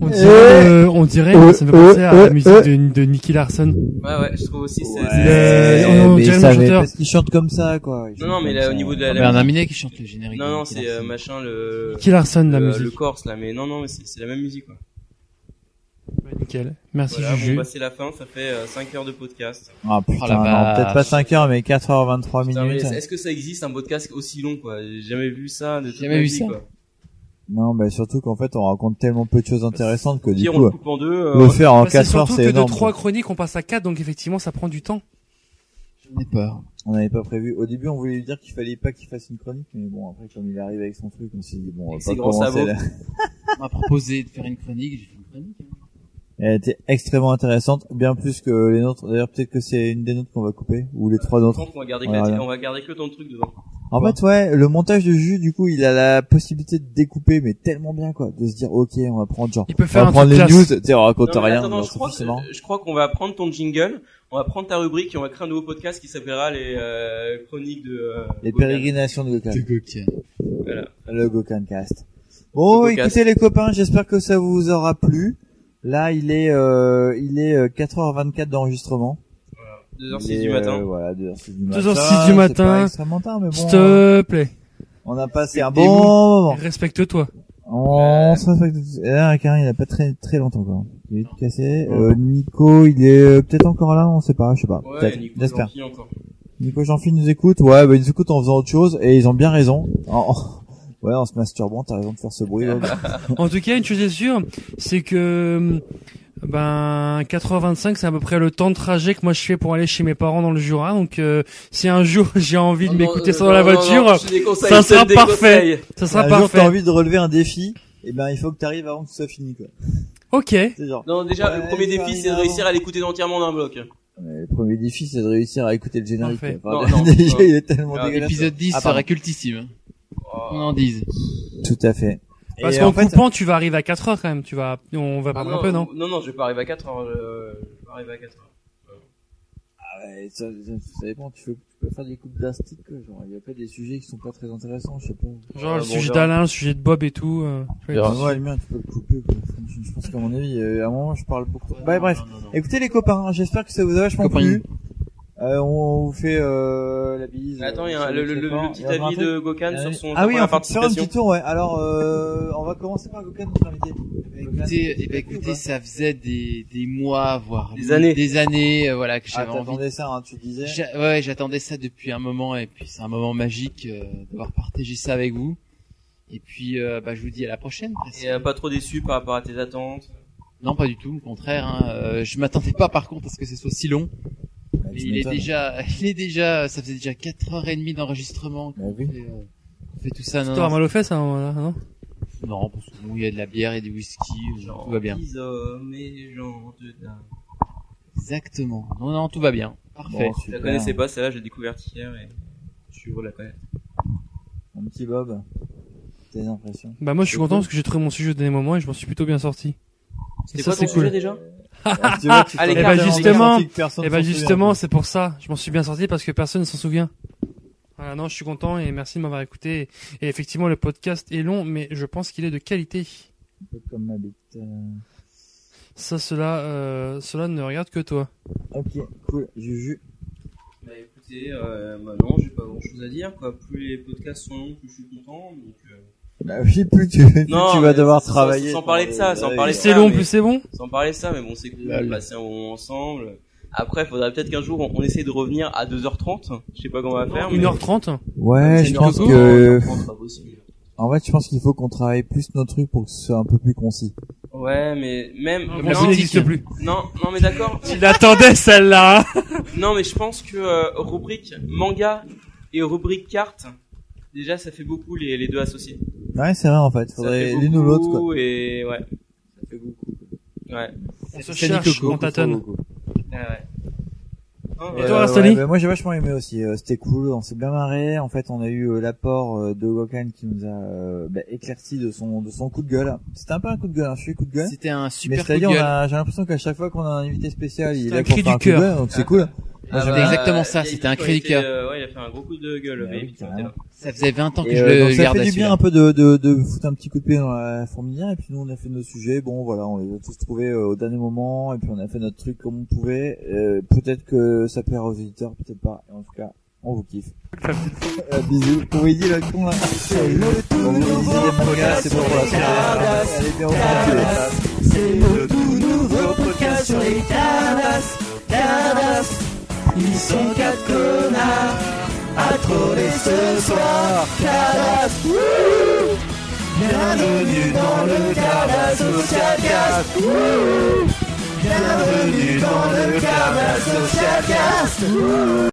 D: On dirait, euh, on dirait, ça me fait penser à la musique de, de Nicky Larson.
C: Ouais, ouais, je trouve aussi. c'est-
J: Ouais,
C: c'est-
J: mais
D: on dirait le
J: ça
D: même
J: va-
D: chanteur.
J: Parce qu'il chante comme ça, quoi.
C: Non, non, mais là, au niveau de la.
E: mais
C: la
E: on a
C: musique-
E: Minet qui chante le générique.
C: Non, non, c'est euh, machin le.
D: Nicky Larson, la
C: le-
D: musique.
C: Le Corse là, mais non, non, mais c'est c'est la même musique quoi.
D: Nickel. Merci
C: Voilà,
D: Juju.
C: bon, bah, c'est la fin, ça fait 5 heures de podcast.
A: Ah
D: Oh
A: putain, non, peut-être pas 5 heures, mais 4h23
C: Putain, mais
A: minutes.
C: Est-ce que ça existe un podcast aussi long quoi J'ai jamais vu ça. De toute
E: Jamais
C: ma
E: vu
C: vie,
E: ça.
C: quoi.
A: Non, mais surtout qu'en fait, on raconte tellement peu de choses intéressantes que du
C: pire, on
A: coup,
C: le coupe en deux, euh,
A: le faire en
D: Bah, c'est
A: 4 heures,
D: surtout
A: c'est
D: que de
A: énorme.
D: trois chroniques, on passe à quatre, donc effectivement, ça prend du temps.
E: J'en ai peur.
A: On n'avait pas prévu. Au début, on voulait lui dire qu'il fallait pas qu'il fasse une chronique, mais bon, après, comme il arrive avec son truc, on s'est dit, bon, on va
C: Avec ses
A: pas
C: grands
A: commencer
C: sabots.
A: là.
E: On m'a proposé de faire une chronique, j'ai fait une chronique.
A: Elle était extrêmement intéressante, bien plus que les nôtres. D'ailleurs, peut-être que c'est une des nôtres qu'on va couper, ou les trois nôtres.
C: Franck, On va garder que,
A: On
C: la-
A: verra bien.
C: on va garder que ton truc devant.
A: En fait, ouais, le montage de jus, du coup, il a la possibilité de découper, mais tellement bien, quoi, de se dire, ok, on va prendre genre,
D: peut faire
A: on
D: un
A: va prendre les
D: truc
A: news,
D: classe.
A: tu sais, on raconte
C: Non, mais
A: rien,
C: attends,
A: on
C: non, je,
A: s'en
C: crois
A: fout, c'est marrant.
C: que- je crois qu'on va prendre ton jingle, on va prendre ta rubrique et on va créer un nouveau podcast qui s'appellera les euh, chroniques de. euh,
A: Les
C: Gauguin.
A: pérégrinations de Gokan.
C: Voilà.
A: Le Gokan Cast. Bon,
C: Le Gokan.
A: écoutez les copains, j'espère que ça vous aura plu. Là, il est, euh, il est euh, 4h24 d'enregistrement.
C: 2h06
A: Et,
C: du
A: euh,
C: matin.
A: voilà, 2h06 du matin.
D: 2h06 du
A: C'est pas
D: matin.
A: extrêmement tard, mais bon.
D: S'il
A: euh,
D: te plaît.
A: On a passé un
D: Des
A: bon
D: goûts.
A: moment.
D: Respecte-toi.
A: On se respecte. Là, Karim, il a pas très, très longtemps, quoi. Il est cassé. Euh, Nico, il est euh, peut-être encore là, on sait pas, je sais pas.
C: Ouais,
A: peut-être,
C: Nico
A: j'espère.
C: Jean-Pierre encore.
A: Nico Jean-Philippe nous écoute, ouais, bah, ils nous écoutent en faisant autre chose, et ils ont bien raison. En- en- Ouais, en se masturbant, t'as raison de faire ce bruit.
C: Ah,
A: ouais.
C: bah,
D: En tout cas, une chose est sûre, c'est que euh, ben 4h25, c'est à peu près le temps de trajet que moi je fais pour aller chez mes parents dans le Jura. Donc euh, si un jour <laughs> j'ai envie de
C: Non, euh,
D: m'écouter
C: non,
D: ça dans la
C: non, non,
D: voiture,
C: non, je te déconseille,
D: ça
C: je te
D: sera
C: le déconseille.
D: parfait. Ça sera
A: un jour,
D: parfait.
A: t'as envie de relever un défi, et ben, il faut que t'arrives avant que ce soit fini, quoi.
D: OK.
A: C'est genre.
C: Non, déjà, le
A: Ouais,
C: premier
A: il va
C: défi, c'est de
A: arriver
C: réussir à l'écouter entièrement d'un bloc.
A: Mais le premier défi, c'est de réussir à écouter le générique.
D: Parfait.
A: quoi. <laughs>
C: Non, non,
A: déjà,
C: non.
A: il est tellement
C: Alors,
A: dégueulasse.
E: Épisode 10
A: Ah,
E: sera
A: pardon.
E: cultissime. hein.
C: Ah.
E: On en dise.
A: Tout à fait.
D: Parce
A: Et
D: qu'en
A: en fait-
D: coupant, tu vas arriver à 4h quand même, tu vas on va
C: Ah
D: parler un peu, non
C: Non, non, je vais pas arriver à 4h. euh, Je vais pas arriver à 4h.
A: Ouais, ça, ça, ça dépend, tu, veux, tu peux faire des coupes d'astiques, quoi, genre, il y a pas des sujets qui sont pas très intéressants, je sais pas.
D: Genre
C: Ah,
D: le
C: bon,
D: sujet
C: on verra.
D: d'Alain, le sujet de Bob et tout. euh, tu vois,
A: Ouais, le mien, tu peux le couper, quoi. Je je pense qu'à mon avis, euh, à un moment, je parle beaucoup. Bah, bref. Écoutez, les copains, hein, j'espère que ça vous a vachement
E: Copains.
A: plu. Euh, on vous fait, euh, la bise.
C: Attends,
A: euh,
C: il y a un-
A: sur
C: le, le- le-
A: téléphone.
C: le petit
A: Il y a un
C: avis
A: truc
C: de Gokan
A: Ah
C: sur
D: Euh,
A: oui.
C: son
A: ah oui, on peut
C: la
A: faire un
C: participation.
A: petit tour, ouais. Alors, euh, on va commencer par Gokan, notre invité.
E: Écoutez, eh ben, écoutez, ça faisait des, des mois, voire
C: Des années.
E: des années, euh, voilà, que
A: Ah,
E: j'avais envie.
A: t'attendais ça, hein, tu disais.
E: J'a- Ouais, j'attendais ça depuis un moment, et puis c'est un moment magique euh, d'avoir partagé ça avec vous. Et puis, euh, bah, je vous dis à la prochaine. presque.
C: Et euh, pas trop déçu par rapport à tes attentes.
E: Non, pas du tout, au contraire. Hein. Euh, je m'attendais pas, par contre, à ce que ce soit si long.
A: Bah,
E: Mais
A: tu
E: il est
A: m'étonnes.
E: déjà, <laughs> il est déjà, ça faisait déjà 4h30 d'enregistrement.
A: Bah oui.
E: Et, euh, On fait tout ça, non,
D: T'auras
E: non,
D: mal aux fesses, hein, voilà, non
E: non, parce que bon, il y a de la bière et du whisky, euh, tout va bien.
C: Gentils hommes et gens de dingue.
E: Exactement. Non, non, tout va bien. Parfait.
A: Bon,
C: Je la
A: super.
C: connaissais pas, celle-là, j'ai découverte hier et je suis heureux de la connaître.
A: Mon petit Bob. Tes impressions.
D: Bah moi je suis content parce que j'ai trouvé mon sujet au dernier moment et je m'en suis plutôt bien sorti.
C: C'était
D: ça,
C: quoi ton
D: c'est cool.
C: sujet déjà
A: Ah, Tu vois, tu
C: Allez,
A: t'en
D: Eh
C: Car-
D: ben
A: t'en
D: justement,
A: sorti que personne
D: eh ben
A: s'en souvient,
D: justement,
A: quoi.
D: c'est pour ça. Je m'en suis bien sorti parce que personne ne s'en souvient. Voilà, non, je suis content et merci de m'avoir écouté. Et effectivement, le podcast est long, mais je pense qu'il est de qualité.
A: Un peu comme ma bite. euh.
D: Ça, cela, euh, cela ne regarde que toi.
E: Ah,
A: Ok, cool. Juju.
C: Bah écoutez, euh, bah non, j'ai pas grand chose à dire quoi. Plus les podcasts sont longs, plus je suis content. Donc, euh,
A: Bah oui, plus tu, plus
C: Non,
A: tu
C: mais
A: vas devoir
C: sans-
A: travailler. euh,
C: sans parler de ça, sans parler
D: Plus
C: de
D: c'est
C: ça,
D: long,
C: mais-
D: plus c'est bon.
C: sans parler de ça, mais bon, c'est cool,
E: Lol.
C: on passer un moment ensemble. Après, faudra peut-être qu'un jour on, on essaie de revenir à 2h30. Je sais pas comment on va faire. mais-
D: 1h30.
A: Ouais,
C: C'est
A: je
C: une
A: pense
C: heure
A: que...
C: de temps, c'est pas possible.
A: En fait, je pense qu'il faut qu'on travaille plus nos trucs pour que ce soit un peu plus concis.
C: Ouais, mais même.
D: Mon
C: non,
D: sujet n'existe plus.
C: non, non, mais d'accord.
D: Il attendait celle-là. hein.
C: Non, mais je pense que euh, rubrique manga et rubrique carte, déjà ça fait beaucoup les, les deux associés.
A: Ouais, c'est vrai, en fait.
C: Ça fait
A: Faudrait l'une ou l'autre, quoi.
C: beaucoup Et ouais. Ça fait beaucoup. Ouais.
D: On se
E: C'est
D: cherche,
E: Nicoco,
D: on tâtonne.
C: Ouais, ouais. Hein,
D: Et
C: ouais.
D: toi,
A: Euh,
D: Rastoli
A: ouais, bah, Moi j'ai vachement aimé aussi, euh, c'était cool, on s'est bien marré. En fait on a eu euh, l'apport euh, de Gokan qui nous a euh, bah, éclairci de son de son coup de gueule. C'était un peu un coup de gueule, un sujet coup de gueule.
E: C'était un
A: Mais
E: super coup de
A: c'est-à-dire on
E: gueule.
A: a- j'ai l'impression qu'à chaque fois qu'on a un invité spécial il
D: C'est
A: est là
D: un
A: pour
D: cri
A: faire
D: du
A: un coup de
D: cœur.
A: gueule, donc c'est cool.
E: Ah c'était bah, exactement ça, c'était un cri du cœur.
C: Euh, ouais, il a fait un gros coup de gueule.
E: Ah
C: mais
E: oui,
C: il était
E: carrément.
C: là.
E: Ça faisait 20 ans que
A: Et,
E: je
A: euh, donc
E: le
A: ça fait
E: gardais
A: du bien
E: celui-là.
A: un peu de, de, de foutre un petit coup de pied dans la fourmilière et puis nous on a fait nos sujets bon voilà on les a tous trouvés euh, au dernier moment et puis on a fait notre truc comme on pouvait Euh, peut-être que ça plaira aux auditeurs peut-être pas en tout cas on vous kiffe Euh, bisous pour Eddie le con là c'est le tout nouveau c'est bon voilà, c'est bon. Allez, bien, on va
B: C'est le tout nouveau podcast sur les Tadas, Tadas. Ils sont quatre connards à troller ce soir. Tadas, wouh Bienvenue dans le Tadas Social Cast, wouh Bienvenue dans le Tadas Social Cast, wouh